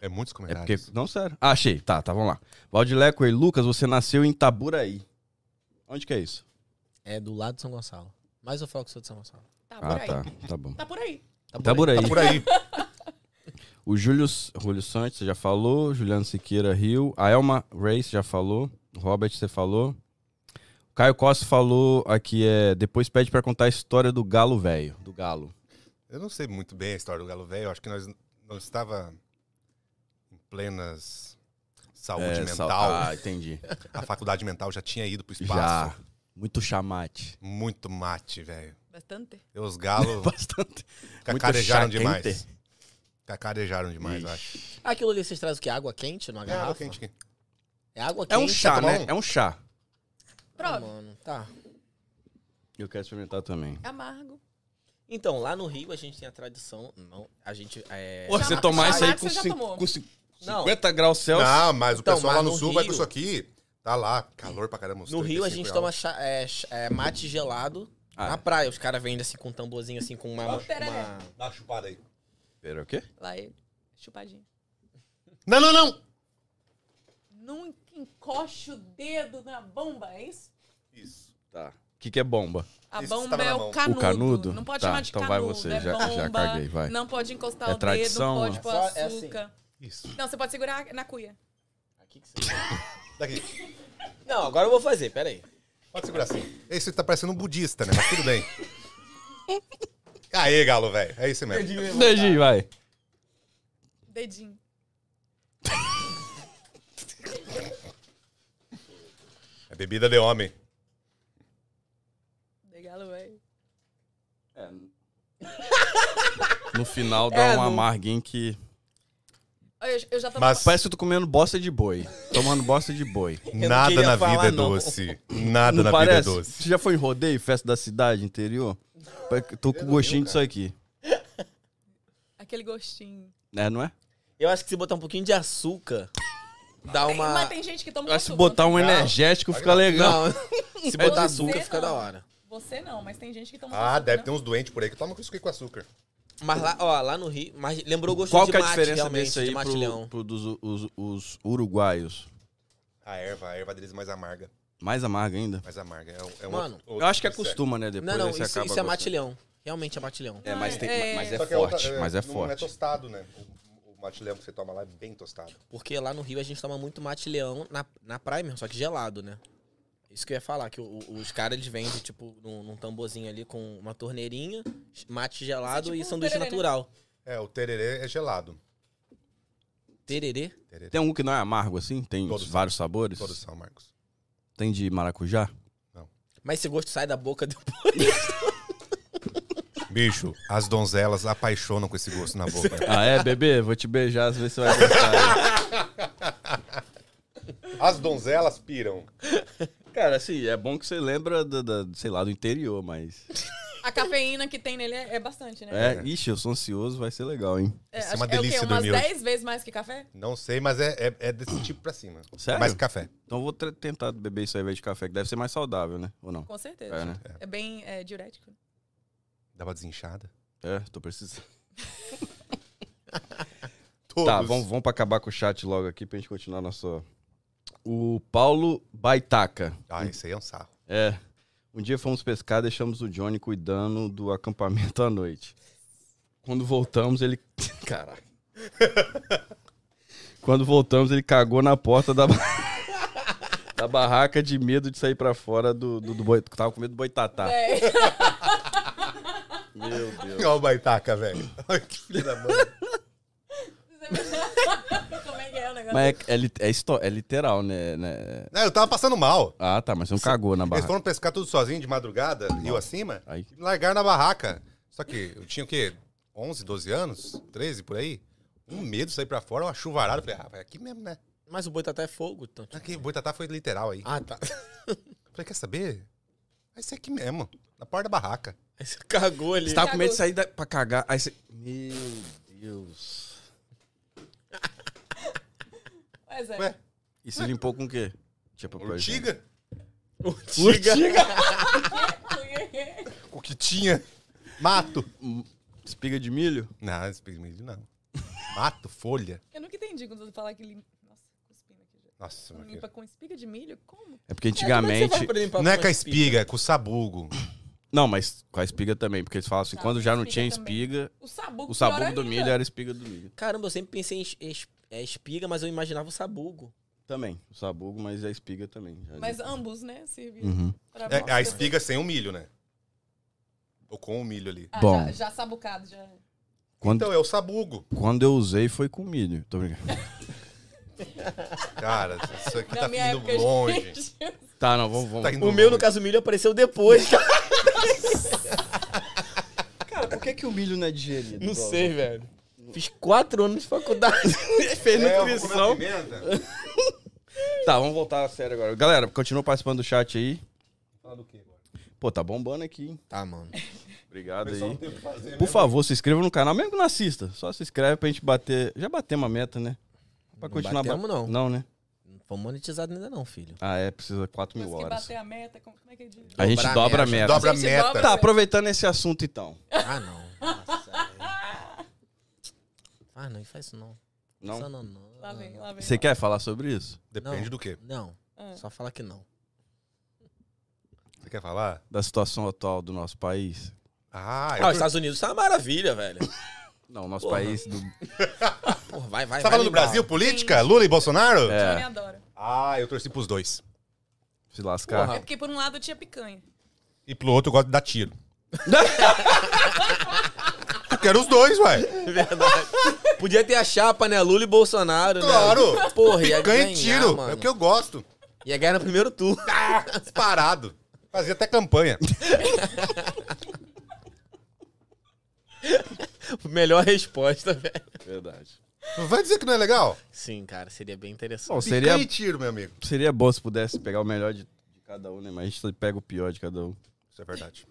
Speaker 3: É muitos
Speaker 1: É porque.
Speaker 3: comentários.
Speaker 1: Não, sério. Ah, achei. Tá, tá, vamos lá. Valdileco e Lucas, você nasceu em Taburaí. Onde que é isso?
Speaker 4: É do lado de São Gonçalo. Mas eu falo que sou de São Gonçalo.
Speaker 2: Tá por
Speaker 1: Ah,
Speaker 2: aí.
Speaker 1: tá. Tá bom.
Speaker 2: Tá por aí.
Speaker 4: Tá
Speaker 1: Taburaí.
Speaker 3: Tá por aí.
Speaker 1: O Júlio, Júlio Santos, você já falou. Juliano Siqueira, Rio. A Elma Race, já falou. O Robert, você falou. O Caio Costa falou aqui, é... Depois pede pra contar a história do galo velho. Do galo.
Speaker 3: Eu não sei muito bem a história do Galo Velho. eu Acho que nós não estava em plenas saúde mental.
Speaker 1: Ah, entendi.
Speaker 3: A faculdade mental já tinha ido pro espaço.
Speaker 1: já. Muito chamate.
Speaker 3: Muito mate, velho.
Speaker 2: Bastante.
Speaker 3: E Os galos
Speaker 1: Bastante. Muito
Speaker 3: cacarejaram
Speaker 1: chá
Speaker 3: demais.
Speaker 1: quente.
Speaker 3: Cacarejaram demais, eu acho.
Speaker 4: Aquilo ali vocês trazem o quê? Água quente
Speaker 3: É
Speaker 4: numa
Speaker 3: água
Speaker 4: garrafa?
Speaker 3: quente aqui.
Speaker 4: É água quente.
Speaker 1: É um chá,
Speaker 3: tomar
Speaker 1: né?
Speaker 3: um?
Speaker 1: É um chá.
Speaker 4: Ah,
Speaker 2: Prove.
Speaker 4: mano. Tá.
Speaker 1: Eu quero experimentar também.
Speaker 2: É Amargo.
Speaker 4: Então, lá no Rio a gente tem a tradição. Não, a gente. É...
Speaker 1: Pô,
Speaker 2: Já-
Speaker 1: você tomar
Speaker 2: já-
Speaker 1: isso aí
Speaker 2: já
Speaker 1: com,
Speaker 2: você já
Speaker 1: cin-
Speaker 2: tomou.
Speaker 1: com cin-
Speaker 4: Não.
Speaker 1: 50 graus Celsius.
Speaker 3: Não, mas o
Speaker 4: Então,
Speaker 3: pessoal
Speaker 4: mas
Speaker 3: lá no,
Speaker 4: no
Speaker 3: sul vai com
Speaker 4: Rio-
Speaker 3: isso aqui. Tá lá, calor pra caramba. uns
Speaker 4: No Rio a
Speaker 3: 35
Speaker 4: gente
Speaker 3: graus.
Speaker 4: toma chá- é, ch- é, mate gelado
Speaker 1: Ah,
Speaker 4: na
Speaker 1: é.
Speaker 4: praia. Os caras vendem assim com um tamborzinho, assim, com uma.
Speaker 3: Ó,
Speaker 4: uma-
Speaker 2: tereré.
Speaker 3: Dá uma chupada aí.
Speaker 1: Pera, o quê?
Speaker 2: Lá é chupadinho.
Speaker 3: Não, não, não!
Speaker 2: Nunca encoste o dedo na bomba, é isso?
Speaker 3: Isso.
Speaker 1: Tá. O que, que é bomba?
Speaker 2: A
Speaker 3: Isso
Speaker 2: bomba
Speaker 3: tava na
Speaker 2: é
Speaker 3: mão.
Speaker 2: o
Speaker 3: O
Speaker 2: canudo.
Speaker 1: canudo?
Speaker 2: Não pode
Speaker 1: Tá,
Speaker 2: chamar de
Speaker 1: então vai
Speaker 2: canudo.
Speaker 1: você,
Speaker 2: é
Speaker 1: já-
Speaker 2: bomba,
Speaker 1: já caguei, vai.
Speaker 2: Não pode encostar
Speaker 1: É
Speaker 2: o
Speaker 1: tradição,
Speaker 2: dedo,
Speaker 1: ó.
Speaker 2: pode pôr
Speaker 4: É só- é assim.
Speaker 2: açúcar.
Speaker 3: Isso.
Speaker 2: Não, você pode segurar na cuia.
Speaker 4: Aqui que você-
Speaker 3: Daqui.
Speaker 4: Não, agora eu vou fazer, peraí.
Speaker 3: Pode segurar assim. Esse tá parecendo um budista, né? Mas tudo bem. Aê, galo, velho. É isso mesmo.
Speaker 1: Dedinho, vai.
Speaker 2: Dedinho.
Speaker 3: É bebida de homem.
Speaker 2: Legal, velho.
Speaker 1: No final
Speaker 2: É,
Speaker 1: dá um amarguinho que.
Speaker 2: Eu, eu já tô
Speaker 3: Mas
Speaker 1: Parece que eu tô comendo bosta de boi. Tomando bosta de boi.
Speaker 4: não
Speaker 3: nada
Speaker 4: queria
Speaker 3: na
Speaker 4: falar,
Speaker 3: vida é
Speaker 4: não.
Speaker 3: doce. Nada
Speaker 1: Não
Speaker 3: na
Speaker 1: parece?
Speaker 3: vida é doce.
Speaker 1: Você já foi em rodeio, festa da cidade, interior? Tô com gostinho disso aqui.
Speaker 2: Aquele gostinho.
Speaker 1: É, não é?
Speaker 4: Eu acho que se botar um pouquinho de açúcar, dá uma.
Speaker 2: Mas tem gente que toma
Speaker 1: Eu acho que se
Speaker 2: açúcar.
Speaker 1: botar um
Speaker 3: Não.
Speaker 1: energético fica legal.
Speaker 4: Não, se botar açúcar
Speaker 2: Você
Speaker 4: fica da
Speaker 2: não.
Speaker 4: hora.
Speaker 2: Você não, mas tem gente que toma
Speaker 3: Ah,
Speaker 2: açúcar,
Speaker 3: deve
Speaker 2: né?
Speaker 3: ter uns doentes por aí que toma com isso aqui com açúcar.
Speaker 4: Mas lá, ó, lá no Rio. Mas lembrou o gosto
Speaker 1: Qual
Speaker 4: de
Speaker 1: que é a
Speaker 4: mate,
Speaker 1: diferença
Speaker 4: realmente,
Speaker 1: desse aí
Speaker 4: de mate
Speaker 1: pro,
Speaker 4: leão.
Speaker 1: pro dos u- os, os uruguaios?
Speaker 3: A erva, a erva deles é mais amarga.
Speaker 1: Mais amarga ainda?
Speaker 3: Mais amarga. É, um- é um
Speaker 4: Mano,
Speaker 3: outro-
Speaker 1: Eu
Speaker 3: outro
Speaker 1: acho que
Speaker 3: inseto.
Speaker 1: acostuma, né? Depois
Speaker 4: Não, não,
Speaker 1: aí você
Speaker 4: isso,
Speaker 1: acaba
Speaker 4: isso é mate
Speaker 1: gostando.
Speaker 4: leão. Realmente é mate leão.
Speaker 1: É, mas, tem, mas é
Speaker 3: Só que outra-
Speaker 1: forte, mas é
Speaker 3: Não é
Speaker 1: forte.
Speaker 3: tostado, né? O, o matilhão que você toma lá é bem tostado.
Speaker 4: Porque lá no Rio a gente toma muito mate leão na, na praia mesmo, só que gelado, né? Isso que eu ia falar, que o- o- os caras eles vendem, tipo, num, num tamborzinho ali com uma torneirinha, mate gelado
Speaker 2: Isso é
Speaker 4: e
Speaker 2: tipo um
Speaker 4: sanduíche
Speaker 2: tererê, né?
Speaker 4: natural.
Speaker 3: É, o tererê é gelado.
Speaker 4: Tererê?
Speaker 3: Tererê.
Speaker 1: Tem um que não é amargo assim? Tem
Speaker 3: Todos.
Speaker 1: vários sabores?
Speaker 3: Todos são, Marcos.
Speaker 1: Tem de maracujá?
Speaker 4: Mas esse gosto sai da boca depois.
Speaker 3: Bicho, as donzelas apaixonam com esse gosto na boca.
Speaker 1: Ah, é, bebê? Vou te beijar, às vezes você vai gostar.
Speaker 3: As donzelas piram.
Speaker 1: Cara, assim, é bom que você lembra, da, da- sei lá, do interior, mas...
Speaker 3: um
Speaker 2: A cafeína que tem nele é, é bastante, né?
Speaker 1: É, ixi, eu sou ansioso, vai ser legal, hein?
Speaker 2: É,
Speaker 3: Isso é
Speaker 2: acho-
Speaker 3: uma delícia
Speaker 2: o quê? Umas
Speaker 3: dormir hoje.
Speaker 2: 10 vezes mais que café?
Speaker 3: Não sei, mas é, é, é desse tipo pra cima.
Speaker 1: Sério?
Speaker 3: Mais café.
Speaker 1: Então eu vou tra- tentar beber isso aí ao invés de café, que deve ser mais saudável, né? Ou não?
Speaker 2: Com certeza.
Speaker 1: É, né?
Speaker 2: É bem é, diurético.
Speaker 3: Dá uma desinchada.
Speaker 1: É, tô precisando.
Speaker 3: Todos.
Speaker 1: Tá, vamos, vamos pra acabar com o chat logo aqui pra gente continuar nosso. O Paulo Baitaca.
Speaker 3: Ah, esse aí é um sarro.
Speaker 1: É. Um dia fomos pescar, deixamos o Johnny cuidando do acampamento à noite. Quando voltamos, ele. Caraca. Quando voltamos, ele cagou na porta da, ba- da barraca de medo de sair pra fora do, do, do boi. Tava com medo do boitatá.
Speaker 2: É.
Speaker 1: Meu Deus.
Speaker 3: Olha o baitaca, velho. Ai, que filho da mãe.
Speaker 2: Como é que é o negócio?
Speaker 1: Mas é, é, li- é, histó- é literal, né, né?
Speaker 3: Não, eu tava passando mal.
Speaker 1: Ah, tá, mas você não cagou na
Speaker 3: Eles
Speaker 1: barraca.
Speaker 3: foram pescar tudo sozinho de madrugada, rio acima,
Speaker 1: Aí.
Speaker 3: e me largaram na barraca. Só que eu tinha o quê? 11, 12 anos? 13, por aí? Um medo de sair pra fora, uma chuvarada. Eu falei, ah, vai aqui mesmo, né?
Speaker 4: Mas o boitatá é fogo, então. tipo-
Speaker 3: Aqui, o Boitatá foi literal aí.
Speaker 4: Ah, tá.
Speaker 3: Eu falei, quer saber? Vai ser aqui mesmo, na porta da barraca.
Speaker 4: Aí você cagou ali.
Speaker 1: Você
Speaker 3: tá
Speaker 1: tava com medo de sair da, pra cagar. Aí você. Meu Deus.
Speaker 2: Pois é.
Speaker 3: Ué,
Speaker 1: E você limpou com o quê? Tipo, por exemplo.
Speaker 3: urtiga?
Speaker 4: Urtiga.
Speaker 3: O que tinha? Mato.
Speaker 1: Espiga de milho?
Speaker 3: Não, esse pigmento não. Mato, folha.
Speaker 2: Eu nunca entendi quando você falar que limpa. Nossa, cuspindo aqui. já.
Speaker 3: Nossa, meu
Speaker 2: Limpa
Speaker 3: Deus.
Speaker 2: com espiga de milho? Como?
Speaker 1: É porque
Speaker 4: Como é que você
Speaker 1: antigamente.
Speaker 4: vai pra limpar
Speaker 3: Não é com a
Speaker 4: espiga?
Speaker 3: espiga, é com o sabugo.
Speaker 1: não, mas com a espiga também, porque eles falam assim:
Speaker 2: Tá,
Speaker 1: quando já não
Speaker 2: espiga
Speaker 1: tinha
Speaker 2: também.
Speaker 1: espiga,
Speaker 2: O sabugo.
Speaker 1: o sabugo
Speaker 2: pior é
Speaker 1: do
Speaker 2: ainda.
Speaker 1: milho era a espiga do milho.
Speaker 4: Caramba, eu sempre pensei em es- es- é, espiga, mas eu imaginava o sabugo.
Speaker 1: Também. O sabugo, mas a espiga também. já
Speaker 2: Mas
Speaker 1: li.
Speaker 2: ambos, né? Serviam.
Speaker 1: é- Uhum.
Speaker 2: pra
Speaker 3: É, a
Speaker 2: mostrar.
Speaker 3: espiga sem o milho, né? Ou com o milho ali.
Speaker 2: Ah,
Speaker 1: Bom. Ah,
Speaker 2: Já, já sabucado, já.
Speaker 1: Quando,
Speaker 3: Então, é o sabugo.
Speaker 1: quando eu usei foi com milho. Tô brincando.
Speaker 3: Cara, isso aqui
Speaker 2: Na
Speaker 3: tá
Speaker 2: minha
Speaker 3: indo
Speaker 2: época,
Speaker 3: longe.
Speaker 2: gente.
Speaker 1: Tá, não, vamos. vamos.
Speaker 3: Tá indo
Speaker 4: O meu, no
Speaker 3: longe.
Speaker 4: caso, o milho apareceu depois, cara.
Speaker 1: Tá, Cara, por que, que o milho não é digerido?
Speaker 4: Não sei, velho. Fiz quatro anos de faculdade. Fez
Speaker 3: É, eu vou comer
Speaker 4: nutrição.
Speaker 3: pimenta.
Speaker 1: Tá, vamos voltar a sério agora. Galera, continua participando do chat aí.
Speaker 3: Fala do quê agora?
Speaker 1: Pô, tá bombando aqui, hein?
Speaker 4: Tá, mano.
Speaker 1: Obrigado
Speaker 3: Pessoal, não
Speaker 1: aí.
Speaker 3: tem o que fazer
Speaker 1: Por
Speaker 3: mesmo.
Speaker 1: favor, se inscreva no canal, mesmo que não assista. Só se inscreve pra gente bater. Já batemos uma meta, né? Pra
Speaker 4: Não
Speaker 1: continuar ba-
Speaker 4: batemos, não.
Speaker 1: Não, né?
Speaker 4: Não foi monetizado ainda não, filho.
Speaker 1: Ah, é, precisa 4 mil
Speaker 2: Depois que
Speaker 1: horas.
Speaker 2: bater a meta, como, como é que ele diz?
Speaker 1: A gente
Speaker 4: Dobrar a
Speaker 1: dobra a
Speaker 4: meta.
Speaker 1: meta.
Speaker 3: Dobra a
Speaker 8: Gente,
Speaker 3: meta.
Speaker 8: dobra.
Speaker 1: Tá, aproveitando esse assunto então.
Speaker 4: Ah, não. Nossa, velho. ah, não, faz isso não. Só
Speaker 1: Não?
Speaker 4: não, não.
Speaker 2: Lá vem, lá vem.
Speaker 1: Você quer falar sobre isso?
Speaker 3: Depende
Speaker 4: Não.
Speaker 3: do quê?
Speaker 4: Não,
Speaker 2: Ah.
Speaker 4: só fala que não.
Speaker 3: Você quer falar?
Speaker 1: Da situação atual do nosso país?
Speaker 3: Ah,
Speaker 4: Ah, os
Speaker 3: eu...
Speaker 4: Estados Unidos tá uma maravilha, velho.
Speaker 1: Não, nosso
Speaker 4: Porra.
Speaker 1: país do.
Speaker 4: Porra, vai, vai.
Speaker 3: Você tá falando do Brasil, política? Lula e Bolsonaro?
Speaker 1: É.
Speaker 2: Johnny adora.
Speaker 3: Ah, eu torci pros dois.
Speaker 1: Se lascar.
Speaker 4: Porra.
Speaker 2: É porque por um lado tinha picanha.
Speaker 3: E pro outro eu gosto de dar tiro. eu quero os dois, ué.
Speaker 4: Podia ter a chapa, né? Lula e Bolsonaro, né?
Speaker 3: Claro.
Speaker 4: Porra, ia
Speaker 3: Picanha
Speaker 4: ganhar,
Speaker 3: e tiro.
Speaker 4: mano.
Speaker 3: É o que eu gosto.
Speaker 4: Ia ganhar no primeiro turno.
Speaker 3: Ah, disparado. Fazia até campanha.
Speaker 4: Melhor resposta, velho.
Speaker 1: Verdade.
Speaker 3: Não vai dizer que não é legal?
Speaker 4: Sim, cara, seria bem
Speaker 1: Bom,
Speaker 4: interessante.
Speaker 1: seria,
Speaker 3: Picanha e tiro, meu amigo.
Speaker 1: seria bom se pudesse pegar o melhor de, de cada um, né? Mas a gente pega o pior de cada um.
Speaker 3: Isso é verdade.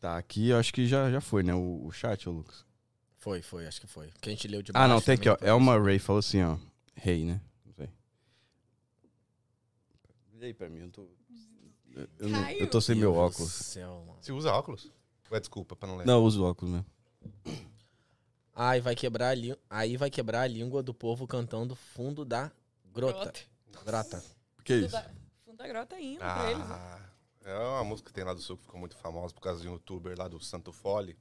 Speaker 1: Tá, aqui eu acho que já, já foi, né? O, o chat, ô Lucas.
Speaker 4: Foi, foi, acho que foi. Porque a gente leu de
Speaker 1: Ah,
Speaker 4: baixo
Speaker 1: não, tem aqui,
Speaker 4: também,
Speaker 1: ó. É uma Ray falou assim, ó. Rei, né? Não sei. Olha aí pra mim, eu tô. eu- Eu, não- eu tô sem
Speaker 4: Meu
Speaker 1: meu
Speaker 4: Deus do
Speaker 1: óculos.
Speaker 4: céu, mano.
Speaker 3: Você usa óculos? Ué, desculpa, pra não ler.
Speaker 1: Não, eu uso óculos mesmo.
Speaker 4: Ai, vai quebrar a li... Aí vai quebrar a língua do povo cantando fundo da grota.
Speaker 2: Grota.
Speaker 4: Grota.
Speaker 1: Que
Speaker 2: Fundo
Speaker 1: isso?
Speaker 2: da, fundo da grota ainda pra eles. né?
Speaker 3: Ah, é uma música que tem lá do Sul que ficou muito famosa por causa de um youtuber lá do Santo Fole.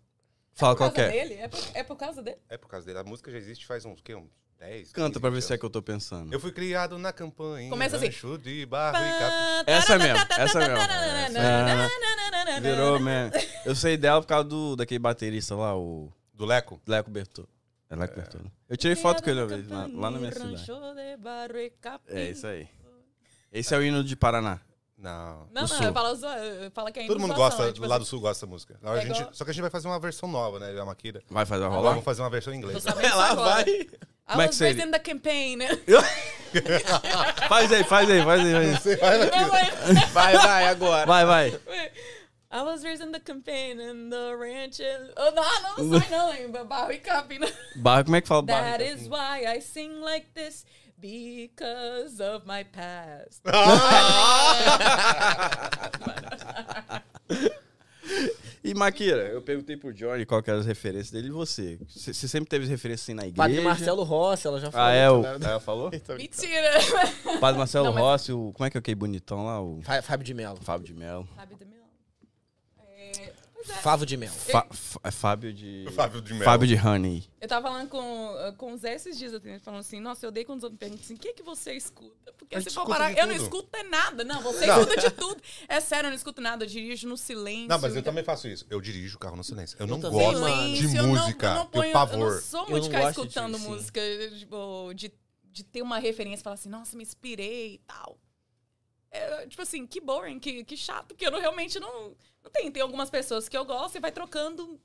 Speaker 1: Fala
Speaker 2: Por
Speaker 1: qual
Speaker 2: causa
Speaker 1: que é.
Speaker 2: dele? É por, é por causa dele?
Speaker 3: É por causa dele. A música já existe faz uns, quê? uns 10?
Speaker 1: Canta
Speaker 3: 15
Speaker 1: pra ver se é
Speaker 3: anos.
Speaker 1: que eu tô pensando.
Speaker 3: Eu fui criado na campanha.
Speaker 2: Começa assim.
Speaker 3: Rancho de barro e capim.
Speaker 1: Essa mesmo, essa mesmo. Ah, É, Virou, man. Eu sei dela por causa do, daquele baterista lá, o
Speaker 3: Do Leco?
Speaker 1: Leco Bertô. É Leco Bertô, né? Eu tirei foto com ele uma vez, lá, lá na minha cidade.
Speaker 2: Rancho de barro e capim.
Speaker 1: É, isso aí. Esse é o hino de Paraná.
Speaker 3: Não.
Speaker 2: Não,
Speaker 1: do
Speaker 2: não,
Speaker 1: Sul.
Speaker 2: eu falo, zo- eu falo que é
Speaker 3: Todo mundo
Speaker 2: ilustração,
Speaker 3: gosta,
Speaker 2: é tipo
Speaker 3: do lado do sul gosta da música. Agora a
Speaker 2: É
Speaker 3: gente-
Speaker 2: igual-
Speaker 3: só que a gente vai fazer uma versão nova, né? A Maquira.
Speaker 1: Vai fazer a
Speaker 3: Agora
Speaker 1: rolar?
Speaker 3: vamos fazer uma versão em inglês.
Speaker 2: assim, tô sabendo
Speaker 4: Lá
Speaker 2: só agora.
Speaker 4: vai.
Speaker 2: I
Speaker 1: Como é que
Speaker 2: was
Speaker 1: seria?
Speaker 2: raised in the campaign, né?
Speaker 1: Faz aí, faz aí, faz aí. faz aí.
Speaker 3: Você vai, Maquira.
Speaker 4: Vai, vai, agora.
Speaker 1: Vai, vai.
Speaker 2: I was raised in the campaign and the ranch and... Oh, não, não sai não, hein? Barro e capim. né?
Speaker 1: Barra, como é que fala barra?
Speaker 2: That is why I sing like this. Because of my past.
Speaker 1: E Maquira, eu perguntei pro Johnny qual que era as referências dele e você. C- Você sempre teve referência assim na igreja?
Speaker 4: Padre Marcelo Rossi, ela já falou.
Speaker 1: Ah, é o. Ela falou?
Speaker 2: Mentira!
Speaker 1: Padre Marcelo
Speaker 2: Não, mas-
Speaker 1: Rossi, o. Como é que é aquele bonitão lá? O
Speaker 4: Fá- Fábio de Melo.
Speaker 1: Fábio de Melo.
Speaker 2: Sabe do meu? É,
Speaker 4: Fábio de Melo.
Speaker 1: Fa- Fa- é Fábio de.
Speaker 3: Fábio de Melo.
Speaker 1: Fábio de Honey.
Speaker 2: Eu tava falando com, eh, com o Zé esses dias, assim, ele falando assim, nossa, eu dei quando os outros me perguntam assim, o que, que você escuta?
Speaker 3: A
Speaker 2: Porque se
Speaker 3: gente
Speaker 2: for
Speaker 3: escuta
Speaker 2: parar,
Speaker 3: de
Speaker 2: eu não
Speaker 3: tudo.
Speaker 2: escuto é nada. Não, você escuta de tudo. É sério, eu não escuto nada, eu dirijo no silêncio.
Speaker 3: Não, mas eu também faço isso. Eu dirijo o carro no silêncio. Eu não
Speaker 4: também,
Speaker 3: gosto
Speaker 4: mano.
Speaker 3: de
Speaker 2: Silêncio, eu não-
Speaker 3: música.
Speaker 2: Eu não, ponho-
Speaker 3: Tenho
Speaker 2: eu não
Speaker 3: pavor.
Speaker 2: sou
Speaker 4: Eu
Speaker 2: muito
Speaker 4: não
Speaker 2: de ficar
Speaker 4: gosto de-
Speaker 2: escutando
Speaker 4: sim.
Speaker 2: música, tipo, de, de ter uma referência e falar assim, nossa, me inspirei e tal. É, tipo assim, que boring, que, que chato, que eu não- realmente não, não tenho. Tem algumas pessoas que eu gosto e vai trocando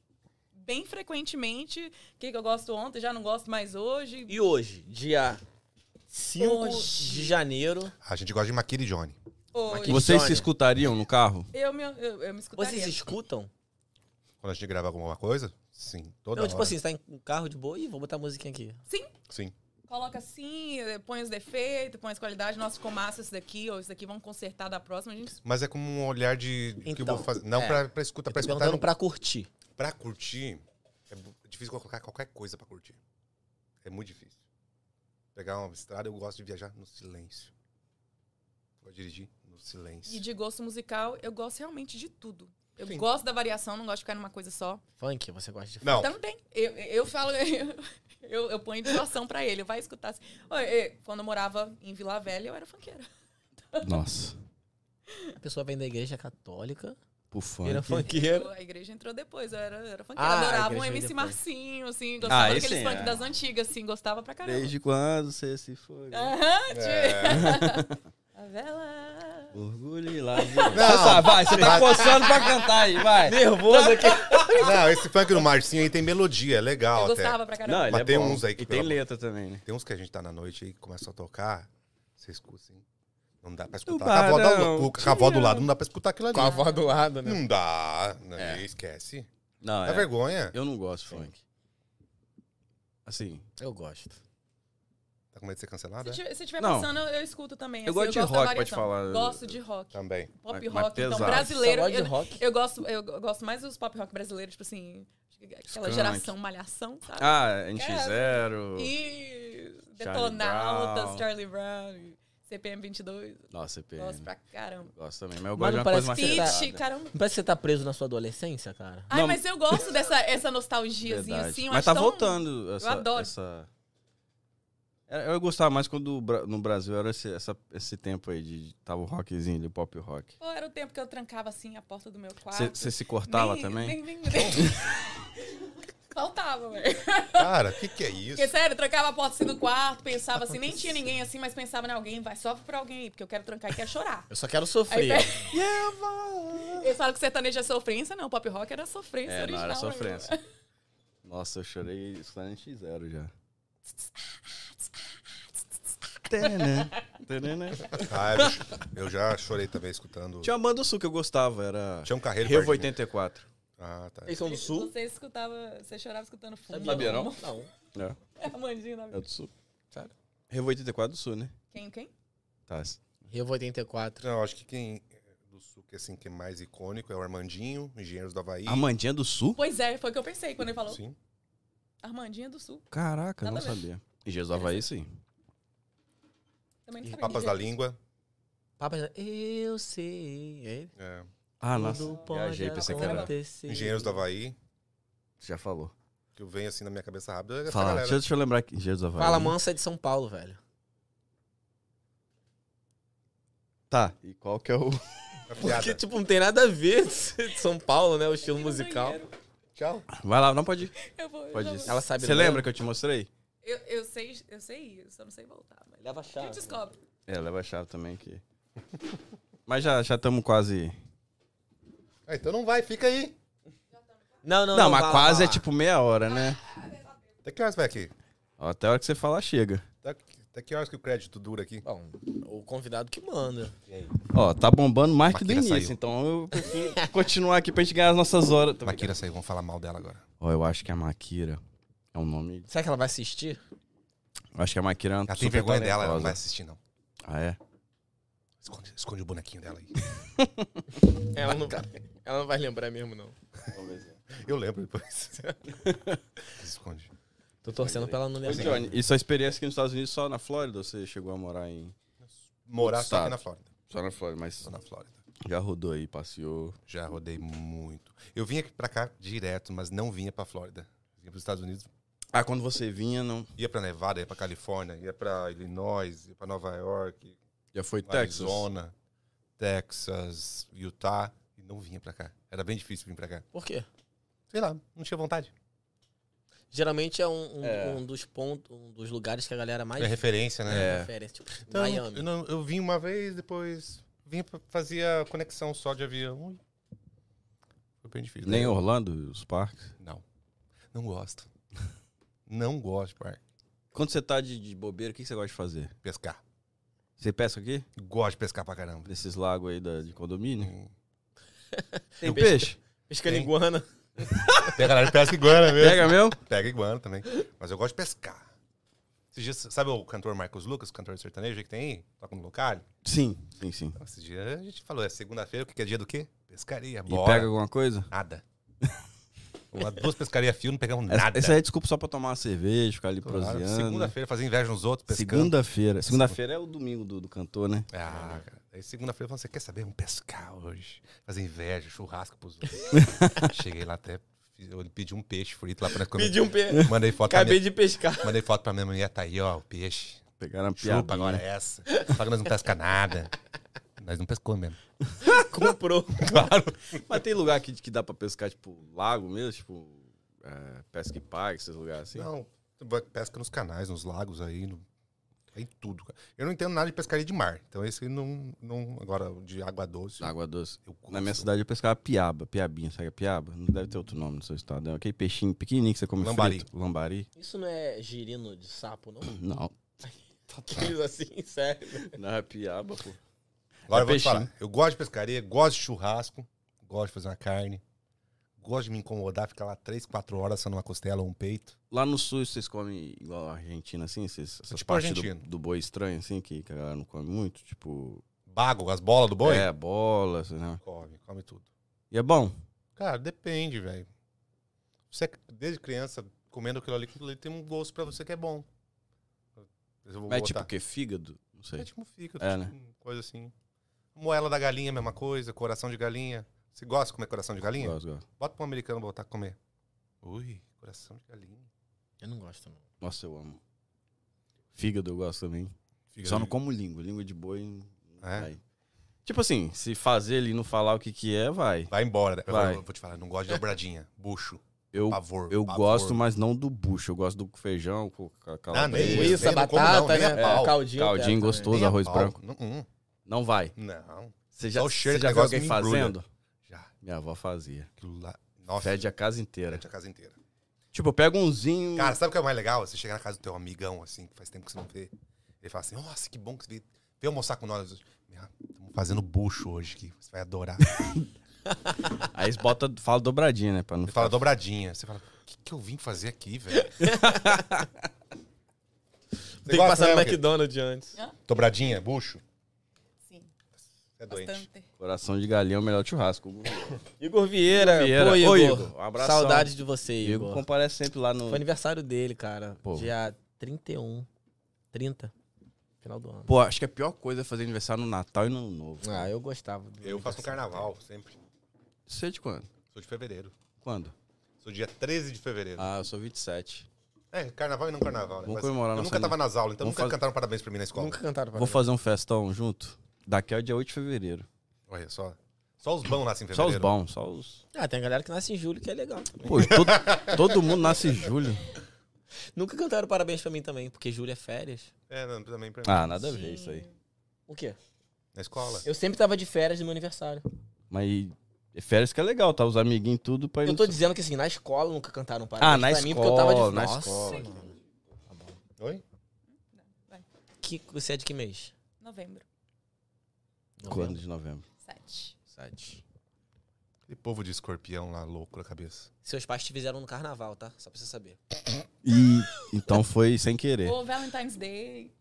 Speaker 2: bem frequentemente. O que, que eu gosto ontem, já não gosto mais hoje.
Speaker 4: E hoje, dia 5
Speaker 2: Hoje.
Speaker 4: de janeiro,
Speaker 3: A gente gosta de Maquira e Johnny.
Speaker 2: hoje.
Speaker 4: Que
Speaker 1: Vocês se
Speaker 4: Johnny?
Speaker 1: escutariam no carro?
Speaker 2: Eu me, eu, eu me escutaria.
Speaker 4: vocês escutam?
Speaker 3: Quando a gente grava alguma coisa, sim. Toda
Speaker 4: Não, tipo
Speaker 3: hora.
Speaker 4: assim, você tá em um carro de boa e vou botar a musiquinha aqui.
Speaker 2: Sim,
Speaker 3: Sim.
Speaker 2: coloca assim, eh, põe os defeitos, põe as qualidades. Nossa, ficou massa isso daqui, ou isso daqui, vamos consertar da próxima. A gente
Speaker 3: Mas é como um olhar de que eu
Speaker 4: Então,
Speaker 3: vou fazer. Não
Speaker 4: é.
Speaker 3: pra, pra escuta, pra
Speaker 4: Tô
Speaker 3: escutar.
Speaker 4: perguntando
Speaker 3: Não,
Speaker 4: pra curtir.
Speaker 3: pra curtir, é bu- é difícil colocar qualquer coisa pra curtir. É muito difícil. Pegar uma estrada, eu gosto de viajar no silêncio. Eu Gosto de dirigir no
Speaker 2: E
Speaker 3: silêncio.
Speaker 2: de gosto musical, eu gosto realmente de tudo. Eu
Speaker 3: Sim.
Speaker 2: gosto da variação, não gosto de ficar numa coisa só.
Speaker 4: Funk, você gosta de funk?
Speaker 3: Não,
Speaker 2: Também. Eu, eu falo, eu, eu, eu ponho situação pra ele, vai escutar. assim. Olha, eh, Quando eu morava em Vila Velha, eu era funkeira.
Speaker 1: Nossa.
Speaker 4: A pessoa vem da igreja católica,
Speaker 1: Por
Speaker 4: vira
Speaker 1: funk.
Speaker 4: funkeira.
Speaker 2: A igreja entrou depois, eu era, eu era funkeira.
Speaker 4: Ah, a
Speaker 2: Adorava um
Speaker 4: igreja veio
Speaker 2: MC
Speaker 4: depois.
Speaker 2: Marcinho, assim, gostava
Speaker 1: Ah, aí
Speaker 2: daqueles
Speaker 1: sim,
Speaker 2: funk
Speaker 1: é.
Speaker 2: das antigas, assim, gostava pra caramba.
Speaker 1: Desde quando você se foi?
Speaker 2: Aham, de-
Speaker 3: é,
Speaker 2: A vela.
Speaker 1: Orgulho e lá. vai, você tá coçando pra cantar aí, vai.
Speaker 4: Nervoso aqui.
Speaker 3: não, esse funk do Marcinho aí tem melodia, é legal
Speaker 2: Eu
Speaker 3: até.
Speaker 2: gostava pra caramba.
Speaker 1: ele é
Speaker 3: Mas tem uns aí que,
Speaker 1: Tá. E tem
Speaker 3: pelo amor-
Speaker 1: letra também, né?
Speaker 3: Tem uns que a gente tá na noite aí que começa a tocar, você escuta assim. Não dá pra
Speaker 1: Do
Speaker 3: escutar. Com a avó, da,
Speaker 1: barão,
Speaker 3: com a avó do lado, não dá pra escutar aquilo ali.
Speaker 7: Com a avó do lado, né?
Speaker 3: Não dá. Não, Esquece.
Speaker 1: Não,
Speaker 3: Dá
Speaker 1: é.
Speaker 3: vergonha.
Speaker 1: Eu não gosto de funk. Assim,
Speaker 4: Eu gosto.
Speaker 3: Tá com medo de ser cancelado?
Speaker 6: Se
Speaker 3: É?
Speaker 6: tiver, se tiver
Speaker 1: Não.
Speaker 6: passando, eu, eu escuto também.
Speaker 1: Eu
Speaker 6: assim,
Speaker 1: gosto de
Speaker 6: da
Speaker 1: rock, pra te
Speaker 6: variação.
Speaker 1: falar.
Speaker 6: Gosto de rock.
Speaker 3: Também.
Speaker 6: Pop
Speaker 1: Mas- mas
Speaker 6: rock, então,
Speaker 1: pesado.
Speaker 6: brasileiro.
Speaker 4: Só gosto
Speaker 6: eu,
Speaker 4: de rock.
Speaker 6: eu gosto, eu gosto mais dos pop rock brasileiros, tipo assim, aquela
Speaker 1: Skank.
Speaker 6: geração malhação, sabe?
Speaker 1: Ah, NX0.
Speaker 6: E
Speaker 1: Brown.
Speaker 6: Detonautas, Charlie Brown, CPM 22.
Speaker 1: Nossa, CPM.
Speaker 6: Gosto pra caramba.
Speaker 1: Gosto também, mas eu
Speaker 4: Mas
Speaker 1: gosto de
Speaker 4: não
Speaker 1: uma coisa mais
Speaker 4: parece que tá-
Speaker 1: pesada.
Speaker 6: Pitch, caramba.
Speaker 4: Não parece que você tá preso na sua adolescência, cara?
Speaker 6: Ai,
Speaker 1: Não,
Speaker 6: mas eu gosto dessa essa nostalgiazinha,
Speaker 1: Verdade.
Speaker 6: assim. eu
Speaker 1: Mas
Speaker 6: acho
Speaker 1: tá
Speaker 6: tão-
Speaker 1: voltando essa...
Speaker 6: adoro.
Speaker 1: essa- É, Eu gostava mais quando o Bra- no Brasil era esse, essa- esse tempo aí de tava o rockzinho, de pop rock.
Speaker 6: Pô, era o tempo que eu trancava, assim, a porta do meu quarto.
Speaker 1: Você se cortava
Speaker 6: Nem-
Speaker 1: também?
Speaker 6: nem- nem- nem- Faltava, velho.
Speaker 3: Cara, o que, que é isso?
Speaker 6: Porque, sério, eu trancava a porta assim do quarto, pensava assim, nem tinha ninguém assim, mas pensava em alguém, vai, sofre por alguém aí, porque eu quero trancar e quero chorar.
Speaker 4: Eu só quero sofrer.
Speaker 6: Eles falam que sertanejo é sofrência, não, pop rock era sofrência
Speaker 1: É, não
Speaker 6: original.
Speaker 1: era
Speaker 6: né?
Speaker 1: sofrência. Nossa, eu chorei escutando NX0 já. Tanã, tanã.
Speaker 3: Ah, eu ch- eu já chorei também escutando.
Speaker 1: Tinha uma banda sul que eu gostava, era
Speaker 3: Tinha um carreiro
Speaker 1: Revo
Speaker 3: perto de mim.
Speaker 1: 84.
Speaker 3: Ah, tá.
Speaker 7: Eles são do sul?
Speaker 6: Você escutava, você chorava escutando fundo.
Speaker 1: Sabia não?
Speaker 4: Não.
Speaker 1: É,
Speaker 6: É, Mandinho na
Speaker 1: é
Speaker 6: vida.
Speaker 1: do sul.
Speaker 7: Sério?
Speaker 1: Revo 84 do sul, né?
Speaker 6: Quem, quem?
Speaker 1: Tá.
Speaker 4: Revo 84.
Speaker 3: Não, acho que quem do sul que assim que é mais icônico é o Armandinho, Engenheiros do Havaí.
Speaker 1: Amandinha do sul?
Speaker 6: Pois é, foi o que eu pensei quando ele falou.
Speaker 3: Sim.
Speaker 6: Armandinha do Sul.
Speaker 1: Caraca,
Speaker 6: Nada
Speaker 1: não
Speaker 6: a ver.
Speaker 1: sabia. E Jesus do Havaí, sim.
Speaker 6: Também não
Speaker 4: E
Speaker 6: sabia.
Speaker 3: Papas da Língua.
Speaker 4: Papas, eu sei. É,
Speaker 3: é,
Speaker 1: Ah,
Speaker 4: tudo
Speaker 1: nossa.
Speaker 4: pode
Speaker 1: Viajei, pensei que era.
Speaker 4: acontecer.
Speaker 3: Engenheiros do Havaí,
Speaker 1: Já falou.
Speaker 3: que eu venho assim na minha cabeça rápido. é essa
Speaker 1: Fala,
Speaker 3: galera.
Speaker 1: deixa, eu- deixa eu lembrar aqui. Jesus do Havaí.
Speaker 4: Fala Mansa é de São Paulo, velho.
Speaker 1: Tá, e qual que é o...
Speaker 3: É piada.
Speaker 4: Porque, tipo, não tem nada a ver ser de São Paulo, né? O estilo musical.
Speaker 3: Tchau.
Speaker 1: Vai lá, não pode ir.
Speaker 6: Eu vou. eu
Speaker 1: Pode
Speaker 6: já
Speaker 1: ir.
Speaker 6: vou.
Speaker 4: Ela sabe
Speaker 1: Você
Speaker 4: ler?
Speaker 1: lembra que eu te mostrei?
Speaker 6: Eu, eu sei, eu sei, eu só não sei voltar. Mas...
Speaker 4: Leva a
Speaker 6: A
Speaker 3: Tá,
Speaker 4: chave.
Speaker 6: gente descobre.
Speaker 1: É, leva a chave também aqui. Mas já estamos quase...
Speaker 3: Ah, então não vai, fica aí.
Speaker 4: Não, não,
Speaker 1: Não,
Speaker 4: não.
Speaker 1: mas
Speaker 4: vai lá,
Speaker 1: quase
Speaker 4: vai
Speaker 1: é
Speaker 4: lá.
Speaker 1: tipo meia hora, né?
Speaker 3: Até que horas vai aqui?
Speaker 1: Ó, Até a hora que você falar, chega.
Speaker 3: Até que- Até que horas que o crédito dura aqui?
Speaker 4: Bom, o convidado que manda.
Speaker 1: Ó, tá bombando mais que do
Speaker 3: Maquira
Speaker 1: início,
Speaker 3: saiu.
Speaker 1: então eu prefiro continuar aqui pra gente ganhar as nossas horas. Tô brincando.
Speaker 3: Maquira saiu, vamos falar mal dela agora.
Speaker 1: Ó, eu acho que a Maquira é um nome...
Speaker 4: Será que ela vai assistir?
Speaker 1: Eu acho que a Maquira é uma
Speaker 3: Ela tem
Speaker 1: super
Speaker 3: vergonha dela, ela não
Speaker 1: talentosa.
Speaker 3: vai assistir, não.
Speaker 1: Ah, é?
Speaker 3: Esconde, esconde o bonequinho dela aí.
Speaker 7: Ela não, ela não vai lembrar mesmo, não.
Speaker 3: Eu lembro depois. Esconde.
Speaker 4: Tô torcendo pra ela não
Speaker 1: Ô,
Speaker 4: lembrar.
Speaker 1: Johnny, e sua experiência aqui nos Estados Unidos só na Flórida ou você chegou a morar em.
Speaker 3: Morar só
Speaker 1: Estado.
Speaker 3: aqui na Flórida.
Speaker 1: Só na Flórida, mas
Speaker 3: Só na Flórida.
Speaker 1: já rodou aí, passeou.
Speaker 3: Já rodei muito. Eu vinha pra cá direto, mas não vinha pra Flórida. Vinha pros Estados Unidos.
Speaker 1: Ah, quando você vinha, não.
Speaker 3: Ia pra Nevada, ia pra Califórnia, ia pra Illinois, ia pra Nova York,
Speaker 1: Já foi Texas?
Speaker 3: Arizona, Texas, Utah. E não vinha pra cá. Era bem difícil vir pra cá.
Speaker 4: Por quê?
Speaker 3: Sei lá, não tinha vontade.
Speaker 4: Geralmente é um, um-
Speaker 1: É.
Speaker 4: um dos pontos, um dos lugares que a galera mais
Speaker 3: É referência, né?
Speaker 1: É.
Speaker 4: prefere. Tipo,
Speaker 3: Então,
Speaker 4: Miami.
Speaker 3: Eu, não- eu vim uma vez, depois vim pra- fazia conexão só de avião. Foi bem difícil.
Speaker 1: Nem Orlando, os parques.
Speaker 3: Não. Não gosto. Não gosto, par.
Speaker 1: Quando você tá de, de bobeira, o que que você gosta de fazer?
Speaker 3: Pescar.
Speaker 1: Você pesca aqui?
Speaker 3: Gosto de pescar pra caramba.
Speaker 1: Nesses lagos aí da- de condomínio?
Speaker 3: Hum.
Speaker 1: Tem um peixe?
Speaker 4: Pesca de iguana.
Speaker 3: Tem a galera que pesca iguana mesmo.
Speaker 1: Pega mesmo?
Speaker 3: Pega iguana também. Mas eu gosto de pescar. Esses dias, sabe o cantor Marcos Lucas, cantor sertanejo que tem aí? Toca no local?
Speaker 1: Sim, sim, sim.
Speaker 3: Então, esses dias a gente falou, é segunda-feira, o que que é dia do quê? Pescaria,
Speaker 1: E
Speaker 3: bora.
Speaker 1: pega alguma coisa?
Speaker 3: Nada. Uma- duas pescarias fio, não pegamos
Speaker 1: Essa-
Speaker 3: nada.
Speaker 1: Essa aí é desculpa só pra tomar uma cerveja, ficar ali
Speaker 3: Claro,
Speaker 1: proseando. né?
Speaker 3: Segunda-feira, fazer inveja nos outros, pescando.
Speaker 1: Segunda-feira. Segunda-feira é o domingo do, do cantor, né?
Speaker 3: Ah, cara. Aí segunda-feira falando, você quer saber? Vamos pescar hoje. Fazer inveja, churrasco pros outros. Cheguei lá até, fiz- eu pedi um peixe frito lá pra comer.
Speaker 4: Pedi um peixe.
Speaker 3: Mandei foto pra
Speaker 4: Acabei
Speaker 3: minha,
Speaker 4: de pescar.
Speaker 3: Mandei foto pra minha mulher, tá aí, ó, o peixe.
Speaker 1: Pegaram a piada.
Speaker 3: Chupa agora essa. Só que nós não pesca nada. Nós não pescou mesmo.
Speaker 4: Comprou.
Speaker 3: Claro.
Speaker 1: Mas tem lugar que, que dá pra pescar, tipo, lago mesmo, tipo, é, pesca e paga, esses lugares assim.
Speaker 3: Não, vai- pesca nos canais, nos lagos aí, no... em tudo. cara. Eu não entendo nada de pescaria de mar. Então esse não, não agora de água doce.
Speaker 1: Água doce.
Speaker 3: eu gosto.
Speaker 1: Na minha cidade eu pescava piaba, piabinha, sabe? a Piaba? Não deve ter outro nome no seu estado. É aquele peixinho pequenininho que você come
Speaker 3: Lambari.
Speaker 1: frito. Lambari.
Speaker 4: Isso não é girino de sapo, não?
Speaker 1: Não.
Speaker 4: Tá tudo assim, sério.
Speaker 1: Não, é piaba, pô. É
Speaker 3: Agora eu vou te
Speaker 1: peixinho.
Speaker 3: falar. Eu gosto de pescaria, gosto de churrasco, gosto de fazer uma carne, gosto de me incomodar, ficar lá três, quatro horas sendo uma costela ou um peito.
Speaker 1: Lá no sul vocês comem igual a Argentina, assim? Vocês, essas
Speaker 3: tipo
Speaker 1: partes do,
Speaker 3: argentino.
Speaker 1: do boi estranho, assim, que, que a galera não come muito? Tipo.
Speaker 3: Bago, as bolas do boi?
Speaker 1: É, bola, assim, né?
Speaker 3: Come, come tudo.
Speaker 1: E é bom.
Speaker 3: Cara, depende, velho. Você, desde criança, comendo aquilo ali, aquilo ali tem um gosto pra você que é bom. Eu vou
Speaker 1: Mas é
Speaker 3: botar.
Speaker 1: tipo o quê? Fígado? Não sei.
Speaker 3: É tipo fígado,
Speaker 1: É,
Speaker 3: tipo coisa assim. Moela da galinha, mesma coisa. Coração de galinha. Você gosta de comer coração de galinha?
Speaker 1: Gosto, gosto.
Speaker 3: Bota pra um americano botar comer. Ui, coração de galinha.
Speaker 4: Eu não gosto, não.
Speaker 1: Nossa, eu amo. Fígado eu gosto também. Só não como língua. Língua de boi. não
Speaker 3: É?
Speaker 1: vai. Tipo assim, se fazer ele e não falar o que que é, vai.
Speaker 3: Vai embora. né? Eu
Speaker 1: Vai.
Speaker 3: vou- vou te falar, não gosto de dobradinha. Bucho,
Speaker 1: Eu,
Speaker 3: pavor.
Speaker 1: eu
Speaker 3: pavor.
Speaker 1: gosto, mas não do bucho. Eu gosto do feijão, com ca-
Speaker 3: Ah, nem
Speaker 1: calabresa,
Speaker 3: isso,
Speaker 4: Isso,
Speaker 3: nem não como
Speaker 4: batata,
Speaker 3: não, nem a
Speaker 4: né?
Speaker 3: pau.
Speaker 4: É, caldinho. eu
Speaker 1: Caldinho
Speaker 4: quero também.
Speaker 1: gostoso.
Speaker 3: Nem a
Speaker 1: arroz
Speaker 3: pau.
Speaker 1: branco.
Speaker 3: Não, hum,
Speaker 1: Não vai.
Speaker 3: não.
Speaker 1: Você já,
Speaker 3: Só o cheiro
Speaker 1: você
Speaker 3: do
Speaker 1: já viu
Speaker 3: negócio
Speaker 1: alguém
Speaker 3: me embrulha.
Speaker 1: fazendo?
Speaker 3: Já.
Speaker 1: Minha avó fazia.
Speaker 3: Aquilo lá. Nossa,
Speaker 1: Fede a casa inteira.
Speaker 3: fede a casa inteira.
Speaker 1: Tipo, eu pego umzinho.
Speaker 3: Cara, sabe o que é mais legal? Você chegar na casa do teu amigão, assim, que faz tempo que você não vê. Ele fala assim, nossa, que bom que você veio, veio almoçar com nós. Estamos fazendo bucho hoje aqui, você vai adorar.
Speaker 1: Aí eles botam, fala dobradinha, né? Pra não
Speaker 3: Ele fala
Speaker 1: ficar-
Speaker 3: dobradinha. Você fala, o que, que eu vim fazer aqui, velho?
Speaker 7: Tem que
Speaker 3: gosta
Speaker 7: passar no
Speaker 3: mesmo, querido?
Speaker 7: McDonald's antes.
Speaker 3: né, Dobradinha, bucho?
Speaker 2: Sim,
Speaker 3: Você é doente.
Speaker 2: bastante.
Speaker 1: Coração de galinha é o melhor churrasco. Hugo.
Speaker 7: Igor Vieira.
Speaker 1: Vieira.
Speaker 7: Pô, Igor.
Speaker 1: Ô, Igor, um abração.
Speaker 7: Saudades de você, Igor.
Speaker 1: Diego comparece sempre lá no.
Speaker 4: Foi aniversário dele, cara.
Speaker 1: Pô.
Speaker 4: Dia 31. 30. Final do ano.
Speaker 1: Pô, acho que a pior coisa é fazer aniversário no Natal e no Ano Novo.
Speaker 3: é.
Speaker 4: Ah, eu gostava. do
Speaker 3: Eu faço no
Speaker 4: aniversário.
Speaker 3: carnaval, sempre.
Speaker 1: Você é de quando?
Speaker 3: Sou de fevereiro.
Speaker 1: Quando?
Speaker 3: Sou dia 13 de fevereiro.
Speaker 1: Ah, eu sou 27.
Speaker 3: É, carnaval e não carnaval, né?
Speaker 1: Vamos
Speaker 3: Mas
Speaker 1: comemorar
Speaker 3: Eu
Speaker 1: nossa
Speaker 3: nunca tava nas aulas, então
Speaker 1: Vamos
Speaker 3: nunca
Speaker 1: fazer-
Speaker 3: cantaram parabéns pra mim na escola.
Speaker 4: Nunca cantaram pra
Speaker 1: Vou
Speaker 4: mim.
Speaker 1: fazer um festão junto? Daqui ao dia 8 de fevereiro.
Speaker 3: Olha só. Só os bons nascem em
Speaker 1: Só
Speaker 3: fevereiro.
Speaker 1: os bons, só os.
Speaker 4: Ah, tem galera que nasce em julho que é legal. também.
Speaker 1: Pô, todo, todo mundo nasce em julho.
Speaker 4: Nunca cantaram parabéns pra mim também, porque julho é férias.
Speaker 3: É, não, também pra mim.
Speaker 1: Ah, nada a ver isso aí.
Speaker 4: O quê?
Speaker 3: Na escola.
Speaker 4: Eu sempre tava de férias no meu aniversário.
Speaker 1: Mas é férias que é legal, tá? Os amiguinhos tudo pra ir
Speaker 4: Eu
Speaker 1: no-
Speaker 4: tô dizendo que assim, na escola nunca cantaram parabéns
Speaker 1: Ah, na
Speaker 4: pra mim, porque eu tava
Speaker 1: escola,
Speaker 4: de
Speaker 1: na
Speaker 4: Nossa,
Speaker 1: escola.
Speaker 4: mano.
Speaker 3: Oi?
Speaker 4: Que, você é de que mês?
Speaker 2: Novembro,
Speaker 1: Quando de novembro?
Speaker 2: 7.
Speaker 4: Sete.
Speaker 3: Aquele povo de escorpião lá, louco da cabeça.
Speaker 4: Seus pais te fizeram no carnaval, tá? Só pra você saber.
Speaker 1: E então foi sem
Speaker 3: É.
Speaker 1: querer.
Speaker 2: O Valentine's Day.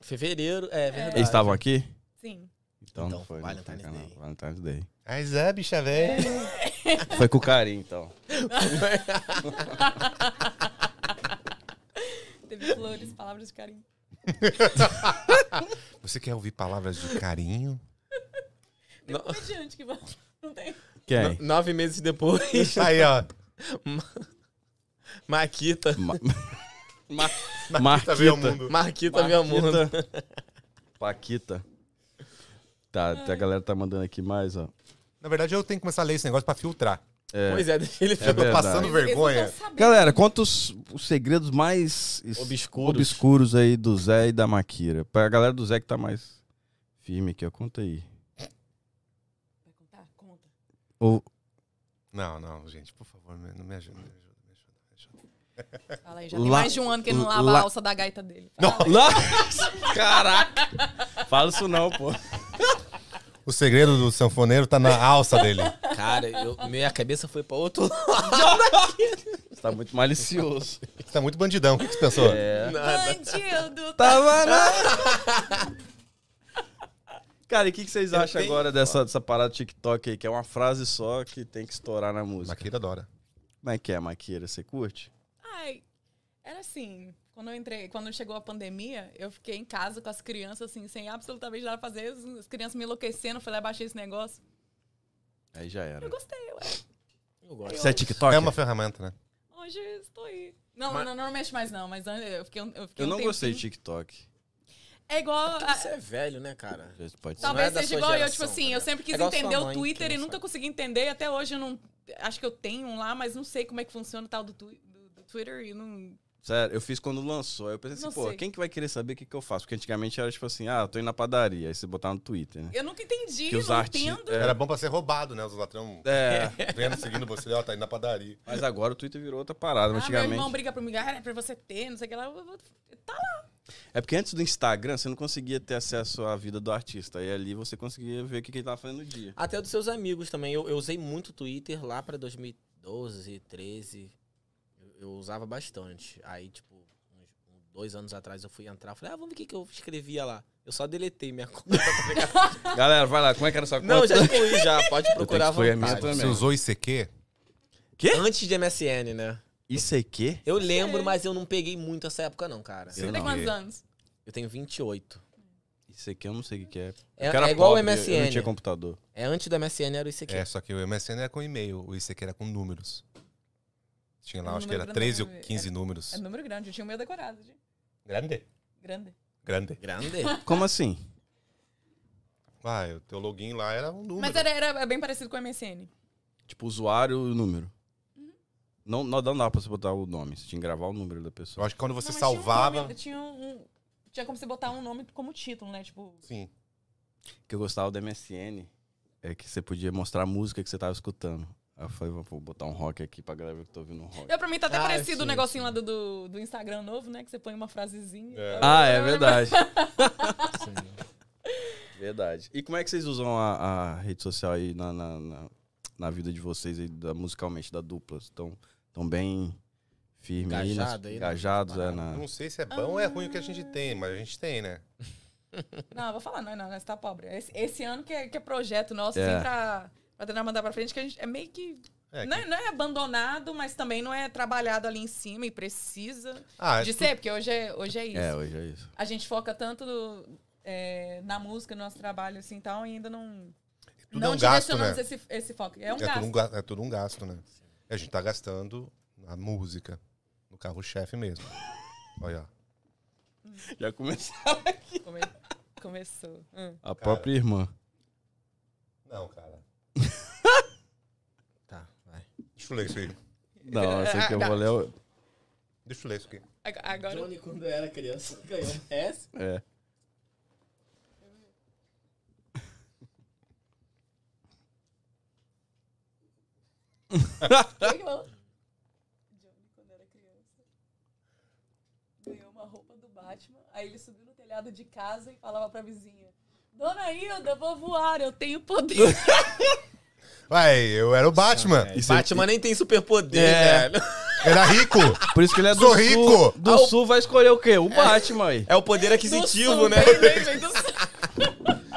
Speaker 4: Fevereiro, é verdade.
Speaker 1: Eles estavam aqui?
Speaker 2: Sim.
Speaker 1: Então,
Speaker 4: Então,
Speaker 1: não foi.
Speaker 4: Valentine's
Speaker 1: não foi, não.
Speaker 4: Day.
Speaker 1: Valentine's Day.
Speaker 3: Mas é, bicha velho.
Speaker 1: Foi com carinho, então.
Speaker 2: Teve flores, palavras de carinho.
Speaker 3: Você quer ouvir palavras de carinho?
Speaker 2: Tem um comediante que vai- não tem.
Speaker 1: Quem?
Speaker 7: No- nove meses depois,
Speaker 3: Aí, ó.
Speaker 7: Maquita.
Speaker 1: Ma... Ma...
Speaker 3: Tá vendo o
Speaker 1: Marquita.
Speaker 3: mundo?
Speaker 7: Marquita, meu amor.
Speaker 1: Paquita. Tá, até a galera tá mandando aqui mais, ó.
Speaker 3: Na verdade, eu tenho que começar a ler esse negócio pra filtrar.
Speaker 7: Pois é, deixa ele
Speaker 1: É
Speaker 3: Eu tô
Speaker 1: verdade.
Speaker 3: passando
Speaker 2: Eles não
Speaker 3: vergonha.
Speaker 2: tão sabendo.
Speaker 1: Galera, conta os, os segredos mais es-
Speaker 7: Obscuros.
Speaker 1: obscuros aí do Zé e da Maquira. Pra galera do Zé que tá mais firme aqui, ó. Conta aí.
Speaker 2: Vai contar? Conta.
Speaker 1: Ou-
Speaker 3: Não, não, gente, por favor, me- não me ajuda. Me ajuda, me ajuda, me ajuda.
Speaker 2: Fala aí, já tem
Speaker 1: Lá-
Speaker 2: mais de um ano que ele não lava
Speaker 1: lá-
Speaker 2: a alça da gaita dele.
Speaker 1: Caraca! Fala isso não, pô.
Speaker 3: O segredo do sanfoneiro tá na alça dele.
Speaker 4: Cara, eu, minha cabeça foi pra outro lado.
Speaker 1: Você tá muito malicioso.
Speaker 3: Você tá muito bandidão. O que que você pensou?
Speaker 1: É,
Speaker 2: Bandido!
Speaker 1: Tava Cara, e o que, que vocês
Speaker 7: Eu
Speaker 1: acham
Speaker 7: tenho-
Speaker 1: agora dessa, dessa parada do TikTok aí, que é uma frase só que tem que estourar na música?
Speaker 3: Maquita adora.
Speaker 1: Como é que é, Maqueira? Você curte?
Speaker 2: Ai, era assim, quando eu entrei, quando chegou a pandemia, eu fiquei em casa com as crianças, assim, sem absolutamente nada pra fazer, as, as crianças me enlouquecendo, eu falei, abaixei esse negócio.
Speaker 1: Aí já era.
Speaker 2: Eu gostei, ué.
Speaker 4: Eu gosto.
Speaker 1: Você é TikTok?
Speaker 3: É uma ferramenta, né?
Speaker 2: Hoje eu estou aí. Não,
Speaker 7: Mas-
Speaker 2: não, não, não mexe mais não, mas an- eu fiquei, um- eu fiquei
Speaker 1: Eu
Speaker 2: um
Speaker 1: não gostei de
Speaker 2: tempinho.
Speaker 1: TikTok.
Speaker 2: É igual... a-
Speaker 4: Você é velho, né, cara?
Speaker 1: Pode ser.
Speaker 4: Tá.
Speaker 2: talvez
Speaker 4: da
Speaker 2: seja
Speaker 4: sua
Speaker 2: igual eu,
Speaker 4: geração,
Speaker 2: tipo
Speaker 4: tá
Speaker 2: assim, eu
Speaker 4: ligado?
Speaker 2: sempre
Speaker 4: É
Speaker 2: quis
Speaker 4: igual
Speaker 2: entender
Speaker 4: sua
Speaker 2: o
Speaker 4: mãe,
Speaker 2: Twitter
Speaker 4: que
Speaker 2: e
Speaker 4: não
Speaker 2: nunca
Speaker 4: sabe.
Speaker 2: consegui entender, e até hoje eu não... Acho que eu tenho um lá, mas não sei como é que funciona o tal do, twi- do- do Twitter e não...
Speaker 1: Sério, eu fiz quando lançou. Aí eu pensei assim,
Speaker 2: Não
Speaker 1: pô,
Speaker 2: sei.
Speaker 1: quem que vai querer saber o que, que eu faço? Porque antigamente era tipo assim, ah, eu tô indo na padaria. Aí você botava no Twitter, né?
Speaker 2: Eu nunca entendi,
Speaker 1: Que os
Speaker 2: não
Speaker 1: arti-
Speaker 2: entendo.
Speaker 1: É.
Speaker 3: Era bom pra ser roubado, né? Os ladrão
Speaker 1: É.
Speaker 3: vendo, seguindo você, ó, tá indo na padaria.
Speaker 1: Mas agora o Twitter virou outra
Speaker 2: Ah,
Speaker 1: parada.
Speaker 2: meu
Speaker 1: antigamente.
Speaker 2: irmão briga comigo, ah, é pra você ter, não sei o que lá. eu vou- Tá lá.
Speaker 1: É porque antes do Instagram você não conseguia ter acesso à vida do artista. E ali você conseguia ver o que, que ele tava fazendo no dia.
Speaker 4: Até dos seus amigos também. Eu, eu usei muito o Twitter lá pra 2012, 13. Eu, eu usava bastante. Aí, tipo, uns, uns dois anos atrás eu fui entrar. Falei, ah, vamos ver o que, que eu escrevia lá. Eu só deletei minha conta.
Speaker 1: Galera, vai lá, como é que era sua conta?
Speaker 4: Não, já excluí já. Pode procurar à
Speaker 1: excluir a minha
Speaker 4: vontade.
Speaker 1: também.
Speaker 3: Você usou ICQ?
Speaker 4: Antes de MSN, né?
Speaker 1: Isso é aí que?
Speaker 4: Eu lembro, mas eu não peguei muito essa época, não, cara.
Speaker 3: Eu
Speaker 2: Você tem
Speaker 3: não.
Speaker 2: quantos anos?
Speaker 4: Eu tenho 28.
Speaker 1: Isso aqui eu não sei o que, que é.
Speaker 4: É,
Speaker 1: Eu era
Speaker 4: é igual o
Speaker 1: pobre, eu-
Speaker 4: MSN.
Speaker 1: Eu não tinha computador.
Speaker 4: É antes do MSN era isso aqui.
Speaker 3: É, só que o MSN era com e-mail, o ICQ era com números. Tinha lá,
Speaker 2: Um
Speaker 3: acho que era
Speaker 2: número
Speaker 3: 13
Speaker 2: grande,
Speaker 3: ou 15 números.
Speaker 2: É número grande, eu tinha o meu decorado. gente.
Speaker 3: Grande?
Speaker 2: Grande.
Speaker 3: Grande.
Speaker 4: Grande.
Speaker 1: Como assim?
Speaker 3: Ah, o teu login lá era um número.
Speaker 2: Mas era, era é bem parecido com o MSN.
Speaker 1: Tipo, usuário e número.
Speaker 2: Uhum.
Speaker 1: Não, não dá não dá pra você botar o nome. Você tinha que gravar o número da
Speaker 3: Eu
Speaker 1: pessoa.
Speaker 3: acho que quando você
Speaker 2: Não, mas
Speaker 3: salvava.
Speaker 2: Tinha, um nome, tinha, um, tinha como você botar um nome como título, né? Tipo,
Speaker 3: Sim.
Speaker 1: O que eu gostava do MSN é que você podia mostrar a música que você tava escutando. Aí eu falei, vou botar um rock aqui pra galera ver que eu tô ouvindo um rock.
Speaker 2: eu, pra mim tá até
Speaker 4: Ah,
Speaker 2: parecido o
Speaker 4: sim,
Speaker 2: negocinho lá do, do, do Instagram novo, né? Que você põe uma frasezinha.
Speaker 3: É.
Speaker 1: Ah, é verdade. Verdade. E como é que vocês usam a, a rede social aí na, na, na- na vida de vocês aí, da- musicalmente, da dupla? Estão tão bem firmes aí, nas-
Speaker 4: Engajado aí, né?
Speaker 1: engajados, é, na-
Speaker 3: Eu não sei se é bom ou é ruim o que a gente tem, mas a gente tem, né?
Speaker 2: Não, eu vou falar, não, não, nós tá pobre. Esse, esse ano que é, que é projeto nosso,
Speaker 1: É.
Speaker 2: assim, pra, pra tentar mandar pra frente, que a gente é meio que.
Speaker 3: É,
Speaker 2: não,
Speaker 3: que-
Speaker 2: é- não é abandonado, mas também não é trabalhado ali em cima e precisa
Speaker 3: Ah,
Speaker 2: de ser, porque hoje é, hoje é isso.
Speaker 1: É, hoje é isso.
Speaker 2: A gente foca tanto no- é, na música, no nosso trabalho, assim, e tal, e ainda não.
Speaker 3: tudo
Speaker 2: não
Speaker 3: é um gasto, né?
Speaker 2: direcionamos esse, esse foco. É um
Speaker 3: é,
Speaker 2: gasto.
Speaker 3: tudo um ga- é tudo um gasto, né? E a gente tá gastando na música, no carro-chefe mesmo. Olha, ó.
Speaker 1: Já começou.
Speaker 2: Come- Começou. Hum.
Speaker 1: A
Speaker 3: Cara.
Speaker 1: própria irmã.
Speaker 3: Não, cara.
Speaker 4: Tá, vai.
Speaker 3: Deixa eu ler isso aí.
Speaker 1: Não, essa que eu vou ler. o-
Speaker 3: Deixa eu ler isso aqui.
Speaker 2: Ag- Agora.
Speaker 4: quando era criança, ganhou S.
Speaker 1: É.
Speaker 2: Ganhou. Johnny, quando era criança, ganhou uma roupa do Batman. Aí ele subiu no telhado de casa e falava pra vizinha: Dona Hilda, vou voar, eu tenho poder.
Speaker 3: Vai, eu era o Batman.
Speaker 4: É, Batman nem tem superpoder,
Speaker 1: É.
Speaker 4: velho.
Speaker 3: Era rico.
Speaker 1: Por isso que ele é do
Speaker 3: Sou
Speaker 1: Sul.
Speaker 3: rico!
Speaker 1: Do Sul vai escolher o quê? O Batman aí.
Speaker 4: É o poder aquisitivo, né?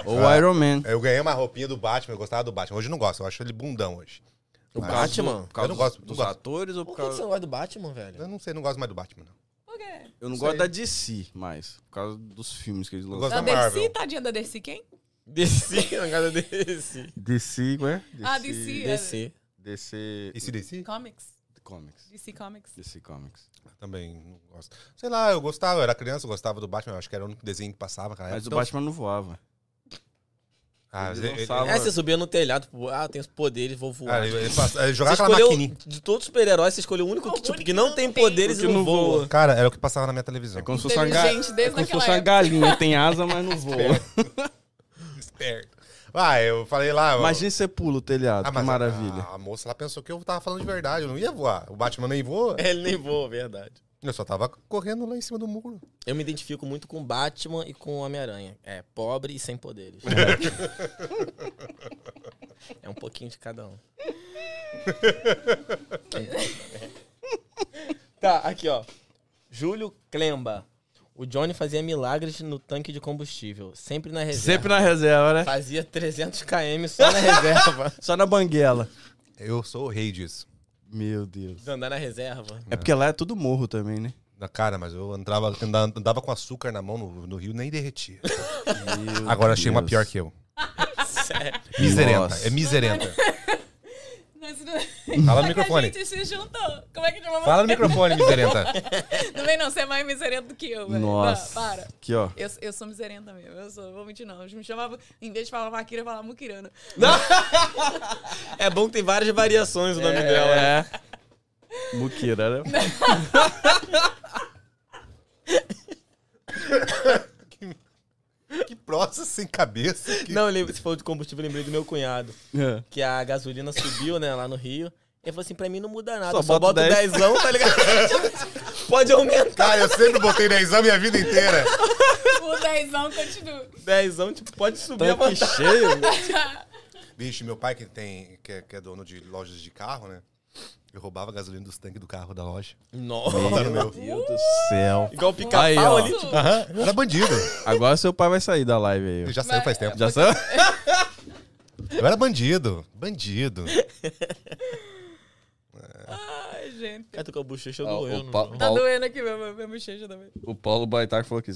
Speaker 1: Ou o Iron Man.
Speaker 3: Eu ganhei uma roupinha do Batman, eu gostava do Batman. Hoje eu não gosto, eu acho ele bundão hoje.
Speaker 4: O
Speaker 3: Mas-
Speaker 4: Batman?
Speaker 1: Por causa
Speaker 3: Eu não gosto,
Speaker 1: dos,
Speaker 3: não
Speaker 1: dos
Speaker 3: gosto.
Speaker 1: atores ou por
Speaker 4: Por que que você
Speaker 1: causa...
Speaker 4: não gosta do Batman, velho?
Speaker 3: Eu não sei, não gosto mais do Batman, não.
Speaker 2: Por quê?
Speaker 1: Eu não
Speaker 3: Não
Speaker 1: gosto
Speaker 3: sei.
Speaker 1: da DC mais. Por causa dos filmes que eles
Speaker 3: Eu
Speaker 1: lançaram.
Speaker 3: gosto
Speaker 2: Da
Speaker 3: da Marvel.
Speaker 2: Dercy, tadinha da Dercy, quem?
Speaker 4: Desci, na casa desse.
Speaker 1: DC, como é?
Speaker 2: Ah, DC.
Speaker 4: Desci.
Speaker 1: DC...
Speaker 3: E se desse?
Speaker 2: é, Comics.
Speaker 1: Comics.
Speaker 2: DC Comics.
Speaker 1: DC Comics.
Speaker 3: Também não gosto. Sei lá, eu gostava, eu era criança, eu gostava do Batman, eu acho que era o único desenho que passava, cara.
Speaker 1: Mas o
Speaker 3: Então-
Speaker 1: Batman não voava.
Speaker 3: Ah,
Speaker 1: ele
Speaker 3: ele, ele,
Speaker 1: lançava-
Speaker 4: É, você subia no telhado, tipo, ah, eu tenho os poderes, vou voar.
Speaker 3: ah, ele- ele passa- ele
Speaker 4: Você
Speaker 3: jogava aquela
Speaker 4: escolheu,
Speaker 3: maquininha.
Speaker 4: de todos os super-heróis, você escolheu o único que, tipo, que não tem poderes e
Speaker 1: Porque
Speaker 4: não
Speaker 1: não voa.
Speaker 4: voa.
Speaker 3: Cara, era o que passava na minha televisão.
Speaker 1: É como se fosse uma, ga...
Speaker 2: Inteligente, desde
Speaker 1: é como se
Speaker 2: aquela
Speaker 1: fosse uma
Speaker 2: época.
Speaker 1: galinha. Tem asa, mas não voa.
Speaker 3: Esperto. Ah, eu falei lá. eu-
Speaker 1: Imagina você pula o telhado.
Speaker 3: Ah,
Speaker 1: que
Speaker 3: mas
Speaker 1: maravilha.
Speaker 3: A, a moça lá pensou que eu tava falando de verdade, eu não ia voar. O Batman nem voa.
Speaker 4: É, ele nem voa, verdade.
Speaker 3: Eu só tava correndo lá em cima do muro.
Speaker 4: Eu me identifico muito com Batman e com Homem-Aranha. É, pobre e sem poderes. é um pouquinho de cada um. tá, aqui ó. Júlio Clemba. O Johnny fazia milagres no tanque de combustível. Sempre na reserva.
Speaker 1: Sempre na reserva, né?
Speaker 4: Fazia 300 km só na reserva.
Speaker 1: Só na banguela.
Speaker 3: Eu sou o rei disso.
Speaker 1: Meu Deus.
Speaker 4: Andar na reserva.
Speaker 1: É porque lá é tudo morro também, né?
Speaker 3: Na cara, mas eu entrava, andava, andava com açúcar na mão no, no rio nem derretia. Agora achei uma
Speaker 1: Deus.
Speaker 3: pior que eu.
Speaker 4: Sério.
Speaker 3: Miserenta.
Speaker 1: Nossa.
Speaker 3: É miserenta.
Speaker 2: Mas não-
Speaker 3: Fala no
Speaker 2: Como é que
Speaker 3: microfone.
Speaker 2: A gente se juntou. Como é que chamamos?
Speaker 3: Fala no microfone, miserenta.
Speaker 2: Não vem não, você é mais miserento do que eu, velho.
Speaker 1: Nossa.
Speaker 2: Não, para.
Speaker 1: Aqui, ó.
Speaker 2: Eu, eu sou miserenta mesmo, eu sou, vou mentir não. Eu me chamava, em vez de falar Maquira, eu falava Mukirana.
Speaker 4: É bom que tem várias variações o nome dela. né?
Speaker 1: Muquira, né?
Speaker 3: que prosa sem cabeça. Que...
Speaker 4: Não, eu lembrei- você falou de combustível, eu lembrei do meu cunhado.
Speaker 1: É.
Speaker 4: que a gasolina subiu, né, lá no Rio. Ele falou assim, pra mim não muda nada,
Speaker 1: Só
Speaker 4: eu só
Speaker 1: boto
Speaker 4: boto
Speaker 1: 10.
Speaker 4: dezão, tá ligado? Pode aumentar.
Speaker 3: Cara, eu sempre botei dezão minha vida inteira.
Speaker 2: O dezão continua.
Speaker 4: Dezão, tipo, pode subir a
Speaker 1: Tanque
Speaker 4: vontade.
Speaker 1: cheio.
Speaker 3: Bicho, meu pai que, tem, que, é, que é dono de lojas de carro, né? Eu roubava a gasolina dos tanques do carro da loja.
Speaker 4: Nossa.
Speaker 3: meu.
Speaker 1: Deus do céu.
Speaker 4: Igual
Speaker 1: Aí,
Speaker 4: pica-pau
Speaker 1: ó.
Speaker 4: ali, tipo,
Speaker 3: Aham, eu era bandido.
Speaker 1: Agora seu pai vai sair da live aí.
Speaker 3: Ele já saiu faz tempo.
Speaker 1: Já saiu?
Speaker 3: Eu era bandido. Bandido.
Speaker 2: Ai, gente.
Speaker 4: Cara, tô com a bochecha
Speaker 1: Ó, o
Speaker 4: doendo.
Speaker 1: pau-
Speaker 4: mano.
Speaker 2: Tá
Speaker 1: Paulo-
Speaker 2: doendo aqui meu, minha bochecha também.
Speaker 1: O Paulo Baitac falou que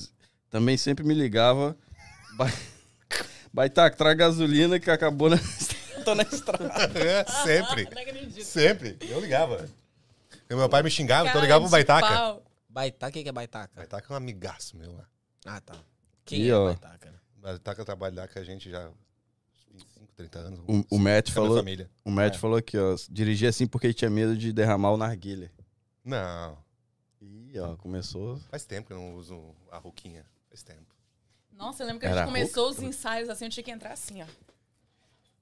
Speaker 1: também sempre me ligava. Ba... Baitac, traz gasolina que acabou na. Tô na estrada.
Speaker 3: É, sempre.
Speaker 2: Não acredito.
Speaker 3: Sempre. Eu ligava. E meu pai me xingava, então eu ligava pro
Speaker 2: Cara de
Speaker 3: Baitaca.
Speaker 2: pau.
Speaker 4: Baitaca, o que que é baitaca?
Speaker 3: Baitaca é um amigaço meu lá.
Speaker 4: Ah, tá. Quem
Speaker 1: Ih,
Speaker 4: é
Speaker 1: ó.
Speaker 4: baitaca? né?
Speaker 3: Baitaca trabalha lá com a gente já há uns 25, 30 anos.
Speaker 1: O, o Matt
Speaker 3: É minha
Speaker 1: falou,
Speaker 3: família.
Speaker 1: o Matt falou aqui, ó. Dirigi assim porque tinha medo de derramar o narguilha.
Speaker 3: Não,
Speaker 1: Ih, ó, começou.
Speaker 3: faz tempo que eu não uso a roquinha. Faz tempo.
Speaker 2: Nossa, eu lembro que a gente
Speaker 1: Era
Speaker 2: começou
Speaker 1: ruca?
Speaker 2: os ensaios assim, eu tinha que entrar assim, ó.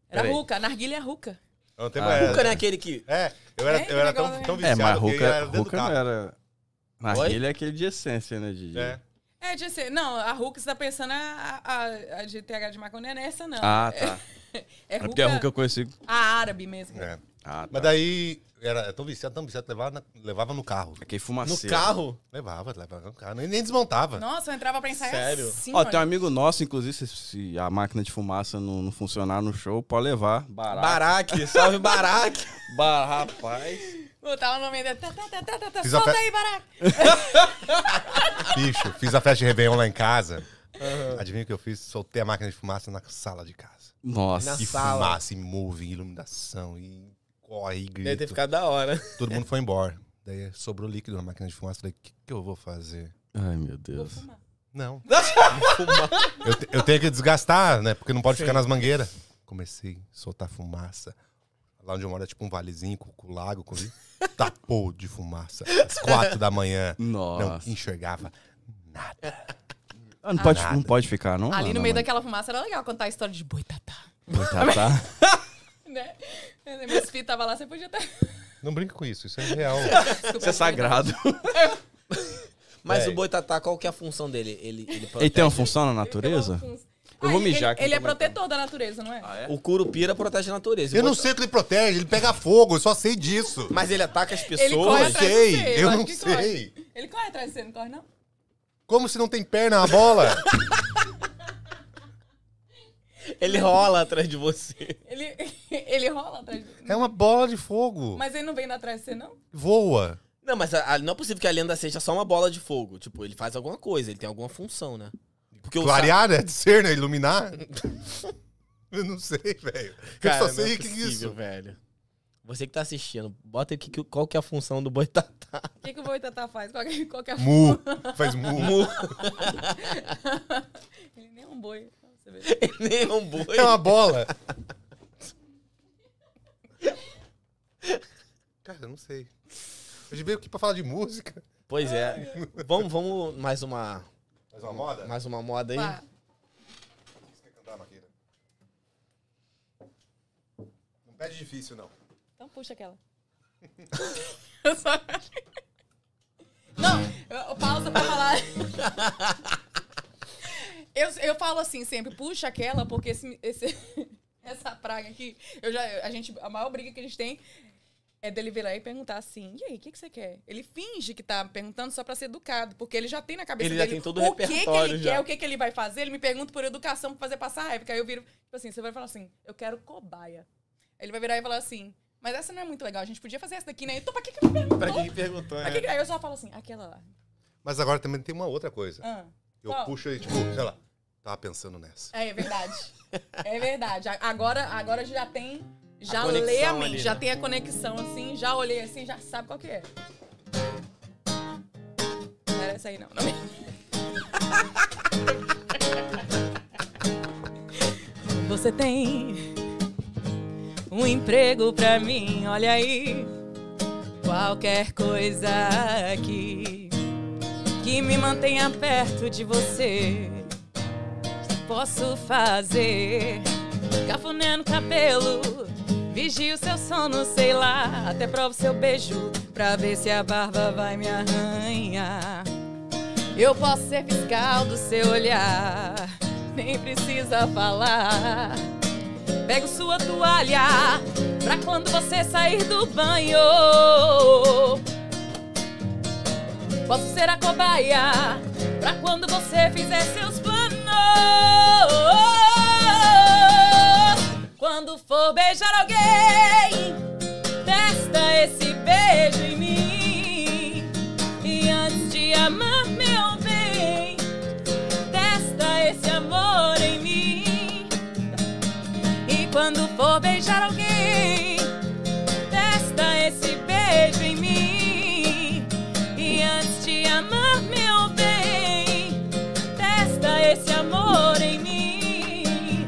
Speaker 1: Peraí.
Speaker 2: Era ruca, narguilha é ruca. né?
Speaker 3: Eu não tenho
Speaker 1: Ah.
Speaker 3: mais-
Speaker 4: Nunca não é aquele que...
Speaker 3: É, eu era,
Speaker 2: É,
Speaker 3: eu era
Speaker 2: legal,
Speaker 3: tão,
Speaker 2: né?
Speaker 3: tão
Speaker 1: É,
Speaker 3: viciado
Speaker 1: mas
Speaker 3: que eu
Speaker 1: Ruca,
Speaker 3: era dentro do
Speaker 1: Ruca não
Speaker 3: carro.
Speaker 1: era. Narguilha é aquele de essência, né, de
Speaker 3: É.
Speaker 2: É, de ser. Não, a ruca, você tá pensando a, a, a de TH de maconha não é essa, não.
Speaker 1: Ah, tá.
Speaker 2: É,
Speaker 1: É
Speaker 2: ruca,
Speaker 1: porque a Ruca eu conheci.
Speaker 2: a árabe mesmo.
Speaker 3: É.
Speaker 1: Ah,
Speaker 3: Mas
Speaker 1: tá.
Speaker 3: daí, era tão viciado, tão viciado, levava, na- levava no carro.
Speaker 1: Aquele
Speaker 4: No
Speaker 1: é fumaceiro.
Speaker 4: carro?
Speaker 3: Levava, levava no carro. Nem, nem desmontava.
Speaker 2: Nossa, eu entrava pra ensaiar
Speaker 4: Sério?
Speaker 2: assim,
Speaker 1: Ó,
Speaker 2: olha.
Speaker 1: tem um amigo nosso, inclusive, se, se a máquina de fumaça não, não funcionar no show, pode levar. Barato.
Speaker 4: Baraque, salve Baraque.
Speaker 1: Ba- rapaz.
Speaker 2: Botava no nome dele. Tá, tá, tá, tá, tá, tá.
Speaker 3: Fiz a
Speaker 2: Solta
Speaker 3: fe-
Speaker 2: aí, baraca.
Speaker 3: Bicho, fiz a festa de Réveillon lá em casa. Adivinha o que eu fiz? Soltei a máquina de fumaça na sala de casa.
Speaker 1: Nossa.
Speaker 4: Na
Speaker 3: e
Speaker 4: sala.
Speaker 3: fumaça, e move, e iluminação, e corre, e grito.
Speaker 4: Deve ter ficado da hora.
Speaker 3: Todo mundo foi embora. Daí sobrou líquido na máquina de fumaça. Falei, o que, que eu vou fazer?
Speaker 1: Ai, meu
Speaker 2: Vou
Speaker 1: Deus.
Speaker 2: fumar.
Speaker 3: Não. eu, te- eu tenho que desgastar, né? Porque não pode ficar nas mangueiras. Comecei a soltar fumaça. Lá onde eu moro é tipo um valezinho com, com lago, com tapou de fumaça. Às quatro da manhã.
Speaker 1: Nossa.
Speaker 3: Não enxergava nada.
Speaker 1: Ah, não, pode,
Speaker 3: nada.
Speaker 1: não pode ficar, não?
Speaker 2: Ali
Speaker 1: Ah,
Speaker 2: no
Speaker 1: não,
Speaker 2: meio
Speaker 1: mãe.
Speaker 2: daquela fumaça era legal contar a história de boitatá,
Speaker 1: Tá, tá.
Speaker 2: né? Meus filhos tava lá, você podia tá- estar...
Speaker 3: Não brinca com isso, isso é real.
Speaker 1: Isso é sagrado.
Speaker 4: Mas
Speaker 3: Véi.
Speaker 4: o boitatá, qual que é a função dele? Ele, ele
Speaker 1: Ele tem
Speaker 4: protege-
Speaker 1: uma função na natureza? Eu vou mijar aqui,
Speaker 2: Ele, ele é
Speaker 1: então vai ter.
Speaker 2: protetor da natureza, não é?
Speaker 4: O curupira protege a natureza. E
Speaker 3: Eu não
Speaker 4: bota-
Speaker 3: sei o que ele protege, ele pega fogo, eu só sei disso.
Speaker 4: Mas ele ataca as pessoas.
Speaker 2: Ele corre
Speaker 3: não
Speaker 2: atrás de
Speaker 3: sei,
Speaker 2: você,
Speaker 3: eu
Speaker 2: acho
Speaker 3: não
Speaker 2: que
Speaker 3: sei.
Speaker 2: corre. Ele corre atrás de você, não corre não?
Speaker 3: Como se não tem perna a bola?
Speaker 4: Ele rola atrás de você.
Speaker 2: Ele, ele rola atrás de você.
Speaker 3: É uma bola de fogo.
Speaker 2: Mas ele não vem indo atrás de você, não?
Speaker 3: Voa.
Speaker 4: Não, mas a- a- não é possível que a lenda seja só uma bola de fogo. Tipo, ele faz alguma coisa, ele tem alguma função, né? Porque o sa-
Speaker 3: Clarear, né? De ser, né? Iluminar. eu não sei, velho. Eu só
Speaker 4: Cara,
Speaker 3: sei
Speaker 4: não é
Speaker 3: o que que é
Speaker 4: possível,
Speaker 3: isso.
Speaker 4: velho. Você que tá assistindo, bota aí que, que- qual que é a função do boitatá.
Speaker 2: O que, que o boitatá faz? Qual que, qual que é a...
Speaker 3: Mu. Faz mu.
Speaker 2: Ele nem é um boi. Você vê.
Speaker 4: Ele nem é um boi.
Speaker 3: É uma bola. Cara, eu não sei. Hoje veio aqui pra falar de música.
Speaker 4: Pois é. Vamos, vamos mais uma,
Speaker 3: Mais uma moda?
Speaker 4: mais uma moda aí.
Speaker 2: Pá,
Speaker 3: Quer cantar, Maquira? Não pede difícil, não.
Speaker 2: Então puxa aquela. Eu só... Não, eu- eu pausa pra falar. Eu, eu falo assim sempre, puxa aquela, porque esse, esse- essa praga aqui, eu já, a, gente, a maior briga que a gente tem é dele virar e perguntar assim, e aí, o que, que você quer? Ele finge que tá perguntando só pra ser educado, porque ele já tem na cabeça
Speaker 4: Ele já
Speaker 2: dele
Speaker 4: tem todo o
Speaker 2: o que, que
Speaker 4: repertório
Speaker 2: ele
Speaker 4: já.
Speaker 2: quer, o que, que ele vai fazer. Ele me pergunta por educação pra fazer passar a época. Aí eu viro, tipo assim, você vai falar assim, eu quero cobaia. Ele vai virar e falar assim, mas essa não é muito legal, a gente podia fazer essa daqui, né? Então pra que que me perguntou?
Speaker 4: Pra quem perguntou,
Speaker 3: né?
Speaker 2: Pra que que-" Aí eu só falo assim, aquela lá.
Speaker 3: Mas agora também tem uma outra coisa.
Speaker 2: Ah.
Speaker 3: Eu
Speaker 2: Qual?
Speaker 3: puxo e, tipo, sei lá, tava pensando nessa.
Speaker 2: É verdade. É verdade. A- Agora, agora já tem. Já
Speaker 4: A conexão
Speaker 2: lê a mente,
Speaker 4: ali,
Speaker 2: já
Speaker 4: né?
Speaker 2: tem a conexão assim, já olhei assim, já sabe qual que é. Não era essa aí, não. não. Você tem um emprego pra mim, olha aí. Qualquer coisa aqui que me mantenha perto de você posso fazer? Cafuné no cabelo, Vigia o seu sono, sei lá, até prova o seu beijo, pra ver se a barba vai me arranhar. Eu posso ser fiscal do seu olhar, nem precisa falar. Pego sua toalha, pra quando você sair do banho. Posso ser a cobaia, pra quando você fizer seus planos. Quando for beijar alguém, testa esse beijo em mim. E antes de amar meu bem, testa esse amor em mim. E quando for beijar alguém, testa esse beijo em mim. E antes de amar meu bem, testa esse amor em mim.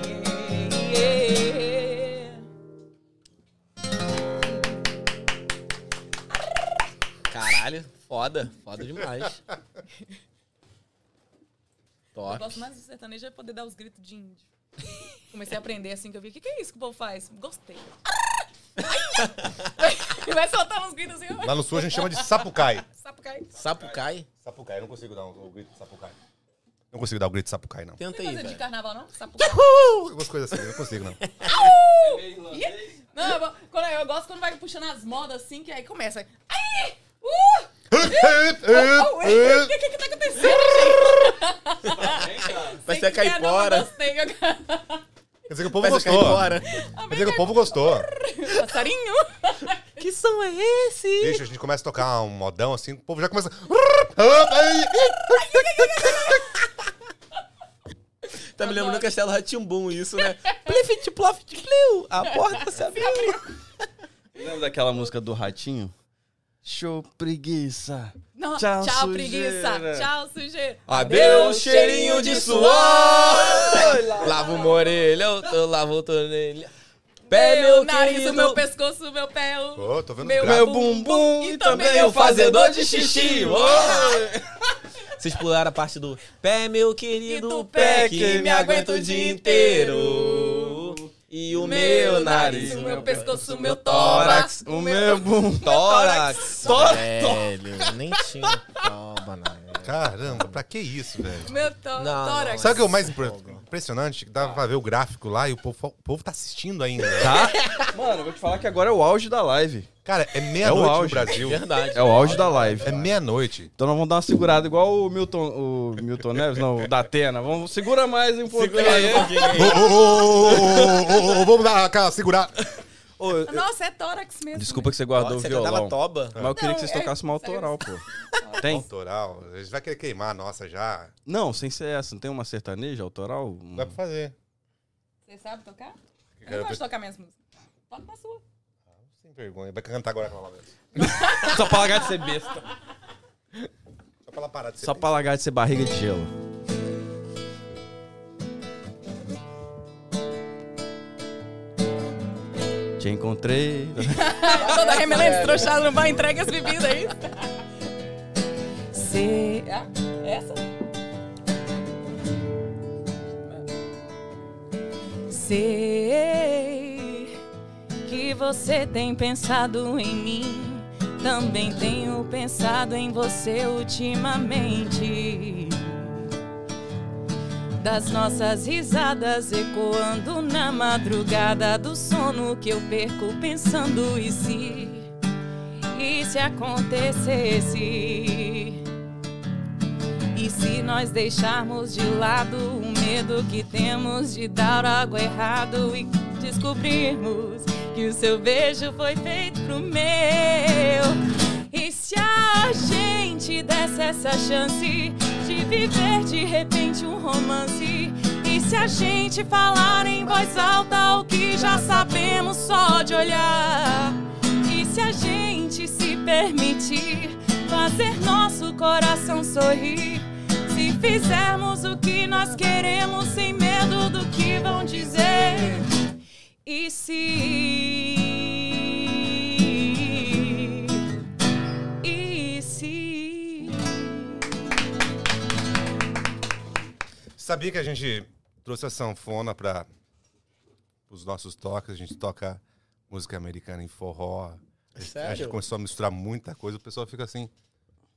Speaker 2: yeah, yeah.
Speaker 4: Caralho, foda. Foda demais.
Speaker 9: Eu
Speaker 4: Top.
Speaker 9: gosto mais do sertanejo é poder dar os gritos de índio. Comecei a aprender assim que eu vi. O que, que é isso que o povo faz? Gostei. E vai soltar uns gritos assim.
Speaker 3: Lá no sul a gente chama de sapucai.
Speaker 9: Sapo cai.
Speaker 4: Sapucai?
Speaker 3: Sapucai, eu não consigo dar o grito de sapucai. Não consigo dar o grito de sapucai, não.
Speaker 9: Não
Speaker 4: Tenta aí,
Speaker 9: é coisa de
Speaker 4: velho.
Speaker 9: carnaval, não? Sapo cai.
Speaker 3: Algumas coisas assim, eu não consigo, não.
Speaker 9: Não, eu, go- quando, eu gosto quando vai puxando as modas assim, que aí começa. Aí! Uh! Oh, ué, O que, que que tá acontecendo, gente?
Speaker 4: Vai
Speaker 9: Sem
Speaker 4: ser a
Speaker 9: que quer, não,
Speaker 4: caipora.
Speaker 9: gostei.
Speaker 3: Quer dizer que o
Speaker 4: Vai
Speaker 3: povo
Speaker 4: sacar
Speaker 3: gostou. Quer
Speaker 4: embora.
Speaker 3: dizer que o povo gostou.
Speaker 9: Passarinho.
Speaker 4: Que som é esse?
Speaker 3: Deixa, a gente começa a tocar um modão assim, o povo já começa.
Speaker 4: Tá me lembrando do Castelo Ratimbum, isso, né? Plifit, plofit, pliu. A porta se abriu.
Speaker 1: Lembra daquela música do Ratinho? Show preguiça.
Speaker 9: Não,
Speaker 1: Tchau,
Speaker 9: tchau,
Speaker 1: sujeira.
Speaker 9: preguiça. Tchau, sujeira.
Speaker 4: Adeus, um cheirinho de suor. Lava uma orelha, eu lavo outra orelha. Pé, meu
Speaker 9: meu nariz, o
Speaker 4: querido.
Speaker 9: meu pescoço, o meu pé. O...
Speaker 3: Ô, tô vendo
Speaker 9: Meu
Speaker 3: gráfico.
Speaker 4: bumbum
Speaker 9: e também o fazedor de xixi.
Speaker 4: Vocês pularam a parte do pé, meu querido,
Speaker 9: do
Speaker 4: pé
Speaker 9: pé
Speaker 4: que me aguenta o dia inteiro. E o meu nariz, o meu
Speaker 9: pescoço, o meu
Speaker 4: tórax,
Speaker 9: tórax,
Speaker 1: O meu bum.
Speaker 4: tórax.
Speaker 1: Tórax.
Speaker 4: Velho, nem tinha toba, não.
Speaker 3: Caramba, pra que isso, velho?
Speaker 9: Meu tó-
Speaker 4: Não,
Speaker 9: tórax.
Speaker 3: Sabe o que é o mais impre- impressionante? Que Dá pra ver o gráfico lá e o povo, o povo tá assistindo ainda.
Speaker 1: Tá? Mano, eu vou te falar que agora é o auge da live.
Speaker 3: Cara, é
Speaker 1: É o
Speaker 3: meia-noite no
Speaker 1: auge.
Speaker 3: Brasil.
Speaker 4: Verdade.
Speaker 1: É o auge da live.
Speaker 3: É meia-noite.
Speaker 1: Então nós vamos dar uma segurada igual o Milton, o Milton Neves, não, o da Atena. Vamos, segura mais um pouquinho.
Speaker 4: Segura aí um pouquinho aí.
Speaker 3: Ô, ô, ô, ô, ô, ô, Vamos dar aquela segurar.
Speaker 1: Ô, eu-
Speaker 9: Nossa, é tórax mesmo.
Speaker 1: desculpa que você guardou
Speaker 4: Você
Speaker 1: o
Speaker 4: até
Speaker 1: violão.
Speaker 4: dava toba.
Speaker 1: Mas eu queria que vocês
Speaker 9: Não, é-
Speaker 1: tocassem uma autoral, pô. Tem?
Speaker 3: Autoral, a gente vai querer queimar a nossa já.
Speaker 1: Não, sem ser essa. Não tem uma sertaneja autoral? Um-
Speaker 3: Dá pra fazer.
Speaker 9: Você sabe tocar? Eu
Speaker 3: Cara,
Speaker 9: não gosto de tocar minhas músicas. Toca uma sua.
Speaker 3: Sem vergonha. Vai cantar agora com ela mesmo.
Speaker 1: Só pra largar de ser besta.
Speaker 3: Só pra ela parar de ser.
Speaker 1: Só pra largar de ser barriga de gelo. Te encontrei.
Speaker 9: Toda remelente, trouxada, não vai entrega as bebidas aí. Se... Ah,
Speaker 2: é
Speaker 9: essa?
Speaker 2: Sei que você tem pensado em mim. Também tenho pensado em você ultimamente. Das nossas risadas ecoando na madrugada do sono que eu perco pensando e se e se acontecesse. E se nós deixarmos de lado o medo que temos de dar algo errado e descobrirmos que o seu beijo foi feito pro meu? E se a gente desse essa chance de viver de repente um romance? E se a gente falar em voz alta o que já sabemos só de olhar? E se a gente se permitir? fazer nosso coração sorrir. Se fizermos o que nós queremos, sem medo do que vão dizer. E se. E se.
Speaker 3: Sabia que a gente trouxe a sanfona para os nossos toques? A gente toca música americana em forró. A gente
Speaker 4: Sério?
Speaker 3: começou a misturar muita coisa. O pessoal fica assim,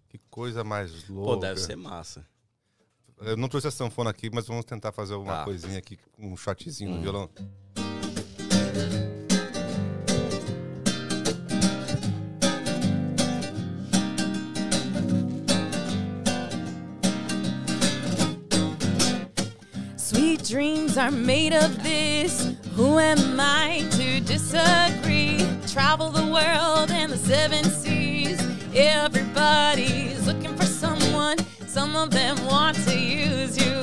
Speaker 3: que coisa mais louca.
Speaker 1: Pô, deve ser massa.
Speaker 3: Eu não trouxe a sanfona aqui, mas vamos tentar fazer alguma
Speaker 1: Tá. Hum.
Speaker 3: coisinha aqui com um shotzinho no violão.
Speaker 2: Sweet dreams are made of this. Who am I to disagree? Travel the world and the seven seas. Everybody's looking for someone. Some of them want to use you.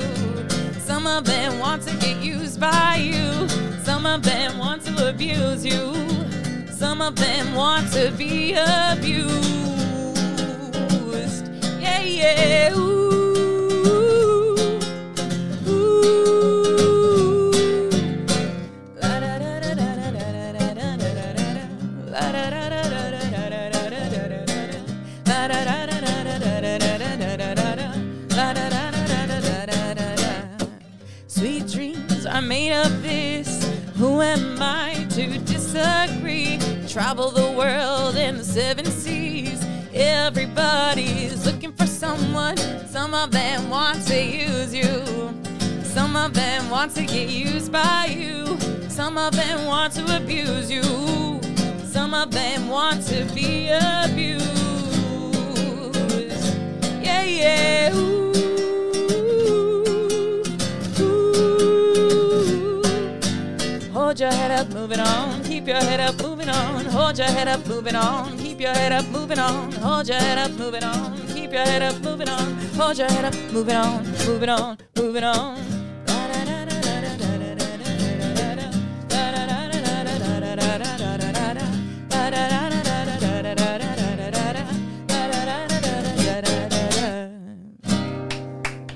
Speaker 2: Some of them want to get used by you. Some of them want to abuse you. Some of them want to be abused. Yeah, yeah. Ooh. Sweet dreams are made of this. Who am I to disagree? Travel the world and the seven seas. Everybody's looking for someone. Some of them want to use you. Some of them want to get used by you. Some of them want to abuse you. Some of them want to be abused. Yeah, yeah. Ooh. Ooh. Hold your head up, moving on. Keep your head up, moving on. Hold your head up, moving on. Keep your head up, moving on. Hold your head up, moving on. Keep your head up, moving on. Hold your head up, moving on. Moving on, moving on.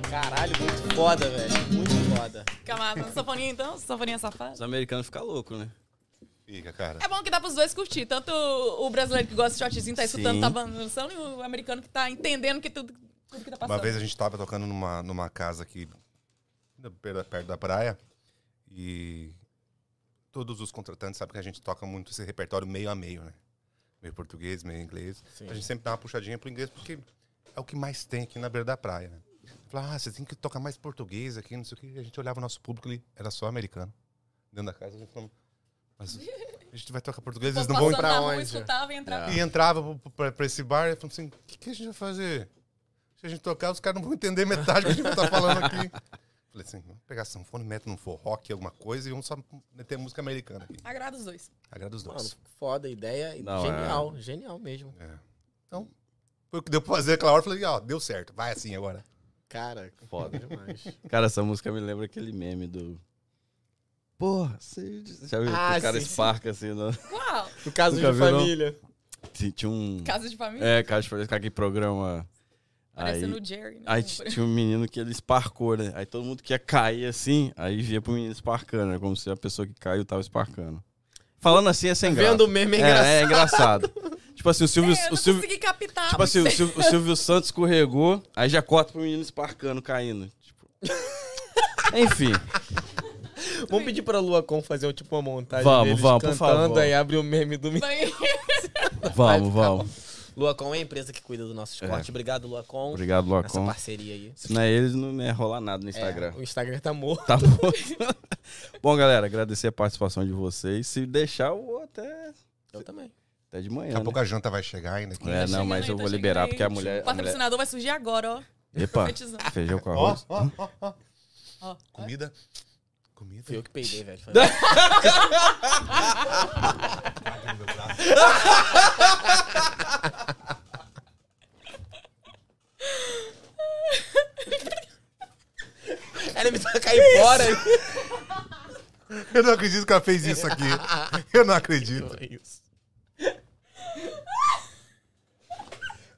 Speaker 4: Caralho, muito foda, velho. Muito foda.
Speaker 10: Camada, sanfoninha então? Sanfoninha safada?
Speaker 1: Os americanos ficam loucos, né?
Speaker 3: Fica, cara.
Speaker 10: É bom que dá pros dois curtir. Tanto o brasileiro que gosta de shotzinho tá escutando,
Speaker 1: Sim.
Speaker 10: tá balançando, e o americano que tá entendendo que tudo, tudo que tá
Speaker 3: Uma
Speaker 10: passando.
Speaker 3: vez a gente tava tocando numa, numa casa aqui na beira- perto da praia e todos os contratantes sabem que a gente toca muito esse repertório meio a meio, né? Meio português, meio inglês. A gente sempre dá uma puxadinha pro inglês porque é o que mais tem aqui na beira da praia, né? Falar, ah, você tem que tocar mais português aqui, não sei o quê. E A gente olhava o nosso público ali, era só americano. Dentro da casa, a gente falou, mas a gente vai tocar português, eles não vão ir pra
Speaker 10: tá Passando na rua,
Speaker 3: onde? É.
Speaker 10: escutava e entrava.
Speaker 3: E entrava pro- pra, pra esse bar e falava assim: o que, que a gente vai fazer? Se a gente tocar, os caras não vão entender metade do que a gente tá falando aqui. Falei assim: vamos pegar sanfona, mete num forró aqui, alguma coisa, e vamos só meter música americana aqui.
Speaker 10: Agrada os dois.
Speaker 3: Agrada os
Speaker 4: Mano,
Speaker 3: dois.
Speaker 4: foda, ideia
Speaker 1: Não,
Speaker 4: genial, genial mesmo.
Speaker 3: É. Então, foi o que deu pra fazer aquela hora. Falei: ó, deu certo, vai assim agora.
Speaker 1: É,
Speaker 4: Cara,
Speaker 1: Foda.
Speaker 4: demais.
Speaker 1: Cara, essa música me lembra aquele meme do. Porra, você. Já viu?
Speaker 4: Ah,
Speaker 1: o cara
Speaker 4: sim, sim.
Speaker 1: esparca assim. Não...
Speaker 10: Uau!
Speaker 4: No caso
Speaker 1: Nunca
Speaker 4: de
Speaker 1: viu, não?
Speaker 4: família.
Speaker 1: Tinha um.
Speaker 10: Casa de família.
Speaker 1: É, cara, deixa eu ficar aqui programa. Aí,
Speaker 10: Parecendo o Jerry. né?
Speaker 1: aí t- tinha um menino que ele esparcou, né? Aí todo mundo que ia cair assim, aí via pro menino esparcando, né? Como se a pessoa que caiu tava esparcando. Falando assim é sem graça.
Speaker 4: Vendo o meme é engraçado.
Speaker 1: é, é engraçado. tipo assim, o Silvio.
Speaker 10: É, eu
Speaker 1: o
Speaker 10: não
Speaker 1: Silvio
Speaker 10: consegui captar.
Speaker 1: tipo assim, o Silvio, o Silvio Santos escorregou, aí já corta pro menino esparcando, caindo. Tipo. Enfim.
Speaker 4: Vamos pedir pra Lua Com fazer um tipo uma montagem
Speaker 1: Vamos,
Speaker 4: deles
Speaker 1: vamos, por
Speaker 4: cantando,
Speaker 1: favor.
Speaker 4: aí abre o meme do menino.
Speaker 1: Vamos, vamos.
Speaker 4: Luacom é a empresa que cuida do nosso corte. Obrigado, Luacom.
Speaker 1: É. Obrigado,
Speaker 4: Essa
Speaker 1: Locom.
Speaker 4: parceria aí.
Speaker 1: Se não é eles, não ia rolar nada no Instagram.
Speaker 4: É, o Instagram tá morto.
Speaker 1: Tá bom. bom, galera, agradecer a participação de vocês. Se deixar, eu vou até,
Speaker 4: Eu também.
Speaker 1: até de manhã.
Speaker 3: Daqui a
Speaker 1: né?
Speaker 3: pouco a janta vai chegar ainda aqui.
Speaker 1: É, não,
Speaker 10: chegando
Speaker 1: mas
Speaker 10: aí,
Speaker 1: eu
Speaker 10: tá
Speaker 1: vou
Speaker 10: chegando
Speaker 1: liberar,
Speaker 10: aí.
Speaker 1: porque a
Speaker 10: O
Speaker 1: mulher. A mulher...
Speaker 10: patrocinador vai surgir agora, ó.
Speaker 1: Epa,
Speaker 10: Profetizando.
Speaker 1: feijão com
Speaker 3: Ó,
Speaker 1: arroz.
Speaker 3: ó, ó, ó.
Speaker 10: Ó.
Speaker 3: Comida. Comida.
Speaker 4: Fui é? eu que peidei, velho. Foi- Ela me toca embora.
Speaker 3: Eu não acredito que ela fez isso aqui. Eu não acredito.
Speaker 4: Isso.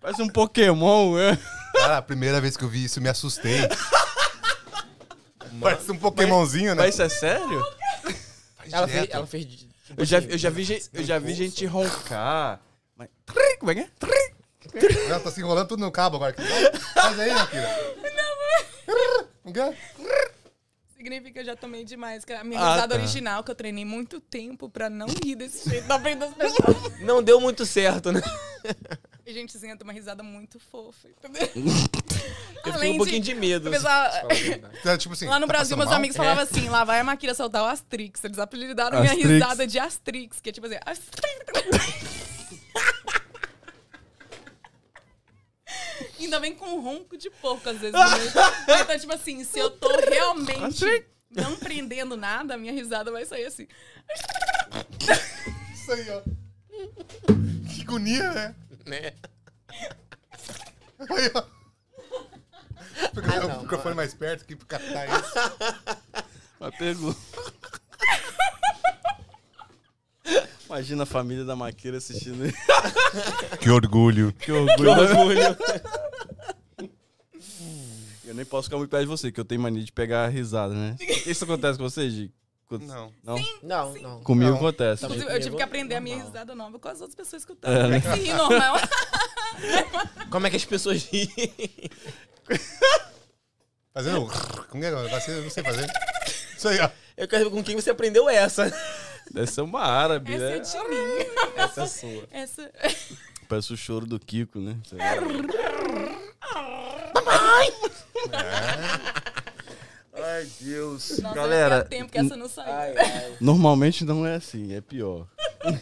Speaker 1: Mas fosse um Pokémon. é.
Speaker 3: Cara, Ah, a primeira vez que eu vi isso, eu me assustei. Parece um Pokémonzinho, né?
Speaker 7: Mas isso é sério?
Speaker 3: Faz
Speaker 4: Ela
Speaker 3: direto.
Speaker 4: fez, ela fez. de-
Speaker 7: Eu já, eu já vi,
Speaker 1: Ge-
Speaker 7: gente-
Speaker 1: Eu já vi gente roncar. Mas... Como é que é?
Speaker 3: Ela tá se enrolando tudo no cabo agora. Faz aí, minha filha. Não quer?
Speaker 2: Significa que eu já tomei demais.
Speaker 10: é
Speaker 2: cara. A minha
Speaker 7: Ah,
Speaker 2: risada
Speaker 7: tá.
Speaker 2: original, que eu treinei muito tempo pra não rir desse jeito na frente das pessoas.
Speaker 7: Não deu muito certo, né?
Speaker 2: E,
Speaker 10: assim,
Speaker 2: gentezinha, tem uma risada muito fofa, entendeu?
Speaker 7: Eu fiquei
Speaker 2: Além
Speaker 7: um pouquinho
Speaker 2: de-
Speaker 7: de medo.
Speaker 2: o
Speaker 4: assim.
Speaker 2: pessoal-
Speaker 7: se- se falar a verdade.
Speaker 3: Então, tipo assim,
Speaker 2: Lá no
Speaker 3: tá
Speaker 2: Brasil,
Speaker 3: passando
Speaker 2: meus
Speaker 3: mal?
Speaker 2: amigos falavam assim, lá vai a Maquira soltar o Astrix. Eles apelidaram minha
Speaker 1: Astrix.
Speaker 2: risada de Astrix, que é tipo assim... Astrix. Ainda vem com um ronco de porco, às vezes. no meio. Então, tipo assim, se eu tô realmente não prendendo nada, a minha risada vai sair assim.
Speaker 3: Isso aí, ó. Que agonia, né?
Speaker 4: Né?
Speaker 3: Aí, ó. Porque
Speaker 2: Ah,
Speaker 3: eu o microfone mais perto aqui pra captar isso.
Speaker 1: Mas pegou. Imagina a família da Maqueira assistindo.
Speaker 3: Que orgulho.
Speaker 1: Que orgulho. Eu nem posso ficar muito perto de você, que eu tenho mania de pegar a risada, né? Isso acontece com você, Gi? Com-
Speaker 3: Não.
Speaker 1: Não?
Speaker 4: Não, não.
Speaker 1: Comigo
Speaker 3: Não.
Speaker 1: acontece.
Speaker 4: Tá bom.
Speaker 2: Inclusive, eu tive que aprender a minha
Speaker 4: Normal.
Speaker 2: risada nova com as outras pessoas escutando. É, Se rir normal.
Speaker 4: Como é que as pessoas riem?
Speaker 3: Fazendo. um Como é que é? o negócio? Eu não sei fazer. Isso aí, ó.
Speaker 4: Eu quero ver com quem você aprendeu essa. né?
Speaker 1: Deve ser uma árabe,
Speaker 2: Essa é
Speaker 1: né?
Speaker 2: de mim.
Speaker 1: Essa é sua.
Speaker 2: Essa...
Speaker 1: Parece o choro do Kiko, né? Sei lá.
Speaker 3: Ai, Deus.
Speaker 2: Nossa,
Speaker 1: Galera,
Speaker 2: Galera, tempo que essa não saiu.
Speaker 1: Normalmente não é assim, é pior.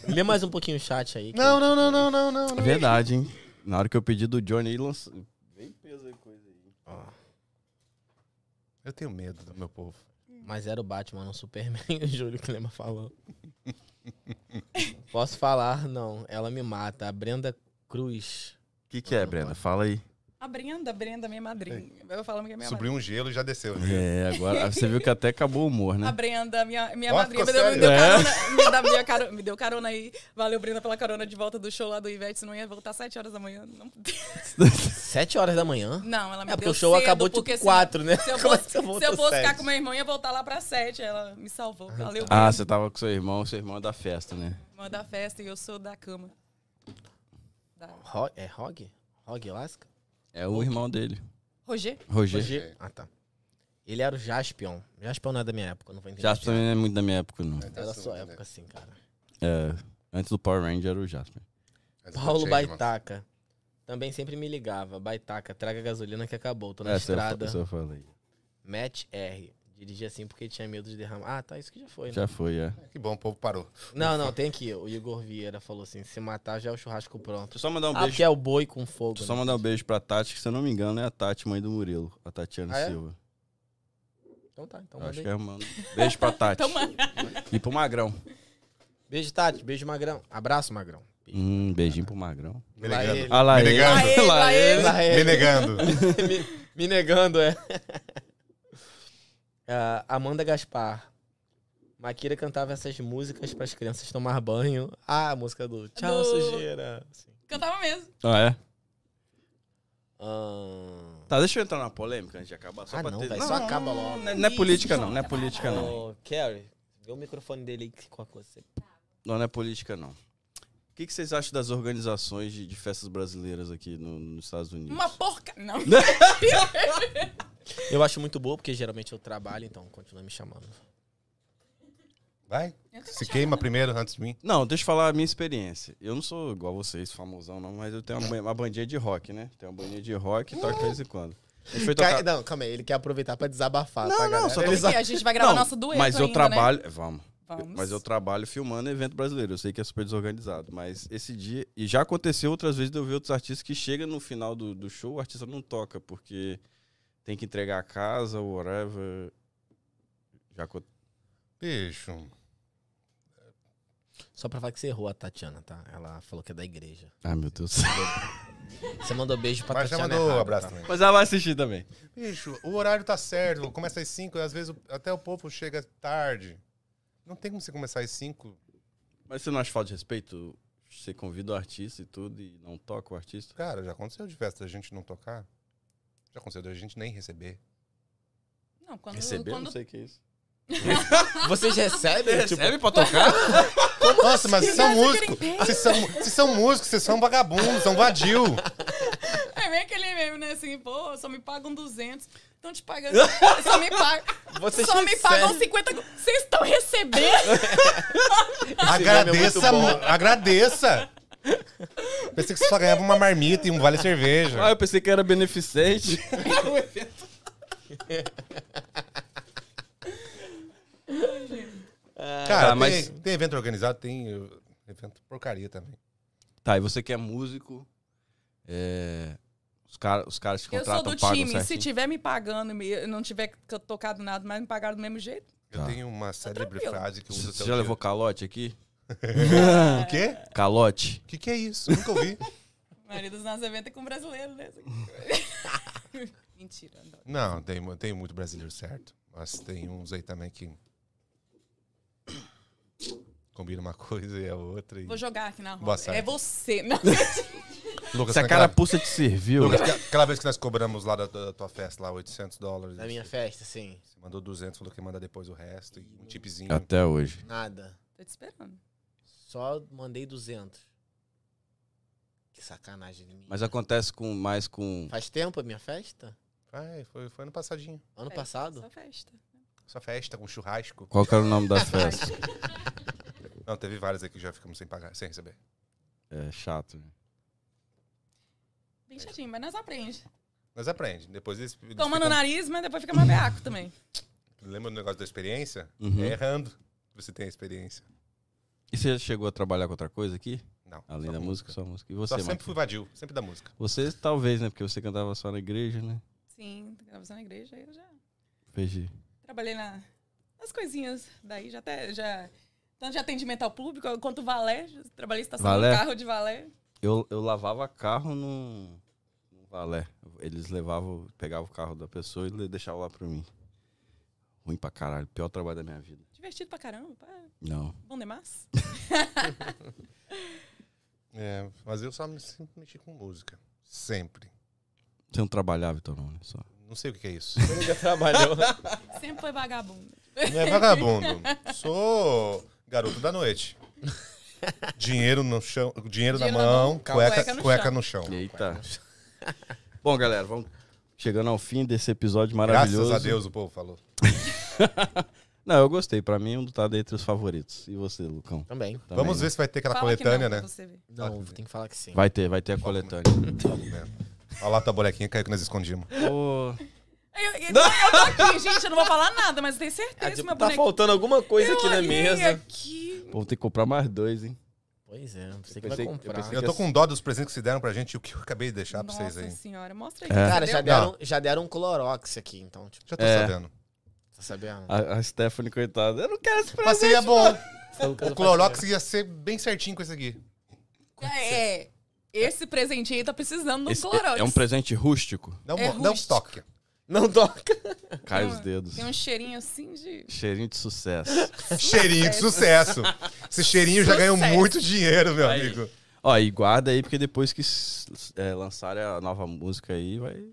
Speaker 4: Lê mais um pouquinho o chat aí. que-
Speaker 3: Não, não, não, não, não, não. não.
Speaker 1: É Verdade, hein? Na hora que eu pedi do Johnny, ele lançou. Vem peso aí, coisa aí.
Speaker 3: Eu tenho medo do meu povo.
Speaker 4: Mas era o Batman, não o Superman, o Júlio Clema falou. Posso falar? Não, ela me mata. A Brenda Cruz.
Speaker 1: O que, que é, Brenda? Fala aí.
Speaker 2: A Brenda, Brenda, minha madrinha. Eu falo que é minha madrinha.
Speaker 3: Subiu um gelo e já desceu.
Speaker 1: É, agora você viu que até acabou o humor,
Speaker 2: A
Speaker 1: né?
Speaker 2: Brenda, minha, minha
Speaker 3: Ó,
Speaker 2: madrinha, me
Speaker 3: ficou
Speaker 2: deu, me
Speaker 3: sério.
Speaker 1: É.
Speaker 2: deu carona, me, dá- minha caro- me deu carona aí. Valeu, Brenda, pela carona de volta do show lá do Ivete, senão eu ia voltar às 7 horas da manhã. Não,
Speaker 4: Sete horas da manhã?
Speaker 2: não ela me
Speaker 4: É, porque
Speaker 2: deu
Speaker 4: o show
Speaker 2: cedo,
Speaker 4: acabou tipo
Speaker 2: porque se-
Speaker 4: quatro, né?
Speaker 2: Se eu
Speaker 4: Como é
Speaker 2: fosse,
Speaker 4: que você volta
Speaker 2: se eu fosse ficar
Speaker 4: sete?
Speaker 2: com meu irmão, eu ia voltar lá pra 7. Ela me salvou. Valeu,
Speaker 1: Ah,
Speaker 2: Brenda,
Speaker 1: você tava com seu irmão, seu irmão é da festa, né?
Speaker 2: irmã da festa e eu sou da cama. Da-
Speaker 4: Ro- É Rog? Rog Lasca?
Speaker 1: É o irmão dele,
Speaker 2: Roger?
Speaker 1: Roger.
Speaker 4: Hoje... Ah, tá. Ele era o Jaspion. Jaspion não é da minha época, eu não vou entender.
Speaker 1: Jasper também não é muito da minha época, não.
Speaker 4: Era da sua época, assim, cara.
Speaker 1: É, antes do Power Ranger era o Jasper.
Speaker 4: Paulo Baitaca. Também sempre me ligava. Baitaca, traga gasolina que acabou. Tô na
Speaker 1: Essa eu, fa-
Speaker 4: estrada.
Speaker 1: essa eu falei.
Speaker 4: Matt R. Dirigi assim porque tinha medo de derramar. Ah, tá, isso que já foi, né?
Speaker 1: Já foi, é.
Speaker 3: Que bom, o povo parou.
Speaker 4: Não, não, tem aqui. O Igor Vieira falou assim: se matar já é o churrasco pronto.
Speaker 1: Tu só mandar um
Speaker 4: ah,
Speaker 1: beijo.
Speaker 4: porque é o boi com fogo.
Speaker 1: Tu só
Speaker 4: né?
Speaker 1: mandar um beijo pra Tati, que se eu não me engano é a Tati, mãe do Murilo. A Tatiana
Speaker 4: Ah, é?
Speaker 1: Silva.
Speaker 4: Então tá, então
Speaker 1: Eu acho
Speaker 4: mandei. Então
Speaker 1: que é, mano. Beijo pra Tati. e pro Magrão.
Speaker 4: Beijo, Tati. Beijo, Magrão. Abraço, Magrão. é. Beijo.
Speaker 1: Hum, beijinho pro Magrão.
Speaker 3: Me
Speaker 4: Lá
Speaker 3: negando.
Speaker 4: ele. tá
Speaker 1: Ah lá, ele.
Speaker 3: Menegando.
Speaker 1: Lá ele.
Speaker 4: Lá
Speaker 3: Me
Speaker 4: ele.
Speaker 3: negando.
Speaker 4: me, me negando, é. Ah, Amanda Gaspar. Maquira cantava essas músicas para as crianças tomar banho. Ah, a música do Tchau,
Speaker 2: Do-
Speaker 4: sujeira. Sim.
Speaker 2: Cantava mesmo.
Speaker 1: Ah, é?
Speaker 4: Ah,
Speaker 1: Tá, deixa eu entrar na polêmica antes de acabar. Só
Speaker 4: Ah,
Speaker 1: pra
Speaker 4: não,
Speaker 1: ter...
Speaker 4: vai, só acaba logo.
Speaker 1: Não é, não é política, não. Não é política, não.
Speaker 4: Ô, Oh, Carrie, vê o microfone dele aí que qualquer coisa. você-
Speaker 1: Não, não é política, não. O que, que vocês acham das organizações de, de festas brasileiras aqui no- nos Estados Unidos?
Speaker 2: Uma porca. Não.
Speaker 4: Eu acho muito boa, porque geralmente eu trabalho, então continua me chamando.
Speaker 3: Vai. Se queima primeiro antes de mim.
Speaker 1: Não, deixa eu falar a minha experiência. Eu não sou igual vocês, famosão, não, mas eu tenho uma, ba- uma bandinha de rock, né? Tenho uma bandinha de rock e toco de vez em quando. A gente foi tocar...
Speaker 4: Não, calma aí, ele quer aproveitar pra desabafar,
Speaker 1: Não,
Speaker 4: tá,
Speaker 1: não,
Speaker 4: galera?
Speaker 1: só tô-
Speaker 4: Ele
Speaker 2: Porque a gente vai gravar nosso dueto
Speaker 1: mas eu
Speaker 2: ainda,
Speaker 1: trabalho... é, Vamos.
Speaker 2: Né? Vamos.
Speaker 1: Mas eu trabalho filmando evento brasileiro. Eu sei que é super desorganizado. Mas esse dia. E já aconteceu outras vezes de eu ver outros artistas que chega no final do, do show, o artista não toca, porque tem que entregar a casa, ou whatever. Já aconteceu.
Speaker 3: Bicho.
Speaker 4: Só pra falar que você errou a Tatiana, tá? Ela falou que é da igreja.
Speaker 1: Ah, meu Deus.
Speaker 4: Você mandou beijo pra
Speaker 3: Mas já
Speaker 4: Tatiana.
Speaker 3: mandou um
Speaker 4: errado,
Speaker 3: abraço
Speaker 4: tá?
Speaker 3: também.
Speaker 1: Mas ela vai assistir também.
Speaker 3: Bicho, o horário tá certo. Começa às 5, às vezes o- até o povo chega tarde. Não tem como você começar às 5.
Speaker 1: Mas você não acha falta de respeito Você convida o artista e tudo e não toca o artista?
Speaker 3: Cara, já aconteceu de festa da gente não tocar? Já aconteceu da gente nem receber.
Speaker 2: Não, quando,
Speaker 1: Receber?
Speaker 2: quando
Speaker 1: Não sei o que é isso.
Speaker 4: tá?
Speaker 7: Vocês recebem? tipo,
Speaker 1: pra tocar?
Speaker 3: Nossa, mas vocês são
Speaker 2: Mas eu quero
Speaker 3: músicos. Vocês são, vocês são músicos, vocês são vagabundos, são vadio.
Speaker 2: É bem aquele meme, né? Assim, pô, só me pagam 200. Estão te pagando. só me pagam.
Speaker 7: vocês
Speaker 2: Só me
Speaker 7: recebem.
Speaker 2: pagam 50. go- Vocês estão recebendo?
Speaker 3: Agradeça,
Speaker 7: meme é muito
Speaker 3: mu- agradeça. Pensei que você só ganhava uma marmita e um vale
Speaker 1: Ah,
Speaker 3: cerveja.
Speaker 1: eu pensei que era beneficente.
Speaker 3: Cara,
Speaker 1: tá,
Speaker 3: tem,
Speaker 1: mas-
Speaker 3: tem evento organizado, tem uh, evento porcaria também.
Speaker 1: Tá, e você que é músico, é, os, cara, os caras te
Speaker 2: Eu sou
Speaker 1: contratam,
Speaker 2: do
Speaker 1: pagam
Speaker 2: time. Se
Speaker 1: certinho.
Speaker 2: tiver me pagando e me- não tiver c- tocado nada, mas me pagaram do mesmo jeito.
Speaker 3: Eu
Speaker 1: Tá.
Speaker 3: tenho uma célebre
Speaker 2: tranquilo.
Speaker 3: frase que eu uso
Speaker 1: Você
Speaker 3: até
Speaker 1: já
Speaker 3: o dia-
Speaker 1: levou calote aqui?
Speaker 3: O quê?
Speaker 1: Calote?
Speaker 3: O que, que é isso? Nunca ouvi.
Speaker 2: A maioria dos nossos eventos é com brasileiro, né? assim. Mentira. adoro.
Speaker 3: Não, tem, mu- tem muito brasileiro certo. Mas tem uns aí também que. Combina uma coisa e a outra. E...
Speaker 2: Vou jogar aqui na roda.
Speaker 3: Boa sorte.
Speaker 2: É você. Não,
Speaker 3: Lucas,
Speaker 1: Se a
Speaker 3: naquela-
Speaker 1: carapuça te serviu,
Speaker 3: tá? Lucas, aquela- aquela vez que nós cobramos lá da, da tua festa, lá 800 dólares.
Speaker 4: Na minha festa, assim, sim.
Speaker 3: Você mandou 200, falou que ia mandar depois o resto. E um tipzinho.
Speaker 1: até hoje.
Speaker 4: Nada.
Speaker 2: tô te esperando.
Speaker 4: Só mandei 200. Que sacanagem de mim.
Speaker 1: Mas acontece com mais com...
Speaker 4: Faz tempo a minha festa?
Speaker 3: Ai, foi, foi ano passadinho.
Speaker 4: Ano
Speaker 2: É,
Speaker 4: passado?
Speaker 2: Só festa.
Speaker 3: Só festa com churrasco.
Speaker 1: Qual que era o nome da festa?
Speaker 3: Não, teve várias aqui que já ficamos sem pagar, sem receber.
Speaker 1: É chato. né?
Speaker 2: Bem chatinho, mas nós aprende.
Speaker 3: Mas aprende. Depois eles, eles
Speaker 2: Toma no
Speaker 3: ficam-
Speaker 2: nariz, mas depois fica mais beaco também.
Speaker 3: Lembra do negócio da experiência?
Speaker 1: Uhum.
Speaker 3: É errando. Você tem a experiência.
Speaker 1: E você já chegou a trabalhar com outra coisa aqui?
Speaker 3: Não.
Speaker 1: Além
Speaker 3: só
Speaker 1: da música, só música. E
Speaker 3: Só
Speaker 1: você,
Speaker 3: sempre
Speaker 1: Marcos?
Speaker 3: fui vadio, sempre da música.
Speaker 1: Você talvez, né? Porque você cantava só na igreja, né?
Speaker 2: Sim, gravação na igreja, eu já
Speaker 1: Perdi.
Speaker 2: Trabalhei na, nas coisinhas daí, já até. Já, tanto de atendimento ao público quanto valé. já Trabalhei estacionando
Speaker 1: Valé?
Speaker 2: carro de valé.
Speaker 1: Eu, eu lavava carro num, num valé. Eles levavam, pegavam o carro da pessoa e le- deixavam lá pra mim. Ruim pra caralho. Pior trabalho da minha vida.
Speaker 2: Divertido pra caramba. Pá,
Speaker 1: Não.
Speaker 2: bom demais.
Speaker 3: É, mas eu só me, sempre mexi com música. Sempre.
Speaker 1: Você não trabalhava então, não, né? Só.
Speaker 3: Não sei o que que é isso.
Speaker 7: nunca trabalhou.
Speaker 2: Sempre foi vagabundo.
Speaker 3: Não é vagabundo. Sou garoto da noite. Dinheiro no chão, dinheiro, na
Speaker 2: Dinheiro na
Speaker 3: mão,
Speaker 2: mão,
Speaker 3: cueca,
Speaker 2: cueca no
Speaker 3: cueca
Speaker 2: chão.
Speaker 3: no chão.
Speaker 1: Eita. então. Bom, galera, vamos chegando ao fim desse episódio maravilhoso.
Speaker 3: Graças a Deus o povo falou.
Speaker 1: Não, eu gostei. Pra mim, um tá entre os favoritos. E você, Lucão?
Speaker 4: Também.
Speaker 1: Também,
Speaker 3: Vamos
Speaker 1: né?
Speaker 3: ver se vai ter aquela
Speaker 2: Fala que
Speaker 3: coletânea,
Speaker 2: não, é pra
Speaker 3: né?
Speaker 2: você ver.
Speaker 4: Não, tem que falar que sim.
Speaker 1: Vai ter, vai ter a coletânea.
Speaker 3: Olha lá a tua bonequinha caiu que nós escondimos.
Speaker 1: Ô,
Speaker 2: Eu, eu, eu tô aqui, gente, eu não vou falar nada, mas eu tenho
Speaker 7: Ah,
Speaker 2: certeza que
Speaker 7: tipo,
Speaker 2: meu
Speaker 7: tá
Speaker 2: boneco.
Speaker 7: faltando alguma coisa aqui na
Speaker 2: olhei
Speaker 7: mesa.
Speaker 2: aqui.
Speaker 1: vou ter que comprar mais dois, hein?
Speaker 4: Pois é, você que
Speaker 1: Eu pensei-
Speaker 4: vai
Speaker 1: eu
Speaker 4: comprar.
Speaker 1: pensei
Speaker 3: Eu tô com dó dos presentes que se deram pra gente e o que eu acabei de deixar pra vocês
Speaker 2: Nossa
Speaker 3: aí.
Speaker 2: senhora, mostra aí.
Speaker 1: É.
Speaker 4: Cara, já
Speaker 2: entendeu?
Speaker 4: deram, já deram um Clorox aqui, então, tipo,
Speaker 3: Já tô
Speaker 1: É.
Speaker 3: sabendo.
Speaker 4: tá sabendo?
Speaker 1: A, a Stephanie, coitada. Eu não quero esse
Speaker 3: Mas
Speaker 1: presente.
Speaker 3: seria bom.
Speaker 1: um
Speaker 4: Lucas,
Speaker 3: O Clorox ia ser bem certinho com esse aqui.
Speaker 2: É, é, esse presentinho aí tá precisando do
Speaker 1: Esse
Speaker 2: Clorox.
Speaker 1: é, é um presente rústico.
Speaker 3: Não,
Speaker 2: É
Speaker 3: mo- não
Speaker 2: rústico.
Speaker 3: um toque.
Speaker 7: Não toca.
Speaker 1: Cai
Speaker 2: Tem
Speaker 1: os
Speaker 2: um-
Speaker 1: dedos.
Speaker 2: Tem um cheirinho assim de.
Speaker 1: Cheirinho de sucesso.
Speaker 3: Cheirinho de sucesso. Esse cheirinho já ganhou
Speaker 2: Sucesso.
Speaker 3: muito dinheiro, meu
Speaker 1: Aí.
Speaker 3: amigo.
Speaker 1: Ó, e guarda aí, porque depois que s- s- é, lançarem a nova música aí, vai,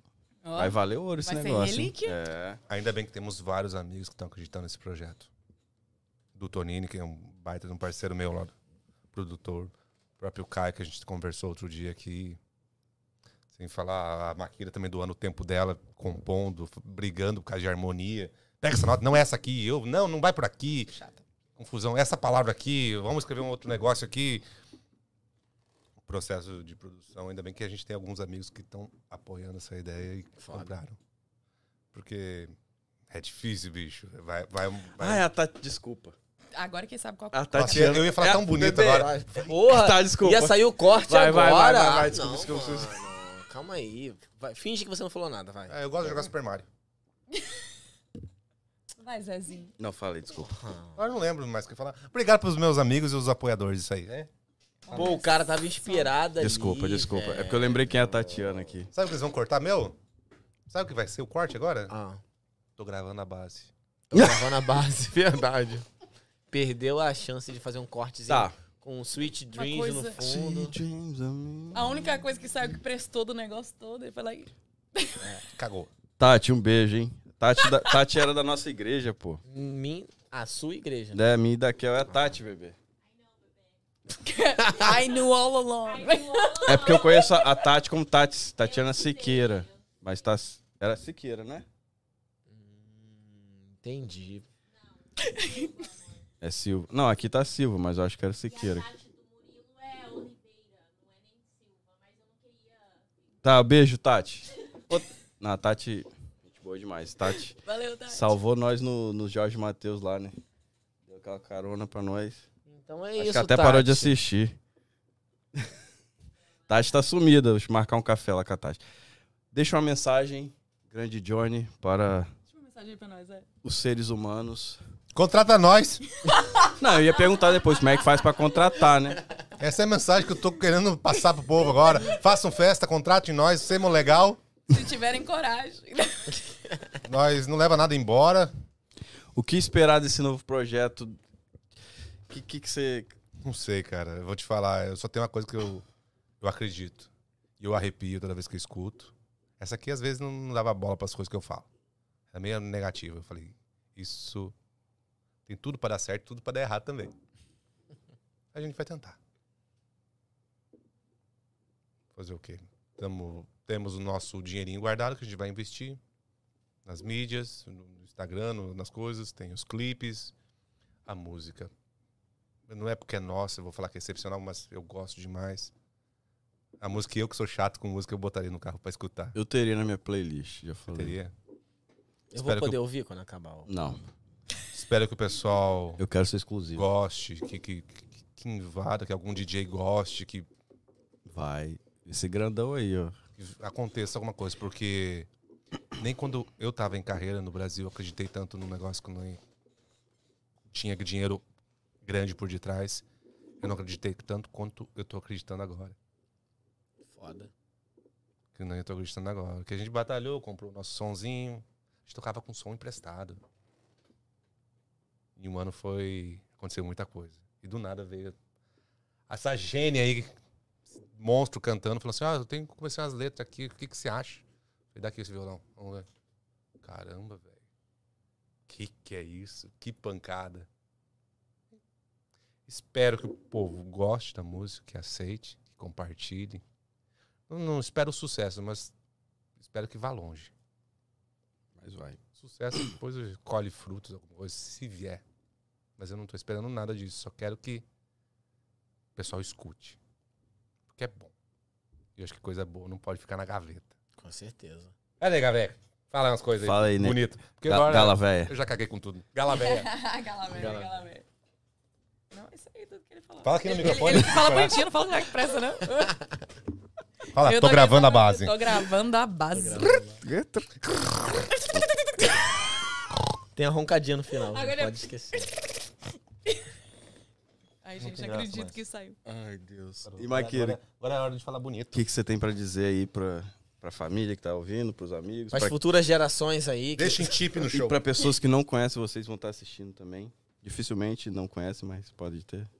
Speaker 2: Ó,
Speaker 1: vai valer ouro esse
Speaker 2: vai ser
Speaker 1: negócio. hein?
Speaker 2: relíquia.
Speaker 1: É.
Speaker 3: Ainda bem que temos vários amigos que estão acreditando nesse projeto. Do Tonini, que é um baita de um parceiro meu lá, produtor. O próprio Caio, que a gente conversou outro dia aqui. Sem falar, a Maquira também doando o tempo dela, compondo, f- brigando por causa de harmonia. Pega essa nota, não é essa aqui, eu, não, não vai por aqui. Confusão, essa palavra aqui, vamos escrever um outro negócio aqui. O processo de produção, ainda bem que a gente tem alguns amigos que estão apoiando essa ideia e
Speaker 4: Foda.
Speaker 3: compraram. Porque é difícil, bicho. Vai, vai,
Speaker 1: Ah,
Speaker 3: vai.
Speaker 1: é a Tati, desculpa.
Speaker 2: Agora quem sabe qual
Speaker 1: A
Speaker 3: Nossa,
Speaker 1: Tatiana.
Speaker 3: eu ia falar
Speaker 1: é
Speaker 3: tão
Speaker 1: a-
Speaker 3: bonito
Speaker 1: bebê.
Speaker 3: agora.
Speaker 4: Porra,
Speaker 1: Tá, desculpa.
Speaker 4: ia sair o corte
Speaker 1: Vai, vai, vai, vai,
Speaker 4: agora.
Speaker 1: vai,
Speaker 4: Ah,
Speaker 1: desculpa,
Speaker 4: não,
Speaker 1: desculpa, desculpa.
Speaker 4: mano, Calma aí. Vai, finge que você não falou nada, vai.
Speaker 3: É, eu gosto de jogar Super Mario.
Speaker 2: Vai, Zezinho.
Speaker 1: Não, falei, desculpa.
Speaker 3: Agora eu não lembro mais o que eu ia falar. Obrigado pros meus amigos e os apoiadores, isso aí. né?
Speaker 4: Pô, o cara
Speaker 7: tá
Speaker 4: tava inspirado ali,
Speaker 1: Desculpa, desculpa. É
Speaker 4: velho.
Speaker 1: porque eu lembrei quem é a Tatiana aqui.
Speaker 3: Sabe o que eles vão cortar, meu? Sabe o que vai ser o corte agora?
Speaker 4: Ah,
Speaker 3: Tô gravando a base.
Speaker 4: tô gravando a base, verdade. Perdeu a chance de fazer um cortezinho
Speaker 1: Tá.
Speaker 4: Com Sweet Dreams no
Speaker 2: coisa-
Speaker 4: fundo.
Speaker 1: um
Speaker 2: A única coisa que saiu que prestou do negócio todo, ele foi lá e...
Speaker 3: Cagou.
Speaker 1: Tati, um beijo, hein? Tati, da- Tati era da nossa igreja, pô.
Speaker 4: Min... A sua igreja.
Speaker 1: Da minha e daquela é a Tati, bebê.
Speaker 2: I knew all along.
Speaker 1: É porque eu conheço a a Tati como Tati, Tatiana Siqueira. Mas tá, era Siqueira, né?
Speaker 4: Entendi.
Speaker 1: É Silva. Não, aqui tá Silva, mas eu acho que era Siqueira. Tá, beijo, Tati. Ô, Não, Tati. Gente boa demais. Tati
Speaker 2: Valeu, tá? Tati.
Speaker 1: salvou nós no, no Jorge Matheus lá, né? Deu aquela carona pra nós.
Speaker 4: Então é
Speaker 1: Acho
Speaker 4: isso,
Speaker 1: que até parou de
Speaker 4: Tati.
Speaker 1: assistir. Tati tá sumida. Deixa eu marcar um café lá com a Tati. Deixa uma mensagem, grande Johnny, para
Speaker 2: Deixa uma mensagem aí pra nós, é.
Speaker 1: os seres humanos.
Speaker 3: Contrata nós.
Speaker 1: Não, eu ia perguntar depois como é que faz pra contratar, né?
Speaker 3: Essa é a mensagem que eu tô querendo passar pro povo agora. Façam festa, contratem nós, sejam legal.
Speaker 2: Se tiverem coragem.
Speaker 3: Nós não leva nada embora.
Speaker 1: O que esperar desse novo projeto? O que, que, que você.
Speaker 3: Não sei, cara. Eu vou te falar. Eu só tenho uma coisa que eu, eu acredito. E eu arrepio toda vez que eu escuto. Essa aqui, às vezes, não dava bola para as coisas que eu falo. É meio negativa. Eu falei, isso tem tudo para dar certo, tudo para dar errado também. A gente vai tentar. Fazer o quê? Tamo, temos o nosso dinheirinho guardado que a gente vai investir nas mídias, no Instagram, no- nas coisas. Tem os clipes, a música não é porque é nossa, eu vou falar que é excepcional, mas eu gosto demais. A música, eu que sou chato com música, eu botaria no carro pra escutar.
Speaker 1: Eu teria na minha playlist, já falei.
Speaker 3: Teria.
Speaker 4: Eu vou
Speaker 3: Espero que
Speaker 4: poder ouvir quando acabar. o-
Speaker 1: Não,
Speaker 3: Espero que o pessoal
Speaker 1: eu quero ser exclusivo.
Speaker 3: goste, que, que, que- que invada, que algum DJ goste, que,
Speaker 1: Vai. Esse grandão aí, ó.
Speaker 3: que aconteça alguma coisa, porque nem quando eu tava em carreira no Brasil, eu acreditei tanto no negócio que não tinha dinheiro grande por detrás. Eu não acreditei tanto quanto eu tô acreditando agora.
Speaker 4: Foda.
Speaker 3: que não eu tô acreditando agora. Que a gente batalhou, comprou o nosso sonzinho. A gente tocava com som emprestado. E um ano foi. Aconteceu muita coisa. E do nada veio essa gênia aí, esse monstro cantando, falou assim: Ah, eu tenho que começar umas letras aqui, o que, que você acha? Falei, dá aqui esse violão, vamos ver. Caramba, velho. Que que é isso? Que pancada. Espero que o povo goste da música, que aceite, que compartilhe. Não, não espero sucesso, mas espero que vá longe.
Speaker 1: Mas vai.
Speaker 3: Sucesso depois colhe frutos, alguma coisa, se vier. Mas eu não tô esperando nada disso, só quero que o pessoal escute. Porque é bom. E eu acho que coisa boa não pode ficar na gaveta.
Speaker 4: Com certeza.
Speaker 3: Cadê, Gaveca? Fala umas coisas
Speaker 1: Fala
Speaker 3: aí.
Speaker 1: aí, né?
Speaker 3: Bonito. Porque
Speaker 1: Ga-
Speaker 3: agora
Speaker 1: Gala véia.
Speaker 3: eu já caguei com tudo. Galaveia.
Speaker 2: Galameira,
Speaker 4: Gala-
Speaker 2: Galameira. Não, isso aí é tudo que ele falou.
Speaker 3: Fala aqui no
Speaker 2: Ele-
Speaker 3: microfone.
Speaker 2: Ele, ele fala bonitinho, não fala que pressa, não.
Speaker 3: Fala,
Speaker 2: Eu
Speaker 3: tô gravando a base.
Speaker 2: Tô gravando a base.
Speaker 4: Tem a roncadinha no final,
Speaker 2: Agora
Speaker 4: não
Speaker 2: é-
Speaker 4: pode esquecer.
Speaker 2: Ai, gente,
Speaker 3: tem
Speaker 2: não
Speaker 3: graça
Speaker 2: acredito
Speaker 3: mais.
Speaker 2: que saiu.
Speaker 1: Ai, Deus. E Maquira,
Speaker 3: Agora, agora é hora de falar
Speaker 1: o
Speaker 3: bonito.
Speaker 1: que, que você tem pra dizer aí pra, pra família que tá ouvindo, pros amigos?
Speaker 4: As
Speaker 1: pra-
Speaker 4: futuras gerações aí. que-
Speaker 3: Deixa um chip no
Speaker 1: E
Speaker 3: show.
Speaker 1: pra pessoas que não conhecem, vocês vão estar assistindo também. Dificilmente não conhecem, mas pode ter.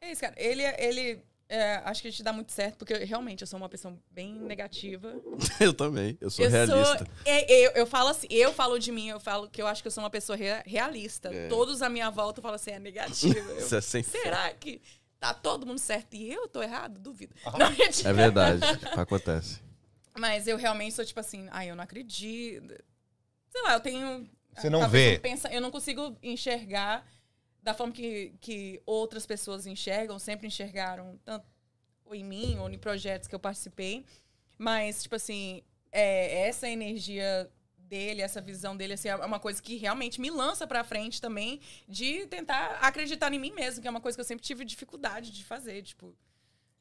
Speaker 2: É isso, cara. Ele, ele é, acho que a gente dá muito certo, porque eu- realmente eu sou uma pessoa bem negativa.
Speaker 1: Eu também, eu sou
Speaker 2: eu
Speaker 1: realista.
Speaker 2: sou. é, eu, eu falo assim, eu falo de mim, eu falo que eu acho que eu sou uma pessoa rea- realista.
Speaker 1: É.
Speaker 2: Todos à minha volta falam assim, é negativa. Eu,
Speaker 1: Isso é sem
Speaker 2: Será que tá todo mundo certo e eu tô errado? Duvido. Não, gente.
Speaker 1: É verdade, acontece.
Speaker 2: Mas eu realmente sou tipo assim, ai, eu não acredito. Sei lá, eu tenho.
Speaker 3: Você não
Speaker 2: talvez
Speaker 3: vê.
Speaker 2: Eu, pensa- eu não consigo enxergar da forma que, que outras pessoas enxergam, sempre enxergaram, tanto ou em mim ou em projetos que eu participei. Mas, tipo assim, é, essa energia dele, essa visão dele, assim, é uma coisa que realmente me lança pra frente também, de tentar acreditar em mim mesmo, que é uma coisa que eu sempre tive dificuldade de fazer, tipo.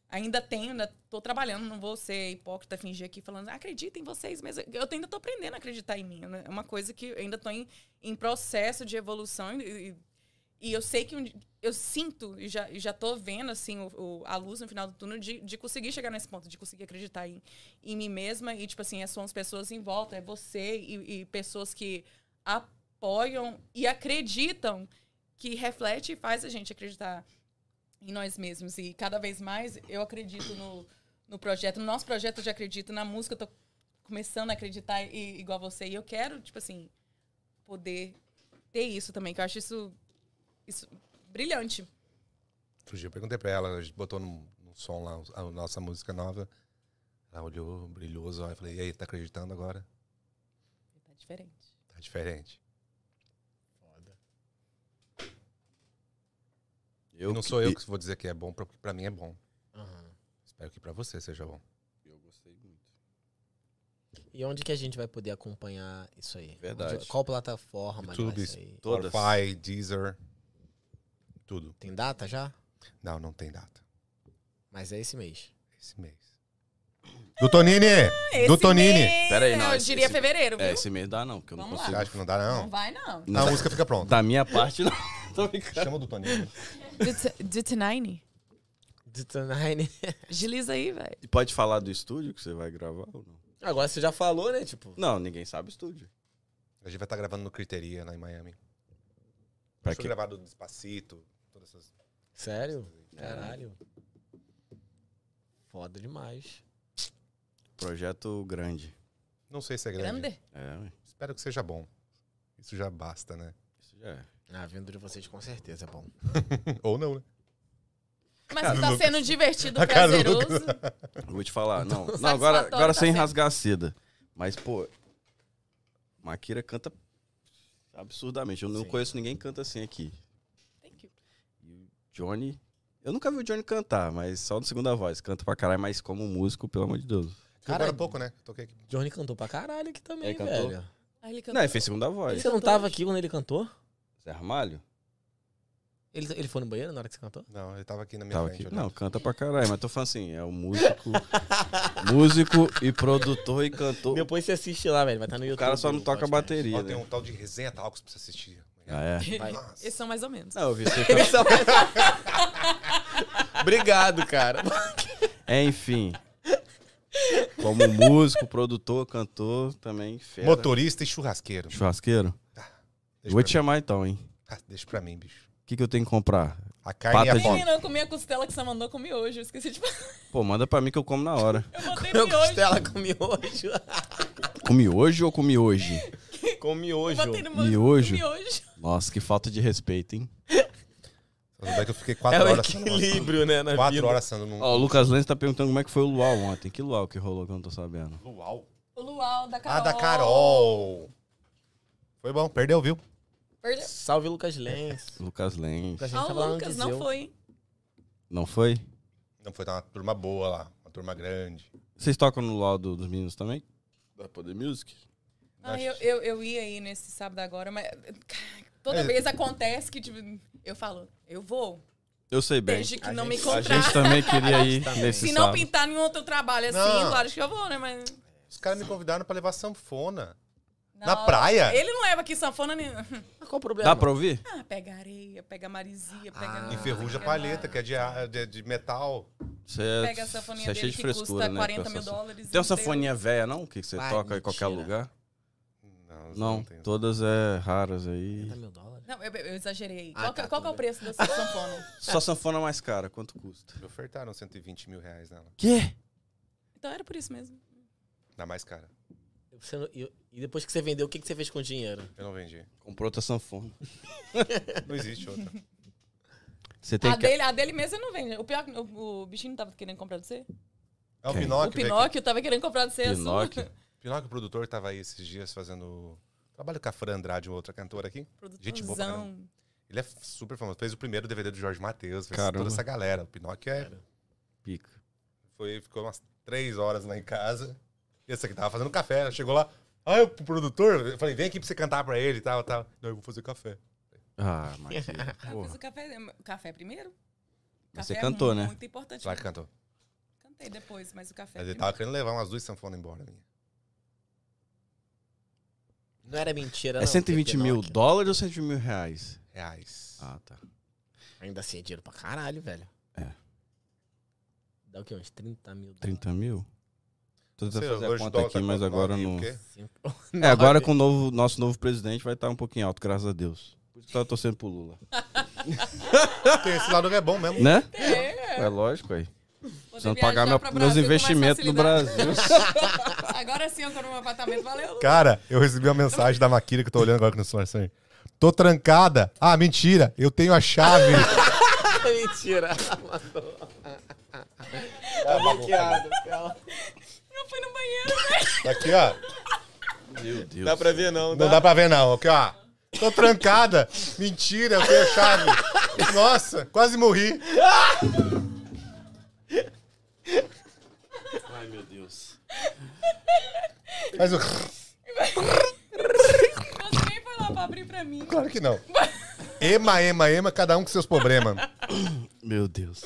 Speaker 2: Ainda tenho, ainda tô trabalhando, não vou ser hipócrita, fingir aqui falando, acredita em vocês mesmo. Eu ainda tô aprendendo a acreditar em mim, né? É uma coisa que eu ainda tô em, em processo de evolução e, e- e eu sei que um di- eu sinto e já, e já tô vendo, assim, o- o- a luz no final do túnel de, de conseguir chegar nesse ponto, de conseguir acreditar em, em mim mesma e, tipo assim, é- são as pessoas em volta, é você e, e pessoas que apoiam e acreditam que reflete e faz a gente acreditar em nós mesmos. E cada vez mais eu acredito no, no projeto. No nosso projeto eu já acredito, na música eu tô começando a acreditar e, igual você. E eu quero, tipo assim, poder ter isso também, que eu acho isso, isso brilhante.
Speaker 3: Outro dia eu perguntei pra ela, a gente botou num, num som lá a nossa música nova. Ela olhou, brilhou os olhos. Eu falei, e aí, tá acreditando agora?
Speaker 2: Tá diferente.
Speaker 3: Tá diferente.
Speaker 1: Eu
Speaker 3: e não sou eu que vou dizer que é bom, pra- pra mim é bom.
Speaker 4: Aham.
Speaker 3: Espero que pra você seja bom.
Speaker 1: Eu gostei muito.
Speaker 4: E onde que a gente vai poder acompanhar isso aí?
Speaker 1: Verdade.
Speaker 4: Onde- qual plataforma?
Speaker 3: YouTube,
Speaker 4: vai sair?
Speaker 1: Todas.
Speaker 3: Spotify, Deezer, tudo.
Speaker 4: Tem data já?
Speaker 3: Não, não tem data.
Speaker 4: Mas é esse mês.
Speaker 3: Esse mês. Do Tonini! do Tonini!
Speaker 1: Pera aí, não,
Speaker 2: Eu
Speaker 1: esse-
Speaker 2: diria
Speaker 1: esse-
Speaker 2: fevereiro, viu?
Speaker 1: É, esse mês dá não, porque eu não
Speaker 2: Vamos lá.
Speaker 3: Você
Speaker 1: consigo.
Speaker 3: acha que não dá, não?
Speaker 2: Não vai, não.
Speaker 3: Então a música fica pronta.
Speaker 1: Da minha parte, não. Tô brincando.
Speaker 3: Chama do Tonini.
Speaker 2: Dutinine.
Speaker 4: Detonine.
Speaker 2: Agiliza aí, velho.
Speaker 1: E pode falar do estúdio que você vai gravar ou não?
Speaker 4: Agora você já falou, né? Tipo,
Speaker 1: Não, ninguém sabe o estúdio.
Speaker 3: A gente vai estar gravando no Criteria, lá em Miami.
Speaker 1: Pra
Speaker 3: Acho
Speaker 1: quê?
Speaker 3: gravado do Despacito, todas essas...
Speaker 4: sério? Caralho. Foda demais.
Speaker 1: Projeto grande.
Speaker 3: Não sei se é grande.
Speaker 2: Grande?
Speaker 1: É, ué.
Speaker 3: Espero que seja bom. Isso já basta, né?
Speaker 1: isso já é.
Speaker 4: Ah, vindo de vocês com certeza é bom.
Speaker 3: Ou não, né?
Speaker 2: Mas
Speaker 3: Cara,
Speaker 2: tá
Speaker 3: Lucas.
Speaker 2: sendo divertido,
Speaker 3: A cara do
Speaker 2: prazeroso.
Speaker 1: Eu Vou te falar, não. Não, agora,
Speaker 2: satisfatório
Speaker 1: agora
Speaker 2: tá
Speaker 1: sem
Speaker 2: sendo.
Speaker 1: rasgar a seda. Mas, pô, Maquira canta absurdamente. Eu não
Speaker 4: Sim.
Speaker 1: conheço ninguém que canta assim aqui.
Speaker 2: Thank you.
Speaker 1: E o Johnny. Eu nunca vi o Johnny cantar, mas só no segunda voz. Canta pra caralho, mas como músico, pelo amor de Deus.
Speaker 3: Agora
Speaker 4: Cara,
Speaker 3: há pouco, né? Toquei aqui.
Speaker 4: Johnny cantou pra caralho aqui também,
Speaker 1: Ele cantou?
Speaker 4: velho.
Speaker 2: Aí ele
Speaker 1: Não,
Speaker 2: cantou.
Speaker 3: é
Speaker 1: ele fez segunda voz.
Speaker 4: Você não tava aqui quando ele cantou?
Speaker 1: Zé Ramalho?
Speaker 4: Ele, ele foi no banheiro na hora que você cantou?
Speaker 3: Não, ele tava aqui na minha
Speaker 1: Tava
Speaker 3: frente.
Speaker 1: aqui.
Speaker 3: olhando.
Speaker 1: Não, canta pra caralho, mas tô falando assim, é o músico. músico e produtor e cantor.
Speaker 4: Depois você assiste lá, velho. Vai estar no
Speaker 1: O
Speaker 4: YouTube.
Speaker 1: cara só não
Speaker 4: no
Speaker 1: toca
Speaker 4: podcast.
Speaker 1: bateria.
Speaker 3: Ó, tem
Speaker 1: né?
Speaker 3: um tal de resenha Talks pra você assistir.
Speaker 1: Ah, é?
Speaker 4: Vai.
Speaker 3: Nossa.
Speaker 2: Esses são mais ou
Speaker 3: É
Speaker 2: menos.
Speaker 1: Não, eu vi você can-
Speaker 7: Obrigado, cara.
Speaker 1: Enfim. Como músico, produtor, cantor, também fera.
Speaker 3: Motorista e churrasqueiro.
Speaker 1: Churrasqueiro?
Speaker 3: Deixa
Speaker 1: Vou
Speaker 3: pra
Speaker 1: te
Speaker 3: mim.
Speaker 1: chamar então, hein?
Speaker 3: Ah, deixa pra mim, bicho.
Speaker 1: O que, que eu tenho que comprar?
Speaker 3: A carne
Speaker 1: Pata
Speaker 3: e a
Speaker 1: de-
Speaker 3: fome.
Speaker 2: Menina, eu comi a costela que você mandou comi hoje. Eu esqueci de falar.
Speaker 1: Pô, manda pra mim que eu como na hora.
Speaker 2: Eu mandei
Speaker 4: Meu
Speaker 2: hoje.
Speaker 4: costela com miojo.
Speaker 1: Comi hoje ou comi hoje?
Speaker 7: Com miojo.
Speaker 2: Eu botei no meu
Speaker 1: Miojo?
Speaker 2: miojo.
Speaker 1: Nossa, que falta de respeito, hein?
Speaker 3: Só souber que eu fiquei
Speaker 7: É
Speaker 3: quatro
Speaker 7: o
Speaker 3: horas sendo
Speaker 7: equilíbrio, né? Na
Speaker 3: Quatro
Speaker 7: vida.
Speaker 3: horas sendo num.
Speaker 1: Ó, o Lucas Lenz tá perguntando como é que foi o luau ontem. Que luau que rolou que eu não tô sabendo?
Speaker 3: Luau.
Speaker 2: O luau da Carol.
Speaker 3: Ah, da Carol. Foi bom, perdeu, viu?
Speaker 2: Perdeu.
Speaker 4: Salve, Lucas Lenz.
Speaker 1: Lucas Lenz.
Speaker 4: Lucas Lenz
Speaker 2: Ah,
Speaker 4: tava
Speaker 2: o
Speaker 4: lá no
Speaker 2: Lucas não
Speaker 4: Viseu.
Speaker 2: foi, hein?
Speaker 1: Não foi?
Speaker 3: Não foi tá uma turma boa lá, uma turma grande.
Speaker 1: Vocês tocam no luau do- dos meninos também? Da Poder Music?
Speaker 2: Ah, eu, eu, eu ia aí nesse sábado agora, mas cara, toda
Speaker 3: É.
Speaker 2: vez acontece que tipo, eu falo, eu vou,
Speaker 1: Eu sei bem.
Speaker 2: desde que não me
Speaker 1: A gente
Speaker 2: contratem.
Speaker 1: também queria ir
Speaker 7: também.
Speaker 1: nesse
Speaker 2: Se não
Speaker 1: sábado.
Speaker 2: pintar nenhum outro trabalho assim,
Speaker 3: Não.
Speaker 2: claro que eu vou, né? Mas.
Speaker 3: Os caras me convidaram pra levar sanfona. Na
Speaker 2: Não,
Speaker 3: praia?
Speaker 2: Ele não leva aqui sanfona nem.
Speaker 4: Mas qual o problema?
Speaker 1: Dá pra ouvir?
Speaker 2: Ah, pega areia, pega marisia, pega.
Speaker 3: E ferruja a palheta, que é de, a- de- de metal.
Speaker 1: Você é,
Speaker 2: Pega a sanfoninha
Speaker 1: você é
Speaker 2: dele
Speaker 1: cheio de
Speaker 2: que
Speaker 1: frescura,
Speaker 2: custa
Speaker 1: né?
Speaker 2: 40
Speaker 1: com
Speaker 2: mil
Speaker 1: essa-
Speaker 2: dólares.
Speaker 1: Tem uma
Speaker 2: e não
Speaker 1: sanfoninha velha, não? Que você
Speaker 4: Vai,
Speaker 1: toca em qualquer
Speaker 4: mentira.
Speaker 1: lugar?
Speaker 3: Não,
Speaker 1: Não,
Speaker 3: tem.
Speaker 1: todas é raras aí.
Speaker 4: 40 Tá mil dólares.
Speaker 2: Não, eu, eu exagerei.
Speaker 4: Ah,
Speaker 2: qual que,
Speaker 4: tá,
Speaker 2: qual que é o
Speaker 4: tudo
Speaker 2: preço dessa sanfona?
Speaker 1: Só sanfona é mais cara, quanto custa?
Speaker 3: Me ofertaram 120 mil reais nela.
Speaker 1: Quê?
Speaker 2: Então era por isso mesmo.
Speaker 3: Na mais cara.
Speaker 4: Você não- e, e depois que você vendeu, o que, que você fez com o dinheiro?
Speaker 3: Eu não vendi.
Speaker 1: Comprou outra sanfona.
Speaker 3: Não existe outra.
Speaker 1: Você tem
Speaker 2: A
Speaker 1: que...
Speaker 2: dele, a dele mesmo eu não vende. O, pior, que- o, o bichinho não tava querendo comprar de você?
Speaker 3: É o
Speaker 1: Quem?
Speaker 2: O
Speaker 3: Pinóquio. veio aqui.
Speaker 2: Pinóquio tava querendo comprar de você. a é sua.
Speaker 1: né, Pinóquio?
Speaker 3: Pinóquio, o produtor, tava aí esses dias fazendo. Trabalho com a Fran Andrade, uma outra cantora aqui. Gente boa pra
Speaker 2: Produtorzão.
Speaker 3: Ele é super famoso. Fez o primeiro DVD do Jorge Matheus, fez
Speaker 1: Caramba.
Speaker 3: toda essa galera. O Pinóquio é,
Speaker 1: Pica.
Speaker 3: foi, ficou umas três horas lá em casa. E esse aqui tava fazendo café, ela chegou lá. Ah, o produtor? Eu falei, vem aqui pra você cantar pra ele e tal, tal. Não, eu vou fazer café.
Speaker 1: Ah, Maquira.
Speaker 2: Eu
Speaker 1: porra.
Speaker 2: fiz o café, o café primeiro. O
Speaker 1: Mas você
Speaker 2: café
Speaker 1: cantou,
Speaker 2: é
Speaker 1: né?
Speaker 2: Muito importante.
Speaker 3: Claro que cantou.
Speaker 2: Cantei depois, mas o café. é
Speaker 3: Mas ele
Speaker 2: primeiro.
Speaker 1: tá
Speaker 3: tava querendo levar umas duas sanfonas embora. né? Minha.
Speaker 4: Não era mentira,
Speaker 1: É
Speaker 4: não,
Speaker 1: 120
Speaker 4: porque
Speaker 1: mil
Speaker 4: Pinóquio-
Speaker 1: dólares ou 120 mil reais?
Speaker 3: Reais.
Speaker 1: Ah, tá.
Speaker 4: Ainda assim é dinheiro pra caralho, velho.
Speaker 1: É.
Speaker 4: Dá o quê? Uns 30 mil?
Speaker 1: 30 mil? Tô
Speaker 3: Não sei,
Speaker 1: tentando fazer a
Speaker 3: hoje o
Speaker 1: conta
Speaker 3: dólar
Speaker 1: aqui,
Speaker 3: tá
Speaker 1: mas
Speaker 3: quanto?
Speaker 1: agora
Speaker 3: Nove e
Speaker 1: não...
Speaker 3: o quê?
Speaker 4: Cinco.
Speaker 1: É, tá agora com o novo, nosso novo presidente vai estar um pouquinho alto, graças a Deus. Por isso que eu tava torcendo pro Lula.
Speaker 3: Tem esse lado que é bom mesmo.
Speaker 1: Né? É lógico aí. Precisando pagar meu- meus investimentos no Brasil.
Speaker 2: Agora sim eu tô num apartamento, valeu.
Speaker 3: Cara, eu recebi uma mensagem da Maquira que eu tô olhando agora aqui no celular. assim. Tô trancada. Ah, mentira. Eu tenho a chave.
Speaker 7: Mentira. Tá
Speaker 2: Eu fui no banheiro. né?
Speaker 3: Aqui, ó.
Speaker 1: Meu Deus.
Speaker 7: Dá pra ver, não. tá?
Speaker 3: Não dá pra ver, não. Aqui, ó. Tô trancada. Mentira, eu tenho a chave. Nossa, quase morri.
Speaker 1: Ai, meu Deus.
Speaker 3: Mas o.
Speaker 2: Você nem foi lá pra abrir pra mim.
Speaker 3: Claro que não. Ema, ema, ema, cada um com seus problemas.
Speaker 1: Meu Deus.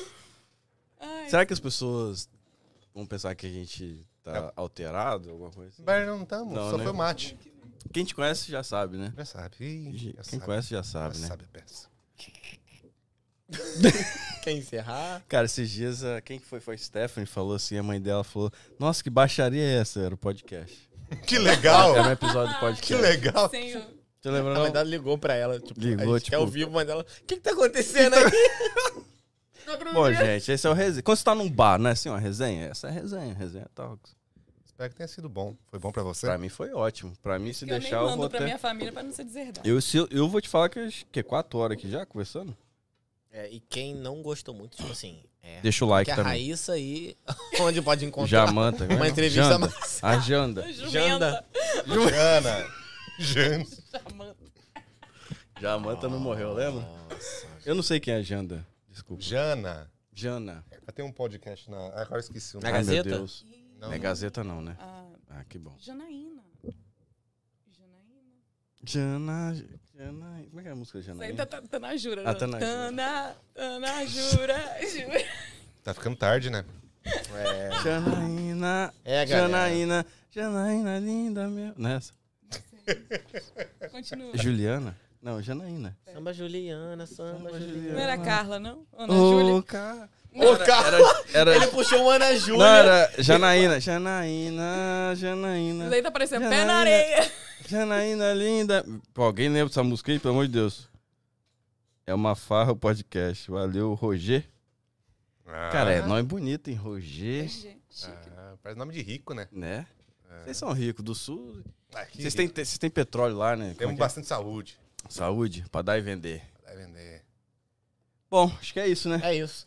Speaker 1: Será que as pessoas vão pensar que a gente tá alterado, alguma coisa assim?
Speaker 3: Mas não estamos,
Speaker 1: Não,
Speaker 3: só
Speaker 1: né?
Speaker 3: foi o mate.
Speaker 1: Quem te conhece já sabe, né?
Speaker 3: Já sabe. Ih, já
Speaker 1: Quem
Speaker 3: sabe.
Speaker 1: conhece já
Speaker 3: Já
Speaker 1: sabe, né?
Speaker 3: sabe a peça.
Speaker 7: Quer encerrar?
Speaker 1: Cara, esses dias, a- quem que foi? Foi a Stephanie, falou assim, a mãe dela falou, nossa, que baixaria é essa? Era o podcast.
Speaker 3: Que legal!
Speaker 1: Era um episódio do podcast.
Speaker 3: Que legal!
Speaker 2: Senhor.
Speaker 1: Você lembra,
Speaker 7: Na
Speaker 1: não?
Speaker 7: verdade, ligou pra ela. Tipo,
Speaker 1: Ligou,
Speaker 7: a gente quer
Speaker 1: tipo-
Speaker 7: ouvir, mas ela... O que que tá acontecendo aqui?
Speaker 1: Bom, gente, esse é o resenha. Quando você tá num bar, não é assim uma resenha? Essa é a resenha, resenha talks.
Speaker 3: Espero que tenha sido bom. Foi bom pra você?
Speaker 1: Pra mim foi ótimo. Pra mim, se
Speaker 2: Eu nem
Speaker 1: deixar, eu
Speaker 2: mando
Speaker 1: vou
Speaker 2: pra
Speaker 1: ter...
Speaker 2: minha família pra não ser deserdado.
Speaker 1: Eu, se, eu- eu vou te falar que acho que é quatro horas aqui já, conversando.
Speaker 4: É, e quem não gostou muito, tipo assim, é.
Speaker 1: Deixa o like
Speaker 4: que a
Speaker 1: também.
Speaker 4: Raíssa aí, onde pode encontrar
Speaker 1: Jamanta. é
Speaker 4: uma entrevista
Speaker 1: Janda.
Speaker 4: mais.
Speaker 1: Agenda.
Speaker 4: Janda.
Speaker 3: Jana! Jana!
Speaker 1: Jamanta não morreu, lembra? Eu não sei quem é a Janda. Desculpa.
Speaker 3: Jana!
Speaker 1: Jana.
Speaker 3: Ela tem um podcast na. Ah, Agora eu esqueci o
Speaker 4: Na
Speaker 1: Ai,
Speaker 3: nome.
Speaker 1: meu
Speaker 4: Gazeta?
Speaker 1: Deus.
Speaker 3: Não,
Speaker 1: Não é Gazeta não, né?
Speaker 2: é Ah,
Speaker 1: Ah, que bom.
Speaker 2: Janaína. Janaína.
Speaker 1: Jana... Jana... Como é que é a música,
Speaker 2: Isso
Speaker 1: Jana?
Speaker 2: aí tá, tá, tá na jura.
Speaker 1: Ah,
Speaker 2: né?
Speaker 1: tá na jura.
Speaker 2: na, tá na jura. jura.
Speaker 3: Tá ficando tarde, né?
Speaker 1: Janaína...
Speaker 7: É, galera.
Speaker 1: Janaína... Janaína linda, é meu... Nessa.
Speaker 2: Continua.
Speaker 1: Juliana? Não, Janaína.
Speaker 4: Samba Juliana, samba Juliana.
Speaker 2: Não era a Carla, não? Ana Júlia.
Speaker 1: Ô, cara... Ô, cara... Era...
Speaker 7: Ele puxou uma Ana Júlia.
Speaker 1: Não, era Janaína. Janaína... Janaína...
Speaker 2: Daí tá parecendo pé
Speaker 1: Janaína.
Speaker 2: na areia.
Speaker 1: Janaína é linda. Pô, alguém lembra dessa música aí, pelo amor de Deus? É uma farra o podcast. Valeu, Roger.
Speaker 3: Ah,
Speaker 1: Cara, é nome bonito, hein? Roger,
Speaker 3: ah, parece nome de rico, né?
Speaker 1: né? Vocês são ricos do sul.
Speaker 3: Ah, que
Speaker 1: Vocês têm,
Speaker 3: rico.
Speaker 1: vocês têm petróleo lá, né? Como
Speaker 3: Temos
Speaker 1: é que é?
Speaker 3: bastante saúde.
Speaker 1: Saúde, pra dar e vender.
Speaker 3: Vai vender.
Speaker 1: Bom, acho que é isso, né?
Speaker 4: É isso.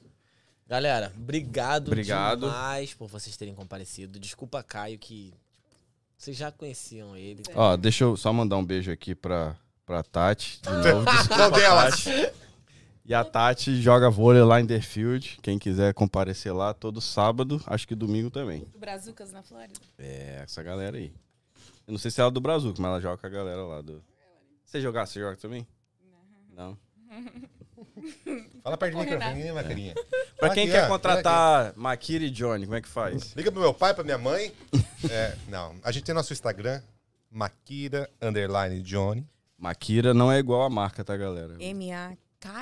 Speaker 4: Galera, obrigado,
Speaker 1: Obrigado.
Speaker 4: demais por vocês terem comparecido. Desculpa, Caio, que tipo, vocês já conheciam ele.
Speaker 1: Ó, deixa eu só mandar um beijo aqui pra, pra Tati. De novo, desculpa,
Speaker 3: Qual delas?
Speaker 1: Tati. E a Tati joga vôlei lá em Derfield. Quem quiser comparecer lá todo sábado, acho que domingo também.
Speaker 2: Brazucas na Flórida.
Speaker 1: É, essa galera aí. Eu não sei se ela é do Brazuco, mas ela joga com a galera lá do. Você jogar, você joga também? Não.
Speaker 3: Fala perto do microfone, né, Macarinha?
Speaker 1: Pra
Speaker 3: Aqui,
Speaker 1: quem
Speaker 3: ó,
Speaker 1: quer
Speaker 3: olha
Speaker 1: contratar Maquira e Johnny, como é que faz?
Speaker 3: aqui. Liga pro meu pai, pra minha mãe. É, não. A gente tem nosso Instagram, Maquira Underline Johnny.
Speaker 1: Maquira não é igual a marca, tá, galera?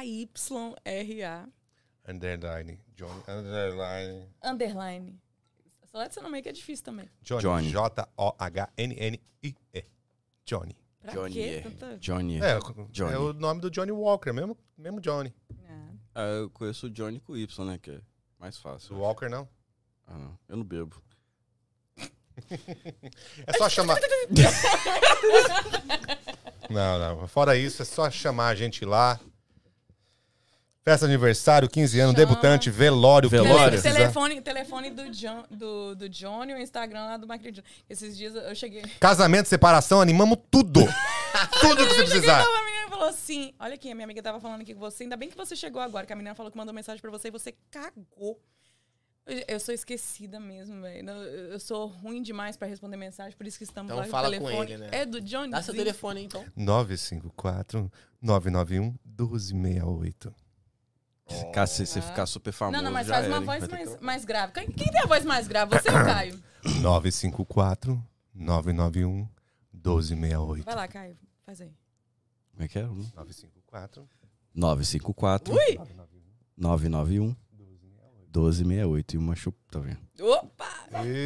Speaker 2: M-A-K-Y-R-A.
Speaker 3: Underline Johnny. Underline.
Speaker 2: Underline. Só esse nome aí que é difícil também.
Speaker 3: Johnny.
Speaker 1: Johnny.
Speaker 3: J-O-H-N-N-I-E. Johnny.
Speaker 2: Pra
Speaker 1: Johnny
Speaker 2: quê?
Speaker 1: é.
Speaker 2: Tanta...
Speaker 1: Johnny.
Speaker 3: É,
Speaker 1: Johnny.
Speaker 3: é o nome do Johnny Walker, mesmo, mesmo Johnny.
Speaker 2: Ah,
Speaker 1: Ah, eu conheço o Johnny com Y, né? Que é mais fácil.
Speaker 3: Do Walker, não.
Speaker 1: Ah, não. Eu não bebo.
Speaker 3: É só chamar. não, não. Fora isso, é só chamar a gente lá. Festa de aniversário, 15 anos,
Speaker 2: Chama.
Speaker 3: debutante, velório.
Speaker 1: Velório.
Speaker 3: velório.
Speaker 2: Telefone, telefone do, John, do, do Johnny, o Instagram lá do Macri Johnny. Esses dias eu cheguei.
Speaker 3: Casamento, separação, animamos tudo. tudo que você precisar.
Speaker 2: Então, a menina falou assim: Olha aqui, a minha amiga tava falando aqui com você, ainda bem que você chegou agora, que a menina falou que mandou mensagem pra você e você cagou. Eu- Eu sou esquecida mesmo, velho. Não, Eu eu sou ruim demais pra responder mensagem, por isso que estamos
Speaker 4: Então
Speaker 2: lá no
Speaker 4: fala com
Speaker 2: telefone.
Speaker 4: ele, né?
Speaker 2: É do Johnny.
Speaker 4: Dá seu telefone, então.
Speaker 3: 954 991 1268.
Speaker 1: Cara, se você ficar super famoso.
Speaker 2: Ah. Não, não, mas
Speaker 1: já
Speaker 2: faz
Speaker 1: era,
Speaker 2: uma
Speaker 1: hein?
Speaker 2: voz
Speaker 1: Vai ter que-
Speaker 2: mais, mais grave. Quem, quem tem a voz mais grave? Você ou Caio?
Speaker 3: 954 991 1268.
Speaker 2: Vai lá, Caio. Faz aí.
Speaker 1: Como é que é?
Speaker 3: 954
Speaker 1: 954 991 1268 e uma chupeta, tá vendo?
Speaker 2: Opa!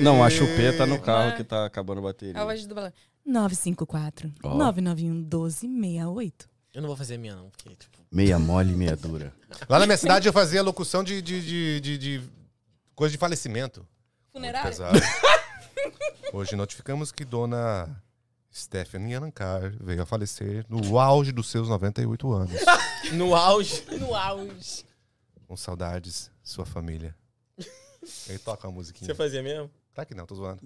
Speaker 1: Não, a chupeta no carro que tá acabando a bateria.
Speaker 2: A voz do balão. 954
Speaker 1: Ó.
Speaker 2: 991 1268.
Speaker 4: Eu não vou fazer a minha, não, porque, tipo.
Speaker 1: Meia mole e meia dura.
Speaker 3: Lá na minha cidade eu fazia locução de, de, de, de, de coisa de falecimento.
Speaker 2: Funerária?
Speaker 3: Pesado. Hoje notificamos que dona Stephanie Alencar veio a falecer no auge dos seus 98 anos.
Speaker 4: No auge.
Speaker 2: No auge.
Speaker 3: Com saudades, sua família. Ele toca uma musiquinha.
Speaker 4: Você fazia mesmo?
Speaker 3: Tá que não, tô zoando.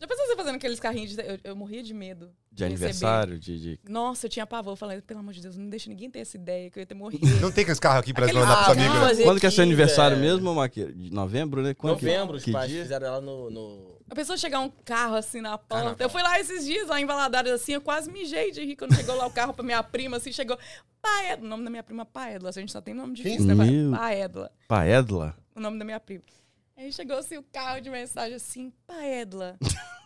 Speaker 2: Já pensou você fazendo aqueles carrinhos de... Eu, eu morria de medo.
Speaker 1: De aniversário, de, de-
Speaker 2: Nossa, eu tinha pavor. Eu falei, pelo amor de Deus, não deixa ninguém ter essa ideia que eu ia ter morrido.
Speaker 3: Não tem aqueles carros aqui pra
Speaker 2: Aquele
Speaker 3: mandar pros
Speaker 2: carro.
Speaker 3: amigos.
Speaker 4: Ah, Vamos
Speaker 3: né?
Speaker 4: fazer
Speaker 1: Quando que é seu
Speaker 4: aqui,
Speaker 1: aniversário
Speaker 4: velho.
Speaker 1: mesmo, Maquia? De novembro, né? Quando que-
Speaker 4: Novembro, os
Speaker 1: que
Speaker 4: pais
Speaker 1: dia?
Speaker 4: fizeram ela no. no-
Speaker 2: A pessoa chegar um carro assim na porta.
Speaker 3: Carnaval.
Speaker 2: Eu fui lá esses dias, lá em Valadares, assim, eu quase mijei de rir quando chegou lá o carro pra minha prima, assim, chegou. Paedla. O nome da minha prima é Paedla. A gente só tem nome difícil, né?
Speaker 1: Meu-
Speaker 2: Paedla.
Speaker 1: Paedla?
Speaker 2: O nome da minha prima. Aí chegou assim o carro de mensagem assim, Paedla.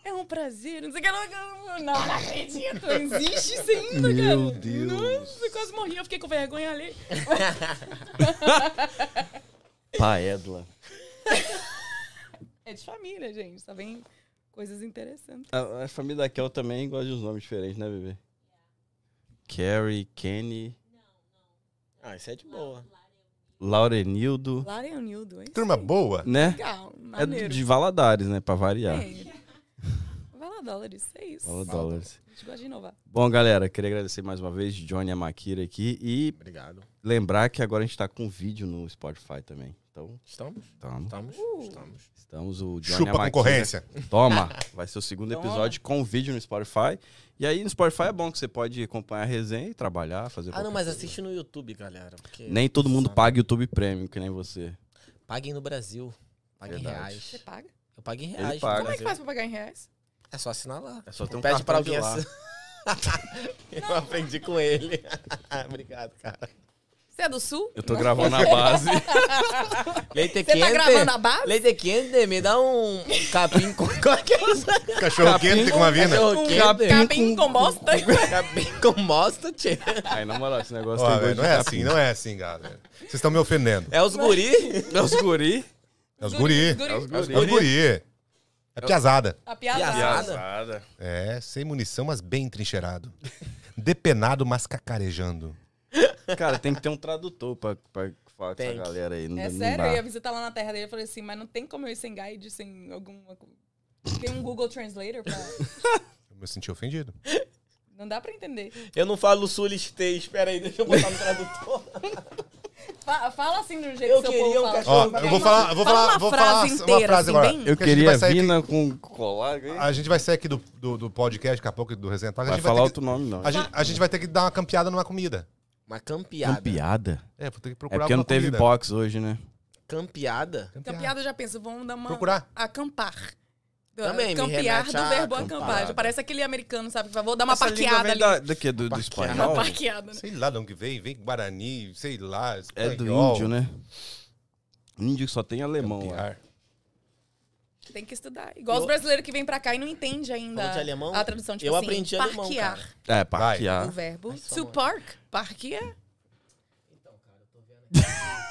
Speaker 2: É um prazer, não sei o que. Não, não, não acredito, existe isso ainda, cara.
Speaker 1: Meu Deus.
Speaker 2: Nossa, eu quase morri, eu fiquei com vergonha ali.
Speaker 1: Paedla.
Speaker 2: É de família, gente, tá vendo? Coisas interessantes.
Speaker 1: A, a família da Kel também gosta de uns nomes diferentes, né, bebê? Carrie, Kenny,
Speaker 4: Ah, isso é de boa.
Speaker 1: Laurenildo,
Speaker 2: Lara e o Nildo, hein?
Speaker 3: Turma boa.
Speaker 1: né?
Speaker 2: Legal,
Speaker 1: É
Speaker 2: maneiro.
Speaker 1: do- de Valadares, né? Pra variar.
Speaker 2: É. Vai lá, dólares. É isso.
Speaker 1: Valadares.
Speaker 2: A gente gosta de inovar.
Speaker 1: Bom, galera, queria agradecer mais uma vez Johnny e a Maquira aqui e
Speaker 4: Obrigado.
Speaker 1: lembrar que agora a gente tá com vídeo no Spotify também. Então,
Speaker 4: Estamos?
Speaker 1: tamo.
Speaker 4: Estamos? Estamos.
Speaker 1: Estamos o Johnny
Speaker 3: Chupa
Speaker 1: e a
Speaker 3: a
Speaker 1: Maquira.
Speaker 3: concorrência.
Speaker 1: Toma! Vai ser o segundo
Speaker 4: Toma.
Speaker 1: episódio com vídeo no Spotify. E aí no Spotify é bom que você pode acompanhar a resenha e trabalhar, fazer
Speaker 4: Ah, não,
Speaker 1: qualquer
Speaker 4: mas
Speaker 1: coisa.
Speaker 4: assiste no YouTube, galera. Porque
Speaker 1: Nem todo mundo
Speaker 4: Sabe?
Speaker 1: paga YouTube Premium, que nem você.
Speaker 4: Paguem no Brasil. Paguem em
Speaker 1: Verdade.
Speaker 2: Você
Speaker 4: reais.
Speaker 2: paga?
Speaker 4: Eu pago em
Speaker 1: Ele
Speaker 4: reais.
Speaker 1: paga.
Speaker 4: no
Speaker 2: Como é que
Speaker 4: Brasil.
Speaker 2: faz pra pagar em reais?
Speaker 4: É só assinar lá.
Speaker 1: É só ter um
Speaker 4: Pede pra
Speaker 1: cartão de
Speaker 4: alguém
Speaker 1: lá.
Speaker 4: assinar. Eu aprendi com ele. Obrigado, cara.
Speaker 2: Você é do sul?
Speaker 1: Eu tô gravando a base.
Speaker 4: Leite
Speaker 2: Você tá gravando
Speaker 4: quente.
Speaker 2: a base?
Speaker 4: Leite quente, me dá um um capim com. Qual que é isso?
Speaker 3: Cachorro quente com uma vina.
Speaker 4: Cachorro quente.
Speaker 2: Capim com bosta?
Speaker 4: Capim com mosta, tchê.
Speaker 1: Aí, na moral, esse negócio
Speaker 3: Ó,
Speaker 1: tem gosto
Speaker 3: velho, não
Speaker 1: de
Speaker 3: é
Speaker 1: capim.
Speaker 3: assim, não é assim, galera. Vocês estão me ofendendo.
Speaker 4: É os guri.
Speaker 1: É os guri.
Speaker 3: É os guri.
Speaker 2: Guri.
Speaker 1: É os
Speaker 3: assim, É os
Speaker 1: guri.
Speaker 3: guri. É piazada.
Speaker 2: A piada.
Speaker 4: Piada.
Speaker 3: É, sem munição, mas bem trincheirado. Depenado, mas cacarejando.
Speaker 1: Cara, tem que ter um tradutor pra, pra falar com
Speaker 4: Tem
Speaker 1: essa
Speaker 4: que.
Speaker 1: galera aí. Não,
Speaker 2: É
Speaker 1: não
Speaker 2: sério,
Speaker 1: dá.
Speaker 2: eu ia visitar lá na terra dele e falei assim, mas não tem como eu ir sem guide, sem alguma coisa. Tem um Google Translator pra...
Speaker 3: Eu me senti ofendido.
Speaker 2: Não dá pra entender.
Speaker 4: Eu não falo sulistês. Espera aí, deixa eu botar no tradutor.
Speaker 2: Fa- fala assim de um jeito
Speaker 4: Eu
Speaker 2: que seu
Speaker 4: queria
Speaker 2: povo
Speaker 4: um
Speaker 2: fala.
Speaker 4: cachorro.
Speaker 3: Ó,
Speaker 4: Vai,
Speaker 3: eu vou falar, eu vou
Speaker 2: Fala
Speaker 3: falar,
Speaker 2: uma
Speaker 3: vou falar
Speaker 2: frase
Speaker 3: uma
Speaker 2: inteira,
Speaker 3: frase
Speaker 2: assim,
Speaker 3: agora.
Speaker 2: bem-
Speaker 1: Eu
Speaker 3: Porque a gente vai
Speaker 1: queria
Speaker 3: sair aqui-
Speaker 1: Vina com um colar. hein?
Speaker 3: A gente vai sair aqui do, do, do podcast daqui a pouco, do Resenha Talk, a
Speaker 1: Vai
Speaker 3: gente
Speaker 1: falar
Speaker 3: vai ter
Speaker 1: outro nome, não.
Speaker 3: que, a gente, a gente vai ter que dar uma campeada numa comida.
Speaker 4: Uma campeada.
Speaker 1: Campeada?
Speaker 3: É, vou ter
Speaker 1: É
Speaker 3: que procurar
Speaker 1: porque não
Speaker 3: alguma
Speaker 1: teve
Speaker 3: comida.
Speaker 1: box hoje, né?
Speaker 4: Campeada?
Speaker 2: Campeada,
Speaker 3: Campeada.
Speaker 2: Então, eu já penso, vamos dar uma...
Speaker 3: Procurar.
Speaker 2: Acampar.
Speaker 4: Também, me
Speaker 2: Campear
Speaker 4: remete
Speaker 2: do
Speaker 4: a
Speaker 2: verbo
Speaker 4: acampar.
Speaker 2: acampar. Já Parece aquele americano, sabe? Que vai, vou dar uma
Speaker 1: Essa língua
Speaker 2: parqueada
Speaker 1: vem
Speaker 2: ali.
Speaker 1: Da, da quê? Do, do
Speaker 4: Parqueada.
Speaker 1: espanhol?
Speaker 2: Parqueada, né?
Speaker 3: Sei lá de onde vem, vem Guarani, sei lá.
Speaker 1: É do
Speaker 3: espanhol,
Speaker 1: índio, né? Índio que só tem alemão. lá.
Speaker 3: campear.
Speaker 2: Tem que estudar. Igual os brasileiros que vêm pra cá e não entende ainda
Speaker 4: Falou de alemão?
Speaker 2: a tradução. Tipo
Speaker 4: Eu
Speaker 2: assim,
Speaker 4: aprendi alemão,
Speaker 2: parquear.
Speaker 4: cara.
Speaker 1: É, parquear.
Speaker 2: O verbo
Speaker 4: só
Speaker 2: to
Speaker 4: não é.
Speaker 2: park. Parquear. É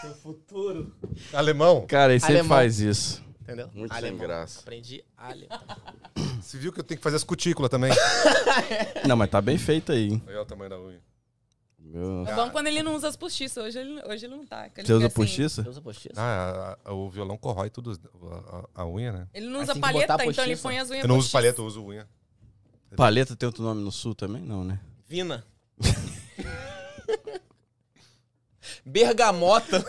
Speaker 4: Seu futuro.
Speaker 3: Alemão.
Speaker 1: Cara, ele sempre
Speaker 4: Alemão.
Speaker 1: faz isso.
Speaker 4: Entendeu?
Speaker 1: Muito sem graça.
Speaker 4: Aprendi alemão.
Speaker 3: Você viu que eu tenho que fazer as cutículas também.
Speaker 1: Não, mas tá bem feito aí, hein?
Speaker 3: Olha o tamanho da unha.
Speaker 1: Meu...
Speaker 2: É bom quando ele não usa as postiças. Hoje ele, hoje ele não tá. que ele
Speaker 1: Você usa
Speaker 2: fica assim.
Speaker 1: postiça?
Speaker 4: Deus apostiça.
Speaker 3: Ah, a- a- o violão corrói tudo, os- a, a- a unha, né?
Speaker 2: Ele não usa
Speaker 4: Assim que botar
Speaker 2: palheta,
Speaker 4: a
Speaker 2: então ele
Speaker 4: postiça.
Speaker 2: põe as unhas
Speaker 3: Eu não uso
Speaker 2: postiças.
Speaker 3: palheta, eu uso unha.
Speaker 1: Paleta tem outro nome no sul também? Não, né?
Speaker 4: Vina. bergamota.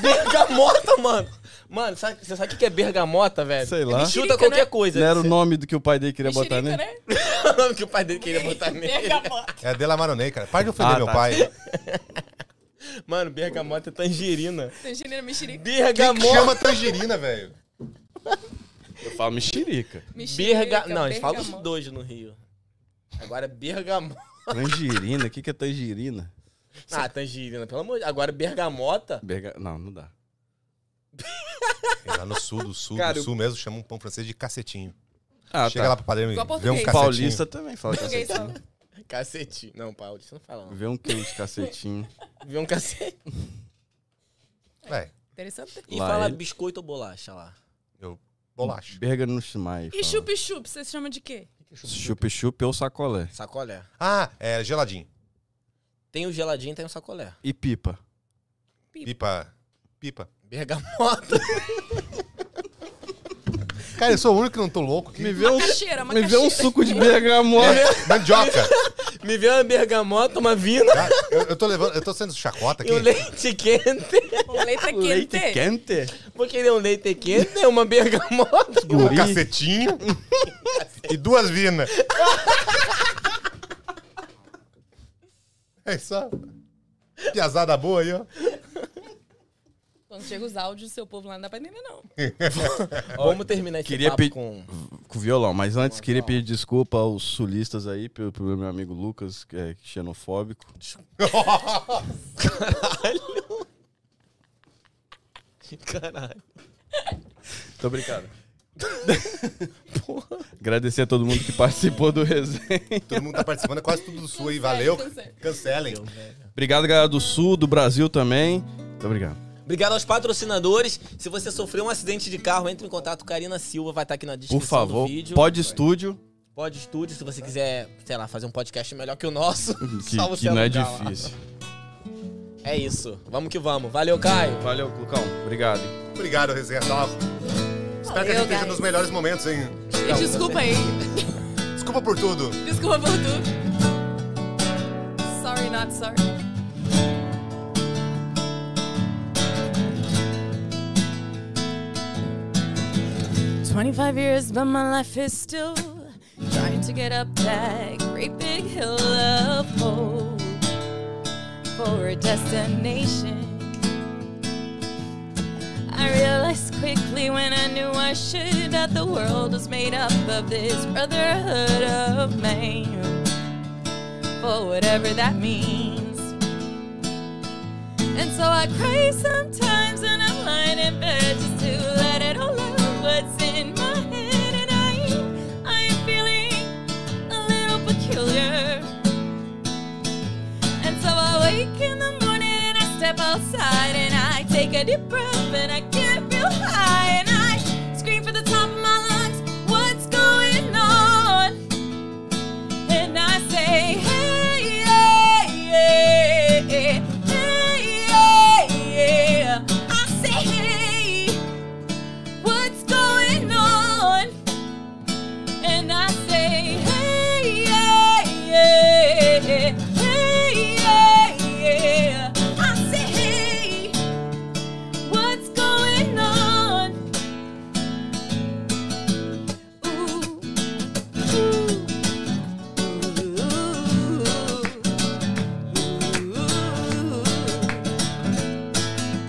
Speaker 4: bergamota, mano. Mano, sabe- você sabe o que que é bergamota, velho?
Speaker 1: Sei lá.
Speaker 4: Chuta
Speaker 2: Mexerica,
Speaker 4: qualquer
Speaker 2: né?
Speaker 4: coisa.
Speaker 1: Não era o nome do que o pai dele queria botar,
Speaker 2: Mexerica,
Speaker 1: né?
Speaker 2: né?
Speaker 4: o nome que o pai dele queria botar nele.
Speaker 2: Bergamota.
Speaker 3: É a Dela Maroney, cara. Para de ofender
Speaker 1: Ah,
Speaker 3: meu
Speaker 1: tá.
Speaker 3: pai.
Speaker 4: Mano, bergamota é tangerina.
Speaker 2: Tangerina, mexerica.
Speaker 4: Bergamota.
Speaker 3: Chama tangerina, velho.
Speaker 1: Eu falo mexerica.
Speaker 2: Mexerica,
Speaker 4: Berga... Não, a gente fala os
Speaker 2: bergamota.
Speaker 4: dois no Rio. Agora bergamota.
Speaker 1: Tangerina? O que, que é tangerina?
Speaker 4: Ah, tangerina, pelo amor de Agora bergamota.
Speaker 1: Berga- Não, não dá.
Speaker 3: É Lá no sul, do sul,
Speaker 1: Cara,
Speaker 3: do
Speaker 1: eu-
Speaker 3: sul mesmo, chama um pão francês de cacetinho.
Speaker 1: Ah,
Speaker 3: Chega
Speaker 1: tá.
Speaker 3: lá pro padeiro e
Speaker 2: Igual
Speaker 3: vê um
Speaker 2: português.
Speaker 3: cacetinho.
Speaker 1: Paulista também fala
Speaker 4: assim.
Speaker 2: Ninguém
Speaker 1: cacetinho.
Speaker 2: sabe.
Speaker 4: Cacetinho. Não, Paulo, isso não fala não.
Speaker 1: Vê um quilo de cacetinho.
Speaker 4: Vê um cacete.
Speaker 3: Véi,
Speaker 2: Interessante.
Speaker 4: E
Speaker 1: Lá
Speaker 4: fala
Speaker 1: ele.
Speaker 4: biscoito ou bolacha lá.
Speaker 3: eu... Bolacha.
Speaker 1: Berga no chimai.
Speaker 2: E chup-chup, você se chama de quê?
Speaker 1: Chup-chup ou sacolé.
Speaker 4: Sacolé.
Speaker 3: Ah, é geladinho.
Speaker 4: Tem o geladinho, tem o sacolé.
Speaker 1: E pipa.
Speaker 3: Pipa. Pipa.
Speaker 4: Bergamota.
Speaker 3: Cara, eu sou o único que não tô louco aqui. É,
Speaker 1: Me vê um,
Speaker 11: Macaxeira,
Speaker 1: me vê um
Speaker 11: macaxeira.
Speaker 1: suco de bergamota.
Speaker 3: Mandioca.
Speaker 4: Me vê uma bergamota, uma vina
Speaker 3: Cara, eu, eu tô levando, eu tô sendo chacota aqui.
Speaker 4: e um leite É quente.
Speaker 11: Um leite quente.
Speaker 1: quente?
Speaker 4: Vou querer um leite quente e uma bergamota.
Speaker 3: um cacetinho e duas vinas. É só. Piazada boa aí, ó.
Speaker 11: Quando chega os áudios do seu povo lá, não dá pra entender, não.
Speaker 4: Vamos terminar esse
Speaker 1: queria
Speaker 4: papo
Speaker 1: pe-
Speaker 4: com...
Speaker 1: Com violão, mas antes queria pedir desculpa aos sulistas aí, pelo, pelo meu amigo Lucas, que é xenofóbico.
Speaker 4: Caralho.
Speaker 1: Tô brincando. Porra. Agradecer a todo mundo que participou do resenha.
Speaker 3: Todo mundo tá participando, é quase tudo do sul aí. Valeu. Cancelem.
Speaker 1: Obrigado, galera do Sul, do Brasil também. Muito obrigado.
Speaker 4: Obrigado aos patrocinadores. Se você sofreu um acidente de carro, entre em contato com Karina Silva, vai estar aqui na descrição
Speaker 1: Por favor,
Speaker 4: do vídeo.
Speaker 1: Pod Estúdio,
Speaker 4: Pode estúdio, se você quiser, sei lá, fazer um podcast melhor que o nosso.
Speaker 1: que,
Speaker 4: só você
Speaker 1: que não é
Speaker 4: alugar lá.
Speaker 1: difícil.
Speaker 4: É isso. Vamos que vamos. Valeu, Caio.
Speaker 1: Valeu, Lucão. Obrigado.
Speaker 3: Obrigado, Resenha Salva. Espero que a gente esteja nos melhores momentos, hein?
Speaker 11: E desculpa aí.
Speaker 3: Desculpa por tudo.
Speaker 11: Desculpa por tudo. Sorry, not sorry. Twenty-five years, but my life is still trying to get up that great big hill of hope for a destination. I realized quickly when I knew I should that the world was made up of this brotherhood of man. For whatever that means. And so I cry sometimes when I'm lying in bed just to let it all out what's in my head. And I, I am feeling a little peculiar. And so I wake in the morning and I step outside and I take a deep breath and I get real high and I scream for the top of my lungs, what's going on? And I say, hey, yeah, yeah, yeah, hey, yeah, yeah. I say, hey, what's going on? and I say, hey, yeah, yeah, hey, yeah, yeah. I say, hey, what's going on? Ooh,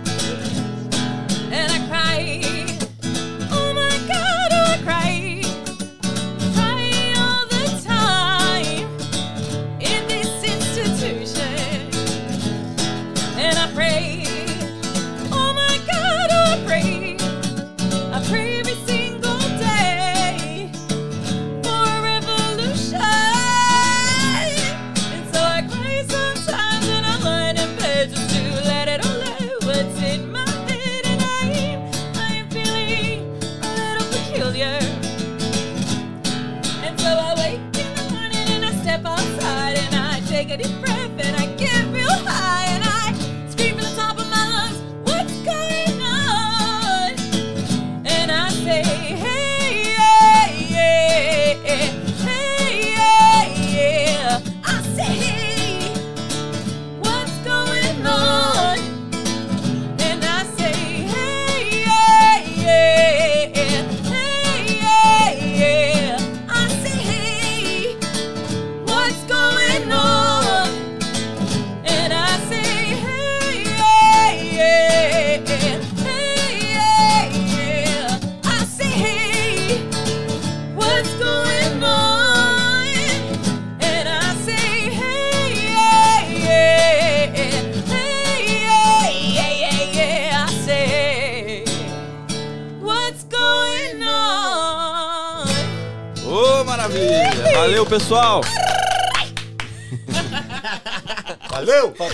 Speaker 11: ooh, ooh. And I cry, oh my God, oh I cry. Cry all the time in this institution, and I pray. Oh my God, oh I pray. I pray every single day for a revolution. And so I cry sometimes when I'm lying in bed just to let it all out what's in my head, and I, I am feeling a little peculiar. And so I wake in the morning and I step outside and I take a deep breath and I get real high and I scream from the top of my lungs, what's going on? And I say, hey, yeah, yeah, hey, yeah, yeah. I say, hey, what's going on? And I say, hey, yeah, yeah, hey, yeah, yeah. I say, hey, what's going on? And I say, hey, yeah, yeah, hey, yeah, yeah. I say, hey, what's going on? And I say, hey, yeah, yeah, hey, yeah, yeah, yeah. I say, what's going on?
Speaker 1: Ô, maravilha. Valeu, pessoal.
Speaker 3: Valeu!